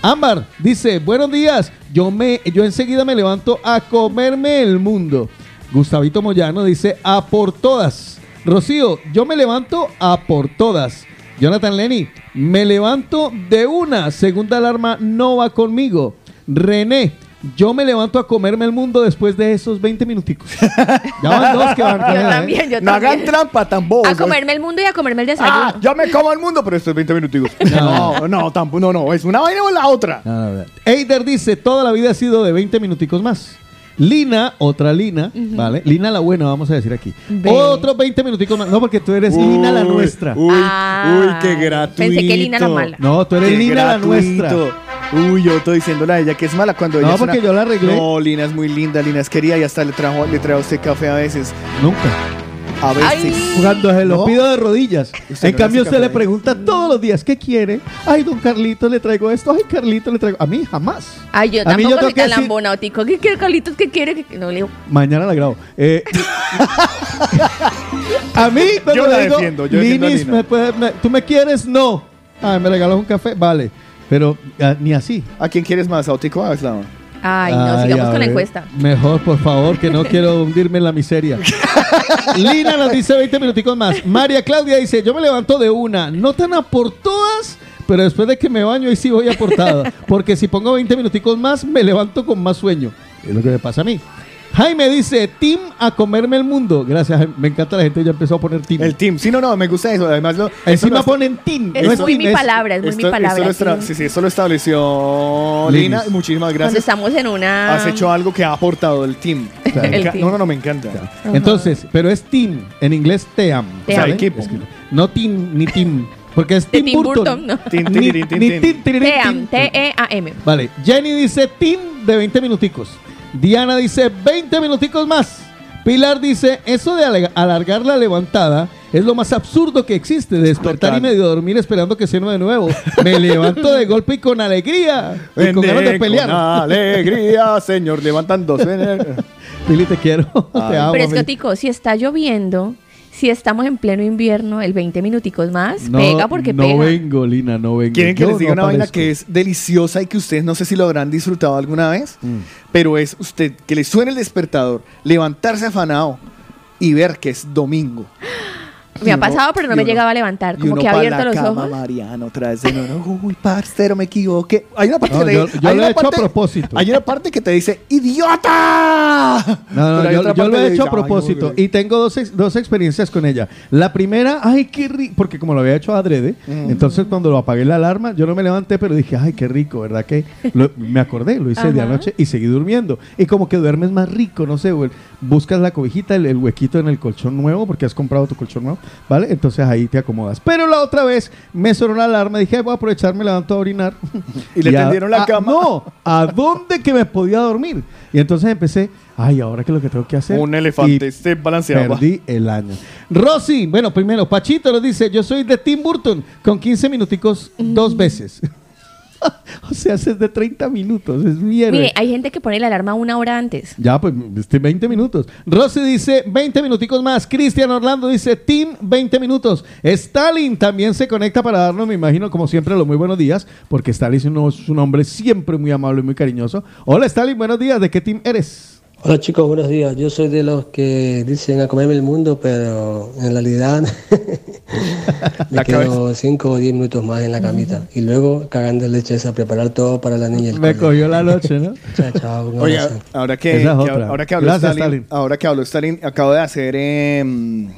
Ámbar dice, buenos días, yo, me, yo enseguida me levanto a comerme el mundo. Gustavito Moyano dice, a por todas. Rocío, yo me levanto a por todas. Jonathan Lenny, me levanto de una. Segunda alarma no va conmigo. René, Yo me levanto a comerme el mundo después de esos 20 minuticos. ya van dos que van.
Yo
¿eh?
también, yo No hagan también.
trampa tan
A comerme el mundo y a comerme el desayuno.
Pues, Ah, yo me como el mundo, pero estos 20 minuticos. No, no, no, tampoco, no, no, es una vaina o la otra.
Eider dice, toda la vida ha sido de 20 minuticos más. Lina, otra Lina,
Ujú.
¿vale? Lina la buena, vamos a decir aquí.
Ve.
Otros 20 minuticos más. No, porque tú eres Lina la nuestra.
Uy,
Ah,
uy, qué gratuito.
pensé que Lina la mala.
No, tú eres
Qué
Lina la nuestra.
Uy, yo estoy diciéndole a ella que es mala cuando ella
No,
es una-
porque yo la arreglé.
No, Lina es muy linda, Lina es querida y hasta le trajo, le trae a usted café a veces.
Nunca.
A veces.
Cuando se lo
No.
pido de rodillas.
Usted
en
no
cambio,
hace
usted le
café.
pregunta todos los días qué quiere. Ay, don Carlito, le traigo esto. Ay, Carlito, le traigo. A mí jamás.
Ay, yo
A mí yo
tampoco
tengo
soy
que
tan
decir-
lambona, tico. ¿Qué quiere, Carlitos? ¿Qué quiere? ¿Qué- qué? No le digo.
Mañana la grabo. Eh, a mí, cuando
Yo la
le digo,
defiendo, yo defiendo a
"Linis,
Lina".
me puede- me- ¿tú me quieres? No. Ay, me regalas un café. Vale. Pero ah, ni así.
¿A quién quieres más? ¿A Otico o a Slava?
Ay, no,
Ay,
sigamos
a
con la
ver.
encuesta.
Mejor, por favor, que no quiero hundirme en la miseria. Lina nos dice 20 minuticos más. María Claudia dice, yo me levanto de una, no tan a por todas, pero después de que me baño y sí voy aportada, porque si pongo 20 minuticos más, me levanto con más sueño. Es lo que me pasa a mí. Jaime dice, Tim a comerme el mundo. Gracias, Jaime. me encanta la gente ya empezó a poner Tim.
El team. Sí, no, no, me gusta eso. Además, lo,
Encima
eso lo-
ponen Tim.
Es muy mi palabra, es muy mi palabra,
lo estra-
team.
sí, sí, eso lo estableció
Linis.
Lina. Muchísimas
Cuando
gracias.
estamos en una.
Has hecho algo que ha aportado el team.
Claro.
Me
El
enca-
team.
No, no, no, me encanta.
Entonces, pero es team. En inglés, team.
Te O sea, amo. equipo.
Es que- no team, ni team. Porque es
De
Tim
Tim Burton,
Burton.
no. E
Ni- ni Tim, tirirín,
Team, T-E-A-M.
Vale, Jenny dice team de 20 minuticos. Diana dice 20 minuticos más. Pilar dice, eso de alega- alargar la levantada es lo más absurdo que existe. Despertar y medio dormir esperando que ceno de nuevo. Me levanto de golpe y con alegría. Y con ganas de
Venden
pelear.
con alegría, señor, levantándose.
Pili, te quiero. te amo.
Pero es que,
Pili.
Tico, si está lloviendo, si estamos en pleno invierno, el 20 minuticos más,
No,
pega porque
no
pega.
vengo, Lina, no vengo.
Quieren que
Yo
les diga
no
una vaina
aparezco.
que es deliciosa y que ustedes no sé si lo habrán disfrutado alguna vez,
Mm.
pero es usted que le suene el despertador, levantarse afanado y ver que es domingo.
Me
Y
ha
uno-
pasado, pero no
y
me
uno-
llegaba a levantar.
y
Como
uno
que ha
pa'
abierto
la
los
cama,
ojos.
Mariano, otra vez de nuevo, uy, parcero, me equivoqué. Hay una parte
No,
que
yo-
te-
yo
hay
lo
una
he hecho a
parte-
propósito.
Hay una parte que te dice, ¡idiota!
No,
Pero
no,
hay
yo,
otra
yo
parte
lo he
que
hecho a
dice, "Ay, no,
propósito
güey".
y tengo dos, ex- dos experiencias con ella. La primera, ay, qué rico, porque como lo había hecho adrede,
Mm.
entonces cuando lo apagué la alarma, yo no me levanté, pero dije, ay, qué rico, ¿verdad? que lo- Me acordé, lo hice de
Ajá.
anoche y seguí durmiendo. Y como que duermes más rico, no sé, güey. buscas la cobijita, el, el huequito en el colchón nuevo, porque has comprado tu colchón nuevo, ¿vale? Entonces ahí te acomodas. Pero la otra vez me sonó la alarma, dije, "Ay, voy a aprovechar, me levanto a orinar.
Y le
a-
tendieron la
a-
cama.
No, ¿a dónde que me podía dormir? Y entonces empecé, ay, ahora que lo que tengo que hacer.
Un
Y
elefante se balanceaba.
Perdí el año. Rosy, bueno, primero, Pachito nos dice, yo soy de Tim Burton, con 15 minuticos dos veces. o sea, es de 30 minutos, es mierda.
Mire, hay gente que pone la alarma una hora antes.
Ya, pues, este, 20 minutos. Rosy dice 20 minuticos más. Cristian Orlando dice Team 20 minutos. Stalin también se conecta para darnos, me imagino, como siempre, los muy buenos días, porque Stalin es un, es un hombre siempre muy amable y muy cariñoso. Hola, Stalin, buenos días. ¿De qué team eres?
Hola chicos, buenos días. Yo soy de los que dicen a comerme el mundo, pero en realidad me
La
quedo 5 o 10 minutos más en la camita. Y luego cagando leches a preparar todo para la niña. y el
Me
cole.
cogió la noche, ¿no?
Chao, chao. un
Oye,
abrazo.
ahora que,
Esa es
que-
otra.
ahora que habló
Gracias,
Stalin,
Stalin.
ahora que habló Stalin, acabo de hacer em,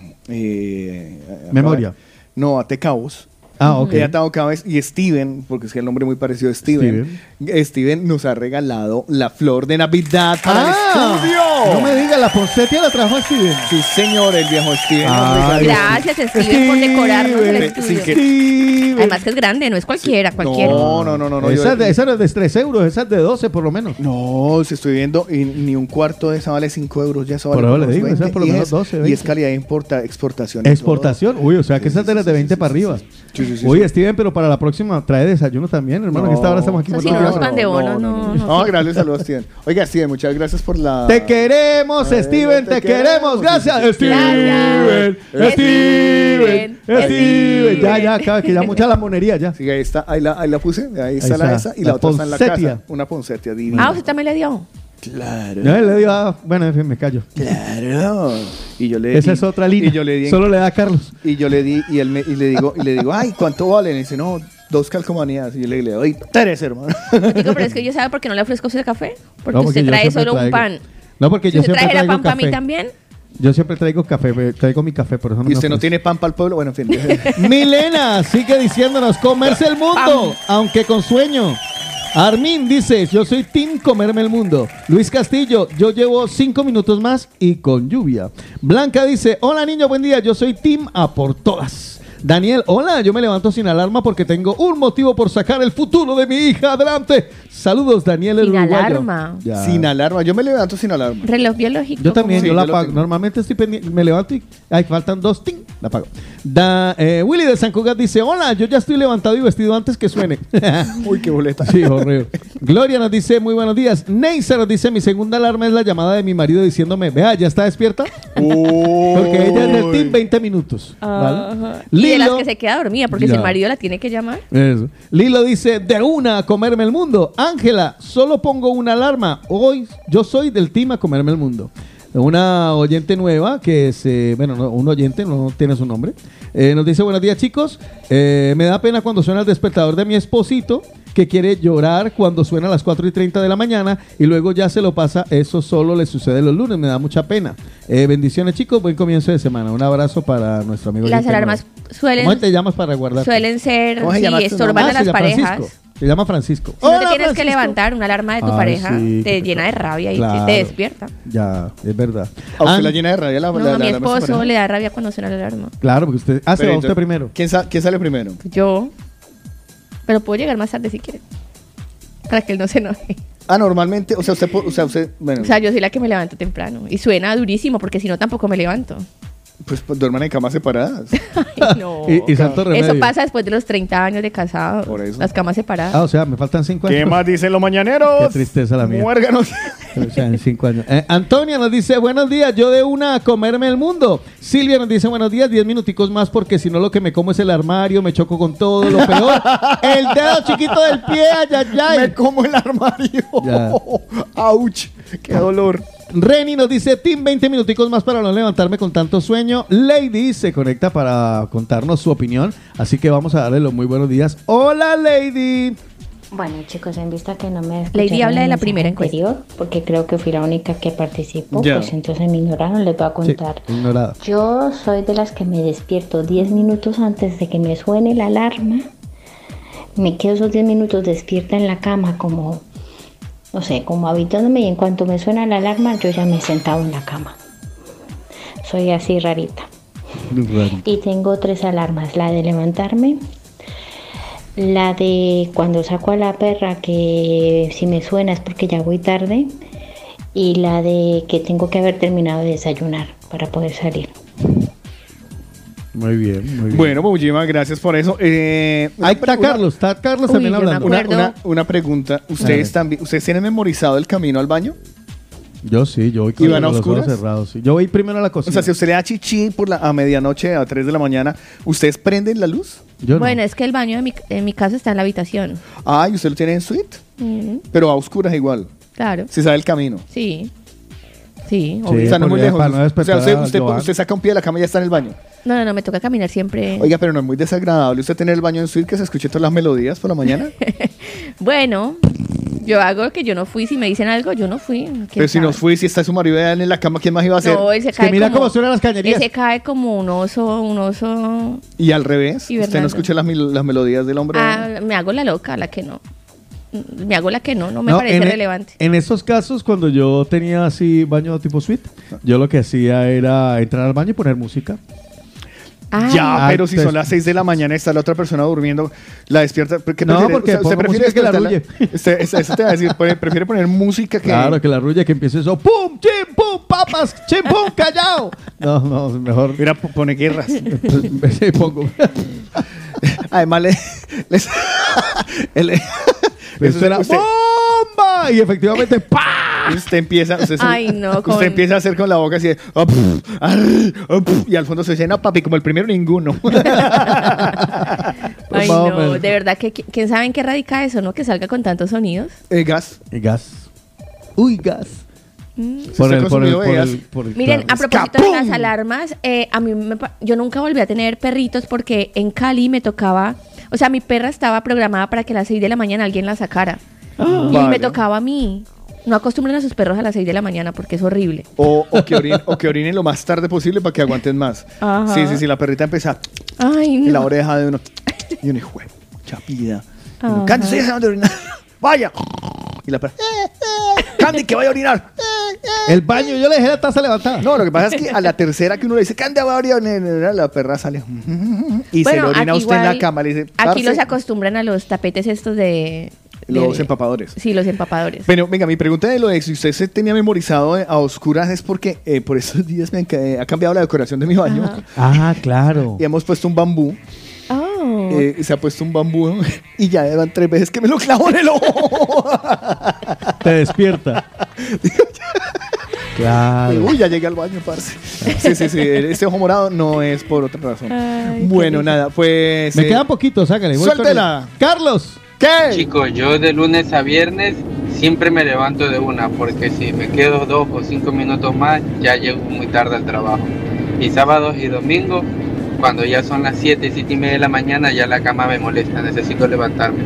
eh, acabo
Memoria.
de- no, Ate Cabos.
Ah, ok.
Ella ha atado cabos y Steven, porque es que el nombre muy parecido a Steven. Steven, nos ha regalado la flor de Navidad para el estudio.
Ah, No me digas, la posetia la trajo Steven.
Sí, señor, el viejo Steven. nos
Ay,
regaló-
Gracias, Steven, por decorarnos el
Steven,
estudio.
sin que-
Además que es grande, no es cualquiera, cualquiera.
No, no, no, no. no,
esa,
yo-
es de, esa era de 3 euros, esa es de 12 por lo menos.
No, si estoy viendo, y ni un cuarto de esa vale 5 euros, ya eso
Por
vale
ahora le
unos
digo, esa
20,
por lo
y
menos
es-
12,
Y es
20.
calidad de importa, exportación. y
Exportación. Uy, o sea que esa es de las de 20 para arriba. Oye, Steven, pero para la próxima trae desayuno también, hermano. Que esta hora estamos aquí.
Eso
por
sí,
todo
no nos
lado.
pandeonos, no.
todo. No, gracias, saludos, Steven. Oiga, Steven, muchas gracias por la.
Te queremos, Steven, te, queremos. Gracias, Steven. Steven. Steven. Ya, ya, acaba que ya mucha la monería ya.
Sí, ahí está, ahí la, ahí la puse, ahí, está,
está,
la esa y la,
la
otra está en la
poinsettia.
casa. Una poncetia
Ah,
divina.
usted también le dio.
claro.
No, le digo, ah, bueno, en fin, me callo.
Claro. Y yo le
Esa
y-
es otra línea.
Y yo le di
Solo le da a Carlos.
Y yo le di, y él me, y le digo, y le digo, ay, ¿cuánto vale? Y dice, no, dos calcomanías y yo le, le doy tres, hermano.
Digo, pero es que yo sabe por qué no le ofrezco ese café. Porque,
No, porque
usted
yo
trae
siempre
solo un
traigo-
pan.
No, porque
si
yo
usted
siempre
trajera
traigo
pan para mí
café.
también,
Yo siempre traigo café, pero traigo mi café, por eso no
Y
me
usted no
ofrece.
tiene pan para el pueblo. Bueno, en fin.
Milena sigue diciéndonos comerse el mundo, aunque con sueño. Armin dice, yo soy team comerme el mundo. Luis Castillo, yo llevo cinco minutos más y con lluvia. Blanca dice, hola niño, buen día, yo soy team a por todas. Daniel, hola, yo me levanto sin alarma porque tengo un motivo por sacar el futuro de mi hija adelante. Saludos, Daniel. el
Sin
uruguayo.
alarma.
Ya.
Sin alarma. Yo me levanto sin alarma.
reloj biológico.
Yo también,
como-
yo la apago. Normalmente estoy pendiente, me levanto y ay, faltan dos, ¡ting! la apago. Da, eh, Willy de San Cugat dice, hola, yo ya estoy levantado y vestido antes que suene.
Uy, qué boleta.
sí, horrible. Gloria nos dice, muy buenos días. Neisa nos dice, mi segunda alarma es la llamada de mi marido diciéndome, vea, ya está despierta. Porque ella es del team 20 minutos. ¿vale?
Ajá. Y de las
Lilo-
que se queda dormida, porque si
Ya.
el marido la tiene que llamar.
Eso. Lilo dice, de una a comerme el mundo. Ángela, solo pongo una alarma. Hoy yo soy del team a comerme el mundo. Una oyente nueva, que es, eh, bueno, no, un oyente, no tiene su nombre, eh, nos dice, buenos días chicos, Eh, me da pena cuando suena el despertador de mi esposito, que quiere llorar cuando suena a las 4 y 30 de la mañana y luego ya se lo pasa, eso solo le sucede los lunes, me da mucha pena. Eh, bendiciones chicos, buen comienzo de semana, un abrazo para nuestro amigo.
Las
oyente nuevo.
alarmas suelen-
¿Cómo te llamas para guardar?
Suelen ser,
¿Cómo se
sí,
llama tu
estorban
mamá?
a las
Ah, Se llama
parejas.
Francisco. Se llama Francisco.
Si no te tienes que levantar una alarma de tu
Ay,
pareja,
sí, qué
te llena de rabia y te-
Claro.
te despierta.
Ya, es verdad.
A Ah, usted
An-
la llena de rabia
Ah, pues
la, la-
No, a
la-
mi
la- la-
esposo le da rabia cuando suena la alarma.
Claro, porque usted. Ah, se
Pero
va usted
entonces,
primero.
¿Quién, sa- quién sale primero?
Yo. Pero puedo llegar más tarde si quieres. Para que él no se enoje.
Ah, normalmente, o sea, usted, po- o sea, usted, bueno,
O sea, yo soy la que me levanto temprano. Y suena durísimo porque si no tampoco me levanto.
pues, pues, duerman en camas separadas.
No.
Y, y santo remedio.
Eso pasa después de los 30 años de casado.
Por eso.
Las camas separadas.
Ah, o sea, me faltan cinco años.
¿Qué más dicen los mañaneros?
Qué tristeza la mía.
Muérganos.
O sea, en cinco años. Eh, Antonia nos dice, buenos días, yo de una a comerme el mundo. Silvia nos dice, buenos días, diez minuticos más porque si no lo que me como es el armario, me choco con todo, lo peor. el dedo chiquito del pie, ay, ay, ay. Me
como el armario.
Ya.
¡Auch! ¡Qué dolor!
Reni nos dice, Tim, 20 minuticos más para no levantarme con tanto sueño. Lady se conecta para contarnos su opinión, así que vamos a darle los muy buenos días. Hola, Lady.
Bueno, chicos, en vista que no me
Lady,
escucharon
habla de
el
la
mensaje
primera encuesta.
anterior, porque creo que fui la única que participó,
Ya.
pues entonces me ignoraron, les voy a contar.
Ignorada.
Yo soy de las que me despierto 10 minutos antes de que me suene la alarma. Me quedo esos 10 minutos despierta en la cama como, no sé, como habitándome y en cuanto me suena la alarma yo ya me he sentado en la cama. Soy así rarita. Y tengo tres alarmas, la de levantarme, la de cuando saco a la perra que si me suena es porque ya voy tarde y la de que tengo que haber terminado de desayunar para poder salir.
Muy bien, muy bien.
Bueno, muchísimas gracias por eso. Eh,
Ahí está Carlos, está Carlos también Uy, yo me hablando. Ah.
Una,
acuerdo.
una- una pregunta. ¿Ustedes también, ustedes tienen memorizado el camino al baño?
Yo sí, yo voy
¿Y van a
los ojos
oscuras?
cerrados. sí. Yo voy primero a la
O
cocina.
sea, si usted le da chichi por la, a medianoche, a 3 de la mañana, ¿ustedes prenden la luz?
Yo
Bueno, es que el baño de mi, en mi casa está en la habitación.
Ah, y usted lo tiene en suite,
Mm,
pero a oscuras igual.
claro.
Se sabe el camino.
Sí. Sí.
o sea, no es muy
porque
lejos.
para no
o sea,
despertar
usted,
a
usted-
Joan.
usted saca un pie de la cama y ya está en el baño.
No, no, no, me toca caminar siempre.
Oiga, pero no es muy desagradable usted tener el baño en suite que se escuche todas las melodías por la mañana.
Bueno, yo hago que yo no fui. Si me dicen algo, yo no fui. ¿Quién
Pues
pero si
sabe?
nos fue, si está su marido allá en la cama, ¿quién más iba a hacer?
No, él se cae como-
las
Él se cae como un oso, un oso.
Y al revés, usted
Y
no
Bernardo.
escucha las, mil- las melodías del hombre.
Ah, me hago la loca, la que no. Mm, Me hago la que no, no me
No,
parece
en e-
relevante.
en esos casos, cuando yo tenía así baño tipo suite, yo lo que hacía era entrar al baño y poner música.
Ay.
Ya,
Ay,
pero si
pues-
son las 6 de la mañana está la otra persona durmiendo, la despierta. ¿Qué
No,
prefiere?
porque pongo música que la
despertarla- Usted- es- Eso te va a decir, pre- prefiere poner música que.
Claro, que la rulla que empiece eso. ¡Pum! ¡Chim! ¡Pum! ¡Papas! ¡Chim! ¡Pum! ¡Callao! No, no, mejor.
Mira, pone guerras.
sí, pongo.
Además, le- les. el-
Eso era ¡Bomba! Y efectivamente,
¡pa! Usted empieza. Usted, se-
Ay, no, con-
usted empieza a hacer con la boca así de. "Oh, pf, ar, oh, pf", y al fondo se dice, no, papi, como el primero, ninguno.
Pues
Ay,
Más o
no,
menos.
de verdad que qui- quién sabe en qué radica eso, ¿no? Que salga con tantos sonidos.
Eh, gas.
gas. Uy, gas. Por
Mm.
Usted
el, por el,
consumido
por
de gas.
el- por el-
Miren,
claro.
a propósito de las alarmas, eh, a mí me pa- yo nunca volví a tener perritos porque en Cali me tocaba O sea, mi perra estaba programada para que a las 6 de la mañana alguien la sacara. y me
Vale.
tocaba a mí. No acostumbren a sus perros a las 6 de la mañana porque es horrible.
O, o que orinen, o que orinen lo más tarde posible para que aguanten más.
Ajá.
Sí, sí, sí, la perrita empieza
Ay,
en la
no.
oreja de uno. Y uno, hijo de chapida. Y uno,
Ajá.
Candy, sí, se van a orinar. Vaya. Y la perra. Candy, que vaya a orinar. El baño, yo le dejé la taza levantada. No, lo que pasa es que a la tercera que uno le dice, Candy, vaya a orinar, la perra sale. Y se
Bueno,
lo orina a
aquí
usted en la
igual-
cama. Le dice,
Aquí los
"Parce,
acostumbran a los tapetes estos de... de-
los em- empapadores.
Sí, los empapadores.
Pero venga, mi pregunta de lo de si usted se tenía memorizado eh, a oscuras es porque eh, por esos días me han ca- eh, ha cambiado la decoración de mi baño
Ah, claro.
y hemos puesto un bambú.
Oh.
eh, se ha puesto un bambú y ya van tres veces que me lo clavo en el ojo.
Te despierta.
Y,
claro.
Uy, ya llegué al baño, parce. Sí, sí, sí. Este ojo morado no es por otra razón.
Ay,
bueno, nada, pues.
Me
eh,
queda poquito, sácale. voy
suéltela.
con el- Carlos.
Chicos, yo de lunes a viernes siempre me levanto de una, porque si me quedo dos o cinco minutos más, ya llego muy tarde al trabajo. Y sábados y domingos, cuando ya son las 7, 7 y media de la mañana, ya la cama me molesta, necesito levantarme.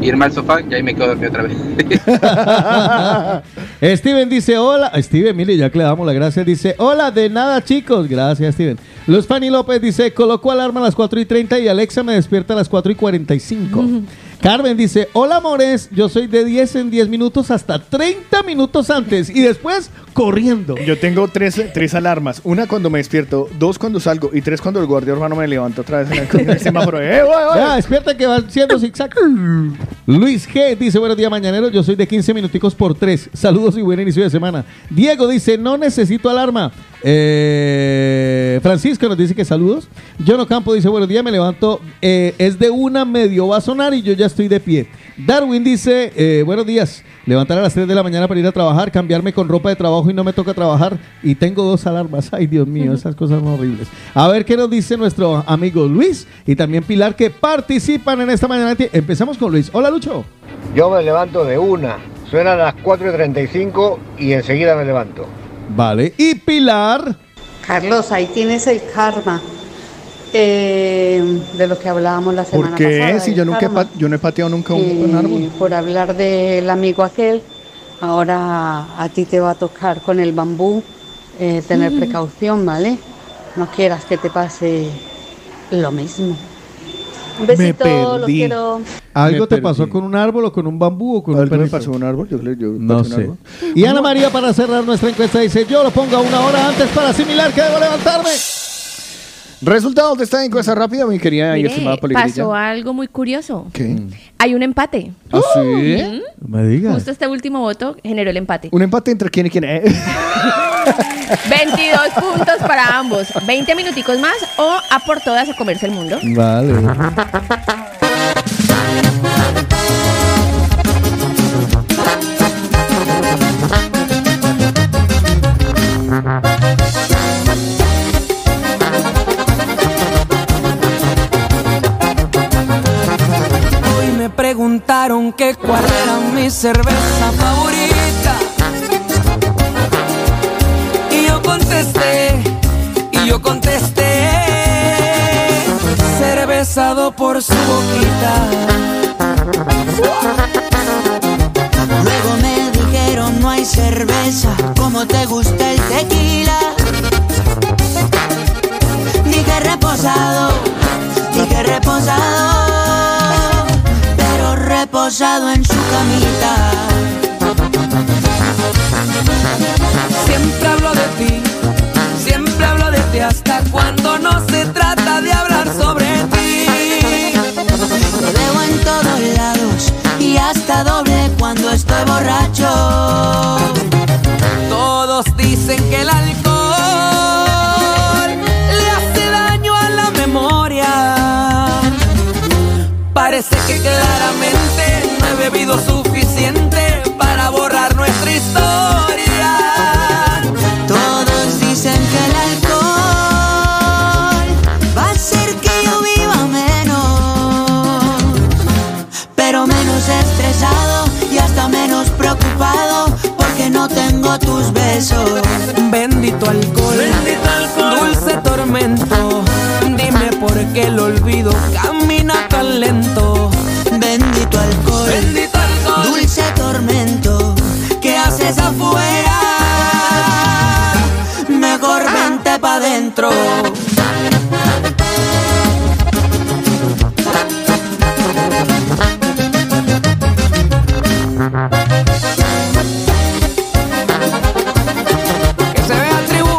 Irme al sofá y ahí me quedo dormido otra vez.
Steven dice, hola. Steven, mire, ya que le damos las gracias. Dice, hola, de nada, chicos. Gracias, Steven. Luz Fanny López dice, colocó alarma a las 4 y 30 y Alexa me despierta a las 4 y 45. Carmen dice, hola, amores. Yo soy de 10 en 10 minutos hasta 30 minutos antes y después corriendo.
Yo tengo tres, tres alarmas. Una cuando me despierto, dos cuando salgo y tres cuando el guardia urbano me levanta otra vez en el, en el semáforo. ¡Eh, güey, güey!
Ya, despierta que va siendo zigzag. Luis G dice, buenos días, mañanero. Yo soy de 15 minuticos por 3. Saludos y buen inicio de semana. Diego dice, no necesito alarma. Eh, Francisco nos dice que saludos. Jono Campo dice, buenos días, me levanto. Eh, es de una, medio va a sonar y yo ya estoy de pie. Darwin dice, eh, buenos días. Levantar a las 3 de la mañana para ir a trabajar, cambiarme con ropa de trabajo y no me toca trabajar. Y tengo dos alarmas. Ay, Dios mío, esas cosas son horribles. A ver qué nos dice nuestro amigo Luis y también Pilar que participan en esta mañana. Empezamos con Luis. Hola, Lucho.
Yo me levanto de una. Suena a las 4.35 y enseguida me levanto.
Vale. Y Pilar.
Carlos, ahí tienes el karma eh, de lo que hablábamos la semana
¿Por qué?
pasada.
Si
del
yo, nunca he
karma.
pat- yo no he pateado nunca un,
Eh,
un árbol.
Por hablar del amigo aquel, ahora a ti te va a tocar con el bambú eh, tener
Mm.
precaución, ¿vale? No quieras que te pase lo mismo. Un
Me
besito, los
perdí.
quiero.
¿Algo
Me
te
perdí.
pasó con un árbol o con un bambú o con un
¿Algo me
perrito?
pasó un árbol? Yo, creo- yo
No
pateé un
sé.
árbol.
Y Ana María para cerrar nuestra encuesta dice, yo lo pongo a una hora antes para asimilar que debo levantarme.
Resultados de esta encuesta rápida, mi querida y
Mire,
estimada Mm.
pasó
poligrilla.
algo muy curioso.
¿Qué?
Hay un empate.
¿Ah, sí?
Me digas.
Justo este último voto generó el empate.
Un empate entre quién y quién. eh.
22 puntos para ambos. 20 minuticos más o a por todas a comerse el mundo.
Vale.
Hoy me preguntaron que cuál era mi cerveza favorita. Y yo contesté, y yo contesté, ser besado por su boquita.
Luego me dijeron no hay cerveza, como te gusta el tequila. Dije reposado, dije reposado, pero reposado en su camita.
Siempre hablo de ti, siempre hablo de ti hasta cuando no se trata de hablar sobre ti.
Lo veo en todos lados y hasta doble cuando estoy borracho.
Todos dicen que el alcohol le hace daño a la memoria. Parece que claramente no he bebido suficiente para borrar nuestra historia.
Todos dicen que el alcohol va a hacer que yo viva menos, pero menos estresado y hasta menos preocupado porque no tengo tus besos.
Bendito alcohol, dulce tormento. Dime por qué el olvido camina tan lento. adentro.
Que se vea tribu.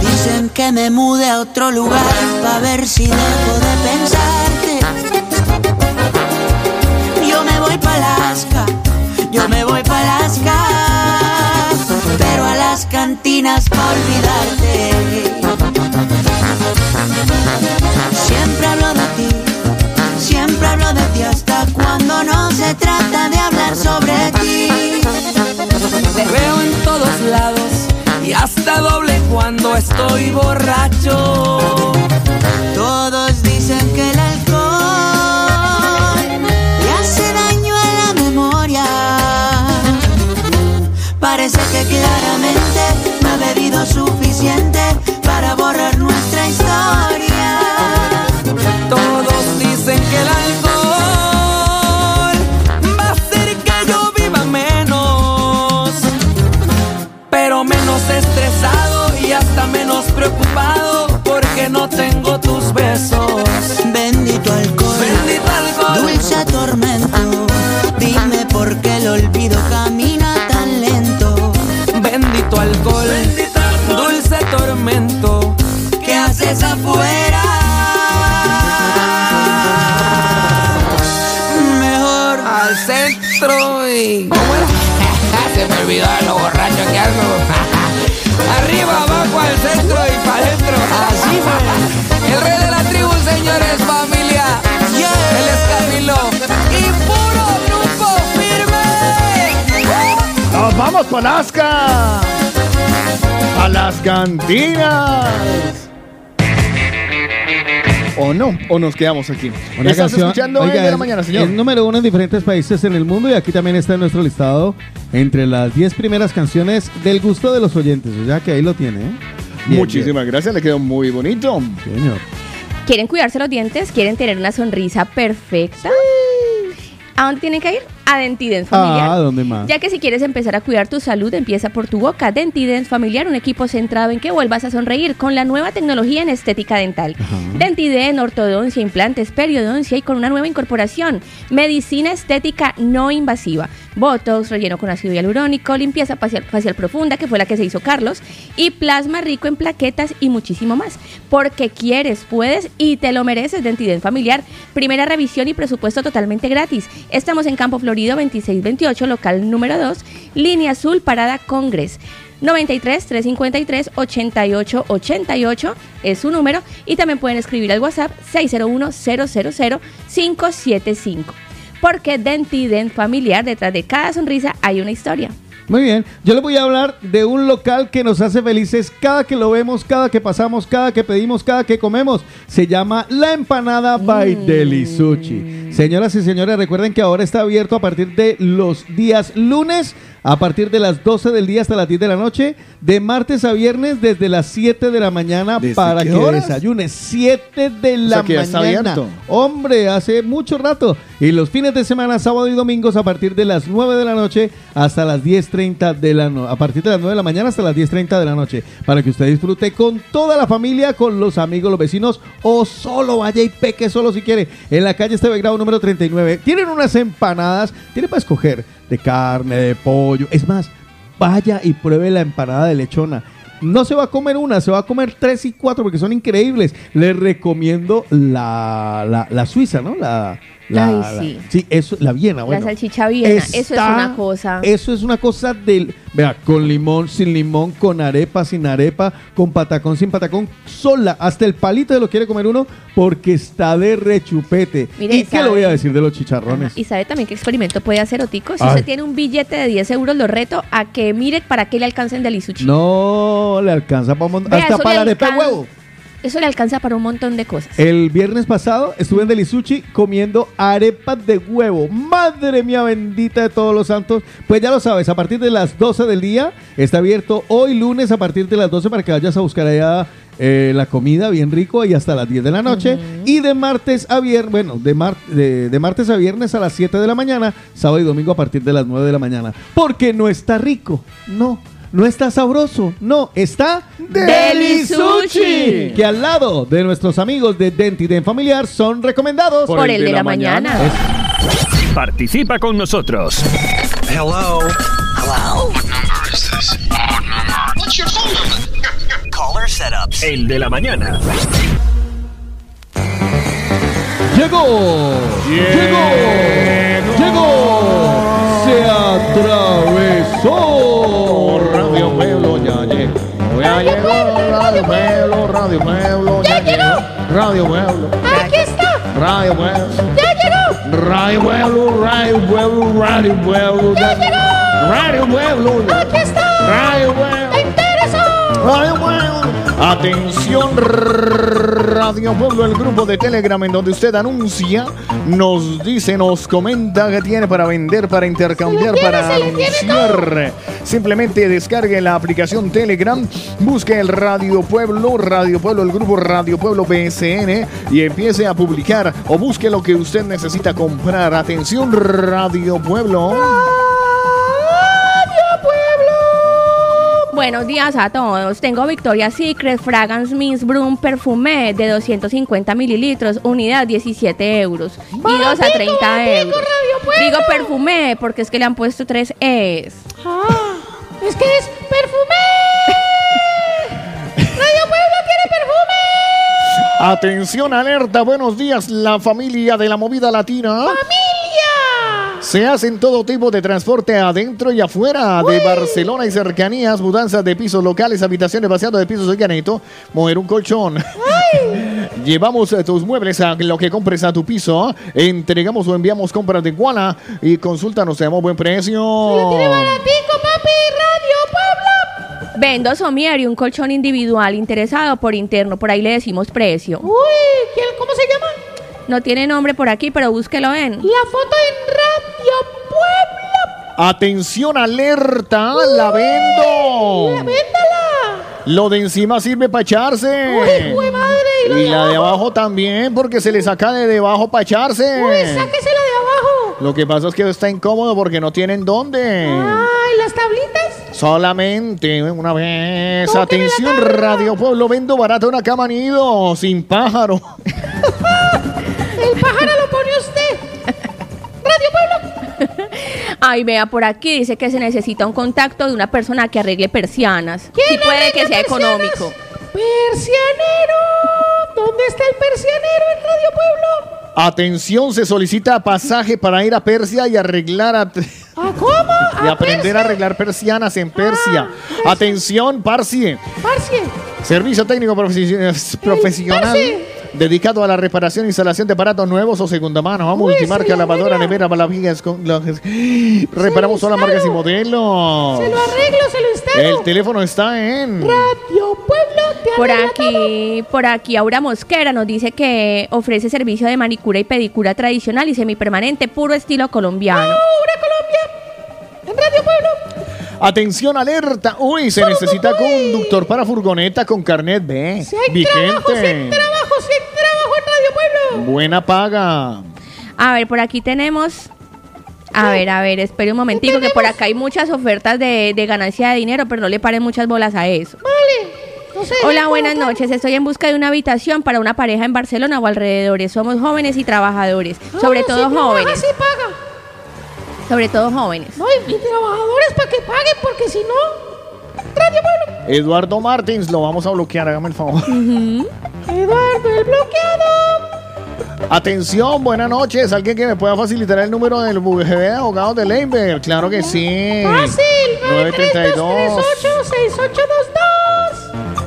Dicen que me mude a otro lugar para ver si dejo de pensarte. Yo me voy para Alaska, yo me voy para Alaska, pero a las cantinas para olvidarte. Siempre hablo de ti, siempre hablo de ti hasta cuando no se trata de hablar sobre ti.
Te veo en todos lados y hasta doble cuando estoy borracho.
Todos dicen que el alcohol le hace daño a la memoria. Parece que claramente no ha bebido suficiente para borrar nuestra historia.
Todos dicen que el alcohol va a hacer que yo viva menos, pero menos estresado y hasta menos preocupado porque no tengo tus besos.
Bendito alcohol,
bendito alcohol,
dulce tormento. Dime por qué el olvido camina tan lento.
Bendito alcohol, bendito alcohol, dulce tormento.
¿Qué haces afuera?
Mejor al centro y. ¿Cómo era? Se me olvidó a lo borracho que algo. Arriba, abajo, al centro y para adentro. Así fue. El rey de la tribu, señores, familia. Él es Camilo. Y puro grupo firme.
¡Nos vamos para Alaska! ¡A las cantinas! O no, o nos quedamos aquí.
Una
Estás
canción-
escuchando
oiga,
9 de la
es-
mañana, señor.
Es número uno en diferentes países en el mundo y aquí también está en nuestro listado entre las 10 primeras canciones del gusto de los oyentes. O sea que ahí lo tiene. ¿eh? Bien,
Muchísimas gracias, le quedó muy bonito.
bien, señor.
¿Quieren cuidarse los dientes? ¿Quieren tener una sonrisa perfecta? ¿A dónde tienen que ir? A Dentident Familiar.
Ah, ¿dónde más?
Ya que si quieres empezar a cuidar tu salud, empieza por tu boca. Dentident Familiar, un equipo centrado en que vuelvas a sonreír con la nueva tecnología en estética dental. Dentident, ortodoncia, implantes, periodoncia y con una nueva incorporación. Medicina estética no invasiva. Botox, relleno con ácido hialurónico, limpieza facial, facial profunda, que fue la que se hizo Carlos, y plasma rico en plaquetas y muchísimo más. Porque quieres, puedes y te lo mereces, Dentident Familiar. Primera revisión y presupuesto totalmente gratis. Estamos en Campo Florido 2628, local número 2, línea azul, parada Congres. 93 353 88 88 es su número y también pueden escribir al WhatsApp 601 000 575. Porque Dentident Familiar, detrás de cada sonrisa hay una historia.
Muy bien, yo les voy a hablar de un local que nos hace felices cada que lo vemos, cada que pasamos, cada que pedimos, cada que comemos. Se llama La Empanada by
Mm.
Deli Sushi. Señoras y señores, recuerden que ahora está abierto a partir de los días lunes, a partir de las 12 del día hasta las 10 de la noche, de martes a viernes desde las 7 de la mañana para
qué
que
horas?
desayunes. 7 de la
sea, que ya está
mañana.
abierto.
Hombre, hace mucho rato. Y los fines de semana, sábado y domingos, a partir de las 9 de la noche hasta las 10.30 de la noche. A partir de las 9 de la mañana hasta las 10.30 de la noche. Para que usted disfrute con toda la familia, con los amigos, los vecinos, o solo vaya y peque solo si quiere. En la calle Este grado número 39. Tienen unas empanadas, tiene para escoger de carne, de pollo. Es más, vaya y pruebe la empanada de lechona. No se va a comer una, se va a comer tres y cuatro porque son increíbles. Les recomiendo la, la, la suiza, ¿no? La, la,
Ay,
la-
sí.
eso, la Viena, bueno.
la salchicha viena, eso es
Está-
una cosa.
Eso es una cosa del. Vea, con limón, sin limón, con arepa, sin arepa, con patacón, sin patacón, sola. Hasta el palito se lo quiere comer uno porque está de rechupete.
Mire,
¿Y qué
¿sabe?
le voy a decir de los chicharrones?
Y sabe también qué experimento puede hacer Otico. Si
Ay.
usted tiene un billete de 10 euros, lo reto a que mire para qué le alcancen del Isuchi.
No le alcanza para un montón.
Vea,
Hasta
eso le
para la arepa de
alcan-
huevo.
Eso le alcanza para un montón de cosas.
El viernes pasado estuve en Delisuchi comiendo arepas de huevo. Madre mía bendita de todos los santos. Pues ya lo sabes, a partir de las 12 del día está abierto hoy lunes a partir de las 12 para que vayas a buscar allá eh, la comida bien rico y hasta las 10 de la noche. Y de martes a viernes, bueno, de, mar- de, de martes a viernes a las 7 de la mañana, sábado y domingo a partir de las 9 de la mañana. Porque no está rico, no. no está sabroso, no, está
Delisuchi.
Que al lado de nuestros amigos de Dentiden Familiar son recomendados
Por Por el el de de la la mañana. mañana.
Participa con nosotros.
Hello. Hello. What number is this? What number? What's your phone number? Caller setups. El de la mañana.
Llegó. Llegó. Llegó. ¡Oh! Se atravesó. Radio Pueblo ya llegó.
Oh, Ya llegó Radio Pueblo, Radio Pueblo, ya llegó. Radio Pueblo,
Aquí está.
Radio Pueblo,
Ya llegó.
Radio Pueblo, Radio Pueblo, Radio Pueblo, ya llegó. Radio Pueblo,
Aquí está.
Radio Pueblo, Radio Pueblo. Atención Radio Pueblo, el grupo de Telegram en donde usted anuncia, nos dice, nos comenta que tiene para vender, para
Se lo
intercambiar,
tiene,
para
se lo tiene
anunciar. Simplemente descargue la aplicación Telegram, busque el Radio Pueblo, Radio Pueblo, el grupo Radio Pueblo PSN y empiece a publicar o busque lo que usted necesita comprar. Atención Radio Pueblo.
Buenos días a todos. Tengo Victoria Secret Fragrance Mist Broom Perfume de 250 mililitros, unidad 17 euros. y 2 a 30 euros. Digo perfume porque es que le han puesto tres E's.
Es que es perfume. Radio Pueblo tiene perfume.
Atención alerta, buenos días la familia de la movida latina.
¡Familia!
Se hacen todo tipo de transporte adentro y afuera de Barcelona y cercanías, mudanzas de pisos locales, habitaciones vaciadas de pisos. Oigan, necesito mover un colchón. Llevamos eh, tus muebles a lo que compres a tu piso. Entregamos o enviamos compras de Guala y consultanos, tenemos buen precio. Oh.
Pico Papi Radio Pueblo. Vendo somier y un colchón individual interesado por interno. Por ahí le decimos precio.
Uy, ¿quién, ¿cómo se llama?
No tiene nombre por aquí, pero búsquelo en.
La foto en Radio Pueblo.
Atención alerta, la
La-
vendo.
¡Véndala!
Lo de encima sirve para echarse.
¡Uy, madre! Y la de
la de
abajo.
abajo también, porque se le saca de debajo para echarse.
¡Uy, sáquesela de abajo!
Lo que pasa es que está incómodo porque no tienen dónde.
¡Ay, las tablitas!
Solamente una vez. Atención, Radio Pueblo. Vendo barata una cama nido sin pájaro.
¡El pájaro lo pone usted! ¡Radio Pueblo!
Ay, vea, por aquí dice que se necesita un contacto de una persona que arregle persianas. Sí puede que
arregla
sea
persianas?
económico.
¡Persianero! ¿Dónde está el persianero en Radio Pueblo?
Atención, se solicita pasaje para ir a Persia y arreglar a-
¿A cómo?
y
¡A Ah,
aprender a arreglar persianas en Persia. Atención, Parsi.
Parsi!
Servicio técnico profesi- eh, profesional
Parsi.
dedicado a la reparación e instalación de aparatos nuevos o segunda mano. Vamos, multimarca, lavadora, nevera, balavillas. Con las- Reparamos todas las marcas y modelos.
¡Se lo arreglo, se lo instalo!
El teléfono está en.
¡Radio Pueblo te
Por
arregla
aquí, por aquí, Aura Mosquera nos dice que ofrece servicio de manicura y pedicura tradicional y semipermanente, puro estilo colombiano.
En Radio Pueblo.
Atención, alerta. Uy, se necesita conductor para furgoneta con carnet B.
Si hay trabajo, si hay
Vigente.
trabajo, si hay trabajo en Radio Pueblo.
Buena paga.
A ver, por aquí tenemos. A ver, a ver, espere un momentico, que por acá hay muchas ofertas de, de ganancia de dinero, pero no le paren muchas bolas a eso.
Vale. No sé.
Hola, buenas noches. Estoy en busca de una habitación para una pareja en Barcelona o alrededores. Somos jóvenes y trabajadores, sobre
Ah,
todo
si
jóvenes,
Trabaja, si paga.
sobre todo jóvenes.
No, y, y trabajadores para que paguen, porque si no. Radio Pueblo.
Eduardo Martins, lo vamos a bloquear, hágame el favor.
Eduardo, el bloqueado.
Atención, buenas noches. ¿Alguien que me pueda facilitar el número del bufete de abogados de Leinberg? Claro que sí.
Fácil.
932.
932-386822.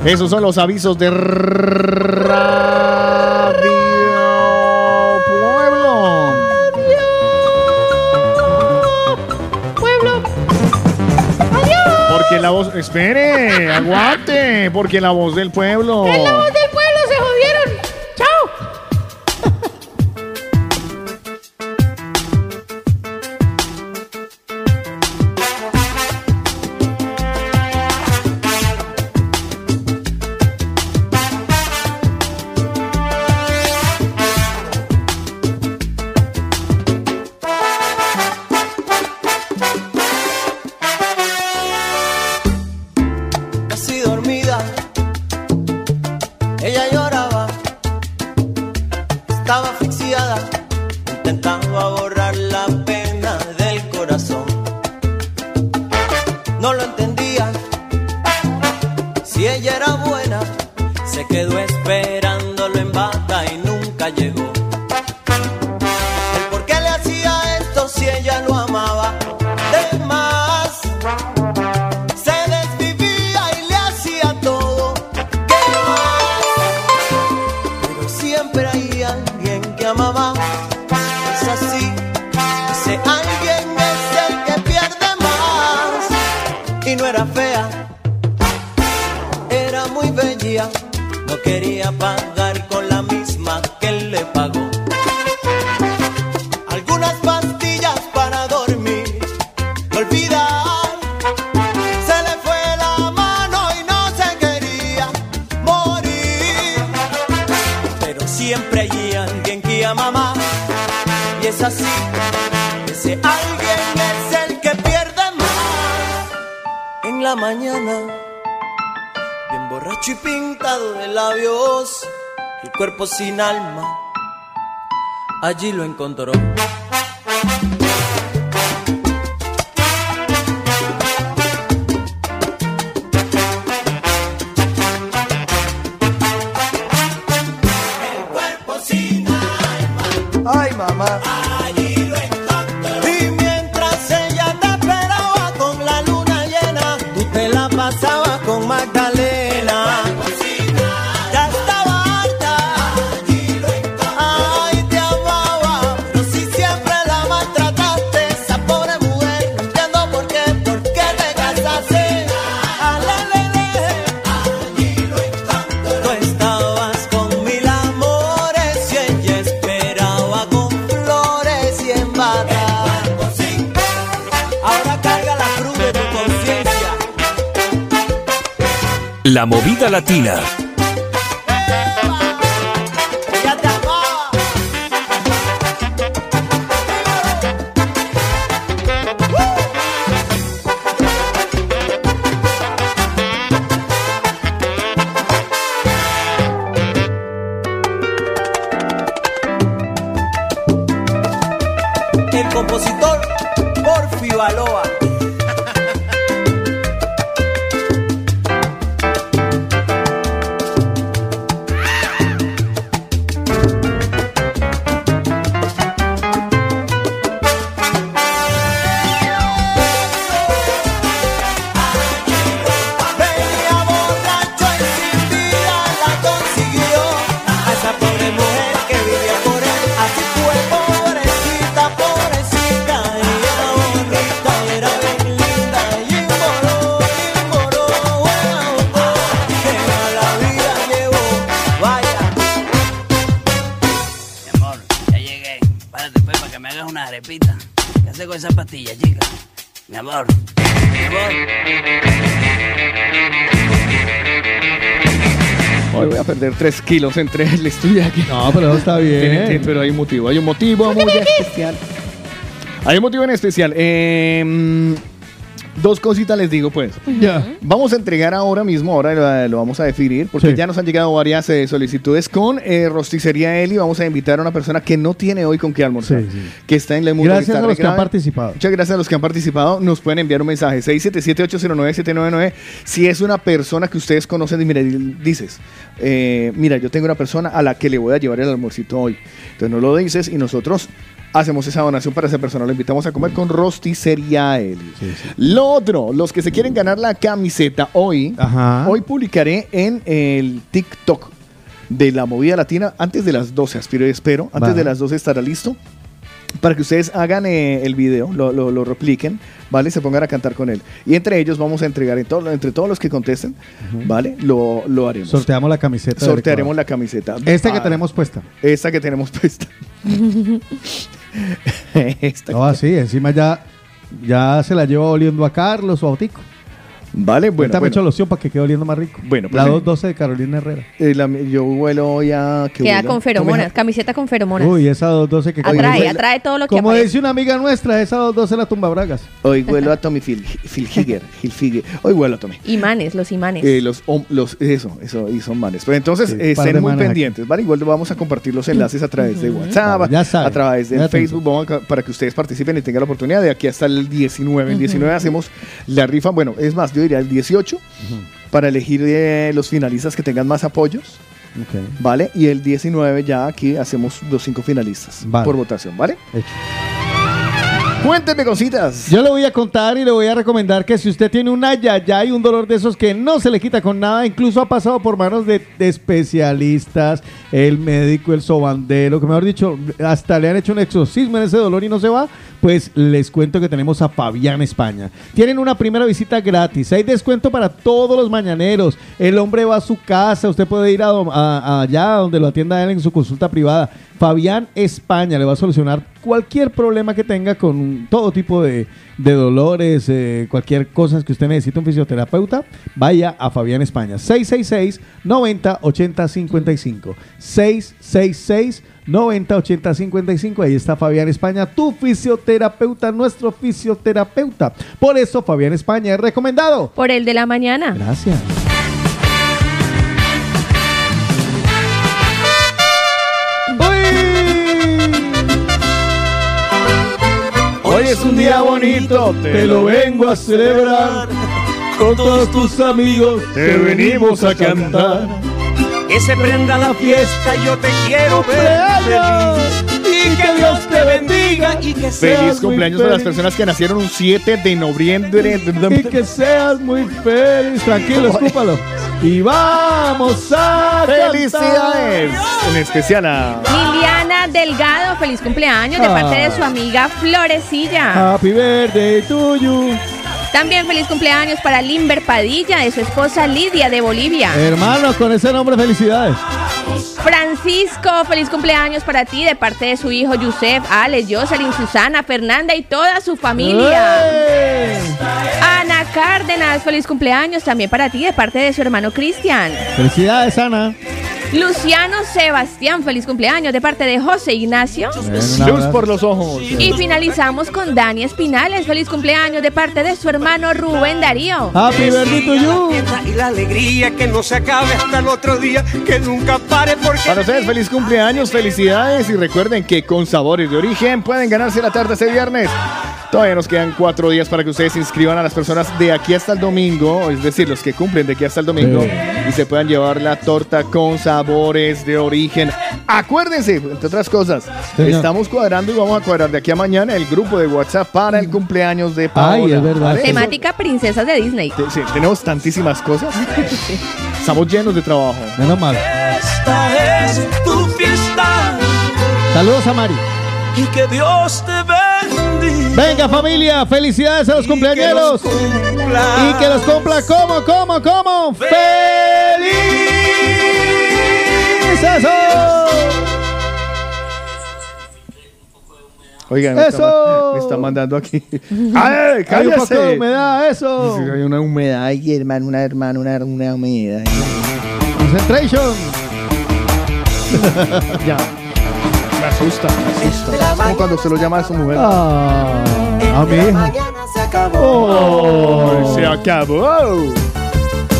Esos son los avisos de Radio Pueblo.
Pueblo. Adiós.
Porque la voz. Espere, aguante. Porque la voz del pueblo.
En la voz del pueblo se jodieron. Chao.
no lo entendía. Si ella era buena, se quedó esperándolo en bata y nunca llegó. El por qué le hacía esto si ella lo amaba de más. Se desvivía y le hacía todo que más. Pero siempre hay alguien que amaba. Es así, ese alguien es el que pierde más. Y no era fea, era muy bella. No quería pagar con la misma que él le pagó. Algunas pastillas para dormir, olvidar. Se le fue la mano y no se quería morir. Pero siempre hay alguien que ama más. Y es así, ese alguien es el que pierde más. En la mañana, bien borracho y pintado de labios, el cuerpo sin alma, allí lo encontró. Ay, mamá. Y mientras ella te esperaba con la luna llena, tú te la pasabas con Magdalena. Ya estaba harta. Ay, te amaba. Pero si siempre la maltrataste, esa pobre mujer. No entiendo por qué, por qué te casaste. Tú estabas con mil amores y ella esperaba con flores y en bata. Ahora carga la cruz de tu conciencia.
La movida latina.
Ya te amaba. El compositor Porfio Aloa. Venía borracho y sin día la consiguió A esa pobre mujer que vivía por él Así fue pobrecita, pobrecita Era bonita, era bien linda Y moró, y moró, Que a la vida llevó, vaya
Mi amor, ya llegué. Párate pues para que me hagas una arepita. ¿Qué haces con esa pastilla, chica? Mi amor. Mi
Hoy voy a perder 3 kilos entre el estudio aquí. No, pero está bien. pero hay un motivo, hay un motivo muy especial. Hay un motivo en especial. Eh, dos cositas les digo, pues.
Ya.
Vamos a entregar ahora mismo, ahora lo, lo vamos a definir, porque ya nos han llegado varias eh, solicitudes con eh, Rosticería Eli. Vamos a invitar a una persona que no tiene hoy con qué almorzar, que está en la inmunidad
Gracias a los que han participado.
Muchas gracias a los que han participado. Nos pueden enviar un mensaje 677-809-799. Si es una persona que ustedes conocen, y mira, di- dices, eh, mira, yo tengo una persona a la que le voy a llevar el almuercito hoy. Entonces no lo dices y nosotros hacemos esa donación para esa persona. Lo invitamos a comer con Rosticería Eli. Lo otro, los que se quieren ganar la camiseta hoy, hoy publicaré en el TikTok de la movida latina antes de las 12, aspiro y espero. Antes
Va.
de las 12 estará listo para que ustedes hagan eh, el video, lo, lo- lo repliquen, ¿vale? Se pongan a cantar con él. Y entre ellos vamos a entregar, en todo- entre todos los que contesten, ¿vale? Lo, lo haremos.
Sorteamos la camiseta. del
Sortearemos la camiseta.
Ecuador. Esta que
Ah,
tenemos puesta.
Esta que tenemos puesta. Esta
No, así, encima ya, ya se la lleva oliendo a Carlos o a Otico.
Vale, bueno.
Cuéntame,
bueno.
Cholo, sí, para que quede oliendo más rico.
Bueno,
La
pues,
212 de Carolina Herrera.
eh, la- yo vuelo hoy a. que
Queda
huela-
con feromonas, camiseta con feromonas.
Uy, esa 212 que
atrae, atrae todo lo que
Como
aparece.
dice una amiga nuestra, esa 212 la tumba bragas.
Hoy vuelo a Tommy Phil, Hilfiger, Hilfiger. Hoy vuelo a Tommy.
Imanes, los imanes.
Eh, los, hom- los, eso, eso, y son manes. Pero entonces
Sí,
eh,
par de
estén muy
manes aquí.
pendientes, ¿vale? Igual vamos a compartir los enlaces a través de WhatsApp, a- a través de
ya saben.
Facebook, vamos a ca- para que ustedes participen y tengan la oportunidad. De aquí hasta el 19, el 19 hacemos la rifa, bueno, es más, yo diría el 18, para elegir eh, los finalistas que tengan más apoyos, ¿vale? Y el 19 ya aquí hacemos los cinco finalistas
Vale.
por votación, ¿vale? Cuéntenme cositas.
Yo le voy a contar y le voy a recomendar que si usted tiene un ayayay, un dolor de esos que no se le quita con nada, incluso ha pasado por manos de, de especialistas, el médico, el sobandero, que mejor dicho, hasta le han hecho un exorcismo en ese dolor y no se va, pues les cuento que tenemos a Fabián España. Tienen una primera visita gratis, hay descuento para todos los mañaneros, el hombre va a su casa, usted puede ir a, dom- a- a allá donde lo atienda él en su consulta privada. Fabián España le va a solucionar cualquier problema que tenga con todo tipo de, de dolores, eh, cualquier cosa que usted necesite un fisioterapeuta, vaya a Fabián España. 666 90 80 55. 666 90 80 55. Ahí está Fabián España, tu fisioterapeuta, nuestro fisioterapeuta. Por eso Fabián España es recomendado.
Por el de la mañana.
Gracias.
Hoy es un día bonito,
te lo vengo a celebrar. Con todos tus amigos te venimos a cantar.
Que se prenda la fiesta, yo te quiero ver feliz. Y que Dios te bendiga y que seas
Feliz
muy
cumpleaños a las
feliz.
personas que nacieron un 7 de noviembre.
Y que seas muy feliz, tranquilo, escúpalo. Y vamos a cantar.
¡Felicidades! En especial a.
Liliana Delgado, feliz cumpleaños de
Ah.
parte de su amiga Florecilla.
Happy birthday to you.
También feliz cumpleaños para Limber Padilla, de su esposa Lidia de Bolivia.
Hermanos, con ese nombre, felicidades.
Francisco, feliz cumpleaños para ti de parte de su hijo Yusef, Ale, Jocelyn, Susana, Fernanda y toda su familia. Ana Cárdenas, feliz cumpleaños también para ti de parte de su hermano Cristian.
Felicidades, Ana.
Luciano Sebastián, feliz cumpleaños de parte de José Ignacio.
Luz por los ojos.
Y finalizamos con Dani Espinales, feliz cumpleaños de parte de su hermano Rubén Darío.
Happy birthday to you.
Y la alegría que no se acabe hasta el otro día, que nunca pare porque...
Para ustedes, feliz cumpleaños, felicidades y recuerden que con sabores de origen pueden ganarse la tarta este viernes. Todavía nos quedan cuatro días para que ustedes se inscriban a las personas de aquí hasta el domingo, es decir, los que cumplen de aquí hasta el domingo y se puedan llevar la torta con sabores de origen. Acuérdense, entre otras cosas,
Señor.
estamos cuadrando y vamos a cuadrar de aquí a mañana el grupo de WhatsApp para el cumpleaños de Paola.
Ay, es verdad.
¿Vale?
Temática princesas de Disney.
Te- sí, tenemos tantísimas cosas. Estamos llenos de trabajo.
Menos mal.
Esta es tu fiesta
Saludos a Mari.
y que Dios te bendiga.
Venga, familia, felicidades a los cumpleañeros. Y que los cumpla como, como, como. ¡Feliz eso!
Oigan, me está
¡Eso!
ma- me está mandando aquí.
Hay
¡Ay,
un poco de
cállese!
humedad, eso.
Sí, Hay una humedad ahí, hermano, una hermano, una, una humedad.
Concentration.
ya. Me asusta, me asusta. Es como cuando se lo llama a su mujer.
Ah, a mi hija.
Oh, se acabó.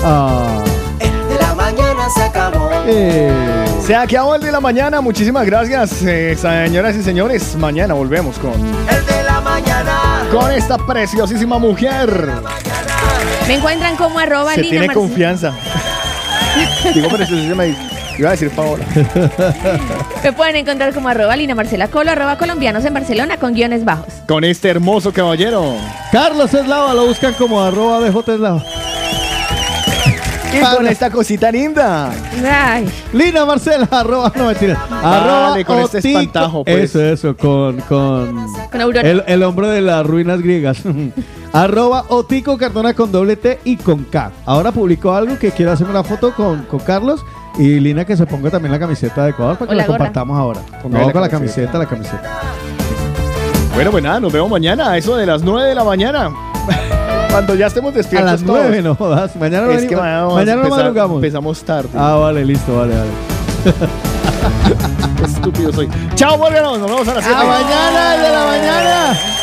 Ah,
De la mañana se acabó.
eh.
Se acabó el de la mañana. Muchísimas gracias, eh, señoras y señores. Mañana volvemos con,
El de la mañana.
con esta preciosísima mujer.
Me encuentran como arroba
Se
Lina
tiene
Marcin-
confianza. Digo preciosísima. y- Iba a decir Paola.
Me pueden encontrar como arroba Lina Marcela Colo, arroba colombianos en Barcelona con guiones bajos.
con este hermoso caballero.
Carlos Eslava, lo buscan como arroba BJ Eslava.
Y con esta cosita linda.
Ay,
Lina Marcela, arroba, no mentira. Arroba
Vale, con este
Otico-
espantajo, pues.
Eso, eso, con, con
Con Aurora.
el, el hombre de las ruinas griegas. arroba Otico Cardona con doble T y con K. Ahora publicó algo que quiero hacerme una foto con, con Carlos y Lina que se ponga también la camiseta de Ecuador para
O
que
la
la,
gorra.
compartamos ahora.
Póngale
no,
la
con la
camiseta.
camiseta, la camiseta.
Bueno, pues nada, nos vemos mañana, a eso de las 9 de la mañana. Cuando ya estemos despiertos.
A las
todos.
nueve, no jodas. Mañana no
Es que
venimos-
mañana, vamos a
mañana no
empezar-
madrugamos.
Empezamos tarde.
Ah, vale, listo, vale, vale.
Qué estúpido soy. Chao, Morgan. Nos vemos a las
¡A mañana, el de la mañana!